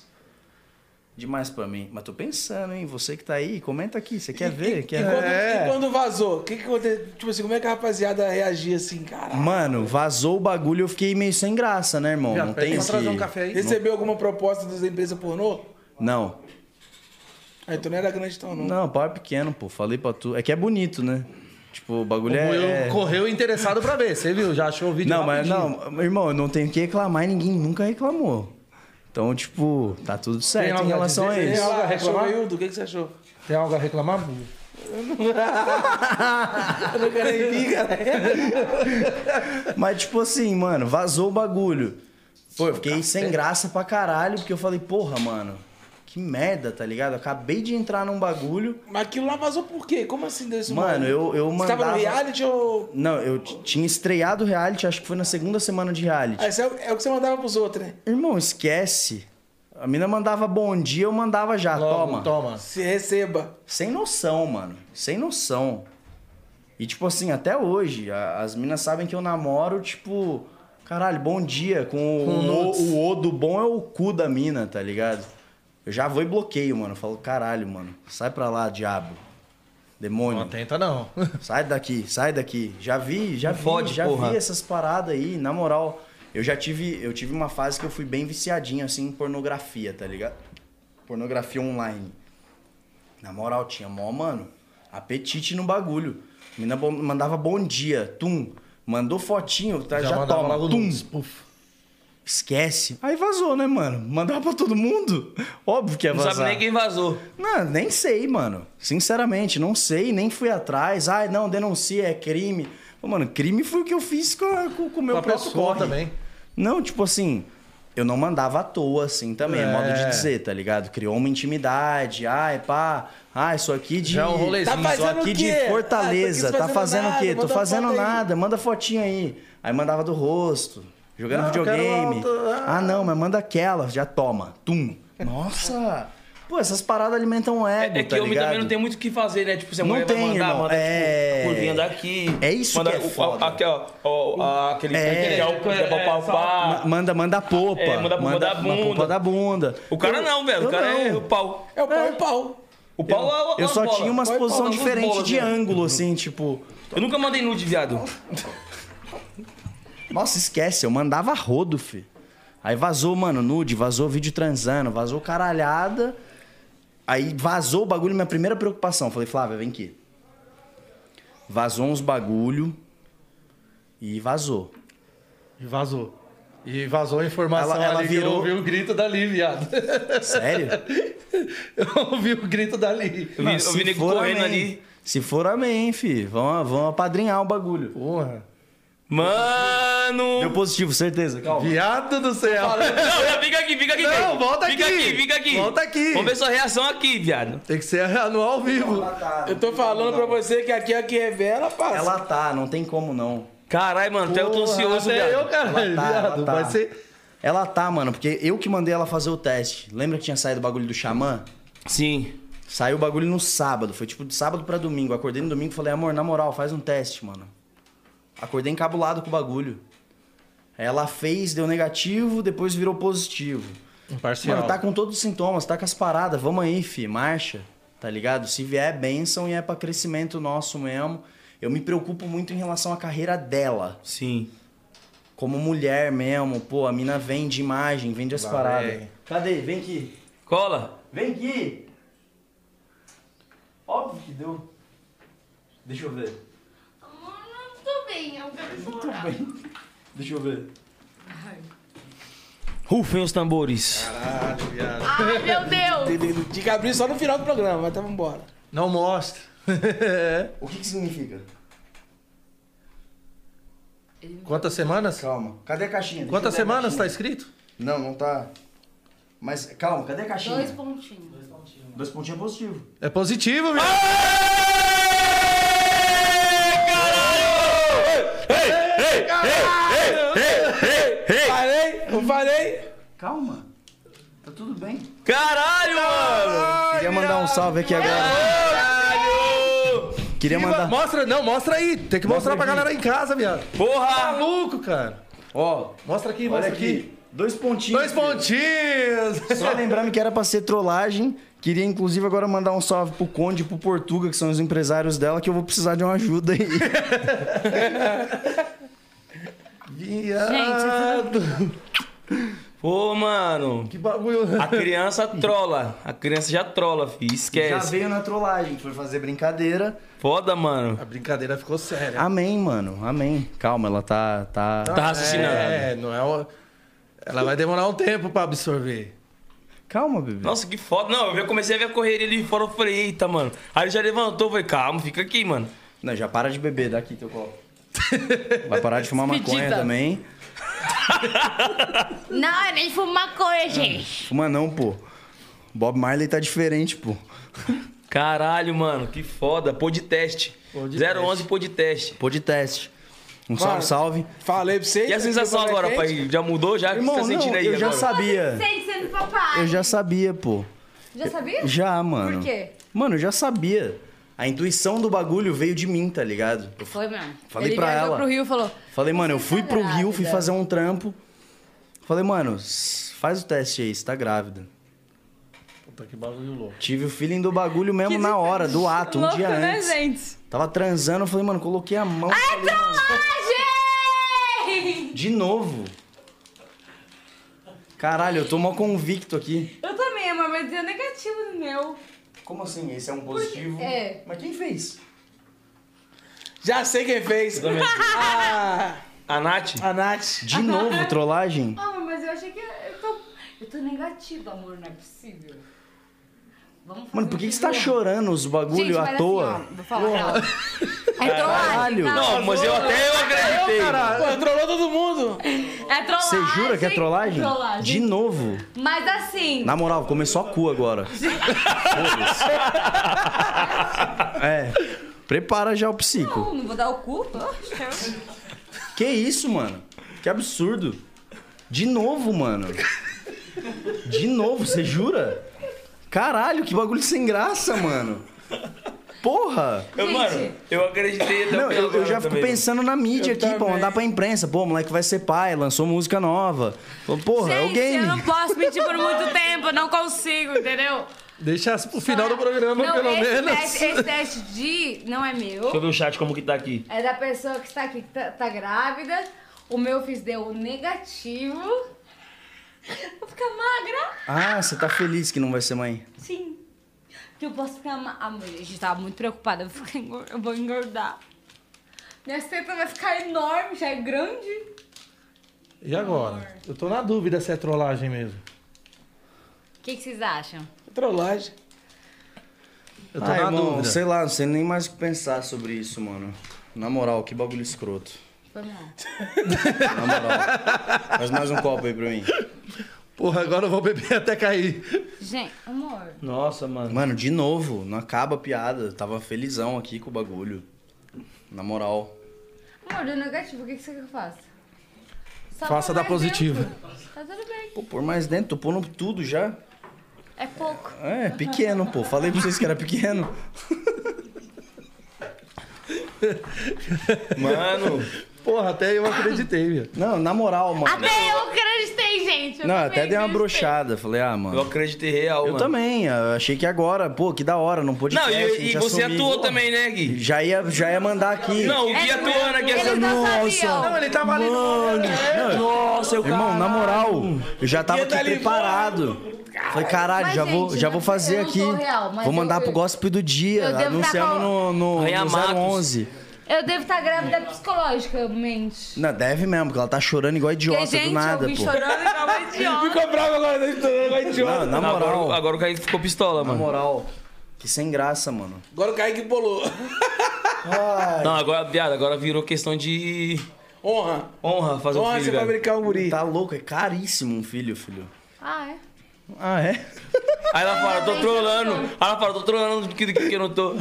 Speaker 4: Demais pra mim. Mas tô pensando, hein? Você que tá aí, comenta aqui. Você quer ver?
Speaker 3: E
Speaker 4: Quer...
Speaker 3: quando,
Speaker 2: É.
Speaker 3: e quando vazou, o que que aconteceu? Tipo assim, como é que a rapaziada reagia assim, cara?
Speaker 4: Mano, vazou o bagulho eu fiquei meio sem graça, né, irmão?
Speaker 2: Viado,
Speaker 4: não
Speaker 2: pede
Speaker 4: tem
Speaker 2: pra
Speaker 4: esse...
Speaker 2: trazer um café aí.
Speaker 3: Recebeu alguma proposta das empresas pornô?
Speaker 4: Não.
Speaker 3: Aí tu não era grande então, não.
Speaker 4: Não, pau é pequeno, pô. Falei pra tu. É que é bonito, né? Tipo, o
Speaker 2: O
Speaker 4: bagulho
Speaker 2: Buiu
Speaker 4: é.
Speaker 2: correu interessado pra ver, você viu? Já achou o vídeo
Speaker 4: Não, mas
Speaker 2: rapidinho.
Speaker 4: não, irmão, eu não tenho o que reclamar e ninguém nunca reclamou. Então, tipo, tá tudo certo
Speaker 2: algo
Speaker 4: em
Speaker 2: a
Speaker 4: relação a
Speaker 3: É,
Speaker 2: dizer?
Speaker 4: isso.
Speaker 2: Tem algo a
Speaker 3: achou,
Speaker 2: reclamar?
Speaker 3: Aildo? O que, que você achou?
Speaker 2: Tem algo a reclamar? Buiu?
Speaker 3: Eu não quero nem vir, cara.
Speaker 4: Mas, tipo assim, mano, vazou o bagulho. Pô, eu fiquei sem graça pra caralho, porque eu falei, porra, mano, que merda, tá ligado? Eu acabei de entrar num bagulho.
Speaker 3: Mas aquilo lá vazou por quê? Como assim desse
Speaker 4: Mano, eu, eu
Speaker 3: Você tava
Speaker 4: mandava.
Speaker 3: no reality ou.
Speaker 4: Não, eu t- tinha estreado o reality, acho que foi na segunda semana de reality.
Speaker 3: Ah, isso é, o- é o que você mandava pros outros, né?
Speaker 4: Irmão, esquece. A mina mandava bom dia, eu mandava já.
Speaker 2: Logo,
Speaker 4: toma.
Speaker 2: toma.
Speaker 3: Se receba.
Speaker 4: Sem noção, mano. Sem noção. E, tipo assim, até hoje, a- as minas sabem que eu namoro, tipo, caralho, bom dia. Com,
Speaker 2: Com
Speaker 4: o,
Speaker 2: nudes.
Speaker 4: o, o O do bom é o cu da mina, tá ligado? Eu já vou e bloqueio, mano. Eu falo, caralho, mano, sai pra lá, diabo. Demônio.
Speaker 2: Não tenta, não.
Speaker 4: Sai daqui, sai daqui. Já vi, já
Speaker 1: Não
Speaker 4: vi,
Speaker 1: fode,
Speaker 4: já
Speaker 1: porra.
Speaker 4: vi essas paradas aí, na moral. Eu já tive, eu tive uma fase que eu fui bem viciadinho assim em pornografia, tá ligado? Pornografia online. Na moral, tinha mó, mano, apetite no bagulho. Mina bo- mandava bom dia, tum. Mandou fotinho, tá, já,
Speaker 2: mandava
Speaker 4: toma,
Speaker 2: logo um
Speaker 4: tum.
Speaker 2: nudes, puf.
Speaker 4: Esquece. Aí vazou, né, mano? Mandava pra todo mundo. Óbvio que ia
Speaker 1: Não
Speaker 4: vazar.
Speaker 1: sabe nem quem vazou.
Speaker 4: Não, nem sei, mano. Sinceramente, não sei, nem fui atrás. Ai, não, denuncia, é crime. Pô, mano, crime foi o que eu fiz com, a- com- com o meu
Speaker 2: Com a
Speaker 4: próprio
Speaker 2: pessoa
Speaker 4: corre.
Speaker 2: também.
Speaker 4: Não, tipo assim, eu não mandava à toa, assim, também. É,
Speaker 2: É.
Speaker 4: modo de dizer, tá ligado? Criou uma intimidade. Ai, pá. Ah, isso aqui de.
Speaker 2: Já é um rolezinho.
Speaker 3: Tá fazendo
Speaker 4: isso aqui
Speaker 3: o
Speaker 4: de
Speaker 3: quê?
Speaker 4: Fortaleza.
Speaker 3: Ah, tô
Speaker 4: tá
Speaker 3: aqui
Speaker 4: fazendo o quê? Tô
Speaker 3: manda
Speaker 4: fazendo
Speaker 3: foto aí.
Speaker 4: nada. Manda fotinha aí. Aí mandava do rosto.
Speaker 2: Não,
Speaker 4: Jogando
Speaker 2: eu quero
Speaker 4: videogame.
Speaker 2: alto, ah.
Speaker 4: Ah, não, mas manda aquela. Já toma. Tum. Nossa. Pô, essas paradas alimentam o ego,
Speaker 1: É, é
Speaker 4: tá
Speaker 1: que homem
Speaker 4: ligado?
Speaker 1: também não tem muito o que fazer, né? Tipo, você
Speaker 4: Não
Speaker 1: mulher vai
Speaker 4: tem,
Speaker 1: mandar,
Speaker 4: irmão.
Speaker 1: manda
Speaker 4: É.
Speaker 1: tipo, curvinha daqui.
Speaker 4: É isso
Speaker 1: manda
Speaker 4: que é
Speaker 1: o-
Speaker 4: foda.
Speaker 1: a- Aqui, ó, ó, a- aquele
Speaker 4: É.
Speaker 1: aquele álcool é, pra
Speaker 4: Ma-
Speaker 1: palpar.
Speaker 4: Manda, manda a popa.
Speaker 1: É, manda a popa da
Speaker 4: uma
Speaker 1: bunda.
Speaker 4: popa da bunda.
Speaker 1: O cara
Speaker 4: Eu-
Speaker 1: não, velho.
Speaker 4: eu
Speaker 1: O cara é
Speaker 4: não.
Speaker 1: o pau.
Speaker 3: É o pau e pau.
Speaker 1: O pau é o-
Speaker 4: Eu
Speaker 1: as
Speaker 4: só
Speaker 1: bolas.
Speaker 4: tinha umas
Speaker 1: Pau é pau,
Speaker 4: posições
Speaker 1: as
Speaker 4: diferentes
Speaker 1: bolas,
Speaker 4: de
Speaker 1: né?
Speaker 4: ângulo, assim, tipo.
Speaker 1: Eu nunca mandei nude, viado.
Speaker 4: Nossa, esquece, eu mandava rodo, fi. Aí vazou, mano, nude, vazou vídeo transando, vazou caralhada. Aí vazou o bagulho, minha primeira preocupação. Falei, Flávia, vem aqui. Vazou uns bagulho e vazou.
Speaker 2: E vazou. E vazou a informação
Speaker 4: Ela- ela
Speaker 2: ali que eu
Speaker 4: virou-
Speaker 2: ouvi o grito dali, viado.
Speaker 4: Sério?
Speaker 2: Eu ouvi o grito dali.
Speaker 1: Eu vi, eu vi nego correndo ali.
Speaker 4: Se for, amém, fi. Vão, vão apadrinhar o bagulho.
Speaker 2: Porra.
Speaker 1: Mano!
Speaker 4: Deu positivo, certeza. Calma.
Speaker 2: Viado do céu.
Speaker 1: Não, já fica aqui, fica aqui.
Speaker 2: Não,
Speaker 1: velho.
Speaker 2: volta
Speaker 1: fica
Speaker 2: aqui.
Speaker 1: aqui, fica aqui.
Speaker 2: Volta aqui.
Speaker 1: Vamos ver sua reação aqui, viado.
Speaker 2: Tem que ser anual ao vivo.
Speaker 3: Eu tô falando pra você que aqui é a que revela, parça.
Speaker 4: Ela tá, não tem como não.
Speaker 1: Caralho, mano, até eu tô
Speaker 2: Porra,
Speaker 1: ansioso,
Speaker 2: até
Speaker 1: viado.
Speaker 2: eu, caralho,
Speaker 4: Ela tá,
Speaker 2: viado.
Speaker 4: ela tá.
Speaker 2: Vai ser...
Speaker 4: Ela tá, mano, porque eu que mandei ela fazer o teste. Lembra que tinha saído o bagulho do xamã?
Speaker 1: Sim.
Speaker 4: Saiu o bagulho no sábado. Foi tipo de sábado pra domingo. Acordei no domingo e falei, amor, na moral, faz um teste, mano. Acordei encabulado com o bagulho. Aí Ela fez, deu negativo, depois virou positivo.
Speaker 2: Imparcial.
Speaker 4: Mano, tá com todos os sintomas, tá com as paradas. Vamos aí, fi, marcha. Tá ligado? Se vier, bênção e é pra crescimento nosso mesmo. Eu me preocupo muito em relação à carreira dela
Speaker 1: Sim.
Speaker 4: como mulher mesmo, pô, a mina vende imagem, vende as paradas.
Speaker 2: vem.
Speaker 4: Cadê? Vem aqui.
Speaker 1: Cola.
Speaker 4: Vem aqui. Óbvio que deu. Deixa eu ver.
Speaker 6: Não tô bem, eu quero
Speaker 4: Muito bem. Deixa eu ver.
Speaker 1: Rufem os tambores.
Speaker 2: Caralho, viado.
Speaker 5: Ai, meu Deus!
Speaker 3: Tinha que abrir só no final do programa, mas tá vambora.
Speaker 2: Não mostra. É.
Speaker 4: O que que significa?
Speaker 2: Quantas semanas?
Speaker 4: Calma. Cadê a caixinha? Deixa
Speaker 2: Quantas
Speaker 4: eu ver a
Speaker 2: semanas tá
Speaker 4: caixinha.
Speaker 2: escrito?
Speaker 4: Não, não tá. Mas calma, cadê a caixinha?
Speaker 5: Dois pontinhos.
Speaker 4: Dois pontinhos é positivo.
Speaker 2: É positivo, viado.
Speaker 3: Falei, eu falei.
Speaker 4: Calma. Tá tudo bem.
Speaker 1: Caralho, mano!
Speaker 4: Queria mandar um salve aqui agora.
Speaker 1: Caralho!
Speaker 4: Queria mandar.
Speaker 2: Mostra, não, mostra aí. Tem que mostrar pra galera em casa, viado. Tá
Speaker 1: Porra!
Speaker 2: maluco, cara.
Speaker 4: Ó,
Speaker 2: Mostra aqui,
Speaker 4: olha
Speaker 2: mostra aqui.
Speaker 4: aqui. Dois pontinhos.
Speaker 2: Dois pontinhos.
Speaker 4: Só lembrando que era pra ser trollagem. Queria, inclusive, agora mandar um salve pro Conde e pro Portuga, que são os empresários dela, que eu vou precisar de uma ajuda aí.
Speaker 2: Viado.
Speaker 1: Pô, mano.
Speaker 2: Que bagulho.
Speaker 1: A criança trola. A criança já trola, fi.
Speaker 4: Já
Speaker 1: Esquece.
Speaker 4: veio na trollagem, foi fazer brincadeira.
Speaker 1: Foda, mano.
Speaker 2: A brincadeira ficou séria.
Speaker 4: Amém, mano. Amém. Calma, ela tá. tá...
Speaker 1: Tá raciocinando.
Speaker 2: É, não é uma... Ela vai demorar um tempo pra absorver.
Speaker 4: Calma, bebê.
Speaker 1: Nossa, que foda. Não, eu comecei a ver a correria ali fora. Eu falei, eita, mano. Aí ele já levantou. Eu falei, calma, fica aqui, mano.
Speaker 4: Não, já para de beber, dá aqui teu copo. Vai parar de fumar maconha
Speaker 5: Despedida.
Speaker 4: também.
Speaker 6: Não, é nem fumar coisa, gente.
Speaker 4: Fuma não, pô. Bob Marley tá diferente, pô.
Speaker 1: Caralho, mano. Que foda. Pô de teste. 011 pô de teste.
Speaker 4: Pô de teste. Um
Speaker 3: Mano,
Speaker 4: salve, salve.
Speaker 3: Falei pra vocês.
Speaker 1: E a sensação
Speaker 3: aqui o
Speaker 1: agora,
Speaker 3: bagulho é quente.
Speaker 1: pai? Já mudou? Já? O que você
Speaker 4: Irmão,
Speaker 1: tá sentindo
Speaker 4: não,
Speaker 1: aí
Speaker 4: eu já
Speaker 1: agora?
Speaker 4: sabia.
Speaker 5: Sente sendo papai.
Speaker 4: É. Eu já sabia, pô.
Speaker 5: Já sabia?
Speaker 4: Já, mano.
Speaker 5: Por quê?
Speaker 4: Mano, eu já sabia. A intuição do bagulho veio de mim, tá ligado? Eu
Speaker 5: Foi mesmo.
Speaker 4: Falei
Speaker 5: Ele
Speaker 4: pra
Speaker 5: viajou
Speaker 4: ela.
Speaker 5: pro Rio e falou...
Speaker 4: falei, mano, eu
Speaker 5: "Você
Speaker 4: fui
Speaker 5: tá
Speaker 4: pro Rio, fui
Speaker 5: grávida."
Speaker 4: fazer um trampo. Falei, mano, s- faz o teste aí, você tá grávida.
Speaker 2: Puta, que bagulho louco.
Speaker 4: Tive o feeling do bagulho mesmo na hora, do ato, um
Speaker 5: Louco,
Speaker 4: dia
Speaker 5: né,
Speaker 4: antes.
Speaker 5: gente?
Speaker 4: Tava transando, eu falei, mano, coloquei a mão. falei, mano,
Speaker 5: Trollagem!
Speaker 4: de novo. Caralho, eu tô mal convicto aqui.
Speaker 5: Eu também, amor, mas deu negativo no meu.
Speaker 4: Como assim? Esse é um positivo?
Speaker 5: É.
Speaker 4: Mas quem fez?
Speaker 3: Já sei quem fez. Ah,
Speaker 1: A Nath?
Speaker 3: a Nath.
Speaker 4: De novo, trollagem?
Speaker 5: Ah, amor, mas eu achei que... Eu tô, eu tô negativa, amor, não é possível. Vamos fazer
Speaker 4: Mano, por
Speaker 5: um
Speaker 4: que, que você tá
Speaker 5: vídeo.
Speaker 4: chorando os bagulho
Speaker 5: Gente,
Speaker 4: à
Speaker 5: mas
Speaker 4: toa?
Speaker 5: Assim, ó, vou falar pra ela. É trollagem. É
Speaker 4: Caralho.
Speaker 5: calma.
Speaker 1: Não, mas eu até eu acreditei.
Speaker 3: Pô, trollou todo mundo.
Speaker 5: É trollagem.
Speaker 4: Você jura que é trollagem? De novo.
Speaker 5: Mas assim.
Speaker 4: Na moral, começou a cu agora. Foda-se. é. Prepara já o psico.
Speaker 5: Não, não vou dar o cu.
Speaker 4: Que isso, mano? Que absurdo. De novo, mano. De novo, você jura? Caralho, que bagulho sem graça, mano. Porra!
Speaker 1: Eu, mano, eu acreditei até o
Speaker 4: Não,
Speaker 1: final
Speaker 4: eu, eu
Speaker 1: dela
Speaker 4: já fico
Speaker 1: também.
Speaker 4: pensando na mídia aqui, pra mandar pra imprensa. Pô, moleque vai ser pai, lançou música nova. Pô, Porra, é o
Speaker 5: Gente, eu não
Speaker 4: game.
Speaker 5: posso mentir por muito tempo, não consigo, entendeu?
Speaker 2: Deixa as- o final do programa,
Speaker 5: é- Não,
Speaker 2: pelo
Speaker 5: esse
Speaker 2: menos.
Speaker 5: Teste, esse teste de. Não é meu.
Speaker 1: Deixa eu ver o chat como que tá aqui.
Speaker 5: É da pessoa que está aqui, que tá, tá grávida. O meu fiz deu um negativo. Vou ficar magra?
Speaker 4: Ah, você tá feliz que não vai ser mãe.
Speaker 5: Sim. Que eu posso ficar magra. Ah, mulher, a gente tava muito preocupada. Eu, vou ficar engor- eu vou engordar. Minha teta vai ficar enorme, já é grande.
Speaker 2: E agora? Eu tô na dúvida se é trollagem mesmo.
Speaker 5: O que, que vocês acham?
Speaker 3: Trollagem.
Speaker 2: Eu tô
Speaker 4: Ah,
Speaker 2: na
Speaker 4: irmão,
Speaker 2: dúvida.
Speaker 4: sei lá, não sei nem mais o que pensar sobre isso, mano. Na moral, que bagulho escroto.
Speaker 5: Foi mal.
Speaker 4: Na moral. Faz mais um copo aí pra mim.
Speaker 2: Porra, agora eu vou beber até cair.
Speaker 5: Gente, amor.
Speaker 1: Nossa, mano.
Speaker 4: Mano, de novo, não acaba a piada. Tava felizão aqui com o bagulho. Na moral.
Speaker 5: Amor, deu negativo, o que, que você quer que eu faça? Só
Speaker 2: Faça
Speaker 5: pôr
Speaker 2: dar
Speaker 5: mais
Speaker 2: positivo.
Speaker 5: dentro. Tá tudo bem.
Speaker 4: Pô, por mais dentro, tô pondo tudo já.
Speaker 5: É pouco.
Speaker 4: É, pequeno, pô. Falei pra vocês que era pequeno.
Speaker 1: Mano,
Speaker 2: Porra, até eu acreditei, meu.
Speaker 4: Não, na moral, mano.
Speaker 6: Até eu acreditei, gente. Ah, Eu
Speaker 4: Não,
Speaker 6: também
Speaker 4: até dei uma
Speaker 6: acreditei.
Speaker 4: brochada. Falei, ah, mano.
Speaker 1: eu acreditei real,
Speaker 4: Eu
Speaker 1: mano.
Speaker 4: também, eu achei que agora, pô, que da hora, não pôde
Speaker 1: Não, e, e você atuou também, né, Gui?
Speaker 4: Já ia, já ia mandar aqui.
Speaker 1: Não, o Gui atuando aqui
Speaker 5: É Eles
Speaker 1: assim.
Speaker 5: não
Speaker 4: Nossa.
Speaker 5: sabiam.
Speaker 2: é Não, ele tava ali no...
Speaker 1: Nossa, eu
Speaker 4: Irmão, na moral, eu já tava
Speaker 1: Ia tá
Speaker 4: aqui
Speaker 1: ali
Speaker 4: preparado. Falei, caralho,
Speaker 5: Mas,
Speaker 4: já vou,
Speaker 5: gente,
Speaker 4: já
Speaker 5: não-
Speaker 4: vou fazer
Speaker 5: eu não
Speaker 4: aqui.
Speaker 5: sou real, mas
Speaker 4: vou mandar
Speaker 5: eu-
Speaker 4: pro gospel do
Speaker 5: eu
Speaker 4: dia,
Speaker 5: devo tá
Speaker 4: anunciando
Speaker 5: com-
Speaker 4: no, no,
Speaker 1: Rainha
Speaker 4: no
Speaker 1: Matos.
Speaker 4: 011.
Speaker 2: é-
Speaker 5: Eu devo estar grávida psicologicamente.
Speaker 4: Não, deve mesmo, porque ela tá chorando igual idiota
Speaker 5: Porque, gente,
Speaker 4: do nada,
Speaker 5: eu vim
Speaker 4: pô.
Speaker 5: chorando igual uma idiota.
Speaker 1: Ficou bravo agora,
Speaker 3: né?
Speaker 1: vai
Speaker 4: Não, na moral,
Speaker 1: Agora, agora o Kaique ficou pistola,
Speaker 4: na
Speaker 1: mano.
Speaker 4: moral, que sem graça, mano.
Speaker 3: Agora o Kaique bolou.
Speaker 1: Não, agora, viado, agora virou questão de
Speaker 3: Honra.
Speaker 1: honra fazer o
Speaker 3: Honra você
Speaker 1: filho,
Speaker 3: vai
Speaker 1: velho.
Speaker 3: brincar o guri.
Speaker 4: Tá louco, é caríssimo um filho, filho.
Speaker 5: Ah, é?
Speaker 4: Ah, é?
Speaker 1: Aí ela fala, tô trolando. Aí ela fala, tô trolando que, que, que eu não tô.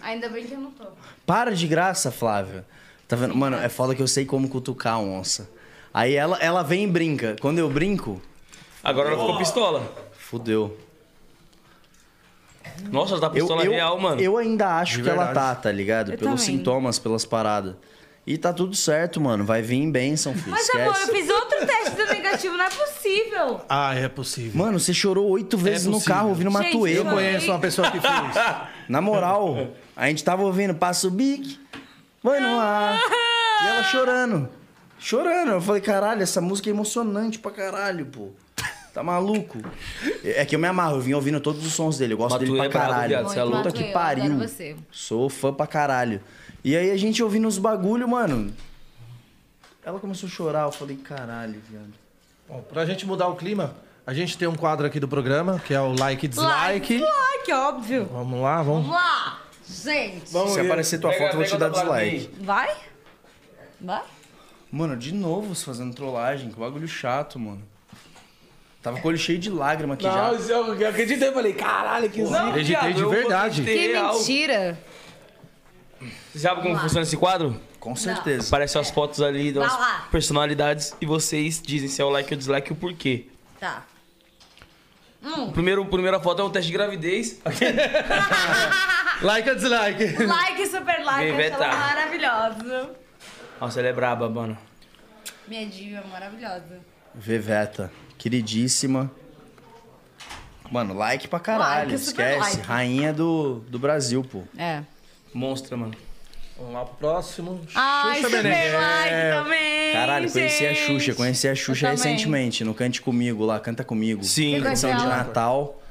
Speaker 5: Ainda bem que eu não tô.
Speaker 4: Para de graça, Flávia. Tá vendo? Mano, é foda que eu sei como cutucar a onça. Aí ela, ela vem e brinca. Quando eu brinco,
Speaker 1: Agora ela ficou pistola.
Speaker 4: fudeu.
Speaker 1: Nossa, ela tá
Speaker 4: Eu,
Speaker 1: pistola
Speaker 4: eu-
Speaker 1: real, mano.
Speaker 4: eu ainda acho que ela
Speaker 2: verdade.
Speaker 4: tá, tá ligado?
Speaker 5: Eu
Speaker 4: Pelos
Speaker 5: também.
Speaker 4: sintomas, pelas paradas. E tá tudo certo, mano. Vai vir em bênção, filho.
Speaker 5: Mas,
Speaker 4: Esquece.
Speaker 5: amor, eu fiz outro teste do negativo, não é possível.
Speaker 2: Ah, é possível.
Speaker 4: Mano, você chorou oito
Speaker 1: É
Speaker 4: vezes no
Speaker 2: possível.
Speaker 4: carro ouvindo
Speaker 5: Gente,
Speaker 4: Matuê.
Speaker 2: Eu
Speaker 5: eu
Speaker 2: conheço uma pessoa que fez.
Speaker 4: Na moral, a gente tava ouvindo Passa o Bique, vai no ar. E ela chorando. Chorando. Eu falei, caralho, essa música é emocionante pra caralho, pô. Tá maluco? É que eu me amarro, eu vim ouvindo todos os sons dele. Eu gosto dele
Speaker 1: Matuê é
Speaker 4: pra
Speaker 1: brabo,
Speaker 4: caralho.
Speaker 1: viado, você é
Speaker 5: Muito
Speaker 4: Puta
Speaker 5: Matuê,
Speaker 4: que
Speaker 5: eu adoro
Speaker 4: pariu.
Speaker 5: você.
Speaker 4: Sou fã pra caralho. E aí a gente ouvindo os bagulho, mano. Ela começou a chorar, eu falei, caralho, viado.
Speaker 2: Bom, pra gente mudar o clima, a gente tem um quadro aqui do programa, que é o like e
Speaker 5: Like,
Speaker 2: dislike.
Speaker 5: like, óbvio.
Speaker 2: Vamos lá, vamos.
Speaker 5: Vamos lá. Gente,
Speaker 3: Vamos
Speaker 4: Se
Speaker 3: ver.
Speaker 4: aparecer tua
Speaker 1: Pega-
Speaker 4: foto, eu vou te
Speaker 1: pega
Speaker 4: dar
Speaker 1: outra pra
Speaker 4: dislike.
Speaker 1: mim.
Speaker 5: vai? Vai?
Speaker 4: Mano, de novo você fazendo trollagem, que bagulho chato, mano. Tava com o olho cheio de lágrima aqui
Speaker 3: Não,
Speaker 4: já.
Speaker 3: eu eu acreditei, eu falei, caralho, que zica.
Speaker 2: Acreditei
Speaker 1: viado,
Speaker 2: de
Speaker 1: eu
Speaker 2: verdade.
Speaker 1: acreditei
Speaker 5: Que
Speaker 1: real.
Speaker 5: mentira.
Speaker 1: Você sabe como funciona esse quadro?
Speaker 4: Com certeza.
Speaker 1: Aparecem as fotos ali das
Speaker 5: Vai lá.
Speaker 1: personalidades e vocês dizem se é o like ou dislike e o porquê.
Speaker 5: Tá. Hum,
Speaker 1: Primeiro, primeira foto é um teste de gravidez.
Speaker 2: Like ou dislike?
Speaker 5: like, super like,
Speaker 1: Vem,
Speaker 5: eu acho ela
Speaker 1: Beta.
Speaker 5: maravilhosa.
Speaker 1: Nossa, ela é braba, mano.
Speaker 5: Minha diva é maravilhosa.
Speaker 4: Veveta, queridíssima. Mano, like pra caralho,
Speaker 5: Like, super
Speaker 4: esquece.
Speaker 5: like.
Speaker 4: Rainha do, do Brasil, pô.
Speaker 5: É.
Speaker 1: Monstra, mano.
Speaker 2: Vamos lá pro próximo.
Speaker 5: Ai, super
Speaker 2: Meneghel.
Speaker 5: Ah, like também.
Speaker 4: Caralho, conheci a
Speaker 5: gente.
Speaker 4: Xuxa, conheci a Xuxa
Speaker 5: Eu também.
Speaker 4: recentemente, no Cante Comigo lá, Canta Comigo.
Speaker 1: Sim.
Speaker 5: Eu gosto
Speaker 4: Edição de
Speaker 5: dela.
Speaker 4: Natal.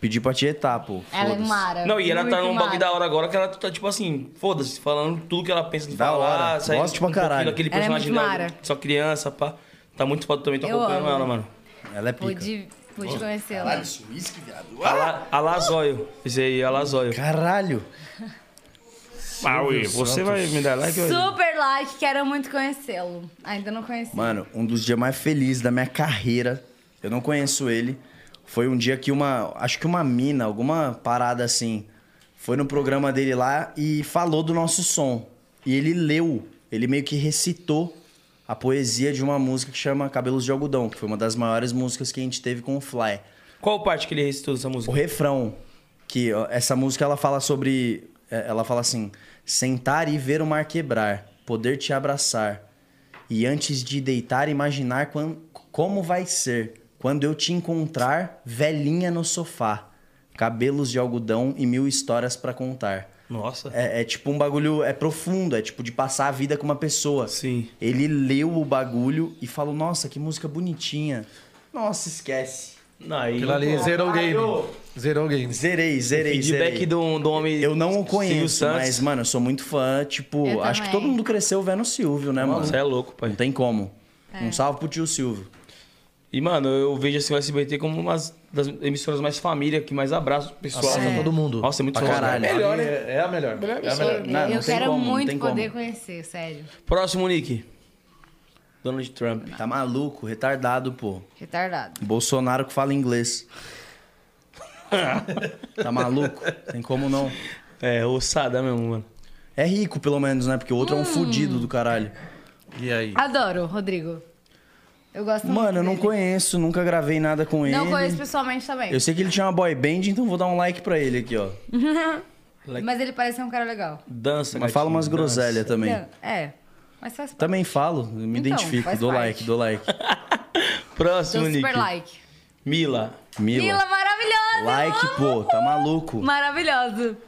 Speaker 4: Pedi pra tietar, pô.
Speaker 5: Ela é
Speaker 4: Foda-se.
Speaker 5: mara.
Speaker 1: Não, e ela tá
Speaker 5: muito
Speaker 1: num bagulho
Speaker 5: mara.
Speaker 1: da hora agora que ela tá, tipo assim, foda-se, falando tudo que ela pensa de
Speaker 4: Da
Speaker 1: falar.
Speaker 4: hora.
Speaker 1: sai um
Speaker 4: Gosto pra
Speaker 1: pouquinho
Speaker 4: caralho.
Speaker 1: daquele
Speaker 5: Ela é
Speaker 1: personagem
Speaker 5: muito
Speaker 1: dela,
Speaker 5: mara.
Speaker 1: só criança, pá. Tá muito foda também, tô
Speaker 5: Eu
Speaker 1: acompanhando
Speaker 5: amo.
Speaker 1: ela, mano.
Speaker 4: Ela é pica.
Speaker 5: Pude, pude conhecê-la.
Speaker 4: Suíça, viado.
Speaker 1: Ala- Alazóio. Esse aí, Alazóio.
Speaker 4: Caralho.
Speaker 1: Maui, você vai me dar like hoje?
Speaker 5: Super like, quero muito conhecê-lo. Ainda não conheci.
Speaker 4: Mano, um dos dias mais felizes da minha carreira. Eu não conheço ele. Foi um dia que uma. Acho que uma mina, alguma parada assim. Foi no programa dele lá e falou do nosso som. E ele leu. Ele meio que recitou a poesia de uma música que chama Cabelos de Algodão, que foi uma das maiores músicas que a gente teve com o Fly.
Speaker 1: Qual parte que ele recitou dessa
Speaker 4: O
Speaker 1: música?
Speaker 4: refrão, que ó, essa música ela fala sobre. é, Ela fala assim: sentar e ver o mar quebrar, poder te abraçar. E antes de deitar, imaginar quan- como vai ser quando eu te encontrar, velhinha no sofá, cabelos de algodão e mil histórias pra contar.
Speaker 1: Nossa.
Speaker 4: É, é tipo um bagulho, é profundo, é tipo de passar a vida com uma pessoa.
Speaker 1: Sim.
Speaker 4: Ele leu o bagulho e falou: Nossa, que música bonitinha. Nossa, esquece.
Speaker 1: Aí,
Speaker 2: Aquilo ali zerou o game.
Speaker 1: Caralho.
Speaker 2: Zerou o game.
Speaker 4: Zerei, zerei, zerei.
Speaker 1: Feedback do, do homem.
Speaker 4: Eu não o
Speaker 1: Silvio
Speaker 4: conheço,
Speaker 1: Santos.
Speaker 4: mas, mano, eu sou muito fã. Tipo,
Speaker 5: Eu
Speaker 4: acho que
Speaker 5: também.
Speaker 4: todo mundo cresceu vendo o Silvio, né, mano?
Speaker 1: Nossa, é louco, pai.
Speaker 4: Não tem como.
Speaker 5: É.
Speaker 4: Um salve pro tio Silvio.
Speaker 1: E, mano, eu vejo assim, o SBT como uma das emissoras mais família, que mais abraça o pessoal.
Speaker 2: Abraça
Speaker 1: né?
Speaker 2: todo mundo.
Speaker 1: Nossa, é muito
Speaker 4: Pra
Speaker 1: famoso,
Speaker 4: caralho.
Speaker 1: cara.
Speaker 3: Melhor, né?
Speaker 2: É, é a melhor.
Speaker 3: Melhor
Speaker 2: É a
Speaker 3: pessoa.
Speaker 2: melhor.
Speaker 4: Não, não
Speaker 5: eu
Speaker 4: tem
Speaker 5: quero
Speaker 4: como, não
Speaker 5: muito
Speaker 4: tem
Speaker 5: poder
Speaker 4: como.
Speaker 5: conhecer, sério.
Speaker 4: É.
Speaker 1: Próximo, Nick. Donald Trump.
Speaker 4: Tá maluco, retardado, pô.
Speaker 5: Retardado.
Speaker 4: Bolsonaro que fala inglês. tá maluco? Tem como não.
Speaker 1: É, ossada mesmo, mano.
Speaker 4: É rico, pelo menos, né? Porque o
Speaker 5: Hum.
Speaker 4: outro é um fudido do caralho.
Speaker 2: E aí?
Speaker 5: Adoro, Rodrigo. Eu gosto muito
Speaker 4: Mano, eu não
Speaker 5: dele.
Speaker 4: conheço, nunca gravei nada com ele.
Speaker 5: Não conheço pessoalmente também.
Speaker 4: Eu sei que ele tinha uma boy band, então vou dar um like pra ele aqui, ó.
Speaker 5: Mas ele parece ser um cara legal.
Speaker 1: Dança,
Speaker 4: Mas fala
Speaker 1: gatinho,
Speaker 4: umas
Speaker 1: dança.
Speaker 4: groselhas também. Tá
Speaker 5: É, mas faz parte.
Speaker 4: Também falo, me
Speaker 5: Então,
Speaker 4: identifico,
Speaker 5: faz
Speaker 4: dou
Speaker 5: parte.
Speaker 4: like, dou like.
Speaker 1: Próximo,
Speaker 5: Dou
Speaker 1: Nick.
Speaker 5: super like.
Speaker 1: Mila.
Speaker 4: Mila,
Speaker 5: Mila, maravilhosa!
Speaker 4: like,
Speaker 5: eu
Speaker 4: pô,
Speaker 5: amo!
Speaker 4: tá maluco.
Speaker 5: Maravilhoso.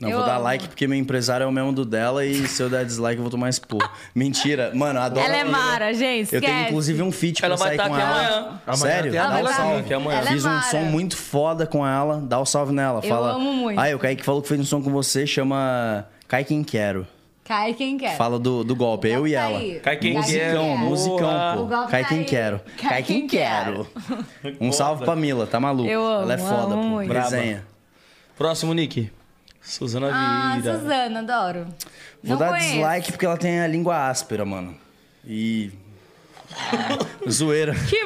Speaker 4: Não,
Speaker 5: eu
Speaker 4: vou dar
Speaker 5: amo.
Speaker 4: like porque meu empresário é o mesmo do dela e se eu der dislike eu vou tomar expor. Mentira, mano, adoro.
Speaker 5: Ela é mara, gente.
Speaker 4: Eu tenho
Speaker 5: esquece.
Speaker 4: inclusive um feat pra
Speaker 1: Ela vai
Speaker 4: sair
Speaker 1: tá
Speaker 4: com
Speaker 1: aqui
Speaker 4: ela.
Speaker 2: amanhã.
Speaker 4: Sério?
Speaker 2: Ela
Speaker 4: Dá um
Speaker 5: vai tá
Speaker 4: salve.
Speaker 5: aqui amanhã. Ela é
Speaker 4: Fiz um
Speaker 5: mara.
Speaker 4: som muito foda com ela, dá o salve nela.
Speaker 5: Eu
Speaker 4: Fala,
Speaker 5: amo muito.
Speaker 4: Ah, o Kaique falou que fez um som com você, chama Cai Quem Quero.
Speaker 5: Cai quem quer. Então
Speaker 4: Fala do, do golpe, eu
Speaker 5: tá
Speaker 4: e ela.
Speaker 5: Cai.
Speaker 1: Cai quem
Speaker 5: Musicão,
Speaker 1: quer.
Speaker 4: Musicão,
Speaker 1: Boa.
Speaker 4: musicão,
Speaker 5: O
Speaker 4: pô.
Speaker 5: golpe
Speaker 4: Cai
Speaker 5: tá
Speaker 4: quem
Speaker 5: aí.
Speaker 4: quero. Cai quem quero. Um salve pra Mila, tá maluco?
Speaker 5: Eu amo,
Speaker 4: Ela é foda,
Speaker 5: amo
Speaker 4: pô.
Speaker 5: muito.
Speaker 4: Resenha.
Speaker 1: Próximo, Nick. Suzana
Speaker 5: Ah,
Speaker 1: Vieira.
Speaker 5: Suzana, adoro.
Speaker 4: Vou
Speaker 5: Não
Speaker 4: dar
Speaker 5: conheço.
Speaker 4: dislike porque ela tem a língua áspera, mano. E. Zoeira.
Speaker 5: Que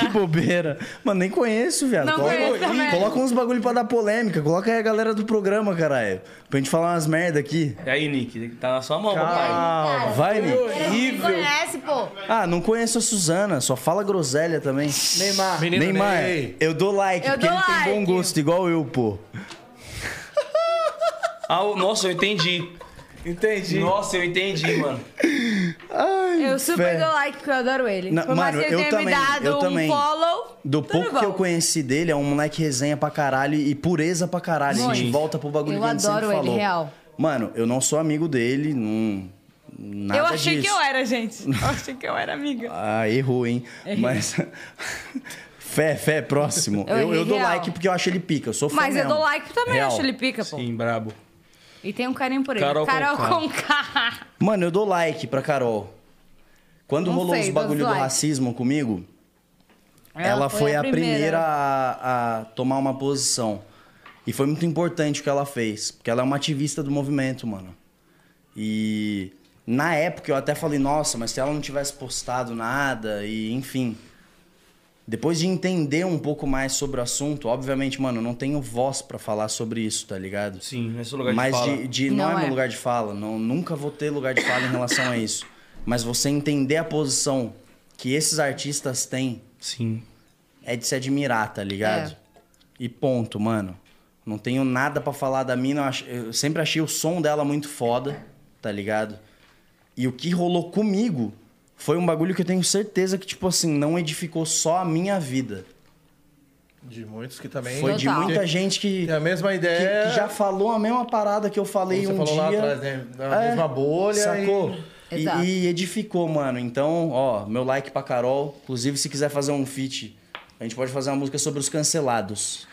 Speaker 4: Que bobeira. Mano, nem conheço, viado.
Speaker 5: Não
Speaker 4: coloca,
Speaker 5: conheço também.
Speaker 4: coloca uns bagulho pra dar polêmica. Coloca aí a galera do programa, caralho. Pra gente falar umas merda aqui.
Speaker 1: E aí, Nick? Tá na sua mão, papai.
Speaker 4: Ah, vai, Nick.
Speaker 5: Horrível. conhece, pô.
Speaker 4: Ah, não conheço a Suzana. Só fala groselha também.
Speaker 3: Neymar.
Speaker 2: Menino
Speaker 4: Neymar,
Speaker 2: Ney.
Speaker 4: eu dou like,
Speaker 5: Eu
Speaker 4: porque
Speaker 5: dou
Speaker 4: ele
Speaker 5: like.
Speaker 4: tem bom gosto, igual eu, pô.
Speaker 1: Ah, o- nossa, eu entendi.
Speaker 3: Entendi.
Speaker 1: Nossa, eu entendi, mano.
Speaker 4: Ai,
Speaker 5: Eu super
Speaker 4: fé.
Speaker 5: dou like, porque eu adoro ele.
Speaker 4: Não,
Speaker 5: Por mais
Speaker 4: mano,
Speaker 5: que ele
Speaker 4: eu
Speaker 5: tenha me
Speaker 4: também,
Speaker 5: dado
Speaker 4: eu
Speaker 5: um
Speaker 4: também.
Speaker 5: follow,
Speaker 4: Do
Speaker 5: tudo
Speaker 4: pouco que eu
Speaker 5: bom.
Speaker 4: conheci dele, é um moleque resenha pra caralho e pureza pra caralho. A gente
Speaker 1: Muito.
Speaker 4: volta pro bagulho
Speaker 5: Eu
Speaker 4: que a gente
Speaker 5: adoro
Speaker 4: sempre
Speaker 5: ele,
Speaker 4: falou.
Speaker 5: real.
Speaker 4: Mano, eu não sou amigo dele, não. Nada
Speaker 5: Eu achei
Speaker 4: disso.
Speaker 5: que eu era, gente. Eu achei que eu era amiga.
Speaker 4: Ah, errou, hein? Mas. fé, fé, próximo.
Speaker 5: Eu
Speaker 4: Eu, eu
Speaker 5: errei,
Speaker 4: dou
Speaker 5: real.
Speaker 4: like porque eu acho ele pica. Eu sou fã
Speaker 5: Mas eu
Speaker 4: mesmo.
Speaker 5: dou like também, eu
Speaker 4: Real.
Speaker 5: acho ele pica, pô.
Speaker 1: Sim, brabo.
Speaker 5: E tem um carinho por ele.
Speaker 1: Carol
Speaker 5: com
Speaker 1: Conká.
Speaker 5: K.
Speaker 4: Mano, eu dou like pra Carol. Quando
Speaker 5: Não
Speaker 4: rolou
Speaker 5: sei,
Speaker 4: os
Speaker 5: dou
Speaker 4: bagulho do
Speaker 5: dislike.
Speaker 4: racismo comigo, ela, É, foi, a primeira, a, a tomar uma posição. E foi muito importante o que ela fez, porque ela é uma ativista do movimento, mano. E na época eu até falei, nossa, mas se ela não tivesse postado nada e enfim. Depois de entender um pouco mais sobre o assunto, obviamente, mano, eu não tenho voz pra falar sobre isso, tá ligado?
Speaker 1: Sim, nesse lugar
Speaker 4: Mas
Speaker 1: de fala.
Speaker 4: de, de- não,
Speaker 5: Não
Speaker 4: é,
Speaker 5: é.
Speaker 4: meu lugar de fala. Não, nunca vou ter lugar de fala em relação a isso. Mas você entender a posição que esses artistas têm
Speaker 1: Sim.
Speaker 4: é de se admirar, tá ligado?
Speaker 5: É.
Speaker 4: E ponto, mano. Não tenho nada pra falar da mina. Eu, ach- eu sempre achei o som dela muito foda, tá ligado? E o que rolou comigo foi um bagulho que eu tenho certeza que, tipo assim, não edificou só a minha vida.
Speaker 2: De muitos que também.
Speaker 4: Foi de
Speaker 5: Total.
Speaker 4: muita gente que,
Speaker 2: Tem a mesma
Speaker 4: que-
Speaker 2: ideia.
Speaker 4: que já falou a mesma parada que eu falei
Speaker 2: É. Você
Speaker 4: um
Speaker 2: falou
Speaker 4: dia.
Speaker 2: lá atrás, né? Na
Speaker 4: É,
Speaker 2: mesma bolha.
Speaker 4: Sacou?
Speaker 2: e-
Speaker 4: E,
Speaker 5: Exato.
Speaker 4: e edificou, mano. Então, ó, meu like pra Carol. Inclusive, se quiser fazer um feat, a gente pode fazer uma música sobre os cancelados.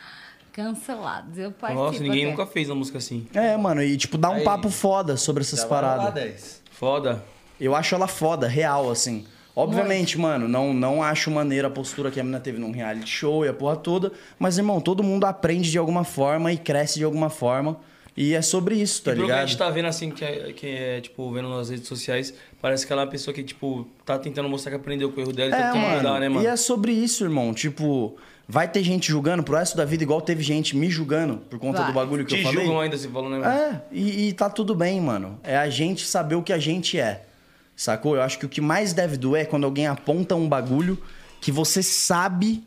Speaker 5: Cancelados. Eu participo.
Speaker 1: Nossa, ninguém
Speaker 5: até.
Speaker 1: nunca fez uma música assim.
Speaker 4: É, mano, e tipo, dá um
Speaker 2: Aí.
Speaker 4: papo foda sobre essas
Speaker 2: Já vai rolar
Speaker 1: né?
Speaker 4: paradas.
Speaker 2: 10.
Speaker 1: Foda.
Speaker 4: Eu acho ela foda, real, assim. Obviamente, mano, não, não acho maneira a postura que a mina teve num reality show e a porra toda. Mas, irmão, todo mundo aprende de alguma forma e cresce de alguma forma. E é sobre isso, tá
Speaker 1: e pelo que a
Speaker 4: ligado?
Speaker 1: gente tá vendo assim, que é, que é, tipo, vendo nas redes sociais, parece que ela é uma pessoa que, tipo, tá tentando mostrar que aprendeu com o erro dela e
Speaker 4: É,
Speaker 1: tentando
Speaker 4: mano.
Speaker 1: mudar, né, mano?
Speaker 4: E é sobre isso, irmão. Tipo, vai ter gente julgando pro resto da vida, igual teve gente me julgando por conta
Speaker 5: Vai.
Speaker 4: do bagulho que
Speaker 1: Te
Speaker 4: eu falei.
Speaker 1: julgam ainda, se falou, né, mano?
Speaker 4: É, e, e tá tudo bem, mano. É a gente saber o que a gente é. Sacou? Eu acho que o que mais deve doer é quando alguém aponta um bagulho que você sabe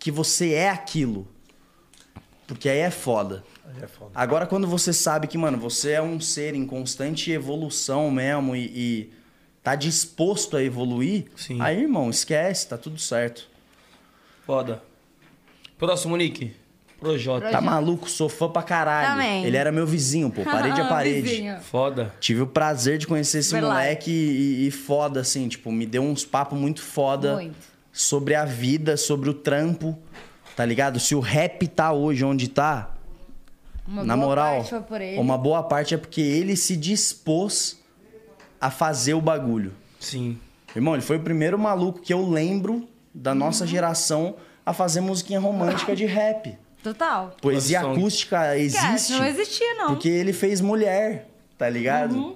Speaker 4: que você é aquilo. Porque aí é foda.
Speaker 2: Aí é foda.
Speaker 4: Agora, quando você sabe que, mano, você é um ser em constante evolução mesmo e, e tá disposto a evoluir,
Speaker 1: Sim.
Speaker 4: aí, irmão, esquece, tá tudo certo.
Speaker 1: Foda. Próximo, Nick. Projota.
Speaker 4: Tá maluco? Sou fã pra caralho.
Speaker 5: Também.
Speaker 4: Ele era meu vizinho, pô, parede a parede.
Speaker 5: Ah, Vizinho.
Speaker 1: Foda.
Speaker 4: Tive o prazer de conhecer esse
Speaker 5: Verdade.
Speaker 4: moleque e, e foda, assim, tipo, me deu uns papos muito foda
Speaker 5: Muito.
Speaker 4: sobre a vida, sobre o trampo, tá ligado? Se o rap tá hoje onde tá,
Speaker 5: Uma
Speaker 4: na
Speaker 5: boa
Speaker 4: moral,
Speaker 5: parte foi por ele.
Speaker 4: uma boa parte é porque ele se dispôs a fazer o bagulho.
Speaker 1: Sim.
Speaker 4: Irmão, ele foi o primeiro maluco que eu lembro da nossa
Speaker 5: Uhum.
Speaker 4: geração a fazer musiquinha romântica de rap.
Speaker 5: Total.
Speaker 4: Poesia
Speaker 1: Produção.
Speaker 4: acústica existe.
Speaker 5: Cara, não existia, não. Uhum.
Speaker 4: Porque ele fez mulher, tá ligado?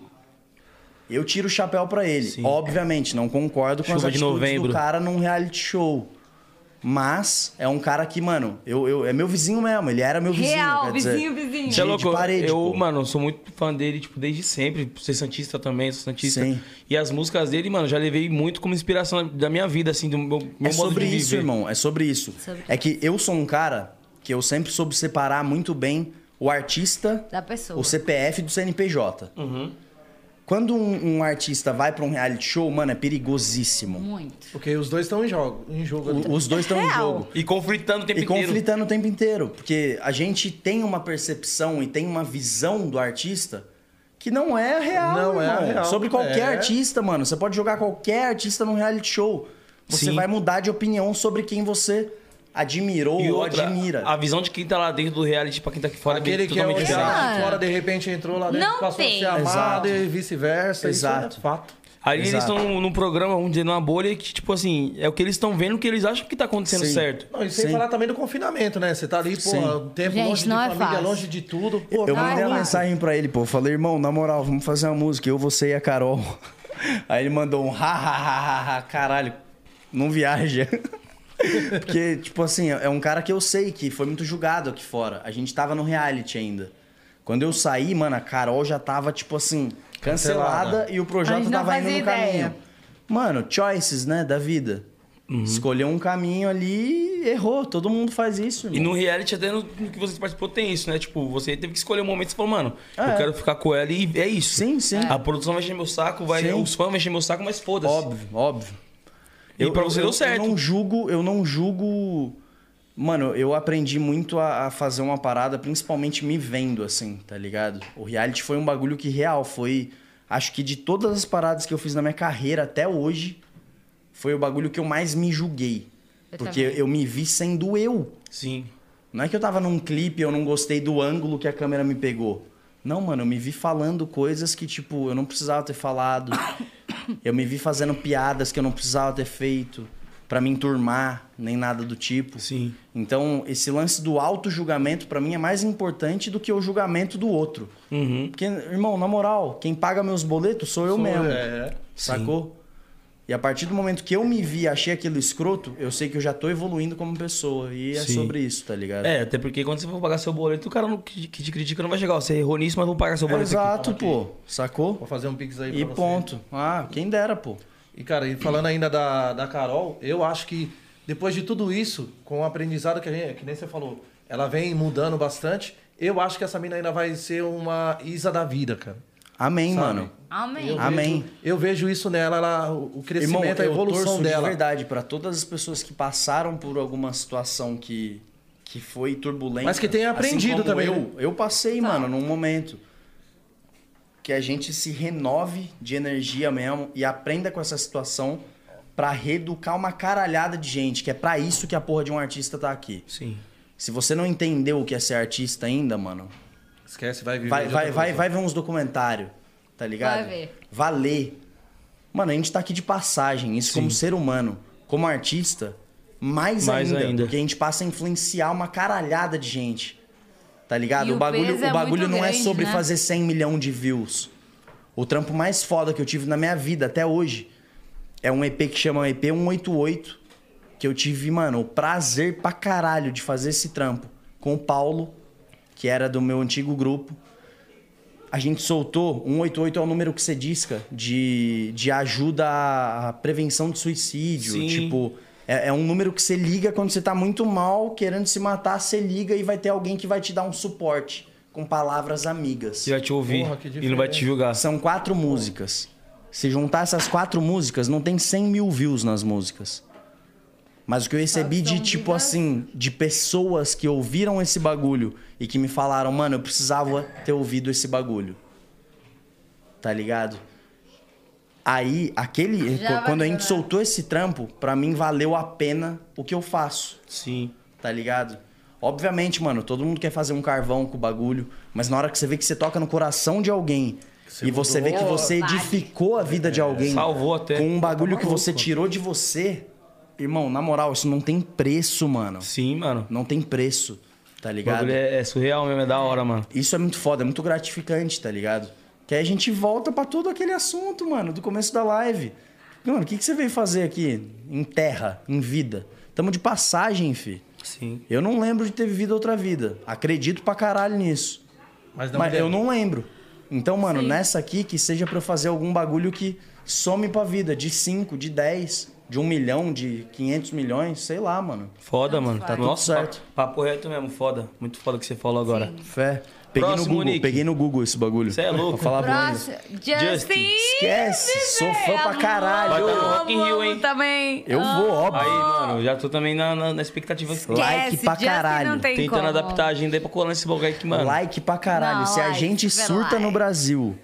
Speaker 4: Eu tiro o chapéu pra ele.
Speaker 1: Sim.
Speaker 4: Obviamente, não concordo com as
Speaker 1: Chuva de
Speaker 4: atitudes
Speaker 1: novembro.
Speaker 4: do cara num reality show. Mas é um cara que, mano, eu, eu, é meu vizinho mesmo. Ele era meu vizinho.
Speaker 5: Real,
Speaker 4: quer dizer,
Speaker 5: vizinho, vizinho.
Speaker 1: Você é
Speaker 4: de
Speaker 1: louco?
Speaker 4: parede,
Speaker 1: eu,
Speaker 4: pô.
Speaker 1: mano, sou muito fã dele, tipo, desde sempre. Por Ser santista também, sou santista.
Speaker 4: Sim.
Speaker 1: E as músicas dele, mano, já levei muito como inspiração da minha vida, assim, do meu, meu
Speaker 4: É
Speaker 1: modo
Speaker 4: sobre
Speaker 1: de
Speaker 4: isso,
Speaker 1: viver.
Speaker 4: irmão. É sobre isso.
Speaker 5: Sobre-
Speaker 4: É que eu sou um cara que eu sempre soube separar muito bem o artista,
Speaker 5: Da pessoa.
Speaker 4: o CPF do CNPJ.
Speaker 1: Uhum.
Speaker 4: Quando um, um artista vai pra um reality show, mano, é perigosíssimo.
Speaker 5: Muito.
Speaker 2: Porque os dois estão em jogo. Em jogo ali.
Speaker 4: O- os dois estão em
Speaker 5: É Real.
Speaker 4: jogo.
Speaker 1: E conflitando o tempo
Speaker 4: E
Speaker 1: inteiro.
Speaker 4: conflitando o tempo inteiro. Porque a gente tem uma percepção e tem uma visão do artista que não é a real.
Speaker 2: Não é a
Speaker 4: irmão.
Speaker 2: real,
Speaker 4: Sobre qualquer
Speaker 2: é.
Speaker 4: artista, mano. Você pode jogar qualquer artista num reality show. Você
Speaker 1: Sim.
Speaker 4: vai mudar de opinião sobre quem você admirou
Speaker 1: E
Speaker 4: ou
Speaker 1: outra,
Speaker 4: admira.
Speaker 1: a visão de quem tá lá dentro do reality pra quem tá aqui fora
Speaker 2: Aquele
Speaker 1: é
Speaker 2: que é o
Speaker 1: totalmente
Speaker 2: que
Speaker 1: diferente.
Speaker 5: Exato.
Speaker 2: tá fora, de repente entrou lá dentro,
Speaker 6: Não
Speaker 2: passou
Speaker 6: tem.
Speaker 2: a ser amado
Speaker 4: Exato.
Speaker 2: e vice-versa. isso
Speaker 4: Exato.
Speaker 2: é fato.
Speaker 1: Aí eles
Speaker 4: Exato.
Speaker 1: estão num programa, vamos dizer, numa bolha que, tipo assim, é o que eles estão vendo, o que eles acham que tá acontecendo
Speaker 4: Sim.
Speaker 1: certo.
Speaker 2: Não, e sem
Speaker 4: Sim.
Speaker 2: falar também do confinamento, né? Você tá ali, pô,
Speaker 4: Sim.
Speaker 2: um tempo
Speaker 5: Gente,
Speaker 2: longe
Speaker 5: não é
Speaker 2: de família,
Speaker 5: fácil.
Speaker 2: longe de tudo. Pô,
Speaker 4: Eu
Speaker 5: Ai,
Speaker 4: mandei uma
Speaker 5: mano.
Speaker 4: mensagem pra ele, pô. Eu falei, irmão, na moral, vamos fazer uma música, eu, você e a Carol. Aí ele mandou um ha, ha, ha, ha, ha caralho, não viaja. Porque, tipo assim, é um cara que eu sei que foi muito julgado aqui fora. A gente tava no reality ainda. Quando eu saí, mano, a Carol já tava, tipo assim, cancelada,
Speaker 2: Cancelada.
Speaker 4: e o projeto
Speaker 5: gente não
Speaker 4: tava indo no
Speaker 5: fazia ideia.
Speaker 4: caminho. Mano, choices, né, da vida. Escolheu um caminho ali e errou. Todo mundo faz isso, irmão.
Speaker 1: E no reality, até no no que você participou, tem isso, né? Tipo, você teve que escolher um momento e falou, mano, eu
Speaker 4: É.
Speaker 1: quero ficar com ela e é isso.
Speaker 4: Sim, sim.
Speaker 1: A produção vai encher meu saco, vai,
Speaker 4: Sim.
Speaker 1: os fãs vão encher meu saco, mas foda-se.
Speaker 4: Óbvio, óbvio.
Speaker 1: E pra você deu certo.
Speaker 4: Eu não julgo, eu não julgo. Mano, eu aprendi muito a, a fazer uma parada, principalmente me vendo, assim, tá ligado? O reality foi um bagulho que real, foi. Acho que de todas as paradas que eu fiz na minha carreira até hoje, foi o bagulho que eu mais me julguei.
Speaker 5: Eu
Speaker 4: porque
Speaker 5: também.
Speaker 4: eu me vi sendo eu.
Speaker 1: Sim.
Speaker 4: Não é que eu tava num clipe e eu não gostei do ângulo que a câmera me pegou. Não, mano, eu me vi falando coisas que, tipo, eu não precisava ter falado. eu me vi fazendo piadas que eu não precisava ter feito pra me enturmar, nem nada do tipo.
Speaker 1: Sim.
Speaker 4: Então, esse lance do auto-julgamento, pra mim, é mais importante do que o julgamento do outro.
Speaker 1: Uhum.
Speaker 4: Porque, irmão, na moral, quem paga meus boletos sou eu
Speaker 2: sou-
Speaker 4: mesmo.
Speaker 2: é.
Speaker 4: Sacou? E a partir do momento que eu me vi e achei aquilo escroto, eu sei que eu já tô evoluindo como pessoa. E é
Speaker 1: Sim.
Speaker 4: sobre isso, tá ligado?
Speaker 1: É, até porque quando você for pagar seu boleto, o cara não- que que te critica não vai chegar. ó, Você errou nisso, mas vou pagar seu boleto. aqui.
Speaker 4: Exato, pô.
Speaker 2: Vou
Speaker 4: Sacou?
Speaker 2: fazer um pix aí pra
Speaker 4: E
Speaker 2: você.
Speaker 4: ponto. Ah, quem dera, pô.
Speaker 2: E, cara, e falando ainda da, da Carol, eu acho que depois de tudo isso, com o aprendizado que a gente, que nem você falou, ela vem mudando bastante, eu acho que essa mina ainda vai ser uma Isa da vida, cara.
Speaker 4: Amém,
Speaker 2: Sabe?
Speaker 4: mano.
Speaker 5: Amém.
Speaker 2: Eu
Speaker 4: Amém.
Speaker 2: vejo- eu vejo isso nela, ela- o o crescimento,
Speaker 4: Irmão,
Speaker 2: a
Speaker 4: eu
Speaker 2: evolução
Speaker 4: torço
Speaker 2: dela.
Speaker 4: de verdade pra todas as pessoas que passaram por alguma situação que, que foi turbulenta.
Speaker 2: Mas que tenha
Speaker 4: assim
Speaker 2: aprendido
Speaker 4: como
Speaker 2: também, né?
Speaker 4: Eu, eu passei, mano, num momento que a gente se renove de energia mesmo e aprenda com essa situação pra reeducar uma caralhada de gente, que é pra isso que a porra de um artista tá aqui.
Speaker 1: Sim.
Speaker 4: Se você não entendeu o que é ser artista ainda, mano,
Speaker 2: Esquece, vai viver.
Speaker 4: Vai,
Speaker 2: de
Speaker 4: vai,
Speaker 2: outra
Speaker 4: vai,
Speaker 2: coisa.
Speaker 4: vai ver uns documentários, tá ligado?
Speaker 5: Vai ver.
Speaker 4: Valer. Mano, a gente tá aqui de passagem, isso como ser humano, como artista, mais,
Speaker 1: Mais
Speaker 4: ainda,
Speaker 1: ainda.
Speaker 4: Porque a gente passa a influenciar uma caralhada de gente. Tá ligado?
Speaker 5: E
Speaker 4: o
Speaker 5: o
Speaker 4: bagulho,
Speaker 5: peso é
Speaker 4: o bagulho
Speaker 5: muito
Speaker 4: não é
Speaker 5: grande,
Speaker 4: sobre
Speaker 5: né?
Speaker 4: fazer 100 milhões de views. O trampo mais foda que eu tive na minha vida até hoje é um EP que chama EP 188, que eu tive, mano, o prazer pra caralho de fazer esse trampo com o Paulo, que era do meu antigo grupo. A gente soltou 188 é o número que você disca de, de ajuda à à prevenção de suicídio.
Speaker 1: Sim.
Speaker 4: Tipo, é, é um número que você liga quando você tá muito mal, querendo se matar, você liga e vai ter alguém que vai te dar um suporte com palavras amigas.
Speaker 1: Você vai te ouvir
Speaker 2: Porra, que
Speaker 1: e não vai te julgar.
Speaker 4: São quatro músicas. Se juntar essas quatro músicas, não tem 100 mil views nas músicas. Mas o que eu recebi de,
Speaker 5: são
Speaker 4: tipo
Speaker 5: vidas.
Speaker 4: assim, de pessoas que ouviram esse bagulho e que me falaram, mano, eu precisava ter ouvido esse bagulho. Tá ligado? Aí, aquele.
Speaker 5: Já né? vai
Speaker 4: quando a gente
Speaker 5: chorar.
Speaker 4: soltou esse trampo, pra mim valeu a pena o que eu faço
Speaker 1: Sim.
Speaker 4: tá ligado? Obviamente, mano, todo mundo quer fazer um carvão com o bagulho, mas na hora que você vê que você toca no coração de alguém e você vê que
Speaker 5: mudou.
Speaker 4: você
Speaker 5: Vai.
Speaker 4: edificou a vida de alguém
Speaker 1: É, Salvou até. Tá
Speaker 4: com um bagulho que você tirou de você, irmão, na moral, isso não tem preço, mano.
Speaker 1: Sim, mano.
Speaker 4: Não tem preço, tá
Speaker 1: O
Speaker 4: ligado?
Speaker 1: bagulho é, é surreal mesmo, é da hora, mano.
Speaker 4: Isso é muito foda, é muito gratificante, tá ligado? Que aí a gente volta pra todo aquele assunto, mano, do começo da live. Mano, o que, que você veio fazer aqui em terra, em vida? Tamo de passagem, fi.
Speaker 1: Sim.
Speaker 4: Eu não lembro de ter vivido outra vida. Acredito pra caralho nisso.
Speaker 2: Mas
Speaker 4: Mas, é-
Speaker 2: não lembro.
Speaker 4: eu não lembro. Então, mano,
Speaker 5: Sim.
Speaker 4: nessa aqui, que seja pra eu fazer algum bagulho que some pra vida. De 5, de 10, de 1 um milhão, de 500 milhões. Sei lá, mano.
Speaker 1: Foda,
Speaker 5: Tanto
Speaker 1: mano. Tá
Speaker 5: faz.
Speaker 1: nossa,
Speaker 4: Tudo certo.
Speaker 1: papo, papo reto mesmo, foda. Muito foda o que você falou agora.
Speaker 4: Fé. Peguei
Speaker 1: Próximo,
Speaker 4: no Google.
Speaker 1: Nick.
Speaker 4: Peguei no Google esse bagulho.
Speaker 1: Cê é louco.
Speaker 4: Pra falar pra
Speaker 5: Próximo. Justin.
Speaker 4: Esquece. Sou fã pra
Speaker 1: Vai
Speaker 4: caralho.
Speaker 1: ter um Rock in Rio, hein?
Speaker 5: Também.
Speaker 4: Eu vou, óbvio.
Speaker 1: Aí, mano, já tô também na, na, na expectativa.
Speaker 4: Like
Speaker 5: Esquece,
Speaker 4: pra
Speaker 5: Justin
Speaker 4: caralho.
Speaker 5: Não tem
Speaker 1: Tentando
Speaker 5: como.
Speaker 1: adaptar a agenda aí pra colar nesse lugar aqui, mano.
Speaker 4: Like pra caralho.
Speaker 5: Não,
Speaker 4: Se a
Speaker 5: like,
Speaker 4: gente
Speaker 5: super
Speaker 4: surta no
Speaker 5: like.
Speaker 4: Brasil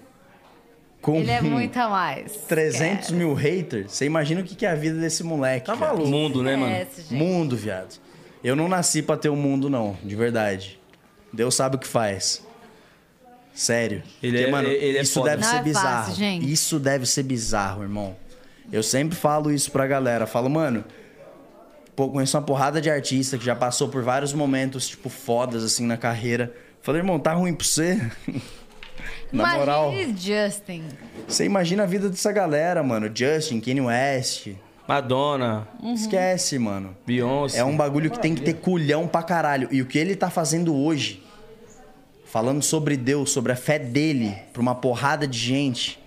Speaker 4: com
Speaker 5: Ele é muito a mais.
Speaker 4: 300 mil haters, você imagina o que que é a vida desse moleque. Tá
Speaker 1: O mundo, né, mano?
Speaker 5: Esquece, gente.
Speaker 4: Mundo, viado. Eu não nasci pra ter o mundo, não, de verdade. Deus sabe o que faz. Sério.
Speaker 1: Ele é- ele é
Speaker 4: isso
Speaker 1: foda.
Speaker 4: deve
Speaker 5: Não
Speaker 4: ser
Speaker 5: é fácil,
Speaker 4: bizarro.
Speaker 5: gente.
Speaker 4: Isso deve ser bizarro, irmão. Eu sempre falo isso pra galera. Falo, mano, pô, conheço uma porrada de artista que já passou por vários momentos, tipo, fodas, assim, na carreira. Falei, irmão, tá ruim pra você? na
Speaker 5: Imagine
Speaker 4: moral.
Speaker 5: Justin.
Speaker 4: Você imagina a vida dessa galera, mano. Justin, Kanye West.
Speaker 1: Madonna,
Speaker 5: Uhum.
Speaker 4: Esquece, mano.
Speaker 1: Beyoncé.
Speaker 4: É um bagulho que tem que ter culhão pra caralho. E o que ele tá fazendo hoje, falando sobre Deus, sobre a fé dele, pra uma porrada de gente,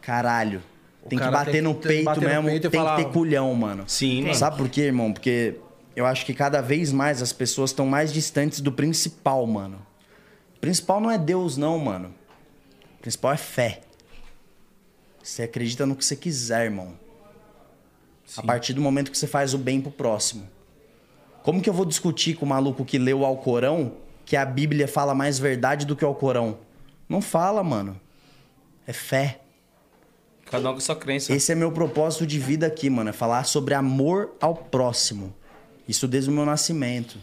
Speaker 4: caralho. Tem que
Speaker 2: cara
Speaker 4: bater
Speaker 2: tem
Speaker 4: no
Speaker 2: que ter-
Speaker 4: peito
Speaker 2: bater no
Speaker 4: mesmo,
Speaker 2: peito e
Speaker 4: tem
Speaker 2: falar,
Speaker 4: que ter culhão, mano.
Speaker 1: Sim, mano.
Speaker 4: Sabe por quê, irmão? Porque eu acho que cada vez mais as pessoas estão mais distantes do principal, mano. O principal não é Deus, não, mano. O principal é fé. Você acredita no que você quiser, irmão. A partir do momento que você faz o bem pro próximo. Como que eu vou discutir com o maluco que leu o Alcorão que a Bíblia fala mais verdade do que o Alcorão? Não fala, mano. É fé.
Speaker 1: Cada um com a sua crença.
Speaker 4: Esse é meu propósito de vida aqui, mano. É falar sobre amor ao próximo. Isso desde o meu nascimento.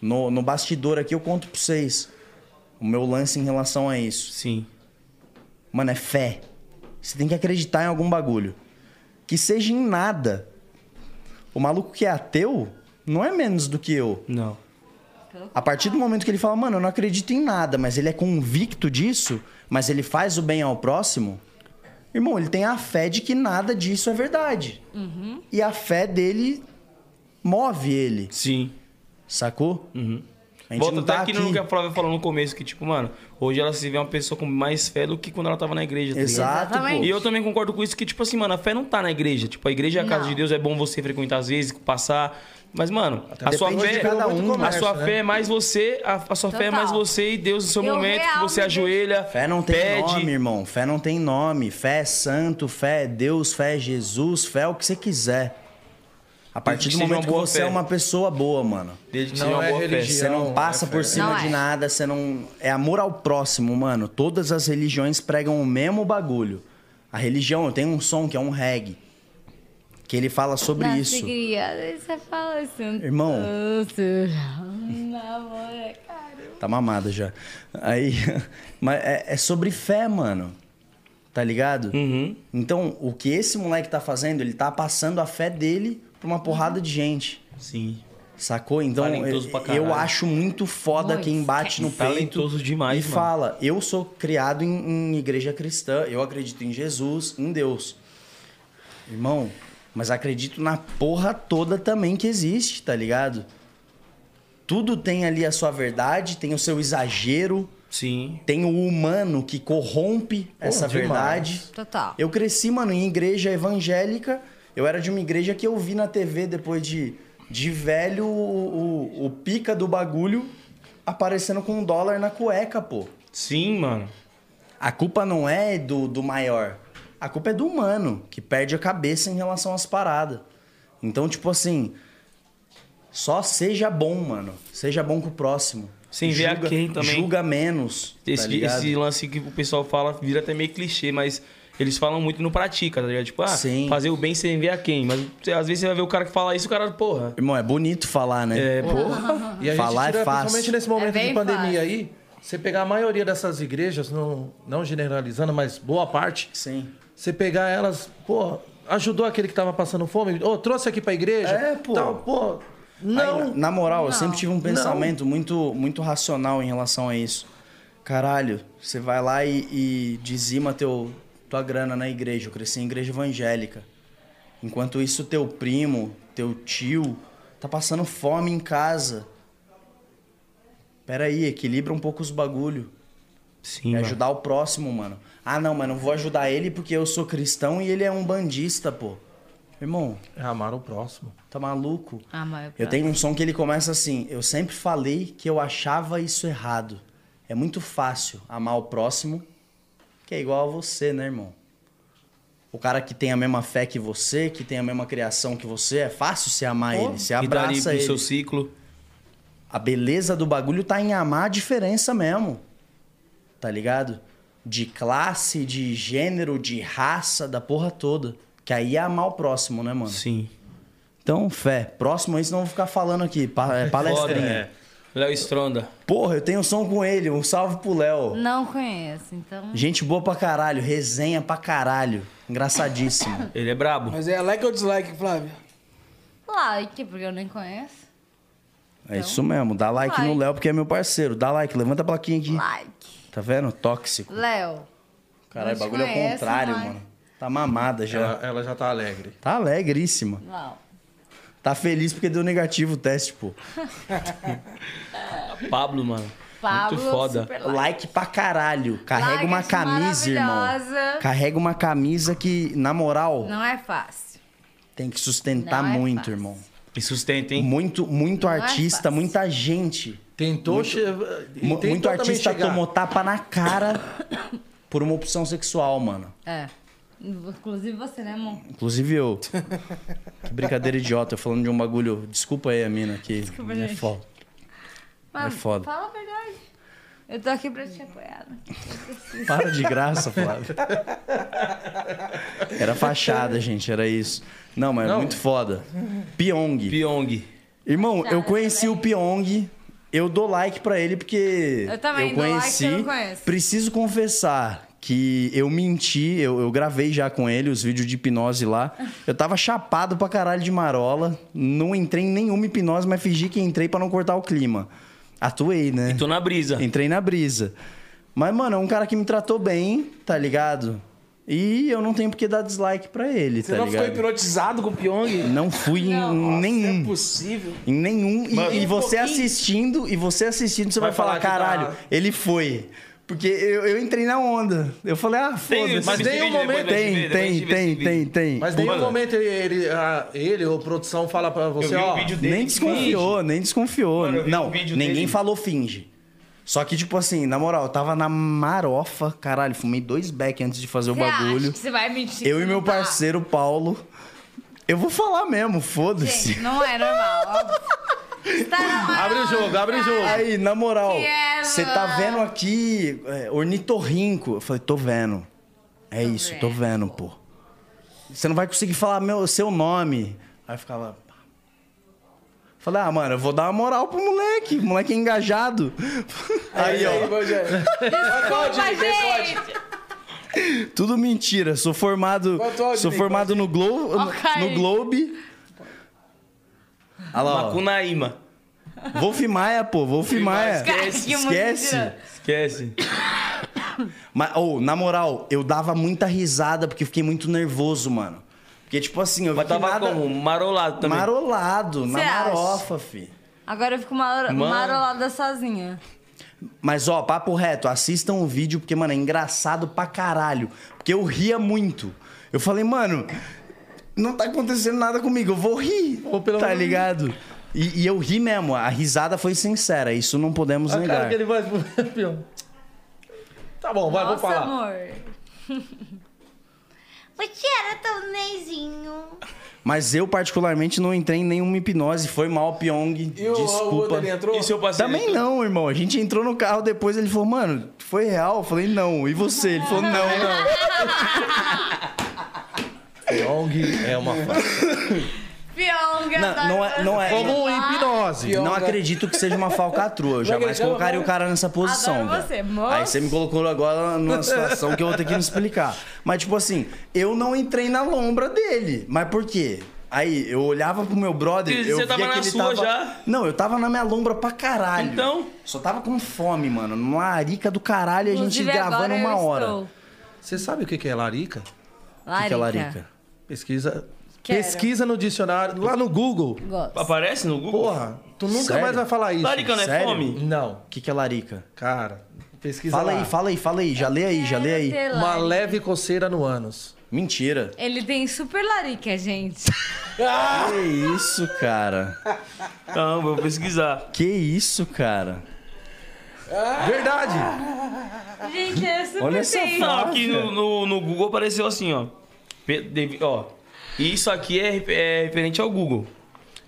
Speaker 4: No, no bastidor aqui eu conto pra vocês o meu lance em relação a isso.
Speaker 1: Sim.
Speaker 4: Mano, é fé. Você tem que acreditar em algum bagulho. Que seja em nada. O maluco que é ateu não é menos do que eu.
Speaker 1: Não.
Speaker 4: A partir do momento que ele fala, mano, eu não acredito em nada, mas ele é convicto disso, mas ele faz o bem ao próximo, irmão, ele tem a fé de que nada disso é verdade. E a fé dele move ele,
Speaker 1: Sim.
Speaker 4: sacou? A gente
Speaker 1: Uhum. Volta
Speaker 4: não
Speaker 1: até
Speaker 4: tá
Speaker 1: aqui
Speaker 4: aqui.
Speaker 1: no que a Flávia falou no começo, que tipo, mano, hoje ela se vê uma pessoa com mais fé do que quando ela tava na igreja. tá ligado?
Speaker 4: Exato, pô.
Speaker 5: Exatamente.
Speaker 1: E eu também concordo com isso, que tipo assim, mano, a fé não tá na igreja. Tipo, a igreja é a casa
Speaker 5: Não.
Speaker 1: de Deus, é bom você frequentar às vezes, passar. Mas, mano, a sua
Speaker 4: depende
Speaker 1: fé.
Speaker 4: de cada um,
Speaker 1: a
Speaker 4: comércio,
Speaker 1: sua
Speaker 2: né?
Speaker 1: fé é mais você, a, a sua fé é
Speaker 5: Total.
Speaker 1: mais você e Deus no seu
Speaker 5: Eu
Speaker 1: momento, que
Speaker 5: real
Speaker 1: você
Speaker 5: me
Speaker 1: ajoelha.
Speaker 4: Fé não tem
Speaker 1: pede.
Speaker 4: nome, irmão. Fé não tem nome. Fé é santo, fé é Deus, fé é Jesus, fé é o que você quiser. A partir
Speaker 1: que
Speaker 4: do
Speaker 1: seja
Speaker 4: momento
Speaker 1: uma
Speaker 4: que
Speaker 1: boa
Speaker 4: você
Speaker 1: fé.
Speaker 4: é uma pessoa boa, mano.
Speaker 1: Desde que
Speaker 2: Não
Speaker 1: seja uma
Speaker 2: é
Speaker 1: boa
Speaker 2: religião.
Speaker 1: fé.
Speaker 4: Você não
Speaker 2: é
Speaker 4: passa por
Speaker 2: fé.
Speaker 4: cima
Speaker 5: Não
Speaker 4: de
Speaker 5: é.
Speaker 4: nada, você não. É amor ao próximo, mano. Todas as religiões pregam o mesmo bagulho. A religião, eu tenho um som que é um reggae. Que ele fala sobre
Speaker 5: Nossa,
Speaker 4: isso.
Speaker 5: criada, aí você fala assim.
Speaker 4: Irmão.
Speaker 5: Nossa, namoro é caro.
Speaker 4: Tá mamada já. Aí. Mas é, é sobre fé, mano. Tá ligado? Então, o
Speaker 5: Uhum.
Speaker 4: que esse moleque tá fazendo, ele tá passando a fé dele pra uma porrada de gente.
Speaker 1: Sim.
Speaker 4: Sacou? Então,
Speaker 1: Talentoso pra
Speaker 4: eu,
Speaker 1: caralho.
Speaker 4: acho muito foda
Speaker 5: Muito.
Speaker 4: quem bate no peito
Speaker 1: Talentoso demais,
Speaker 4: e
Speaker 1: mano.
Speaker 4: fala, eu sou criado em, em igreja cristã, eu acredito em Jesus, em Deus. Irmão, mas acredito na porra toda também que existe, tá ligado? Tudo tem ali a sua verdade, tem o seu exagero,
Speaker 1: Sim.
Speaker 4: tem o humano que corrompe essa
Speaker 2: demais.
Speaker 4: verdade.
Speaker 5: Total.
Speaker 4: Eu cresci, mano, em igreja evangélica. Eu era de uma igreja que eu vi na TV depois de, de velho o, o- o pica do bagulho aparecendo com um dólar na cueca, pô.
Speaker 1: Sim, mano.
Speaker 4: Tá A culpa não é do, do maior. A culpa é do humano, que perde a cabeça em relação às paradas. Então, tipo assim. Só seja bom, mano. Seja bom com o próximo.
Speaker 1: Sem ver a quem também.
Speaker 4: Julga menos. tá
Speaker 1: Esse,
Speaker 4: ligado?
Speaker 1: esse lance que o pessoal fala vira até meio clichê, mas eles falam muito e não pratica, tá ligado? Tipo, ah,
Speaker 4: Sim.
Speaker 1: fazer o bem sem ver a quem. Mas você- às vezes você vai ver o cara que fala isso, o cara, porra.
Speaker 4: Irmão, é bonito falar, né?
Speaker 1: É, porra.
Speaker 2: E a
Speaker 4: Falar é
Speaker 2: gente tira,
Speaker 4: fácil.
Speaker 2: principalmente nesse momento
Speaker 5: bem
Speaker 2: de pandemia
Speaker 5: fácil.
Speaker 2: aí, você pegar a maioria dessas igrejas, não, não generalizando, mas boa parte,
Speaker 4: Sim.
Speaker 2: você pegar elas, pô, ajudou aquele que tava passando fome, ô, trouxe aqui pra igreja.
Speaker 4: É, pô.
Speaker 2: Tal, pô, não.
Speaker 4: Aí, na moral, eu
Speaker 5: Não.
Speaker 4: sempre tive um pensamento muito, muito racional em relação a isso. Caralho, você vai lá e, e dizima teu, tua grana na igreja. Eu cresci em igreja evangélica. Enquanto isso, teu primo, teu tio, tá passando fome em casa. Peraí, equilibra um pouco os bagulho.
Speaker 1: Sim,
Speaker 4: É
Speaker 1: mano.
Speaker 4: ajudar o próximo, mano. Ah, não, mas não vou ajudar ele porque eu sou cristão e ele é um bandista, pô. Irmão,
Speaker 2: É amar o próximo.
Speaker 4: tá maluco?
Speaker 5: Ah, mas
Speaker 4: Eu tenho um som que ele começa assim: Eu sempre falei que eu achava isso errado. É muito fácil amar o próximo, que é igual a você, né, irmão? O cara que tem a mesma fé que você, que tem a mesma criação que você, é fácil você amar ele, você
Speaker 1: E dali
Speaker 4: abraça
Speaker 1: pro
Speaker 4: ele.
Speaker 1: seu ciclo.
Speaker 4: A beleza do bagulho tá em amar a diferença mesmo. Tá ligado? De classe, de gênero, de raça, da porra toda. Que aí é amar o próximo, né, mano?
Speaker 1: Sim.
Speaker 4: Então, fé. Próximo aí, senão eu vou ficar falando aqui. Pa é
Speaker 1: Foda,
Speaker 4: palestrinha.
Speaker 1: é. Léo Stronda.
Speaker 4: Porra, eu tenho som com ele. Um salve pro Léo.
Speaker 5: Não conheço, então.
Speaker 4: Gente boa pra caralho, resenha pra caralho. Engraçadíssimo.
Speaker 1: Ele é brabo.
Speaker 3: Mas é like ou dislike, Flávio?
Speaker 5: Like, porque eu nem conheço. Então,
Speaker 4: É isso mesmo. Dá like
Speaker 5: Like.
Speaker 4: no Léo, porque é meu parceiro. Dá like, levanta a plaquinha aqui.
Speaker 5: Like.
Speaker 4: Tá vendo? Tóxico.
Speaker 5: Léo.
Speaker 4: Caralho,
Speaker 5: te
Speaker 4: bagulho é
Speaker 5: conheço,
Speaker 4: o contrário,
Speaker 5: mãe.
Speaker 4: mano. Tá mamada já.
Speaker 2: Ela, ela já tá alegre.
Speaker 4: Tá alegríssima.
Speaker 5: Não.
Speaker 4: Tá feliz porque deu negativo o teste, pô.
Speaker 1: Pablo, mano.
Speaker 5: Pablo,
Speaker 1: Muito foda.
Speaker 5: super like.
Speaker 4: Like pra caralho. Carrega
Speaker 5: Like,
Speaker 4: uma
Speaker 5: essa
Speaker 4: camisa, irmão.
Speaker 5: maravilhosa.
Speaker 4: Carrega uma camisa que, na moral,
Speaker 5: Não é fácil.
Speaker 4: tem que sustentar
Speaker 5: Não é
Speaker 4: muito,
Speaker 5: fácil.
Speaker 4: irmão.
Speaker 1: E sustenta, hein?
Speaker 4: Muito, muito
Speaker 5: Não é
Speaker 4: artista,
Speaker 5: fácil.
Speaker 4: muita gente.
Speaker 2: Tentou, muito,
Speaker 4: Mu- muito artista tomou tapa na cara por uma opção sexual, mano.
Speaker 5: É. Inclusive você, né, amor?
Speaker 4: Inclusive eu. que brincadeira idiota, eu falando de um bagulho. Desculpa aí a mina que
Speaker 5: Desculpa,
Speaker 4: é
Speaker 5: gente.
Speaker 4: foda.
Speaker 5: Mas
Speaker 4: É foda.
Speaker 5: Fala a verdade. Eu tô aqui pra te apoiar. né?
Speaker 4: Para de graça, Flávio. era fachada, gente, era isso. Não, mas era
Speaker 2: Não.
Speaker 4: muito foda. Pyong.
Speaker 1: Pyong.
Speaker 4: Irmão, eu conheci o Pyong. Eu dou like pra ele porque
Speaker 5: Eu também dou like,
Speaker 4: conheci.
Speaker 5: eu não conheço.
Speaker 4: Preciso confessar que eu menti, eu, eu gravei já com ele os vídeos de hipnose lá. Eu tava chapado pra caralho de marola, não entrei em nenhuma hipnose, mas fingi que entrei pra não cortar o clima. Atuei, né?
Speaker 1: Tô na brisa.
Speaker 4: Entrei na brisa. Mas, mano, é um cara que me tratou bem, tá ligado? E eu não tenho por que dar dislike pra ele,
Speaker 3: Você
Speaker 4: tá
Speaker 3: não
Speaker 4: ligado?
Speaker 3: ficou hipnotizado com o Pyong?
Speaker 4: Não fui
Speaker 5: Não,
Speaker 4: em nenhum.
Speaker 3: Não é possível.
Speaker 4: Em nenhum. E-
Speaker 1: Mano.
Speaker 4: e, você
Speaker 3: Um pouquinho.
Speaker 4: assistindo, e você assistindo, você vai,
Speaker 2: Vai
Speaker 1: tá
Speaker 4: falar,
Speaker 2: falar que
Speaker 4: caralho, ele foi. Porque eu, eu entrei na onda. Eu falei, ah, foda-se.
Speaker 2: mas
Speaker 1: tem
Speaker 2: nenhum momento-
Speaker 4: Tem, tem, tem, tem, tem.
Speaker 2: Mas nenhum
Speaker 1: Mano.
Speaker 2: momento ele, a- ele ou produção fala pra você,
Speaker 1: Eu vi
Speaker 2: ó.
Speaker 1: um vídeo dele.
Speaker 4: Nem desconfiou, nem desconfiou.
Speaker 1: Mano, eu vi
Speaker 4: Não,
Speaker 1: um vídeo
Speaker 4: ninguém
Speaker 1: dele.
Speaker 4: falou finge. Só que, tipo assim, na moral, eu tava na marofa, caralho, fumei dois back antes de fazer o
Speaker 5: Você acha
Speaker 4: bagulho.
Speaker 5: que você vai mentir.
Speaker 4: Eu
Speaker 5: que
Speaker 4: e meu
Speaker 5: não tá?
Speaker 4: parceiro Paulo. Eu vou falar mesmo, foda-se.
Speaker 5: Gente, não é normal. óbvio. Tá na mão.
Speaker 2: Abre o jogo, abre o jogo.
Speaker 4: Aí, na moral,
Speaker 5: Fiel.
Speaker 4: você tá vendo aqui é, ornitorrinco? Eu falei, tô vendo. É isso, tô vendo, pô. Você não vai conseguir falar meu, seu nome. Aí eu ficava. pá. Falei, ah, mano, eu vou dar uma moral pro moleque. O moleque é engajado. Aí, ó.
Speaker 3: Rogério.
Speaker 5: Desculpa, gente.
Speaker 4: Tudo mentira. Sou formado.
Speaker 3: Quanto áudio
Speaker 4: Sou
Speaker 3: tem?
Speaker 4: formado no Globo.
Speaker 5: Ó,
Speaker 4: No
Speaker 5: Kaique.
Speaker 4: Globe. Olha lá, ó.
Speaker 1: Macunaíma.
Speaker 4: Wolf Maia, pô, Wolf Maia.
Speaker 6: Esquece.
Speaker 4: Esquece. Esquece.
Speaker 1: Esquece.
Speaker 4: Mas, ô, na moral, eu dava muita risada porque eu fiquei muito nervoso, mano. Porque, tipo assim, eu vi
Speaker 1: Mas
Speaker 4: que
Speaker 1: tava
Speaker 4: nada...
Speaker 1: como? Marolado também.
Speaker 4: Marolado, na
Speaker 5: Cê acha?
Speaker 4: marofa, fi.
Speaker 5: Agora eu fico maro-
Speaker 1: Mano.
Speaker 5: marolada sozinha.
Speaker 4: Mas, ó, papo reto, assistam o vídeo, porque, mano, é engraçado pra caralho. Porque eu ria muito. Eu falei, mano, não tá acontecendo nada comigo, eu vou rir.
Speaker 2: Ou pelo
Speaker 4: tá
Speaker 2: menos-
Speaker 4: ligado? E, e eu ri mesmo, a risada foi sincera, isso não podemos
Speaker 2: A Ah, cara
Speaker 4: negar.
Speaker 2: que ele vai... Pião. tá bom,
Speaker 4: Ah,
Speaker 2: vai,
Speaker 5: Nossa,
Speaker 2: vou falar.
Speaker 5: amor.
Speaker 6: O Tiara tá um neizinho.
Speaker 4: Mas eu, particularmente, não entrei em nenhuma hipnose, foi mal, Pyong.
Speaker 3: E o, o outro
Speaker 4: Desculpa. é um
Speaker 3: ali entrou?
Speaker 1: E seu parceiro?
Speaker 4: Também não, irmão. A gente entrou no carro depois, ele falou, mano, foi real? Eu falei, não. E você? Ele falou, não.
Speaker 2: Pyong é uma fase.
Speaker 5: Pionga,
Speaker 4: Não,
Speaker 5: adoro
Speaker 4: não é- não é-
Speaker 5: vocês.
Speaker 2: Como um hipnose.
Speaker 3: Pyong.
Speaker 4: Não acredito que seja uma falcatrua. Eu
Speaker 3: Como é que
Speaker 4: jamais
Speaker 3: chama,
Speaker 4: colocaria o
Speaker 3: mano?
Speaker 4: cara nessa posição.
Speaker 5: Adoro
Speaker 4: velho.
Speaker 5: você, moço.
Speaker 4: Aí você me colocou agora numa situação que eu vou ter que me explicar. Mas, tipo assim, eu não entrei na lombra dele. Mas por quê? Aí, eu olhava pro meu brother.
Speaker 1: E
Speaker 4: eu
Speaker 1: você
Speaker 4: via
Speaker 1: tava
Speaker 4: que
Speaker 1: na
Speaker 4: ele
Speaker 1: sua
Speaker 4: tava...
Speaker 1: já?
Speaker 4: Não, eu tava na minha lombra pra caralho.
Speaker 1: Então?
Speaker 4: Só tava com fome, mano. Numa arica do caralho e a gente
Speaker 5: Inclusive,
Speaker 4: gravando
Speaker 5: agora
Speaker 4: uma
Speaker 5: eu
Speaker 4: hora.
Speaker 5: estou.
Speaker 2: Você sabe o que que é larica?
Speaker 5: Larica.
Speaker 4: Que é larica?
Speaker 2: Pesquisa.
Speaker 5: Quero.
Speaker 2: Pesquisa no dicionário, lá no Google.
Speaker 5: Gosto.
Speaker 1: Aparece no Google?
Speaker 2: Porra, tu nunca
Speaker 4: Sério?
Speaker 2: mais vai falar isso.
Speaker 1: Larica não é
Speaker 4: Sério?
Speaker 1: fome?
Speaker 2: Não,
Speaker 4: O que, que é larica?
Speaker 2: cara. Pesquisa
Speaker 4: Fala
Speaker 2: lá.
Speaker 4: aí, fala aí, fala aí. Já lê aí, já lê aí.
Speaker 5: Quero ter
Speaker 2: Uma
Speaker 5: larica.
Speaker 2: leve coceira no ânus.
Speaker 4: Mentira.
Speaker 5: Ele tem super larica, gente.
Speaker 4: Que isso, cara?
Speaker 1: Não, vou pesquisar.
Speaker 4: Que isso, cara?
Speaker 2: Verdade.
Speaker 5: Gente, é super
Speaker 4: Olha essa
Speaker 5: tenso.
Speaker 1: Não,
Speaker 4: Nossa.
Speaker 1: aqui no, no, no Google apareceu assim, ó. Pe- devi- ó. Isso aqui é, re- é referente ao Google.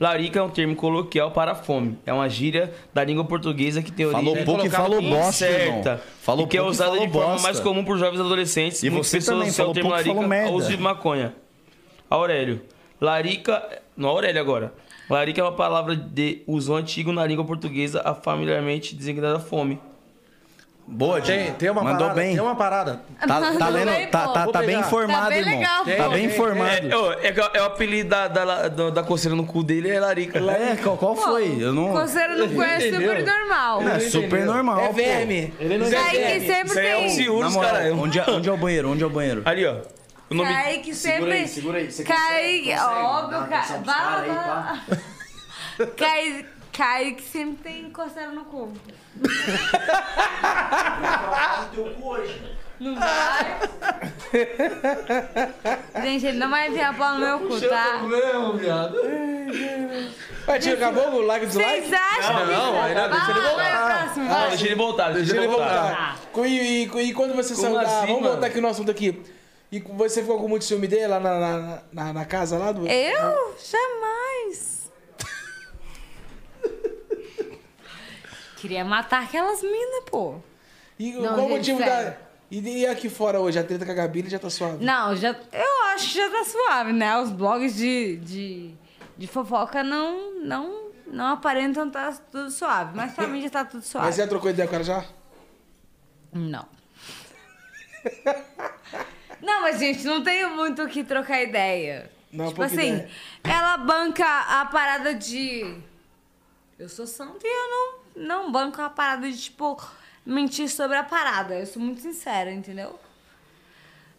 Speaker 1: Larica é um termo coloquial para fome. É uma gíria da língua portuguesa que tem origem...
Speaker 4: Falou pouco e falou bosta, irmão.
Speaker 1: certa.
Speaker 4: Falou
Speaker 1: e que é
Speaker 4: pouco e
Speaker 1: usada
Speaker 4: falou
Speaker 1: de forma
Speaker 4: bosta.
Speaker 1: mais comum por jovens adolescentes.
Speaker 4: E
Speaker 1: Muitas
Speaker 4: você
Speaker 1: pessoas
Speaker 4: também,
Speaker 1: usam o
Speaker 4: falou
Speaker 1: termo
Speaker 4: pouco e
Speaker 1: larica
Speaker 4: falou merda.
Speaker 1: ao uso de maconha. Aurélio. Larica... Não, Aurélio agora. Larica é uma palavra de uso antigo na língua portuguesa, a familiarmente designada fome.
Speaker 4: Boa,
Speaker 2: Tem,
Speaker 4: gente.
Speaker 2: tem uma
Speaker 4: Mandou
Speaker 2: parada.
Speaker 4: bem.
Speaker 2: Tem uma parada.
Speaker 4: Tá, tá
Speaker 5: Mandou
Speaker 4: lendo,
Speaker 5: bem,
Speaker 4: tá,
Speaker 5: pô.
Speaker 4: tá, tá
Speaker 2: Vou
Speaker 4: bem
Speaker 2: pegar.
Speaker 4: informado,
Speaker 5: Tá bem
Speaker 4: irmão.
Speaker 5: legal,
Speaker 4: tá
Speaker 2: pô.
Speaker 4: bem
Speaker 2: É,
Speaker 4: informado.
Speaker 1: É, ô, é, que- é o apelido da, da, la- da, da coceira no cu dele é Larica.
Speaker 4: É, qual, qual foi? Eu não.
Speaker 5: Coceira no cu é
Speaker 2: Entendeu?
Speaker 5: super normal.
Speaker 4: É super normal.
Speaker 3: É
Speaker 4: pô.
Speaker 3: verme. Ele não
Speaker 5: Sai que sempre
Speaker 1: Isso aí é um
Speaker 5: tem.
Speaker 4: Na
Speaker 1: ciúmes,
Speaker 4: moral,
Speaker 1: caralho.
Speaker 4: onde, é, onde é o banheiro? Onde é o banheiro?
Speaker 1: Ali, ó. O nome...
Speaker 5: Cai que sempre.
Speaker 4: aí, segura aí. Você
Speaker 5: Cai,
Speaker 4: consegue, consegue? Dá
Speaker 5: óbvio,
Speaker 4: uma
Speaker 5: cai.
Speaker 4: atenção pros
Speaker 5: Vai,
Speaker 4: caras aí,
Speaker 5: vai. Cai, cai que sempre tem coceira no cu. Não vai. Gente, ele não vai enfiar a pau no meu cu, tá?
Speaker 3: Vai, tio, acabou o like e dislike?
Speaker 5: Vocês acham?
Speaker 2: Não,
Speaker 5: que-
Speaker 2: aí não, deixa ele
Speaker 5: Vai, vai,
Speaker 2: voltar.
Speaker 5: próximo,
Speaker 1: Não,
Speaker 5: vai.
Speaker 1: deixa ele voltar, deixa,
Speaker 3: Deixa ele
Speaker 1: voltar.
Speaker 3: voltar. Tá.
Speaker 5: Tá.
Speaker 3: Com- E, e- e quando você
Speaker 1: Como
Speaker 3: saiu da...
Speaker 1: assim,
Speaker 3: vamos
Speaker 1: mano?
Speaker 3: voltar aqui no assunto aqui. E você ficou com muito ciúme dele lá na, na, na- na casa lá do...
Speaker 5: Eu? Jamais. Queria matar aquelas minas, pô.
Speaker 3: E
Speaker 5: Não,
Speaker 3: qual o
Speaker 5: gente,
Speaker 3: motivo
Speaker 5: sério.
Speaker 3: da... E, e aqui fora hoje, a treta com a Gabi ele já tá suave.
Speaker 5: Não, já, eu acho que já tá suave, né? Os blogs de, de, de fofoca não, não, não aparentam tá tudo suave. Mas pra mim já tá tudo suave.
Speaker 3: Mas é- você já trocou ideia com ela já?
Speaker 5: Não. Não, mas gente, não tenho muito o que trocar ideia.
Speaker 3: Não,
Speaker 5: tipo
Speaker 3: pouca
Speaker 5: assim,
Speaker 3: ideia.
Speaker 5: ela banca a parada de. Eu sou santa e eu não, não banco a parada de, tipo, mentir sobre a parada. Eu sou muito sincera, entendeu?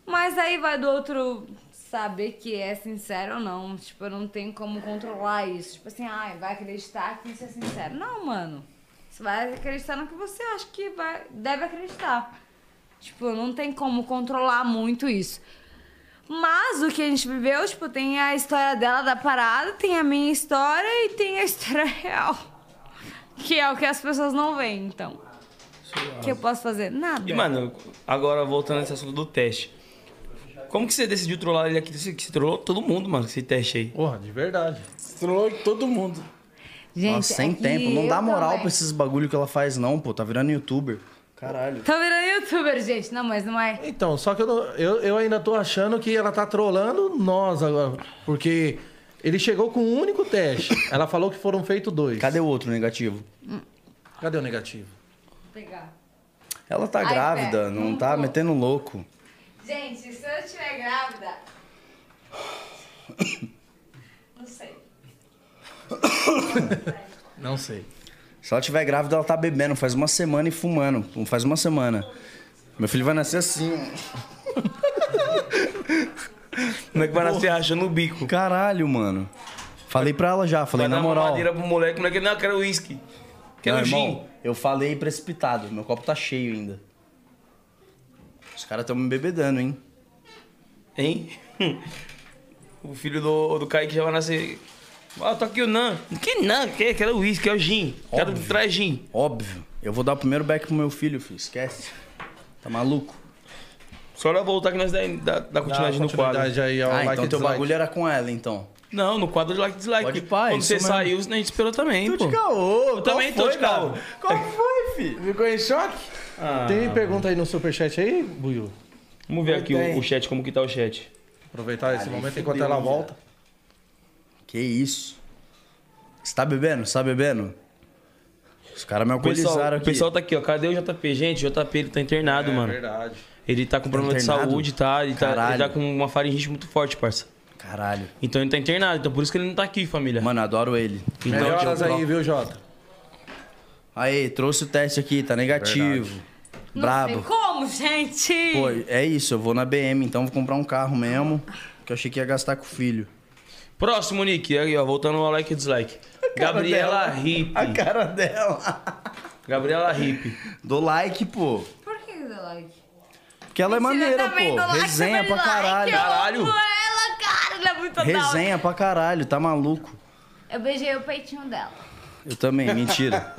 Speaker 5: Mas aí vai do outro saber que é sincero ou não. Tipo, eu não tenho como controlar isso. Tipo assim, ai, vai acreditar que isso é sincero. Não, mano. Você vai acreditar no que você acha que vai, deve acreditar. Tipo, não tem como controlar muito isso. Mas o que a gente viveu, tipo, tem a história dela da parada, tem a minha história e tem a história real. Que é o que as pessoas não veem, então. O que eu posso fazer? Nada.
Speaker 1: E, mano, agora voltando nesse assunto do teste. Como que você decidiu trollar ele aqui? Você, que você trollou todo mundo, mano, esse teste aí.
Speaker 2: Porra, de verdade.
Speaker 3: Você trollou todo mundo.
Speaker 5: Gente,
Speaker 4: Nossa,
Speaker 5: é
Speaker 4: sem
Speaker 5: que
Speaker 4: tempo. Não dá
Speaker 5: eu
Speaker 4: moral
Speaker 5: também.
Speaker 4: pra esses bagulho que ela faz, não, pô. Tá virando youtuber. Caralho.
Speaker 5: Tô virando youtuber, gente. Não, mas não é.
Speaker 2: Então, só que eu, não- eu, eu ainda tô achando que ela tá trolando nós agora. Porque ele chegou com um único teste. Ela falou que foram feitos dois.
Speaker 4: Cadê o outro negativo?
Speaker 2: Cadê o negativo?
Speaker 5: Vou pegar.
Speaker 4: Ela tá
Speaker 5: Ai,
Speaker 4: grávida,
Speaker 5: velho,
Speaker 4: não
Speaker 5: não
Speaker 4: tá
Speaker 5: tô.
Speaker 4: metendo louco.
Speaker 5: Gente, se eu estiver grávida. Não sei.
Speaker 2: Não sei.
Speaker 4: Se ela tiver grávida, ela tá bebendo faz uma semana e fumando. Faz uma semana. Meu filho vai nascer assim. ó.
Speaker 1: Como é que vai nascer rachando o bico?
Speaker 4: Caralho, mano. Falei pra ela já, falei
Speaker 1: Vai
Speaker 4: na
Speaker 1: dar
Speaker 4: moral.
Speaker 1: madeira pro moleque, como é que ele não quer uísque? Quer
Speaker 4: Não,
Speaker 1: um gin?
Speaker 4: irmão, eu falei precipitado. Meu copo tá cheio ainda. Os caras estão me bebedando, hein?
Speaker 1: Hein? O filho do, do Kaique já vai nascer. Ó, tô aqui o Nan. Que Nan? Que? Quero uísque, quero gin. Quero
Speaker 4: Óbvio.
Speaker 1: traz gin.
Speaker 4: Óbvio. Eu vou dar o primeiro back pro meu filho, filho. Esquece. Tá maluco?
Speaker 1: Só ela voltar que nós dá, dá, dá continuidade no quadro.
Speaker 2: Continuidade aí, ó,
Speaker 4: ah,
Speaker 2: like
Speaker 4: então
Speaker 2: e
Speaker 4: teu
Speaker 2: dislike.
Speaker 4: bagulho era com ela, então.
Speaker 1: Não, no quadro de like e dislike.
Speaker 4: Pode pá,
Speaker 1: Quando
Speaker 4: isso
Speaker 1: você
Speaker 4: mesmo.
Speaker 1: saiu, a gente esperou também, pô.
Speaker 4: caô.
Speaker 1: Eu também tô de caô.
Speaker 4: Qual foi, filho?
Speaker 3: Ficou em choque?
Speaker 4: é-
Speaker 2: Tem pergunta aí no superchat aí, Buiu?
Speaker 1: Vamos ver aqui
Speaker 3: Tem.
Speaker 1: o, o chat, como que tá o chat.
Speaker 2: Aproveitar esse momento enquanto ela volta.
Speaker 4: Que isso? Você tá bebendo? Você tá bebendo? Os caras me
Speaker 1: O pessoal,
Speaker 4: alcoolizaram
Speaker 1: o
Speaker 4: aqui.
Speaker 1: pessoal tá aqui, ó. Cadê o JP? Gente, o JP ele tá internado, mano.
Speaker 2: verdade.
Speaker 1: Ele tá com problema de
Speaker 4: internado?
Speaker 1: saúde, tá? Ele, tá? ele
Speaker 4: Caralho.
Speaker 1: tá com uma faringite muito forte, parça.
Speaker 4: Caralho.
Speaker 1: Então ele tá internado, então por isso que ele não tá aqui, família.
Speaker 4: Mano, adoro ele.
Speaker 1: Então,
Speaker 2: Melhoras
Speaker 1: tipo,
Speaker 2: aí, viu, Jota?
Speaker 4: Aí, trouxe o teste aqui, tá negativo.
Speaker 5: Não sei
Speaker 4: Brabo.
Speaker 5: como, gente?
Speaker 4: Pô, é isso, eu vou na BM, então vou comprar um carro mesmo. Que eu achei que ia gastar com o filho. assim.
Speaker 1: Próximo, Nick. Aí, ó, voltando ao like e dislike. Gabriela Hip.
Speaker 4: A cara dela.
Speaker 1: Gabriela Hip.
Speaker 4: Do like, pô.
Speaker 5: Por que dá like?
Speaker 4: Porque ela é maneira, pô. Resenha pra caralho.
Speaker 1: Caralho.
Speaker 5: Caralho. Eu amo ela, cara. Ela é muito da
Speaker 4: Resenha pra caralho, tá maluco.
Speaker 5: hora. Eu beijei o peitinho dela.
Speaker 4: Eu também, mentira.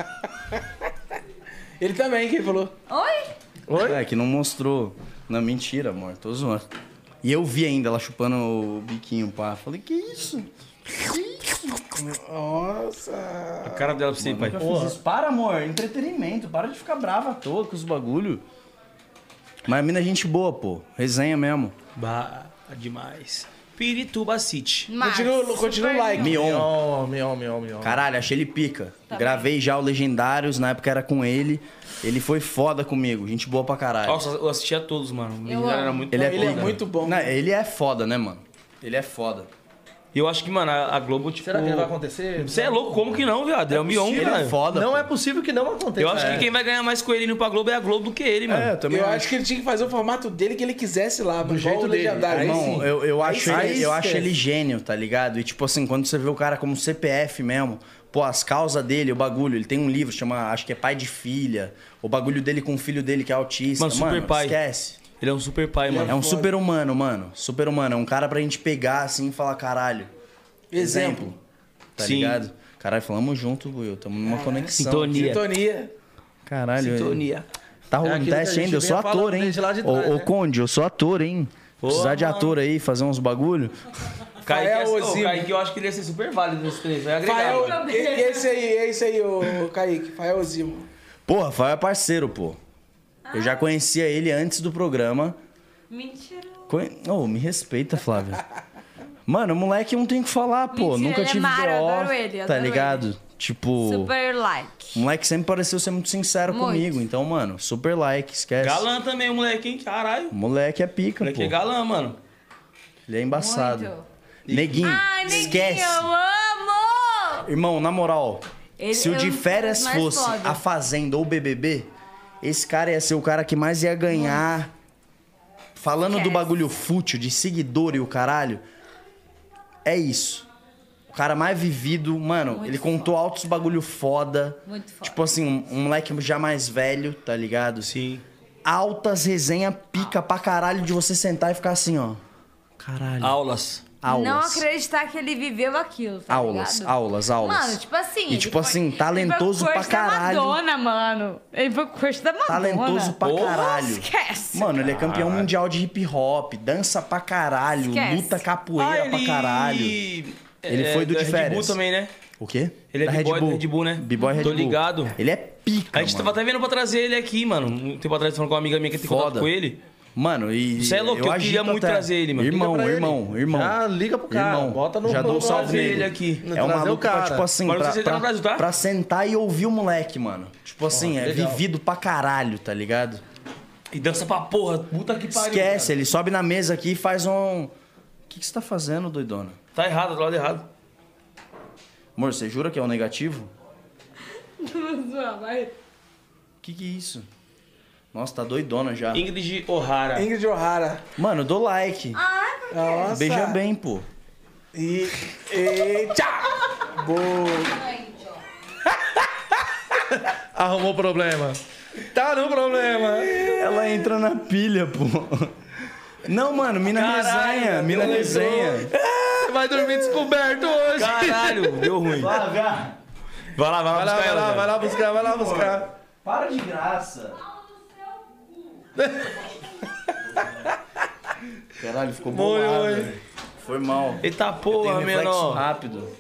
Speaker 3: Ele também, quem falou?
Speaker 5: Oi?
Speaker 4: É, que não mostrou. Não, mentira, amor, tô zoando. E eu vi ainda ela chupando o biquinho, pá. Falei, que isso?
Speaker 1: A
Speaker 3: Nossa.
Speaker 1: cara dela pra você, pai.
Speaker 4: Nunca fiz isso. Para, amor, entretenimento. Para de ficar brava à toa com os bagulho. Mas a mina é gente boa, pô. Resenha mesmo.
Speaker 1: Bah, demais. Pirituba City.
Speaker 5: Mas,
Speaker 3: Continua- continua o
Speaker 5: super
Speaker 3: like.
Speaker 4: Mion.
Speaker 2: Mion, mion, mion, mion.
Speaker 4: Caralho, achei ele pica. Gravei já o Legendários, na época era com ele. Ele foi foda comigo, gente boa pra caralho.
Speaker 1: Nossa, eu assisti a todos, mano. O
Speaker 5: Eu
Speaker 1: Legendário era
Speaker 5: amo.
Speaker 1: muito
Speaker 4: É. ele é,
Speaker 1: bom,
Speaker 4: pica.
Speaker 1: cara.
Speaker 3: muito bom.
Speaker 4: Não, ele é foda, né, mano? Ele é foda.
Speaker 1: E eu acho que, mano, a a Globo, tipo...
Speaker 2: Será que vai acontecer?
Speaker 1: Você é louco? Como que não, viado? É o Mion,
Speaker 4: Ele é
Speaker 1: velho.
Speaker 4: foda.
Speaker 2: Não
Speaker 4: pô.
Speaker 2: é possível que não aconteça. É.
Speaker 1: Eu acho que quem vai ganhar mais com ele indo pra Globo é a Globo do que ele, mano.
Speaker 4: É, eu também
Speaker 3: eu
Speaker 4: acho.
Speaker 3: acho que ele tinha que fazer o formato dele que ele quisesse lá, mano.
Speaker 2: jeito
Speaker 3: igual o
Speaker 2: dele.
Speaker 3: legendário.
Speaker 2: Aí
Speaker 4: Irmão, é eu, eu,
Speaker 3: Aí
Speaker 4: acho
Speaker 3: sim.
Speaker 4: ele, eu
Speaker 3: Aí
Speaker 4: acho
Speaker 3: esquece.
Speaker 4: ele gênio, tá ligado? E tipo assim, quando você vê o cara como CPF mesmo, pô, as causas dele, o bagulho, ele tem um livro, chama, acho que é Pai de Filha, o bagulho dele com o filho dele que é autista.
Speaker 1: Mano,
Speaker 4: Mano,
Speaker 1: super pai.
Speaker 4: esquece.
Speaker 1: Ele é um super pai,
Speaker 2: Tá
Speaker 1: mano.
Speaker 4: É um super humano, mano. Super humano. É um cara pra gente pegar assim e falar, caralho.
Speaker 3: Exemplo.
Speaker 4: Tá
Speaker 1: Sim.
Speaker 4: ligado? Caralho, falamos junto, Will. Tamo numa conexão.
Speaker 1: Sintonia.
Speaker 3: Sintonia.
Speaker 4: Caralho. é.
Speaker 1: Sintonia.
Speaker 4: Tá
Speaker 2: É
Speaker 4: rolando
Speaker 2: aquilo que a
Speaker 4: teste
Speaker 2: gente
Speaker 4: ainda, eu
Speaker 2: vinha
Speaker 4: sou ator,
Speaker 2: falando
Speaker 4: hein?
Speaker 2: desde lá de trás,
Speaker 4: Ô, ô,
Speaker 2: né?
Speaker 4: Conde, eu sou ator, hein? Precisar de
Speaker 1: mano.
Speaker 4: ator aí, fazer uns bagulho.
Speaker 1: Kaique, é-
Speaker 3: Fael
Speaker 1: ô,
Speaker 3: Ozimo.
Speaker 1: Kaique, eu acho que ele ia ser super válido nesse três. Vai agregar, mano.
Speaker 3: Fael, e- e esse aí, esse aí, o Kaique. Faelzinho.
Speaker 4: Pô, Rafael é parceiro, pô. Eu já conhecia ele antes do programa.
Speaker 5: Mentira.
Speaker 4: Conhe... Ô, me respeita, Flávio. Mano, o moleque não tem o que falar, pô.
Speaker 5: Mentira,
Speaker 4: Nunca
Speaker 5: ele é
Speaker 4: tive
Speaker 5: mara, eu
Speaker 4: BO,
Speaker 5: adoro ele, eu
Speaker 4: tá
Speaker 5: adoro
Speaker 4: ligado? Tipo,
Speaker 5: Super like.
Speaker 4: o moleque sempre pareceu ser muito sincero
Speaker 5: Muito.
Speaker 4: comigo. Então, mano, super like, esquece.
Speaker 1: Galã também, o moleque, hein? Caralho.
Speaker 4: O moleque é
Speaker 1: O
Speaker 4: pica,
Speaker 1: moleque
Speaker 4: pô.
Speaker 1: é galã, mano.
Speaker 4: Ele é embaçado.
Speaker 5: Muito.
Speaker 4: Neguinho,
Speaker 5: Ai, neguinho,
Speaker 4: esquece.
Speaker 5: eu amo!
Speaker 4: Irmão, na moral,
Speaker 5: Ele-
Speaker 4: se o de
Speaker 5: eu-
Speaker 4: férias
Speaker 5: mais
Speaker 4: fosse
Speaker 5: foda.
Speaker 4: a Fazenda ou o BBB, esse cara ia ser o cara que mais ia ganhar. Falando do
Speaker 5: Esquece.
Speaker 4: bagulho fútil, de seguidor e o caralho, é isso. O cara mais vivido, mano,
Speaker 5: Muito
Speaker 4: ele contou altos bagulho foda.
Speaker 5: Muito foda.
Speaker 4: Tipo assim, um, um moleque já mais velho, tá ligado?
Speaker 1: Sim.
Speaker 4: Altas resenha
Speaker 5: Ah.
Speaker 4: pica pra caralho de você sentar e ficar assim, ó. Caralho.
Speaker 1: Aulas.
Speaker 4: Aulas.
Speaker 5: Não acreditar que ele viveu aquilo, tá
Speaker 4: Aulas,
Speaker 5: ligado?
Speaker 4: aulas, aulas.
Speaker 5: Mano, tipo assim.
Speaker 4: E
Speaker 5: ele
Speaker 4: tipo
Speaker 5: foi-
Speaker 4: assim,
Speaker 5: ele foi
Speaker 4: talentoso
Speaker 5: crush
Speaker 4: pra caralho.
Speaker 5: da Madonna, mano. Ele foi crush da Madonna.
Speaker 4: Talentoso pra
Speaker 1: Porra,
Speaker 4: caralho.
Speaker 5: esquece,
Speaker 4: Mano, ele é campeão mundial de hip hop, dança pra caralho,
Speaker 5: Esquece.
Speaker 4: luta capoeira
Speaker 1: Ah,
Speaker 4: pra caralho. Ele foi do
Speaker 1: da
Speaker 4: de
Speaker 1: Red Bull
Speaker 4: férias.
Speaker 1: também, né?
Speaker 4: O quê?
Speaker 1: Ele é
Speaker 4: Da
Speaker 1: b-boy do Red Bull, né?
Speaker 4: B-boy Red
Speaker 1: Tô
Speaker 4: Bull.
Speaker 1: ligado.
Speaker 4: Ele é pica,
Speaker 1: A gente
Speaker 4: mano.
Speaker 1: tava até vendo pra trazer ele aqui, mano. Um tempo atrás, falando com uma amiga minha que tem contato
Speaker 4: Foda.
Speaker 1: com ele.
Speaker 4: Mano, e
Speaker 1: Você é louco, eu queria
Speaker 4: agito
Speaker 1: muito
Speaker 4: até-
Speaker 1: trazer ele, mano.
Speaker 4: Irmão,
Speaker 2: Liga pra
Speaker 4: irmão,
Speaker 2: ele.
Speaker 4: irmão.
Speaker 2: Já liga pro cara,
Speaker 4: Irmão,
Speaker 2: bota no-
Speaker 4: já dou um
Speaker 2: no-
Speaker 4: salve
Speaker 1: trazer
Speaker 4: nele.
Speaker 1: ele aqui.
Speaker 4: É um
Speaker 2: Trazer o
Speaker 4: maluco pra,
Speaker 2: cara.
Speaker 4: tipo assim,
Speaker 1: Mas não
Speaker 4: pra,
Speaker 1: sei se ele tá
Speaker 4: pra-
Speaker 1: no Brasil, tá?
Speaker 4: pra sentar e ouvir o moleque, mano. Tipo assim, é
Speaker 2: legal.
Speaker 4: vivido pra caralho, tá ligado?
Speaker 1: E dança pra porra. Puta que pariu.
Speaker 4: Esquece, ele sobe na mesa aqui e faz um... O que, que você tá fazendo, doidona?
Speaker 1: cara. Tá errado, do lado errado.
Speaker 4: Amor, você jura que é o negativo?
Speaker 5: Vai.
Speaker 4: Que que é isso? Nossa, tá doidona já.
Speaker 1: Ingrid O'Hara.
Speaker 3: Ingrid O'Hara.
Speaker 4: Mano, dou like.
Speaker 3: Nossa.
Speaker 4: Beija bem, pô.
Speaker 3: E. e tchau! Boa!
Speaker 2: Arrumou problema. Tá no problema.
Speaker 4: Ela entra na pilha, pô. Não, mano, mina
Speaker 1: Caralho,
Speaker 4: resenha, mina
Speaker 1: ela
Speaker 4: resenha.
Speaker 2: Você vai dormir descoberto hoje.
Speaker 1: Caralho, deu ruim. Vai lá, vai lá,
Speaker 2: Vai lá,
Speaker 1: buscar
Speaker 2: vai
Speaker 1: ela,
Speaker 2: lá,
Speaker 1: Zé.
Speaker 2: vai lá buscar, vai lá buscar.
Speaker 4: Para de graça. Caralho, ficou
Speaker 2: Oi,
Speaker 4: bolado.
Speaker 2: oi.
Speaker 4: Foi mal.
Speaker 1: Eita
Speaker 4: Tem
Speaker 1: tá porra,
Speaker 4: reflexo
Speaker 2: Ah.
Speaker 1: menor.
Speaker 4: rápido.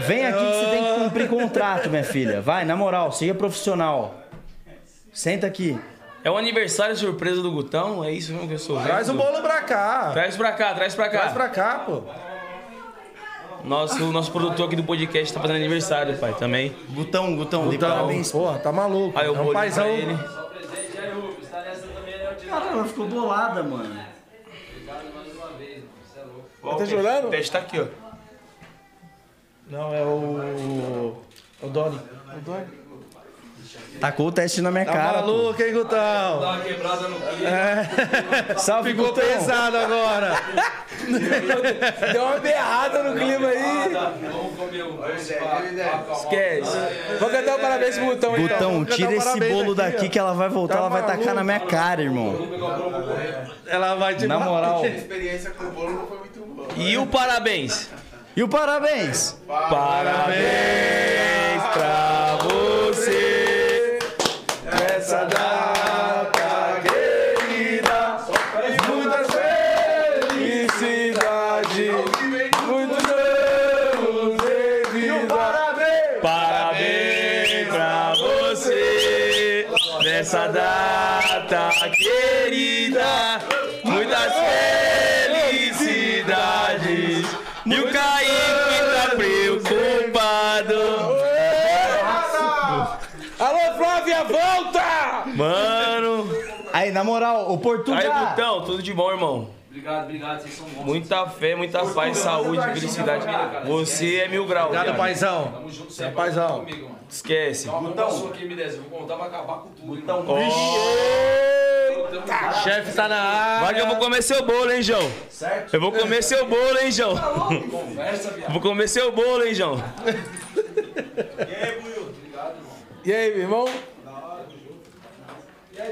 Speaker 4: Vem aqui que você tem que cumprir contrato, minha filha. Vai, na moral, seja profissional. Senta aqui.
Speaker 1: É o aniversário surpresa do Gutão? É isso mesmo que eu sou?
Speaker 2: Traz o bolo pra cá.
Speaker 1: Traz pra cá, traz pra cá.
Speaker 2: Traz pra cá, pô.
Speaker 1: Nosso, o nosso produtor aqui do podcast tá fazendo aniversário, pai, também.
Speaker 4: Gutão, Gutão, dei
Speaker 2: Então,
Speaker 4: parabéns.
Speaker 2: porra, tá maluco.
Speaker 1: Aí
Speaker 2: É
Speaker 1: eu vou
Speaker 2: um
Speaker 1: olhar pra
Speaker 2: paizão.
Speaker 1: ele.
Speaker 4: Cara, ela ficou bolada, mano.
Speaker 3: Tá chorando?
Speaker 1: teste tá aqui, ó.
Speaker 2: Não, é o. O Doni.
Speaker 4: Tacou o teste na minha
Speaker 2: Tá
Speaker 4: cara. pô.
Speaker 2: maluco, hein, Gutão?
Speaker 4: Salve,
Speaker 2: Ficou
Speaker 4: Gutão.
Speaker 2: pesado agora.
Speaker 3: Deu uma berrada no clima aí.
Speaker 1: Esquece.
Speaker 3: Vou cantar um parabéns pro Botão aí.
Speaker 4: Gutão,
Speaker 2: Então,
Speaker 4: tira
Speaker 2: vou cantar
Speaker 4: esse
Speaker 2: parabéns
Speaker 4: bolo
Speaker 2: aqui,
Speaker 4: daqui
Speaker 2: ó.
Speaker 4: que ela vai voltar,
Speaker 2: Tá
Speaker 4: ela vai tacar na
Speaker 2: maluco?
Speaker 4: minha cara, irmão.
Speaker 2: Ela vai te
Speaker 4: Na moral.
Speaker 1: E o parabéns.
Speaker 4: E o parabéns!
Speaker 1: Parabéns pra você.
Speaker 2: Essa data querida, muitas felicidades, muitos anos de vida. Parabéns!
Speaker 1: Parabéns pra você. Nessa data querida, muitas felicidades. E o Kaique tá preocupado.
Speaker 3: Alô, Flávia, volta!
Speaker 1: Mano.
Speaker 4: Aí, na moral, o Portugal!
Speaker 1: Aí, Gutão, tudo de bom, irmão? Obrigado, obrigado, vocês são bons. Muita fé, muita paz, saúde, felicidade. Você é mil graus.
Speaker 2: Obrigado,
Speaker 1: viado.
Speaker 2: paizão. Tamo junto,
Speaker 1: né?
Speaker 2: paizão.
Speaker 1: Esquece.
Speaker 7: Então, aqui, MDS, vou contar pra acabar com tudo. Então,
Speaker 2: Chefe tá na área.
Speaker 1: Vai que eu vou comer seu bolo, hein, João? Certo? Tá Eu vou comer seu bolo, hein, João?
Speaker 7: conversa, viado.
Speaker 1: Vou comer seu bolo, hein, João?
Speaker 3: E aí, meu irmão?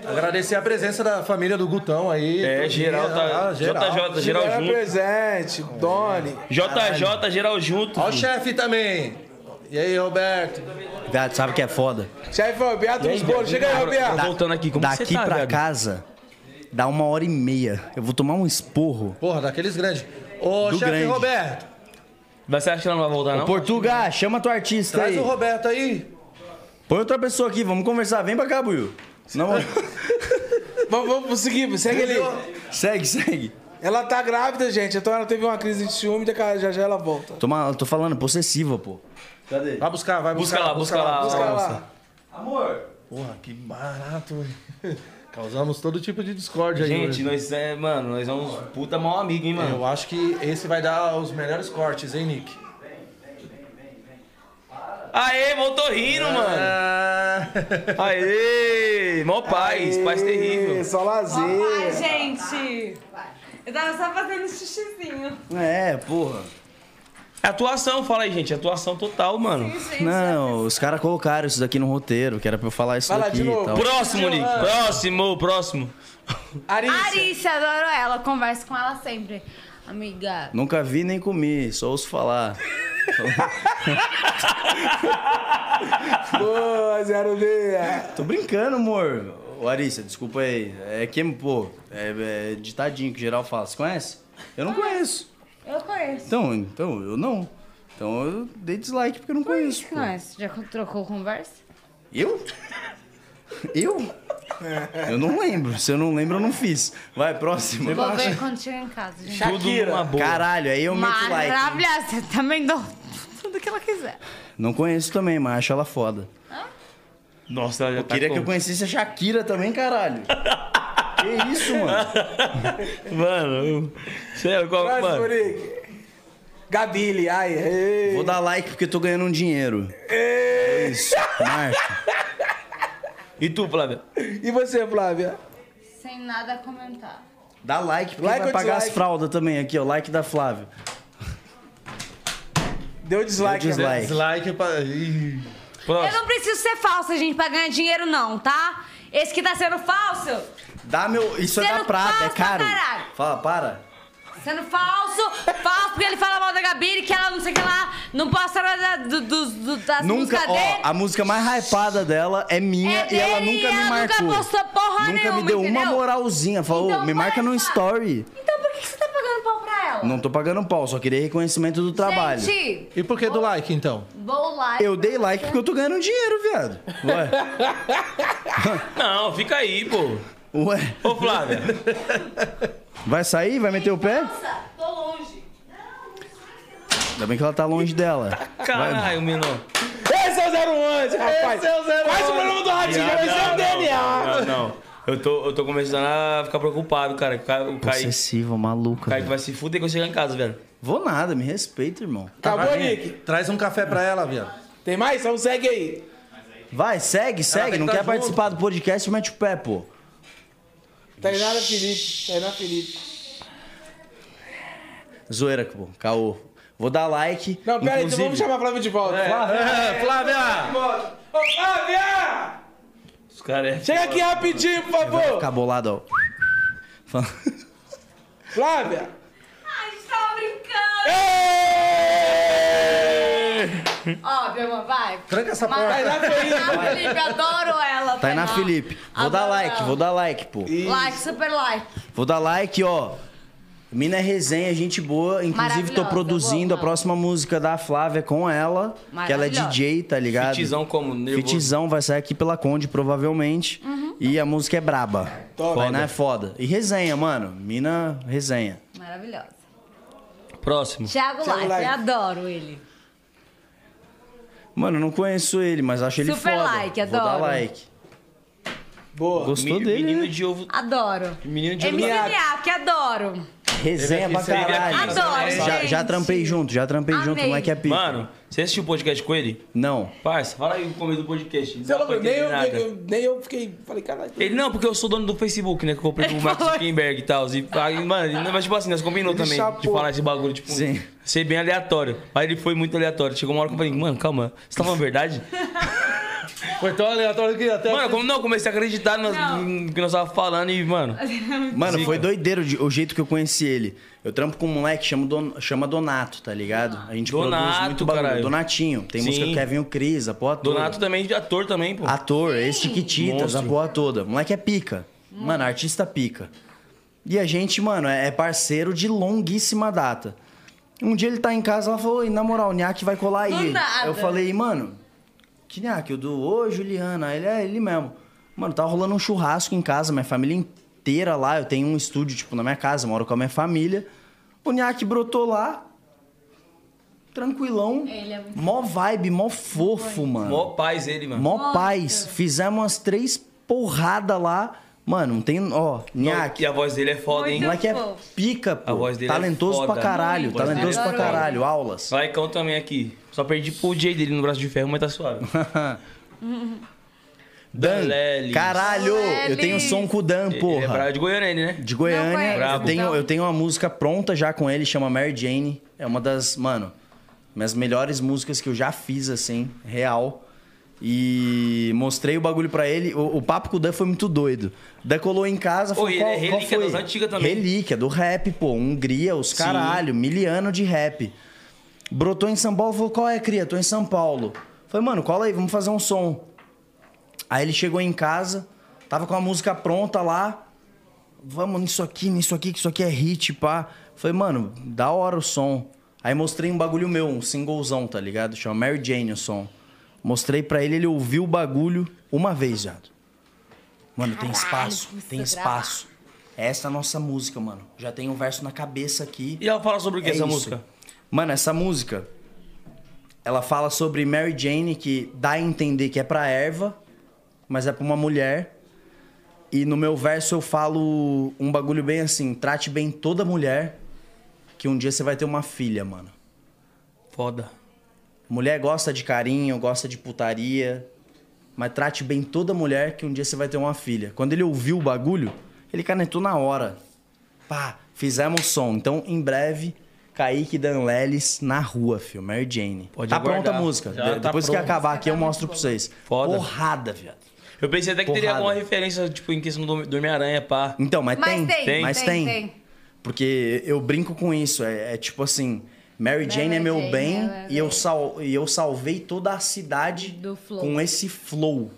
Speaker 2: Agradecer a presença da família do Gutão aí.
Speaker 1: É,
Speaker 2: Todinha,
Speaker 1: geral tá.
Speaker 2: ah, geral. é
Speaker 1: JJ, geral
Speaker 3: Tiveram
Speaker 1: junto.
Speaker 3: presente, Doni.
Speaker 1: JJ, geral junto.
Speaker 2: Ó o
Speaker 1: filho.
Speaker 2: chefe também. E aí, Roberto?
Speaker 4: Viado, sabe o que é foda?
Speaker 3: Chefe Roberto nos bolos. Chega aí,
Speaker 1: Tá
Speaker 3: Roberto.
Speaker 1: Voltando aqui, como
Speaker 4: Daqui
Speaker 1: você tá,
Speaker 4: pra
Speaker 1: viado?
Speaker 4: casa, dá uma hora e meia. Eu vou tomar um esporro.
Speaker 2: Porra, daqueles grandes. Ô,
Speaker 4: Do
Speaker 2: chefe
Speaker 4: grande.
Speaker 2: Roberto,
Speaker 1: Tá Você acha que ela não vai voltar, não?
Speaker 4: Portugal, chama tua artista
Speaker 2: traz
Speaker 4: aí.
Speaker 2: o Roberto aí.
Speaker 4: Põe outra pessoa aqui, vamos conversar. Vem pra cá, Buiu. Não,
Speaker 3: Vamos, vamos seguir, segue ali.
Speaker 4: segue, segue.
Speaker 3: Ela tá grávida, gente, então ela teve uma crise de ciúme, daqui a- já já ela volta.
Speaker 4: Tô, mal- tô falando, possessiva, pô. Cadê?
Speaker 2: Vai buscar, vai
Speaker 1: Busca
Speaker 2: buscar.
Speaker 1: lá, busca lá.
Speaker 3: Busca lá.
Speaker 4: Amor!
Speaker 2: Porra, que barato. hein? Causamos todo tipo de discórdia aí.
Speaker 1: Gente,
Speaker 2: hoje.
Speaker 1: nós é, mano, nós é uns puta mal amigo, hein, mano?
Speaker 2: Eu acho que esse vai dar os melhores cortes, hein, Nick?
Speaker 1: Aê, voltou rindo, mano.
Speaker 2: Ah,
Speaker 1: Aê, mó paz, paz terrível.
Speaker 3: Ih, Só
Speaker 5: Ai,
Speaker 3: lazer.
Speaker 5: gente. Eu tava só fazendo um xixizinho.
Speaker 4: É, porra.
Speaker 1: Atuação, fala aí, gente. Atuação total, mano.
Speaker 4: Não, os caras colocaram isso daqui no roteiro, que era pra eu falar isso
Speaker 3: Vai lá,
Speaker 4: daqui
Speaker 3: de novo.
Speaker 4: e tal.
Speaker 1: Próximo, Nick. Próximo, próximo.
Speaker 4: é-
Speaker 3: Ari.
Speaker 5: Arícia, adoro ela. Converso com ela sempre. Amiga.
Speaker 4: Nunca vi nem comi, só ouço falar.
Speaker 3: Boa, zero meia.
Speaker 4: Tô brincando, amor. Ô, Arissa, desculpa aí. É que, pô, é, é ditadinho que geral fala. Você conhece? Eu não conheço.
Speaker 5: Eu conheço.
Speaker 4: Então, então, eu não. Então eu dei dislike porque eu não conheço. pô.
Speaker 5: Mas já trocou conversa?
Speaker 4: Eu? Eu? Eu não lembro. Se eu não lembro, eu não fiz. Vai, próximo.
Speaker 5: Vou ver quando chegar em casa, gente.
Speaker 1: Tudo
Speaker 3: tá
Speaker 1: numa boa.
Speaker 4: Caralho, aí eu meto like. né? hein?
Speaker 5: Maravilhosa, eu também dou tudo que ela quiser.
Speaker 4: Não conheço também, mas acho ela foda.
Speaker 1: Nossa, ela já tá
Speaker 4: Queria
Speaker 1: com-
Speaker 4: que eu conhecesse a Shakira também, caralho. que isso, mano?
Speaker 1: Mano, eu- sério, qual,
Speaker 3: Próximo,
Speaker 1: mano?
Speaker 3: Nick. Gabile, ai, ei.
Speaker 4: Vou dar like porque tô ganhando um dinheiro. É isso. Marca.
Speaker 1: E tu, Flávia?
Speaker 3: E você, Flávia?
Speaker 5: Sem nada a comentar.
Speaker 4: Dá like, porque
Speaker 3: Like
Speaker 4: vai
Speaker 3: ou
Speaker 4: pagar as
Speaker 3: dislike?
Speaker 4: fraldas também aqui, ó. Like da Flávia.
Speaker 3: Deu dislike.
Speaker 4: Deu
Speaker 3: né?
Speaker 4: dislike.
Speaker 2: Dislike pra... Ih.
Speaker 5: Eu não preciso ser falsa, gente, pra ganhar dinheiro, não, tá? Esse que tá sendo falso,
Speaker 4: Dá meu. Isso
Speaker 5: Você
Speaker 4: é da
Speaker 5: não
Speaker 4: prata,
Speaker 5: fala
Speaker 4: é
Speaker 5: pra
Speaker 4: caro.
Speaker 5: caralho.
Speaker 4: Fala, para.
Speaker 5: sendo falso, falso, porque ele fala mal da Gabi, que ela não sei o que lá, não posta nada do, do, do, das
Speaker 4: Nunca,
Speaker 5: músicas dele.
Speaker 4: ó, a música mais hypada dela é minha
Speaker 5: É
Speaker 4: e ela
Speaker 5: dele,
Speaker 4: nunca me
Speaker 5: e ela nunca
Speaker 4: marcou.
Speaker 5: postou porra
Speaker 4: Nunca
Speaker 5: nenhuma,
Speaker 4: me deu uma
Speaker 5: entendeu?
Speaker 4: moralzinha. Falou,
Speaker 5: Então,
Speaker 4: me marca
Speaker 5: para,
Speaker 4: no
Speaker 5: cara.
Speaker 4: story.
Speaker 5: Então por que, que você tá pagando pau pra ela?
Speaker 4: Não tô pagando pau, só queria reconhecimento do trabalho.
Speaker 5: Gente,
Speaker 2: E por que do like, então?
Speaker 5: vou lá.
Speaker 4: Eu dei like porque eu tô ganhando dinheiro, viado. Ué,
Speaker 1: Não, fica aí, pô.
Speaker 4: ué.
Speaker 1: Ô, Flávia.
Speaker 4: Vai sair? Vai meter o pé?
Speaker 5: Nossa, tô longe.
Speaker 4: Ainda bem que ela tá longe dela.
Speaker 1: Caralho, menor.
Speaker 3: Esse é o 011, rapaz.
Speaker 2: Esse é o 011.
Speaker 3: Quase o problema do Ratinho,
Speaker 1: Não,
Speaker 3: esse é
Speaker 1: não,
Speaker 3: o DNA.
Speaker 1: Não, não. Eu tô, eu tô começando a ficar preocupado, cara. O Ca- o Kaique,
Speaker 4: Possessiva, maluca.
Speaker 1: o Kaique
Speaker 4: velho.
Speaker 1: vai se fuder quando chegar em casa, velho.
Speaker 4: Vou nada, me respeita, irmão.
Speaker 1: Tá
Speaker 3: Acabou, Nick?
Speaker 2: Traz um café pra ela, viado.
Speaker 3: Tem mais? Então segue aí.
Speaker 4: Vai, segue,
Speaker 2: tem
Speaker 4: segue. Não
Speaker 2: que
Speaker 4: quer
Speaker 2: tá
Speaker 4: participar do podcast, mete o pé, pô.
Speaker 3: Tainara Felipe, Tainara Felipe.
Speaker 4: Zoeira, pô. Caô. Vou dar like.
Speaker 3: Não, pera aí, então
Speaker 4: inclusive-
Speaker 3: vamos chamar a Flávia de volta.
Speaker 2: É, Flávia!
Speaker 3: Ô, Flávia!
Speaker 1: Os caras é...
Speaker 3: Chega aqui rapidinho, por favor.
Speaker 4: Ficar bolado, ó. Fala-
Speaker 3: Flávia.
Speaker 5: Ai, a gente tava brincando.
Speaker 4: É.
Speaker 5: Ó, meu irmão, vai.
Speaker 2: Tranca essa
Speaker 5: Mas-
Speaker 2: porta.
Speaker 3: Tainá Felipe.
Speaker 5: Tainá Felipe, adoro ela.
Speaker 4: Tainá Tá Felipe. Vou
Speaker 5: Adoro
Speaker 4: dar like,
Speaker 5: ela.
Speaker 4: vou dar like, pô.
Speaker 5: Like, super like.
Speaker 4: Vou dar like, ó. Mina é resenha, gente boa. Inclusive, tô
Speaker 5: Maravilhosa,
Speaker 4: produzindo
Speaker 5: boa,
Speaker 4: a próxima música da Flávia com ela. Que ela é
Speaker 5: Maravilhosa.
Speaker 4: DJ, tá ligado?
Speaker 1: Fitizão como nervoso.
Speaker 4: Fitizão vai sair aqui pela Conde, provavelmente.
Speaker 5: Uhum.
Speaker 4: E a música é braba.
Speaker 3: Top.
Speaker 4: Tainá é foda. E resenha, mano. Mina, resenha.
Speaker 5: Maravilhosa.
Speaker 1: Próximo.
Speaker 5: Thiago,
Speaker 3: Thiago
Speaker 5: Life,
Speaker 3: Life.
Speaker 5: eu adoro ele.
Speaker 4: Mano, eu não conheço ele, mas acho ele
Speaker 5: Super
Speaker 4: foda.
Speaker 5: like,
Speaker 4: Vou dar
Speaker 5: adoro.
Speaker 4: like.
Speaker 3: Boa.
Speaker 4: Gostou
Speaker 1: Me-
Speaker 4: dele,
Speaker 1: Menino
Speaker 4: né?
Speaker 1: de ovo.
Speaker 5: Adoro.
Speaker 1: Menino de
Speaker 5: MC
Speaker 1: ovo.
Speaker 5: Miá, que adoro.
Speaker 4: Resenha
Speaker 2: Teve
Speaker 4: pra
Speaker 2: aqui, teve
Speaker 4: caralho.
Speaker 1: né?
Speaker 2: aqui.
Speaker 5: Adoro,
Speaker 4: É, já,
Speaker 5: gente.
Speaker 4: já trampei junto, já trampei
Speaker 5: Amei.
Speaker 4: junto. O moleque é pica.
Speaker 1: Mano, você assistiu o podcast com ele?
Speaker 4: Não.
Speaker 1: Parça, fala aí o começo do podcast. Não
Speaker 3: Você
Speaker 1: dá
Speaker 3: louco,
Speaker 1: pra
Speaker 3: nem eu,
Speaker 1: entender nada.
Speaker 3: eu- nem eu fiquei. Falei, caralho.
Speaker 1: Ele, não, porque eu sou dono do Facebook, né? Que eu comprei com o Mark Zuckerberg e tal. E, aí, mano, não, mas tipo assim, nós combinou também de
Speaker 3: chapou.
Speaker 1: falar esse bagulho, tipo,
Speaker 4: Sim.
Speaker 1: ser bem aleatório. Aí ele foi muito aleatório. Chegou uma hora que eu falei, mano, calma, você tá falando a verdade?
Speaker 2: Foi tão aleatório que até...
Speaker 1: mano, como não, eu comecei a acreditar no,
Speaker 5: Não. Assim,
Speaker 1: no que nós tava falando e, mano.
Speaker 4: Mano, foi doideiro de- o jeito que eu conheci ele. Eu trampo com um moleque chama, Don- chama Donato, tá ligado? A gente produz
Speaker 1: Donato,
Speaker 4: muito barulho.
Speaker 1: caralho.
Speaker 4: Donatinho. Tem
Speaker 1: Sim.
Speaker 4: música Kevin e o Cris, a porra toda.
Speaker 1: Donato também, de ator também, pô.
Speaker 4: Ator, é esse Chiquititas, a
Speaker 1: Monstro.
Speaker 4: porra toda. Moleque é pica. Mano, artista pica. E a gente, mano, é é parceiro de longuíssima data. Um dia ele tá em casa, ela falou, "Oi, na moral, o Nhaque vai colar
Speaker 5: Do
Speaker 4: aí.
Speaker 5: nada.
Speaker 4: Eu falei, mano, que Nhaque? O do Ô, Juliana, Aí ele é ele mesmo. Mano, tava rolando um churrasco em casa, minha família inteira lá. Eu tenho um estúdio, tipo, na minha casa, moro com a minha família. O Nhaque brotou lá, tranquilão.
Speaker 5: Ele é muito
Speaker 4: Mó vibe, mó fofo, mano.
Speaker 1: Mó paz ele, mano.
Speaker 4: Mó paz. Fizemos umas três porradas lá. Mano, não tem. Ó,
Speaker 1: E
Speaker 4: Nhaque.
Speaker 1: a voz dele é foda, hein?
Speaker 4: O
Speaker 5: Muito
Speaker 4: moleque é
Speaker 5: fofo.
Speaker 4: pica, pô.
Speaker 1: A voz dele é
Speaker 4: Talentoso
Speaker 1: foda.
Speaker 4: pra caralho.
Speaker 1: Muito.
Speaker 4: Talentoso pra
Speaker 5: Adoro
Speaker 4: caralho. Aulas.
Speaker 1: Laicão também aqui. Só perdi pro Jay dele no braço de ferro, mas tá suave.
Speaker 4: Dan.
Speaker 1: Lelis.
Speaker 4: Caralho! Eu
Speaker 5: Lelis.
Speaker 4: tenho som com o Dan,
Speaker 1: Ele é
Speaker 4: porra.
Speaker 1: bravo de Goiânia, ele, né?
Speaker 4: De
Speaker 5: Não conheço,
Speaker 4: Goiânia. Eu
Speaker 5: Brabo.
Speaker 4: tenho,
Speaker 5: então.
Speaker 4: eu tenho uma música pronta já com ele, chama Mary Jane. É uma das, mano, minhas melhores músicas que eu já fiz, assim, real. E mostrei o bagulho pra ele. O, o papo com o Dan foi muito doido. Dan colou em casa, falou,
Speaker 1: Ô, e ele
Speaker 4: qual,
Speaker 1: é
Speaker 4: qual
Speaker 1: relíquia
Speaker 4: foi?
Speaker 1: das antigas também.
Speaker 4: Relíquia, do rap, pô. Hungria, os caralho, miliano de rap. Brotou em São Paulo, falou, qual é, cria? Tô em São Paulo. Falei, mano, cola aí, vamos fazer um som. Aí ele chegou em casa, tava com a música pronta lá. Vamos nisso aqui, nisso aqui, que isso aqui é hit, pá. Falei, mano, da hora o som. Aí mostrei um bagulho meu, um singlezão, tá ligado? Chama Mary Jane o som. Mostrei pra ele, ele ouviu o bagulho uma vez, viado. Mano, tem espaço,
Speaker 5: precisa
Speaker 4: tem espaço. Essa é a nossa música, mano. Já tem um verso na cabeça aqui.
Speaker 1: E ela fala sobre o que
Speaker 4: É
Speaker 1: essa
Speaker 4: isso.
Speaker 1: música?
Speaker 4: Mano, essa música, ela fala sobre Mary Jane, que dá a entender que é pra erva, mas é pra uma mulher. E no meu verso eu falo um bagulho bem assim, trate bem toda mulher, que um dia você vai ter uma filha, mano.
Speaker 1: Foda.
Speaker 4: Mulher gosta de carinho, gosta de putaria. Mas trate bem toda mulher que um dia você vai ter uma filha. Quando ele ouviu o bagulho, ele canetou na hora. Pá, fizemos o som. Então, em breve, Kaique Danlelis na rua, filho. Mary Jane.
Speaker 1: Pode
Speaker 4: tá
Speaker 1: aguardar.
Speaker 4: pronta a música.
Speaker 2: Já
Speaker 4: De-
Speaker 2: tá
Speaker 4: Depois que
Speaker 2: pronto.
Speaker 4: acabar aqui, eu mostro pra vocês.
Speaker 1: Foda.
Speaker 4: Porrada, viado.
Speaker 1: Eu pensei até que teria
Speaker 4: Porrada.
Speaker 1: alguma referência, tipo, em questão do do Homem-Aranha, pá.
Speaker 4: Então, mas,
Speaker 5: Mas tem,
Speaker 1: tem,
Speaker 4: Mas
Speaker 5: tem,
Speaker 4: tem.
Speaker 5: tem.
Speaker 4: Porque eu brinco com isso. É, é tipo assim: Mary Jane é meu
Speaker 5: Jane,
Speaker 4: bem
Speaker 5: ela é
Speaker 4: e, eu
Speaker 5: bem.
Speaker 4: sal, e eu salvei toda a cidade
Speaker 5: Do flow.
Speaker 4: com esse flow.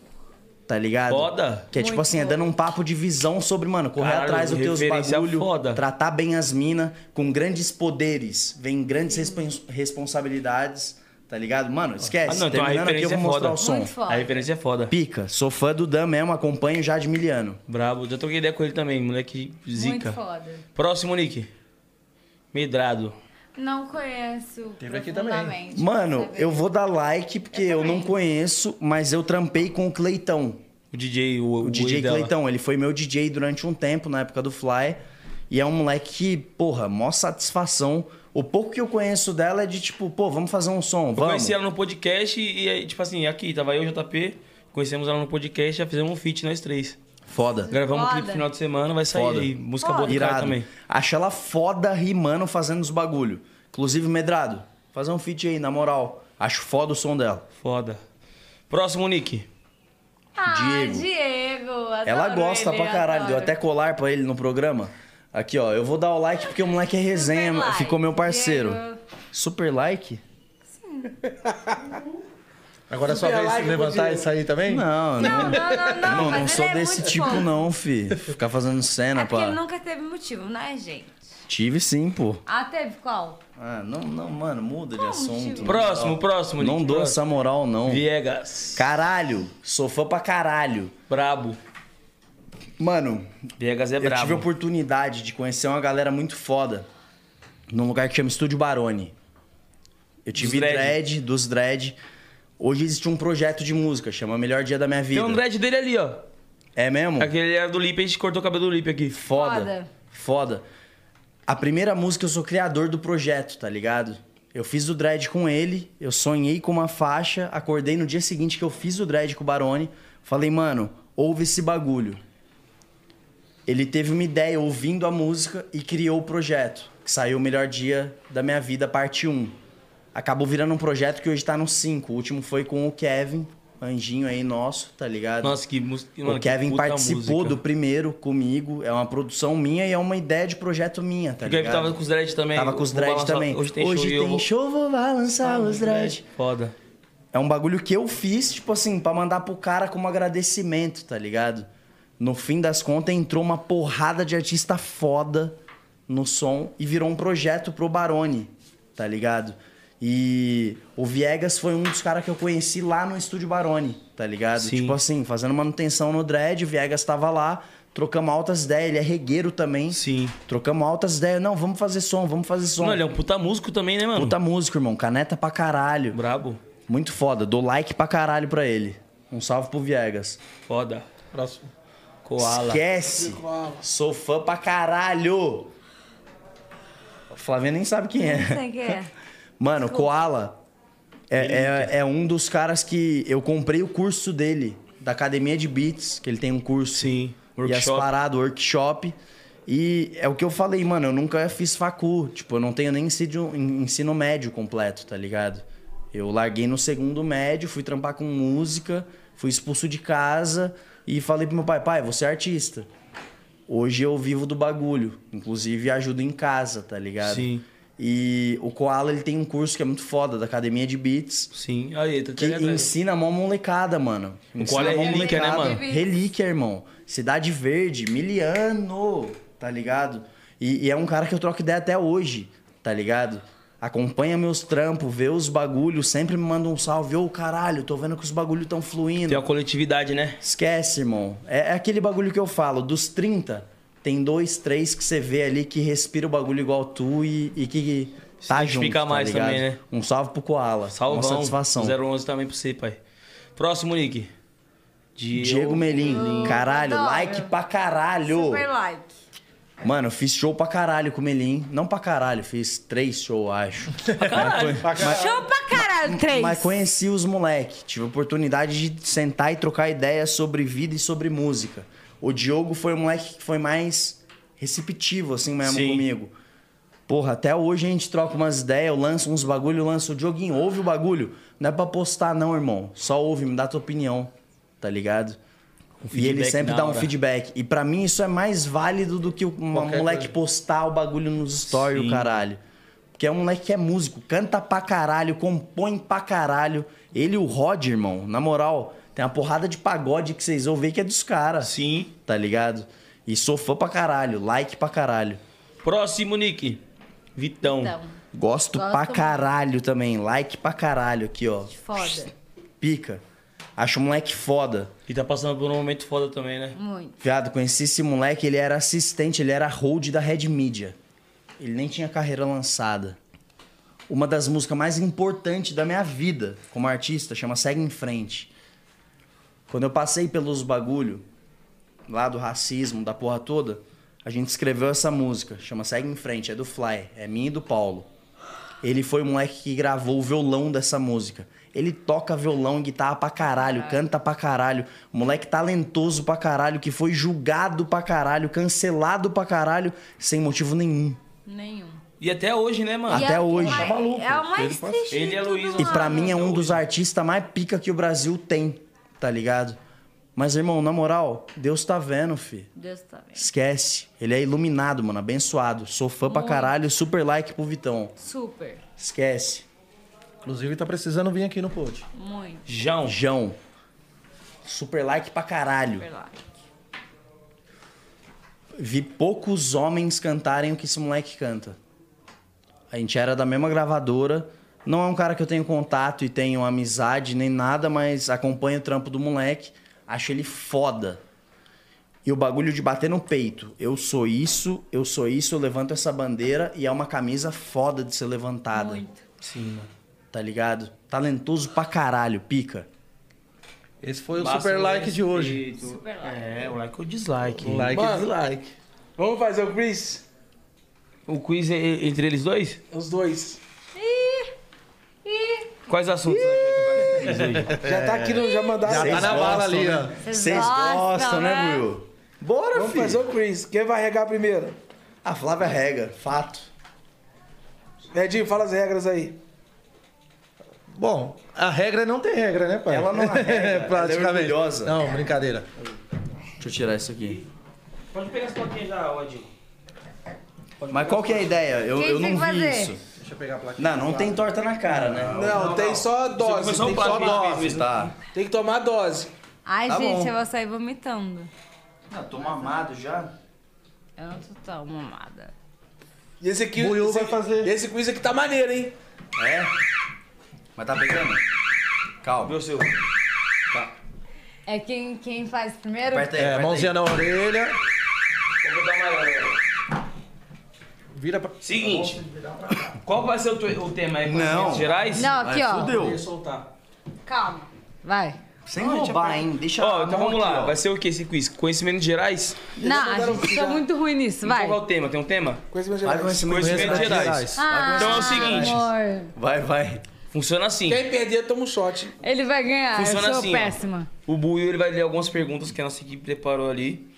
Speaker 4: Tá ligado?
Speaker 1: Foda.
Speaker 4: Que é tipo
Speaker 5: Muito
Speaker 4: assim, é dando um papo de visão sobre, mano, correr
Speaker 1: Caralho,
Speaker 4: atrás dos teus
Speaker 1: referência
Speaker 4: bagulho,
Speaker 1: foda.
Speaker 4: tratar bem as minas, com grandes poderes, vem grandes respons- responsabilidades, tá ligado? Mano, esquece.
Speaker 1: Ah, não, então a
Speaker 4: Terminando aqui eu
Speaker 1: referência
Speaker 4: vou
Speaker 1: é
Speaker 4: mostrar o
Speaker 1: foda.
Speaker 4: som.
Speaker 5: Muito foda.
Speaker 1: A referência é foda.
Speaker 4: Pica, sou fã do Dan mesmo, acompanho já de miliano.
Speaker 1: Brabo. Já troquei ideia com ele também, moleque zica.
Speaker 5: Muito foda.
Speaker 1: Próximo, Nick. Medrado.
Speaker 5: Não conheço
Speaker 2: Teve aqui
Speaker 5: profundamente, pra
Speaker 4: Mano,
Speaker 5: saber.
Speaker 4: eu vou dar like porque
Speaker 5: Eu
Speaker 4: eu não
Speaker 5: também.
Speaker 4: conheço, mas eu trampei com o Cleitão.
Speaker 1: O DJ, o,
Speaker 4: O DJ
Speaker 1: dela.
Speaker 4: Cleitão, ele foi meu DJ durante um tempo, na época do Fly. E é um moleque que, porra, mó satisfação. O pouco que eu conheço dela é de tipo, pô, vamos fazer um som,
Speaker 1: Eu
Speaker 4: vamos.
Speaker 1: conheci ela no podcast e, e aí, tipo assim, aqui, tava eu e o JP. Conhecemos ela no podcast, já fizemos um feat nós três.
Speaker 4: Foda.
Speaker 1: Gravamos um
Speaker 5: Foda.
Speaker 1: clipe no final de semana, vai sair
Speaker 4: Foda.
Speaker 1: aí. Música
Speaker 5: Foda.
Speaker 1: boa do cara
Speaker 4: Irado.
Speaker 1: também.
Speaker 4: Acho ela foda rimando, fazendo os bagulho. Inclusive, Medrado, fazer um feat aí, na moral. Acho foda o som dela.
Speaker 1: Foda. Próximo, Nick.
Speaker 5: Ah,
Speaker 4: Diego.
Speaker 5: Diego. Diego adoro
Speaker 4: Ela gosta
Speaker 5: ele,
Speaker 4: pra caralho. Deu
Speaker 5: adoro.
Speaker 4: até colar pra ele no programa. Aqui, ó. Eu vou dar o like porque o moleque é resenha.
Speaker 5: Super like,
Speaker 4: ficou meu parceiro.
Speaker 5: Diego.
Speaker 4: Super like?
Speaker 2: Agora é sua
Speaker 3: Super
Speaker 2: vez de
Speaker 3: like,
Speaker 2: levantar
Speaker 3: podia.
Speaker 2: isso aí também?
Speaker 4: Não,
Speaker 5: Não,
Speaker 4: não.
Speaker 5: não, não, não.
Speaker 4: Não,
Speaker 5: mas
Speaker 4: não
Speaker 5: ele
Speaker 4: sou
Speaker 5: é
Speaker 4: desse
Speaker 5: muito
Speaker 4: tipo,
Speaker 5: fofo.
Speaker 4: não, fi. Ficar fazendo cena,
Speaker 5: É porque
Speaker 4: pá.
Speaker 5: ele nunca teve motivo, né, gente?
Speaker 4: Tive sim, pô.
Speaker 5: Ah, teve qual?
Speaker 4: Ah, não, não, mano, muda de assunto. né?
Speaker 1: Próximo, próximo, Nick.
Speaker 4: Não dou
Speaker 1: próximo.
Speaker 4: essa moral, não.
Speaker 1: Viegas.
Speaker 4: Caralho, sou fã pra caralho.
Speaker 1: Brabo.
Speaker 4: Mano,
Speaker 1: Viegas é
Speaker 4: eu tive a
Speaker 1: brabo.
Speaker 4: oportunidade de conhecer uma galera muito foda num lugar que chama Estúdio Barone. Eu tive
Speaker 1: dread.
Speaker 4: dread. dos dread. Hoje existe um projeto de música, chama Melhor Dia da Minha
Speaker 1: Tem
Speaker 4: Vida.
Speaker 1: um dread dele ali, ó.
Speaker 4: É mesmo?
Speaker 1: Aquele era do Lip, a gente cortou o cabelo do Lip aqui.
Speaker 4: Foda.
Speaker 5: Foda.
Speaker 4: Foda. A primeira música eu sou criador do projeto, tá ligado? Eu fiz o dread com ele, eu sonhei com uma faixa, acordei no dia seguinte que eu fiz o dread com o Barone, falei, mano, ouve esse bagulho. Ele teve uma ideia ouvindo a música e criou o projeto, que saiu o melhor dia da minha vida, parte 1. Acabou virando um projeto que hoje tá no 5. O último foi com o Kevin, anjinho aí nosso, tá ligado?
Speaker 1: Nossa, que música. mano,
Speaker 4: o
Speaker 1: que
Speaker 4: Kevin
Speaker 1: puta
Speaker 4: participou
Speaker 1: música.
Speaker 4: do primeiro comigo. É uma produção minha e é uma ideia de projeto minha, tá
Speaker 1: O Kevin
Speaker 4: ligado?
Speaker 1: tava com os dread também.
Speaker 4: Tava com os
Speaker 1: Vou
Speaker 4: dread
Speaker 1: balançar-
Speaker 4: também.
Speaker 1: Hoje tem show. e eu vou- Tá,
Speaker 4: vou balançar os dread.
Speaker 1: Foda.
Speaker 4: É um bagulho que eu fiz, tipo assim, pra mandar pro cara como agradecimento, tá ligado? No fim das contas, entrou uma porrada de artista foda no som e virou um projeto pro Barone, tá ligado? E o Viegas foi um dos caras que eu conheci lá no estúdio Barone, tá ligado?
Speaker 1: Sim.
Speaker 4: Tipo assim, fazendo manutenção no dread, o Viegas tava lá, trocamos altas ideias, ele é regueiro também.
Speaker 1: Sim.
Speaker 4: Trocamos altas ideias, não, vamos fazer som, vamos fazer som.
Speaker 1: Não, ele é um puta músico também, né, mano?
Speaker 4: Puta músico, irmão, caneta pra caralho.
Speaker 1: Brabo.
Speaker 4: Muito foda, dou like pra caralho pra ele. Um salve pro Viegas.
Speaker 1: Foda.
Speaker 2: Próximo.
Speaker 1: Koala.
Speaker 4: Esquece!
Speaker 3: Koala.
Speaker 4: Sou fã pra caralho! O Flavinha nem sabe quem
Speaker 5: Não
Speaker 4: é.
Speaker 5: sei o que é.
Speaker 4: Mano, Koala é, é, é um dos caras que eu comprei o curso dele, da academia de beats, que ele tem um curso.
Speaker 1: Sim.
Speaker 4: E as
Speaker 1: Workshop.
Speaker 4: paradas, workshop. E é o que eu falei, mano, eu nunca fiz facu. Tipo, eu não tenho nem ensino, ensino médio completo, tá ligado? Eu larguei no segundo médio, fui trampar com música, fui expulso de casa e falei pro meu pai, pai, você é artista. Hoje eu vivo do bagulho, inclusive ajudo em casa, tá ligado?
Speaker 1: Sim.
Speaker 4: E o Koala, ele tem um curso que é muito foda, da Academia de Beats,
Speaker 1: Sim. Aí, tá
Speaker 4: que
Speaker 1: até ali atrás.
Speaker 4: ensina a mó molecada, mano. Ensina
Speaker 1: Koala é
Speaker 4: mó
Speaker 1: relíquia, né,
Speaker 4: molecada.
Speaker 1: mano?
Speaker 4: Relíquia, irmão. Cidade Verde, Miliano, tá ligado? E, e é um cara que eu troco ideia até hoje, tá ligado? Acompanha meus trampos, vê os bagulhos, sempre me manda um salve. Ô, caralho, tô vendo que os bagulhos tão fluindo.
Speaker 1: Tem uma coletividade, né?
Speaker 4: Esquece, irmão. É, é aquele bagulho que eu falo, dos 30, tem dois, três que você vê ali que respira o bagulho igual tu e, e que tá
Speaker 1: identifica
Speaker 4: junto, tá
Speaker 1: mais
Speaker 4: ligado?
Speaker 1: também, né?
Speaker 4: Um salve pro Koala.
Speaker 1: Salvão.
Speaker 4: Uma satisfação.
Speaker 1: 011 também pra você, pai. Próximo, Nick. Diego.
Speaker 4: Diego Melim. Caralho,
Speaker 5: adoro.
Speaker 4: like pra caralho.
Speaker 5: Super like.
Speaker 4: Mano, eu fiz show pra caralho com o Melim. Não pra caralho, fiz três shows, acho. Mas foi-
Speaker 5: Show pra caralho, três.
Speaker 4: Mas conheci os moleque. Tive a oportunidade de sentar e trocar ideias sobre vida e sobre música. O Diogo foi o moleque que foi mais receptivo, assim mesmo,
Speaker 1: Sim.
Speaker 4: comigo. Porra, até hoje a gente troca umas ideias, eu lanço uns bagulho, eu lanço o Dioguinho, ouve o bagulho. Não é pra postar, não, irmão. Só ouve, me dá tua opinião, tá ligado? E ele
Speaker 8: feedback
Speaker 4: sempre
Speaker 8: na
Speaker 4: dá um
Speaker 8: hora.
Speaker 4: feedback. E pra mim isso é mais válido do que o um
Speaker 2: Qualquer
Speaker 4: moleque
Speaker 2: coisa.
Speaker 4: postar o bagulho nos stories, o
Speaker 8: Sim.
Speaker 4: caralho. Porque é um moleque que é músico, canta pra caralho, compõe pra caralho. Ele e o Rod, irmão, na moral, tem uma porrada de pagode que vocês ouvem que é dos caras.
Speaker 1: Sim.
Speaker 4: Tá ligado? E sou fã pra caralho, like pra caralho.
Speaker 1: Próximo, Nick. Vitão.
Speaker 5: Então,
Speaker 4: Gosto,
Speaker 5: Gosto
Speaker 4: pra
Speaker 5: muito.
Speaker 4: caralho também, like pra caralho aqui, ó.
Speaker 5: foda.
Speaker 4: Pica. Acho o moleque foda.
Speaker 1: E tá passando por um momento foda também, né?
Speaker 5: Muito.
Speaker 4: Viado, conheci esse moleque, ele era assistente, ele era hold da Red Media. Ele nem tinha carreira lançada. Uma das músicas mais importantes da minha vida como artista chama Segue em Frente. Quando eu passei pelos bagulho, lá do racismo, da porra toda, a gente escreveu essa música, chama Segue em Frente, é do Fly, é minha e do Paulo. Ele foi o moleque que gravou o violão dessa música. Ele toca violão, e guitarra pra caralho, canta pra caralho. Moleque talentoso pra caralho, que foi julgado pra caralho, cancelado pra caralho, sem motivo nenhum.
Speaker 5: Nenhum.
Speaker 1: E até hoje, né, mano?
Speaker 5: E
Speaker 4: Até
Speaker 5: é o
Speaker 4: hoje.
Speaker 5: mais-
Speaker 4: Tá maluco.
Speaker 5: É o mais
Speaker 8: Ele faz-
Speaker 5: triste.
Speaker 1: Ele
Speaker 5: de
Speaker 1: é
Speaker 5: tudo,
Speaker 1: Luiz.
Speaker 4: E pra
Speaker 5: mano.
Speaker 4: mim é um dos artistas mais pica que o Brasil tem, tá ligado? Mas, irmão, na moral, Deus tá vendo, fi.
Speaker 5: Deus tá vendo.
Speaker 4: Esquece. Ele é iluminado, mano, abençoado. Sou fã pra caralho, super like pro Vitão.
Speaker 5: Super.
Speaker 4: Esquece.
Speaker 2: Inclusive, tá precisando vir aqui no pod.
Speaker 5: Muito.
Speaker 1: Jão.
Speaker 4: Jão. Super like pra caralho.
Speaker 5: Super like.
Speaker 4: vi poucos homens cantarem o que esse moleque canta. A gente era da mesma gravadora. Não é um cara que eu tenho contato e tenho amizade nem nada, mas acompanho o trampo do moleque. Acho ele foda. E o bagulho de bater no peito. Eu sou isso, eu sou isso, eu levanto essa bandeira e é uma camisa foda de ser levantada.
Speaker 5: Muito.
Speaker 1: Sim, mano.
Speaker 4: Tá ligado? Talentoso pra caralho, pica.
Speaker 2: Esse foi o super like de hoje.
Speaker 5: Super like.
Speaker 1: um É, o like ou dislike.
Speaker 2: Like e
Speaker 3: Mano.
Speaker 2: dislike.
Speaker 3: Vamos fazer o Chris?
Speaker 1: O quiz é entre eles dois?
Speaker 3: Os dois.
Speaker 1: Quais assuntos? hoje?
Speaker 3: Já tá aqui, no, já mandaram.
Speaker 2: Já tá na bala ali, ó.
Speaker 5: Vocês gostam, né?
Speaker 4: Will? Bora,
Speaker 3: Vamos
Speaker 4: tá, filho.
Speaker 3: fazer o Chris. Quem vai regar primeiro?
Speaker 4: A Flávia rega, fato.
Speaker 3: Edinho, fala as regras aí.
Speaker 2: Bom, a regra é não ter regra, né, pai?
Speaker 4: Ela não arrega, ela é orgulhosa.
Speaker 2: Não, brincadeira.
Speaker 4: Deixa eu tirar isso aqui.
Speaker 1: Pode pegar as plaquinhas já, Odinho.
Speaker 4: Mas qual que é a ideia? Eu,
Speaker 5: Quem
Speaker 4: eu
Speaker 5: tem
Speaker 4: não
Speaker 5: que
Speaker 4: vi
Speaker 5: fazer?
Speaker 4: isso.
Speaker 2: Deixa eu pegar a plaquinha.
Speaker 4: Não, não tem torta na cara, né?
Speaker 3: Não, tem só dose.
Speaker 2: um
Speaker 4: um
Speaker 3: Tem que, só dose.
Speaker 4: Tá.
Speaker 3: tem que tomar dose.
Speaker 5: Ai,
Speaker 4: Tá
Speaker 5: gente,
Speaker 4: bom.
Speaker 5: eu vou sair vomitando.
Speaker 4: Não, tô mamado já.
Speaker 5: Eu não tô tão mamada.
Speaker 3: E esse aqui.
Speaker 2: Buiú
Speaker 3: esse,
Speaker 2: vai fazer.
Speaker 3: Esse quiz aqui tá maneiro, hein?
Speaker 4: É? Mas tá pegando? Calma. Tá.
Speaker 1: Meu seu.
Speaker 5: É quem, quem faz primeiro?
Speaker 4: Aperta aí,
Speaker 2: É,
Speaker 4: aperta
Speaker 2: mãozinha na orelha.
Speaker 1: Eu vou dar uma olhada.
Speaker 2: Vira pra...
Speaker 1: Seguinte. Qual vai ser o, teu- o tema? É
Speaker 4: Não.
Speaker 1: conhecimentos gerais?
Speaker 5: Não,
Speaker 4: aí.
Speaker 5: aqui,
Speaker 4: Vai,
Speaker 5: ó.
Speaker 4: Fudeu.
Speaker 3: soltar.
Speaker 5: Calma. Vai.
Speaker 4: Sem roubar, hein? Deixa
Speaker 1: Ó,
Speaker 4: a
Speaker 1: então
Speaker 4: mão
Speaker 1: vamos
Speaker 4: aqui,
Speaker 1: lá.
Speaker 4: ó.
Speaker 1: Vai ser o que esse quiz? Conhecimentos gerais?
Speaker 5: Não, a gente tá muito ruim nisso. Vai.
Speaker 1: Qual é o tema? Tem um tema?
Speaker 3: Coisa mais
Speaker 4: Vai
Speaker 3: geral.
Speaker 4: com esse momento.
Speaker 1: Conhecimentos
Speaker 2: Conhecimentos
Speaker 1: gerais.
Speaker 2: gerais.
Speaker 5: Ah,
Speaker 1: Então é o seguinte.
Speaker 5: amor.
Speaker 4: Vai, vai.
Speaker 1: Funciona assim.
Speaker 3: Quem perder, toma um shot.
Speaker 5: Ele vai ganhar.
Speaker 1: Funciona
Speaker 5: eu sou
Speaker 1: assim, ó.
Speaker 5: péssima.
Speaker 1: O Buiu ele vai ler algumas perguntas que a nossa equipe preparou ali.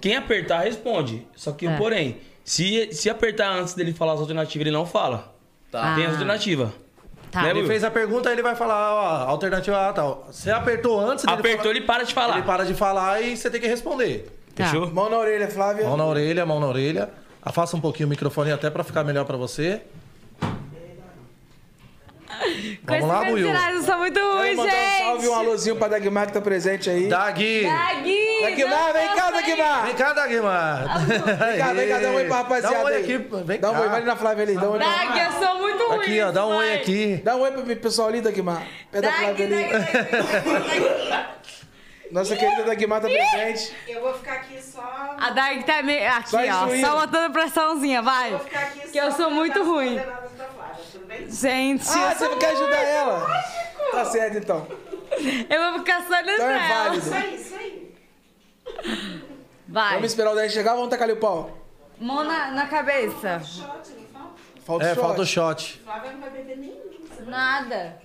Speaker 1: Quem apertar, responde. Só que,
Speaker 5: É.
Speaker 1: porém, se, se apertar antes dele falar as alternativas, ele não fala.
Speaker 4: Tá.
Speaker 1: Tem
Speaker 5: Ah.
Speaker 1: as alternativas.
Speaker 5: Tá.
Speaker 1: Né,
Speaker 2: Ele
Speaker 1: Buiu?
Speaker 2: fez a pergunta, ele vai falar, ó, alternativa A tal. Você apertou antes dele
Speaker 1: Apertou,
Speaker 2: falar,
Speaker 1: ele para de falar.
Speaker 2: Ele para de falar e você tem que responder.
Speaker 5: Tá.
Speaker 1: Fechou?
Speaker 3: Mão na orelha, Flávia.
Speaker 2: Mão na orelha, mão na orelha. Afasta um pouquinho o microfone até pra ficar melhor pra você. Vamos lá,
Speaker 5: Conhecimentos
Speaker 2: Buiu.
Speaker 5: gerais, eu sou muito ruim,
Speaker 3: Quero mandar um salve e um
Speaker 5: gente.
Speaker 3: alôzinho pra Dagmar que tá presente aí.
Speaker 2: Dagui!
Speaker 5: Dagui!
Speaker 3: Dagmar, vem cá, Dagmar!
Speaker 2: Vem cá, Dagmar! Vem
Speaker 3: Vem cá, vem cá, dá um oi pra rapaziada
Speaker 2: Dá um oi
Speaker 3: aí.
Speaker 2: aqui, vem
Speaker 3: Dá um
Speaker 2: cá.
Speaker 3: oi, vai ali na Flávia ali, dá um oi. pra-
Speaker 5: Dag, eu sou muito ruim.
Speaker 2: Aqui, ó, dá um oi
Speaker 5: vai.
Speaker 2: aqui.
Speaker 3: Dá um oi pro pessoal ali, Dagmar. Pé É da
Speaker 5: Dag,
Speaker 3: Flávia
Speaker 5: Dag,
Speaker 3: ali.
Speaker 5: Dag, Dag.
Speaker 3: Nossa querida Dagmar tá presente.
Speaker 9: Eu vou ficar aqui só.
Speaker 5: A Dag tá meio. Aqui,
Speaker 3: Só
Speaker 5: ó.
Speaker 3: instruindo.
Speaker 5: Só botando pressãozinha, vai.
Speaker 9: Vou ficar aqui
Speaker 5: Que eu
Speaker 9: só
Speaker 5: sou
Speaker 9: pra
Speaker 5: muito
Speaker 9: dar as
Speaker 5: ruim.
Speaker 9: coordenadas pra Flávia, tudo bem?
Speaker 5: Gente,
Speaker 3: Ah,
Speaker 5: eu, sou
Speaker 3: você quer ajudar
Speaker 5: muito-
Speaker 3: ela? Tá certo então.
Speaker 5: eu vou ficar só olhando
Speaker 3: Então
Speaker 5: pra
Speaker 3: é
Speaker 5: ela.
Speaker 3: válido.
Speaker 9: Isso aí, isso aí.
Speaker 5: Vai.
Speaker 3: Vamos esperar o 10 chegar, vamos tacar ali o pau.
Speaker 5: Mão na, na cabeça.
Speaker 9: Shot, não fala?
Speaker 3: Falta o
Speaker 2: É,
Speaker 3: shot.
Speaker 2: falta o shot.
Speaker 9: Flávia não vai beber nenhum. sabe?
Speaker 5: Nada.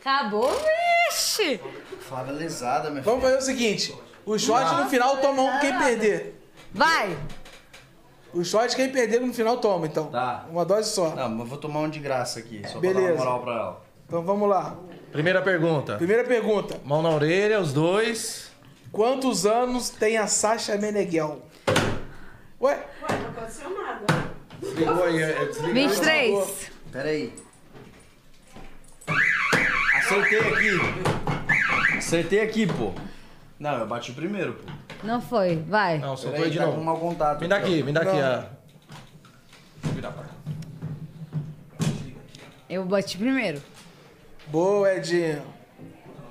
Speaker 5: Acabou, vixe.
Speaker 4: Flávia lesada, minha
Speaker 3: Vamos fazer o seguinte: o shot no final toma um quem perder.
Speaker 5: Vai.
Speaker 3: O shot quem perder no final toma, então.
Speaker 4: Tá.
Speaker 3: Uma dose só.
Speaker 4: Não, mas eu vou tomar um de graça aqui, só
Speaker 3: Beleza.
Speaker 4: pra dar uma moral pra ela.
Speaker 3: Então vamos lá.
Speaker 2: Primeira pergunta.
Speaker 3: Primeira pergunta:
Speaker 2: Mão na orelha, os dois.
Speaker 3: Quantos anos tem a Sasha Meneghel? Ué?
Speaker 9: Ué, não aconteceu nada.
Speaker 2: Desligou aí, é, é, desligou.
Speaker 5: 23.
Speaker 4: Pera aí. Acertei aqui. Acertei aqui, pô. Não, eu bati o primeiro, pô.
Speaker 5: Não foi, vai.
Speaker 2: Não,
Speaker 4: Pera
Speaker 2: soltou
Speaker 4: aí,
Speaker 2: aí de
Speaker 4: tá com
Speaker 2: novo.
Speaker 4: mau contato.
Speaker 2: Me dá
Speaker 4: ó.
Speaker 2: aqui, me dá aqui a.
Speaker 5: Eu bati primeiro.
Speaker 3: Boa, Edinho.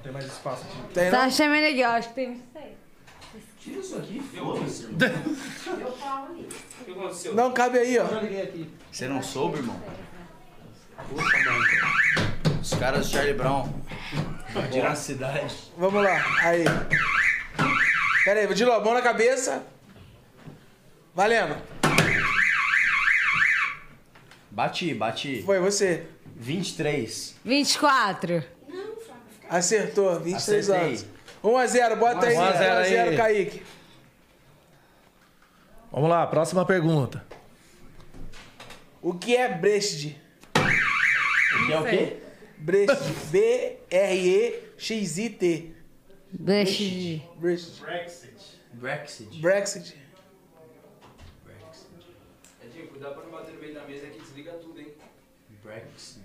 Speaker 2: Tem mais espaço aqui.
Speaker 3: Tem não?
Speaker 5: Tá achando legal, acho que tem 26.
Speaker 3: Não, cabe aí, ó.
Speaker 4: Você não soube, irmão? Puxa, mano. Os caras do Charlie Brown. Invadiram a cidade.
Speaker 3: Vamos lá. Aí. Pera aí, vou de novo. Mão na cabeça. Valendo.
Speaker 4: Bati, bati.
Speaker 3: Foi você.
Speaker 4: 23.
Speaker 5: 24.
Speaker 3: Acertou, 23
Speaker 4: Acertei.
Speaker 3: anos. 1x0, bota aí.
Speaker 2: 1 a 0
Speaker 3: 1x0,
Speaker 2: aí.
Speaker 3: Kaique.
Speaker 2: Vamos lá, próxima pergunta.
Speaker 3: O que é Brexit?
Speaker 4: Que é o quê?
Speaker 3: Brexit. B-R-E-X-I-T.
Speaker 5: Deixa de.
Speaker 3: Brexit.
Speaker 4: Brexit.
Speaker 3: Brexit.
Speaker 7: Edinho, cuidado pra não bater no meio da mesa que desliga tudo, hein?
Speaker 4: Brexit.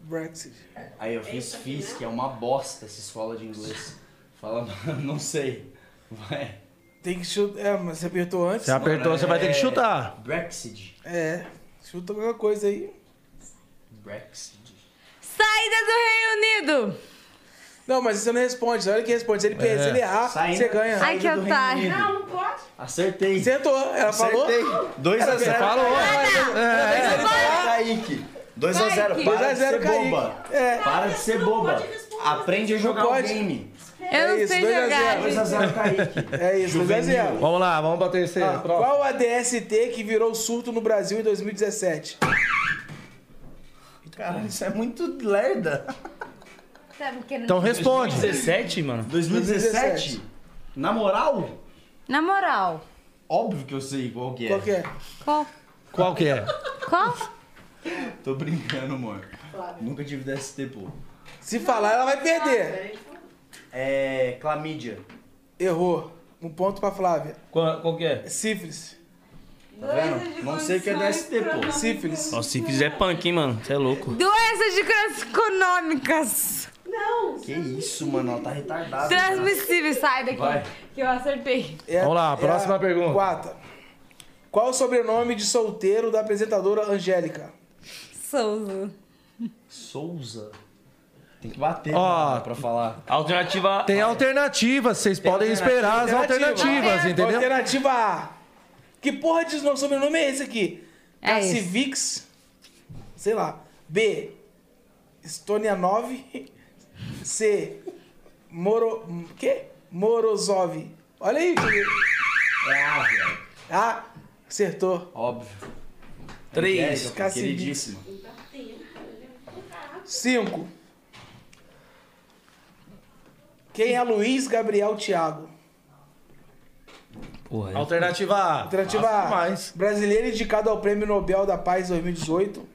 Speaker 3: Brexit.
Speaker 4: Aí eu fiz fiz, que é uma bosta essa escola de inglês. Fala, mano, não sei. Vai.
Speaker 3: Tem que chutar. É, mas você apertou antes?
Speaker 2: Você apertou,
Speaker 4: Mano,
Speaker 2: você vai ter
Speaker 4: é-
Speaker 2: que chutar.
Speaker 4: Brexit.
Speaker 3: É. Chuta qualquer coisa aí.
Speaker 4: Brexit.
Speaker 5: Saída do Reino Unido.
Speaker 3: Não, mas você não responde. Olha que responde. Se ele, per-
Speaker 2: É.
Speaker 3: se ele errar,
Speaker 4: Saindo-
Speaker 3: você ganha.
Speaker 5: Ai, que
Speaker 4: Saída do Reino
Speaker 5: otário.
Speaker 4: Unido.
Speaker 9: Não, não pode.
Speaker 4: Acertei.
Speaker 3: Acertou. Ela falou.
Speaker 4: Acertei. 2 a 0.
Speaker 2: Falou!
Speaker 4: É, Kaique. 2 a 0.
Speaker 5: Kaique.
Speaker 4: Para de
Speaker 3: 2 a 0,
Speaker 4: ser boba.
Speaker 3: Kaique. É.
Speaker 4: Para de ser boba. Aprende a jogar o
Speaker 3: pode.
Speaker 4: game.
Speaker 5: Eu não
Speaker 3: É isso,
Speaker 5: sei
Speaker 3: 2 a 0.
Speaker 5: jogar.
Speaker 4: 2 a 0, Kaique.
Speaker 3: É isso, 2x0.
Speaker 2: Vamos lá, vamos pra terceira. próxima.
Speaker 3: Ah, Qual a DST que virou surto no Brasil em 2017?
Speaker 4: Cara, isso é muito lerda.
Speaker 5: Sabe o que é-
Speaker 2: Então responde.
Speaker 1: 17, mano?
Speaker 4: 2017? Na moral,
Speaker 5: Na moral.
Speaker 4: óbvio que eu sei qual que é.
Speaker 3: Qual que é?
Speaker 5: Qual?
Speaker 2: Qual que é?
Speaker 5: Qual?
Speaker 4: Tá Tô brincando, amor. Nunca tive DST, pô.
Speaker 3: Se falar, ela vai perder.
Speaker 4: É. Clamídia.
Speaker 3: Errou. Um ponto pra Flávia.
Speaker 1: Qual, qual que é?
Speaker 3: Sífilis.
Speaker 4: Tá vendo? Não sei o que é DST, pô.
Speaker 3: Sífilis.
Speaker 1: Nossa, se fizer punk, hein, mano? Você é louco.
Speaker 5: Doenças de crianças econômicas.
Speaker 9: Não.
Speaker 4: Que isso, mano? Ela tá retardada.
Speaker 5: Transmissíveis. Sai daqui.
Speaker 4: Vai.
Speaker 5: Que eu acertei.
Speaker 3: É-
Speaker 2: Vamos lá,
Speaker 3: é
Speaker 2: próxima
Speaker 3: a
Speaker 2: pergunta.
Speaker 3: Quarta. Qual o sobrenome de solteiro da apresentadora Angélica?
Speaker 5: Souza.
Speaker 4: Souza. Tem que bater
Speaker 2: Ó.
Speaker 4: mano, pra falar.
Speaker 1: Alternativa.
Speaker 2: Tem alternativas, vocês podem esperar as alternativas, entendeu?
Speaker 3: Alternativa A. Que porra de nome- sobrenome é esse aqui?
Speaker 5: É
Speaker 4: Tá
Speaker 3: Civix. Sei lá. B. Estônia 9. C. Moro. Que? Morozov. Olha aí. filho.
Speaker 4: É a velho.
Speaker 3: Ah, acertou.
Speaker 4: Óbvio.
Speaker 1: Três.
Speaker 4: Angélica, pô,
Speaker 3: Cacimbi.
Speaker 4: queridíssima.
Speaker 3: Cinco. Quem é Luiz Gabriel Thiago?
Speaker 1: Porra, é.
Speaker 2: Alternativa A.
Speaker 3: Alternativa
Speaker 2: Fácil
Speaker 3: A.
Speaker 2: demais.
Speaker 3: Brasileiro indicado ao Prêmio Nobel da Paz 2018.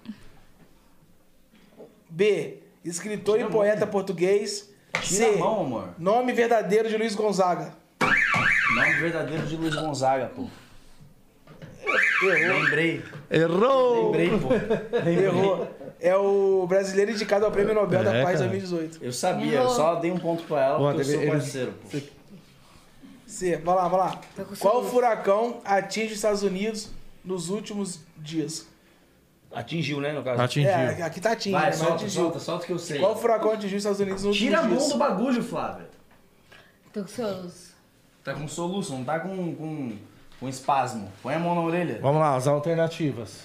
Speaker 3: B. Escritor e poeta português.
Speaker 4: Tira
Speaker 3: C.
Speaker 4: a mão, amor.
Speaker 3: Nome verdadeiro de Luiz Gonzaga.
Speaker 4: Nome verdadeiro de Luiz Gonzaga, pô.
Speaker 3: Errou.
Speaker 4: Lembrei.
Speaker 2: Errou!
Speaker 4: Lembrei, pô.
Speaker 3: Errou. É o brasileiro indicado ao Prêmio Nobel da
Speaker 2: É,
Speaker 3: Paz
Speaker 2: cara.
Speaker 3: 2018.
Speaker 4: Eu sabia, eu só dei um ponto pra ela
Speaker 2: Ó,
Speaker 4: porque eu
Speaker 2: teve-
Speaker 4: sou
Speaker 2: ele-
Speaker 4: parceiro, pô.
Speaker 3: C. Vai lá, vai lá. Qual furacão atinge os Estados Unidos nos últimos dias?
Speaker 1: Atingiu, né, no caso?
Speaker 3: É,
Speaker 2: Atingiu.
Speaker 3: aqui tá atingindo,
Speaker 4: Vai,
Speaker 3: né? mas
Speaker 4: solta,
Speaker 3: atingiu.
Speaker 4: solta, solta que eu sei.
Speaker 3: Qual furacão atingiu os Estados Unidos nos
Speaker 4: Tira a
Speaker 3: últimos
Speaker 4: mão do
Speaker 3: dias?
Speaker 4: bagulho, Flávia.
Speaker 5: Tô com soluço.
Speaker 4: Tá com soluço, não tá com, com, com espasmo. Põe a mão na
Speaker 3: é.
Speaker 4: orelha.
Speaker 2: Vamos lá, as alternativas.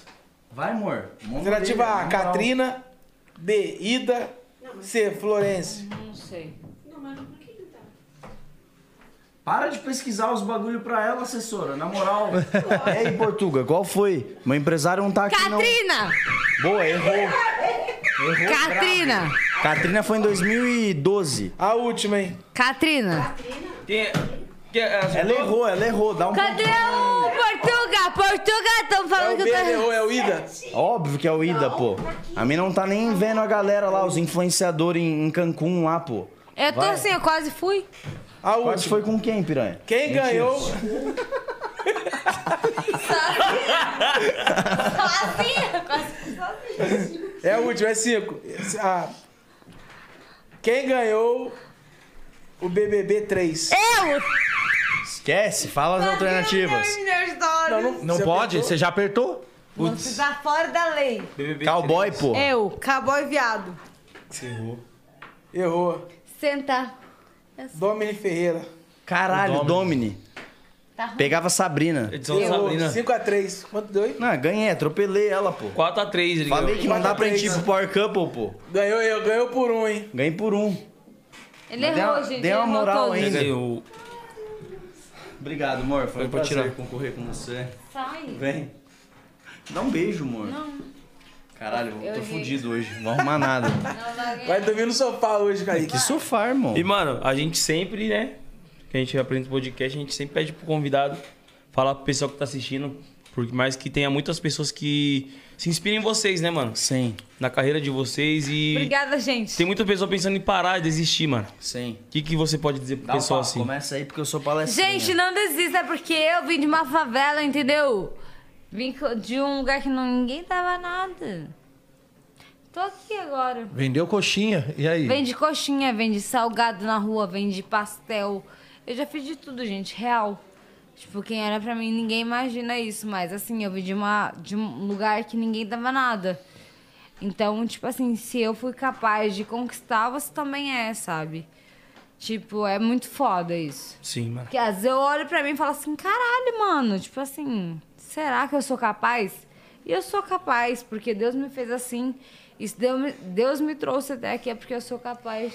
Speaker 4: Vai, amor. Mão na orelha,
Speaker 3: Alternativa A.
Speaker 4: na moral.
Speaker 3: Katrina. B. Ida. C. Florence.
Speaker 5: Não sei.
Speaker 9: Não, mas por que que tá?
Speaker 4: Para de pesquisar os bagulho pra ela, assessora. Na moral. Ei, Portuga, qual foi? Meu empresário não tá aqui, não.
Speaker 5: Catrina!
Speaker 4: Boa, errou. Errou
Speaker 5: Catrina!
Speaker 4: grave. Catrina foi em 2012.
Speaker 3: A última, hein?
Speaker 5: Catrina!
Speaker 1: Quem é? Quem é?
Speaker 4: Ela errou, ela errou. Dá um
Speaker 5: Cadê o Portuga? Portuga, tão
Speaker 3: É o
Speaker 5: falando que eu
Speaker 3: B,
Speaker 5: tô...
Speaker 3: ou é o Ida?
Speaker 4: Óbvio que é o Ida, pô. A mim não tá nem vendo a galera lá, os influenciadores em, em Cancún lá, pô.
Speaker 5: Eu tô
Speaker 4: Vai.
Speaker 5: assim, eu quase fui.
Speaker 3: A
Speaker 4: Quase
Speaker 3: última.
Speaker 4: foi com quem, piranha?
Speaker 3: Quem ganhou?
Speaker 5: Sozinha, quase fui.
Speaker 3: É a última, é cinco. Esse- a- Quem ganhou o BBB 3?
Speaker 5: Eu!
Speaker 4: Esquece, fala as alternativas.
Speaker 2: Não pode? Você já apertou?
Speaker 8: Tá fora da lei.
Speaker 4: Cowboy, pô.
Speaker 5: Eu.
Speaker 8: Cowboy viado.
Speaker 3: Errou.
Speaker 5: Senta.
Speaker 3: Domini Ferreira.
Speaker 4: Caralho, Domini. Pegava Sabrina.
Speaker 1: Edição da
Speaker 3: Errou.
Speaker 1: Sabrina.
Speaker 3: 5x3. Quanto deu, hein?
Speaker 4: Não, ganhei, atropelei ela, pô.
Speaker 1: 4x3 ele
Speaker 4: Falei
Speaker 1: ganhou.
Speaker 4: que não dá pra gente ir pro Power Couple, pô.
Speaker 3: Ganhou eu, ganhou por um, hein?
Speaker 4: Ganhei por um.
Speaker 5: Ele
Speaker 4: Mas
Speaker 5: errou,
Speaker 4: deu-
Speaker 5: gente.
Speaker 4: deu
Speaker 5: ele
Speaker 4: uma
Speaker 5: errou
Speaker 4: moral
Speaker 5: todos.
Speaker 4: ainda.
Speaker 1: Ele, o-
Speaker 4: Obrigado, amor. Foi um
Speaker 1: pra
Speaker 4: prazer
Speaker 1: tirar.
Speaker 4: concorrer com você.
Speaker 5: Sai.
Speaker 4: Vem. Dá um beijo, amor.
Speaker 5: Não.
Speaker 4: Caralho, eu
Speaker 5: Eu
Speaker 4: tô
Speaker 5: errei.
Speaker 4: fudido hoje. Não vou arrumar nada.
Speaker 5: Não, vai-
Speaker 3: Vai dormir no sofá hoje, Kaique.
Speaker 4: que sofá, irmão.
Speaker 1: E, mano, a gente sempre, né? Que a gente aprende no podcast, a gente sempre pede pro convidado falar pro pessoal que tá assistindo. Por mais que tenha muitas pessoas que se inspirem em vocês, né, mano?
Speaker 4: Sim,
Speaker 1: Na carreira de vocês e.
Speaker 5: Obrigada, gente.
Speaker 1: Tem muita pessoa pensando em parar e desistir, mano.
Speaker 4: sim.
Speaker 1: O que, que você pode dizer pro
Speaker 4: Dá
Speaker 1: pessoal
Speaker 4: um papo,
Speaker 1: assim?
Speaker 4: Começa aí porque eu sou palestrinha.
Speaker 5: Gente, não desista, porque eu vim de uma favela, entendeu? Vim co- de um lugar que não- ninguém dava nada. Tô aqui agora.
Speaker 2: Vendeu coxinha. E aí?
Speaker 5: Vende coxinha, vende salgado na rua, vende pastel. Eu já fiz de tudo, gente, real. Tipo, quem era pra mim, ninguém imagina isso. Mas assim, eu vim de, uma, de um lugar que ninguém dava nada. Então, tipo assim, se eu fui capaz de conquistar, você também é, sabe? Tipo, é muito foda isso.
Speaker 1: Sim, mano.
Speaker 5: Porque às vezes eu olho pra mim e falo assim, caralho, mano, tipo assim, será que eu sou capaz? E eu sou capaz, porque Deus me fez assim. E se Deus me, Deus me trouxe até aqui é porque eu sou capaz.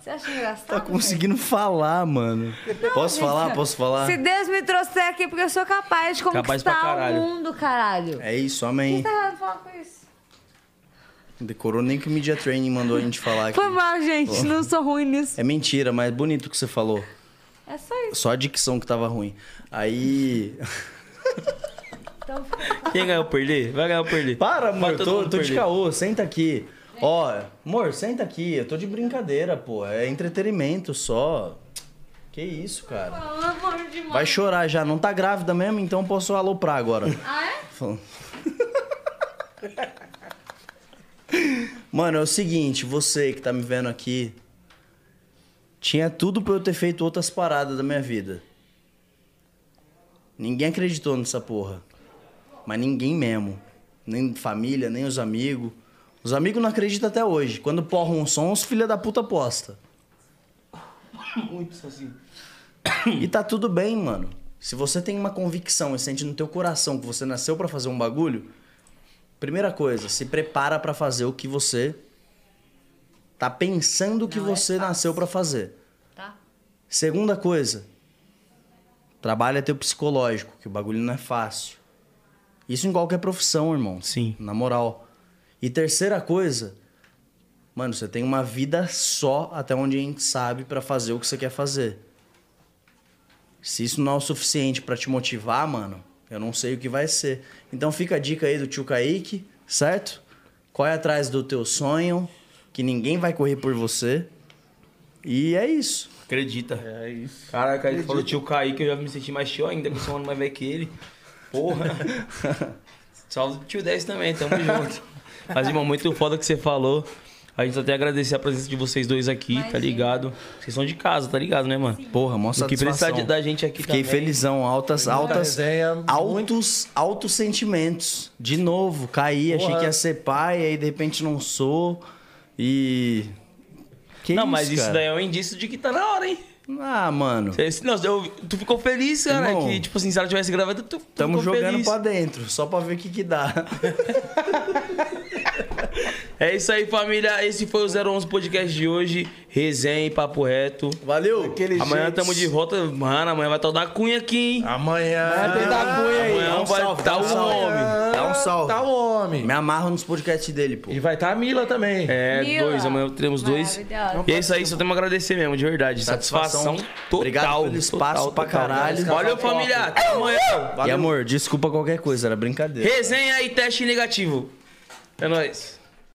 Speaker 5: Você acha engraçado?
Speaker 4: Tá conseguindo falar, mano. Posso
Speaker 5: gente,
Speaker 4: falar? Posso falar?
Speaker 5: Se Deus me trouxe até aqui é porque eu sou capaz de
Speaker 1: Capaz pra
Speaker 5: conquistar
Speaker 1: caralho.
Speaker 5: o mundo, caralho.
Speaker 4: É isso,
Speaker 5: O que
Speaker 4: amém.
Speaker 5: você tá querendo falar com isso?
Speaker 4: Decorou nem que o Media Training mandou a gente falar aqui.
Speaker 5: Foi mal, gente. Não sou ruim nisso.
Speaker 4: É mentira, mas bonito o que você falou.
Speaker 5: É só isso.
Speaker 4: Só a dicção que tava ruim. Aí.
Speaker 5: Então,
Speaker 1: Quem ganhou perder? Vai ganhar ou perder?
Speaker 4: Para,
Speaker 1: Vai
Speaker 4: amor,
Speaker 1: todo
Speaker 4: tô,
Speaker 1: mundo
Speaker 4: tô de
Speaker 1: perder.
Speaker 4: caô, senta aqui. Ó, amor, senta aqui, eu tô de brincadeira, pô. É entretenimento só. Que isso, cara.
Speaker 5: amor demais.
Speaker 4: Vai chorar já, não tá grávida mesmo, então posso aloprar agora.
Speaker 5: Ah, é?
Speaker 4: Falando. Mano, é o seguinte, você que tá me vendo aqui, tinha tudo pra eu ter feito outras paradas da minha vida. Ninguém acreditou nessa porra. Mas ninguém mesmo. Nem família, nem os amigos. Os amigos não acreditam até hoje. Quando porram um som, os filha da puta posta. E tá tudo bem, mano. Se você tem uma convicção e sente no teu coração que você nasceu pra fazer um bagulho, primeira coisa, se prepara pra fazer o que você tá pensando que
Speaker 5: Não é
Speaker 4: você nasceu pra fazer.
Speaker 5: Tá.
Speaker 4: Segunda coisa, trabalha teu psicológico, que o bagulho não é fácil. Isso em qualquer profissão, irmão.
Speaker 1: Sim.
Speaker 4: Na moral. E terceira coisa, mano, você tem uma vida só até onde a gente sabe pra fazer o que você quer fazer. Se isso não é o suficiente pra te motivar, mano, eu não sei o que vai ser. Então fica a dica aí do tio Kaique, certo? Corre atrás do teu sonho, que ninguém vai correr por você. E é isso.
Speaker 1: Acredita. É isso. Caraca, ele falou tio Kaique, eu já me senti mais tio ainda, que eu sou um ano mais velho que ele. Porra. Salve pro tio 10 também, tamo junto. Mas, irmão, muito foda que você falou. A gente só tem a agradecer a presença de vocês dois aqui, tá ligado? Vocês são de casa, tá ligado, né, mano?
Speaker 4: Porra, mó
Speaker 1: O que
Speaker 4: satisfação.
Speaker 1: precisar de- da gente aqui
Speaker 4: Fiquei
Speaker 1: também.
Speaker 4: felizão, altas,
Speaker 2: Muita
Speaker 4: altas,
Speaker 2: resenha,
Speaker 4: altos, altos sentimentos. De novo, caí, achei
Speaker 2: Porra.
Speaker 4: que ia ser pai, aí de repente não sou. E. Que
Speaker 1: não,
Speaker 4: isso,
Speaker 1: mas isso
Speaker 4: cara?
Speaker 1: daí é um indício de que tá na hora, hein?
Speaker 4: Ah, mano,
Speaker 1: Cê- Não, eu- tu ficou feliz, cara,
Speaker 4: Irmão,
Speaker 1: que, tipo assim, se ela tivesse gravado, tu, tu
Speaker 4: tamo
Speaker 1: ficou
Speaker 4: jogando
Speaker 1: feliz.
Speaker 4: pra dentro, só pra ver o que que dá.
Speaker 1: É isso aí, família. Esse foi o 011 Podcast de hoje. Resenha e papo reto.
Speaker 4: Valeu!
Speaker 3: Aquele
Speaker 1: Amanhã
Speaker 3: jeito.
Speaker 1: estamos de volta. Mano, amanhã vai estar o da Cunha aqui, hein?
Speaker 2: Amanhã.
Speaker 3: Vai ter da Cunha aí.
Speaker 1: Amanhã
Speaker 4: Dá um
Speaker 1: vai
Speaker 4: salve,
Speaker 1: tá
Speaker 4: dá um
Speaker 1: o
Speaker 4: salve.
Speaker 1: homem.
Speaker 4: Dá um salve.
Speaker 2: Tá o homem.
Speaker 4: Me amarro nos podcasts dele, pô.
Speaker 2: E vai estar a Mila também.
Speaker 1: É,
Speaker 5: Mila.
Speaker 1: dois. Amanhã teremos dois.
Speaker 5: Maravilhosa.
Speaker 1: E é isso aí, só temos a agradecer mesmo, de verdade. Satisfação,
Speaker 4: Satisfação.
Speaker 1: total.
Speaker 4: Obrigado pelo espaço pra caralho.
Speaker 1: Valeu, família. Até amanhã.
Speaker 4: E amor, desculpa qualquer coisa, era brincadeira.
Speaker 1: Resenha e teste negativo. É nóis.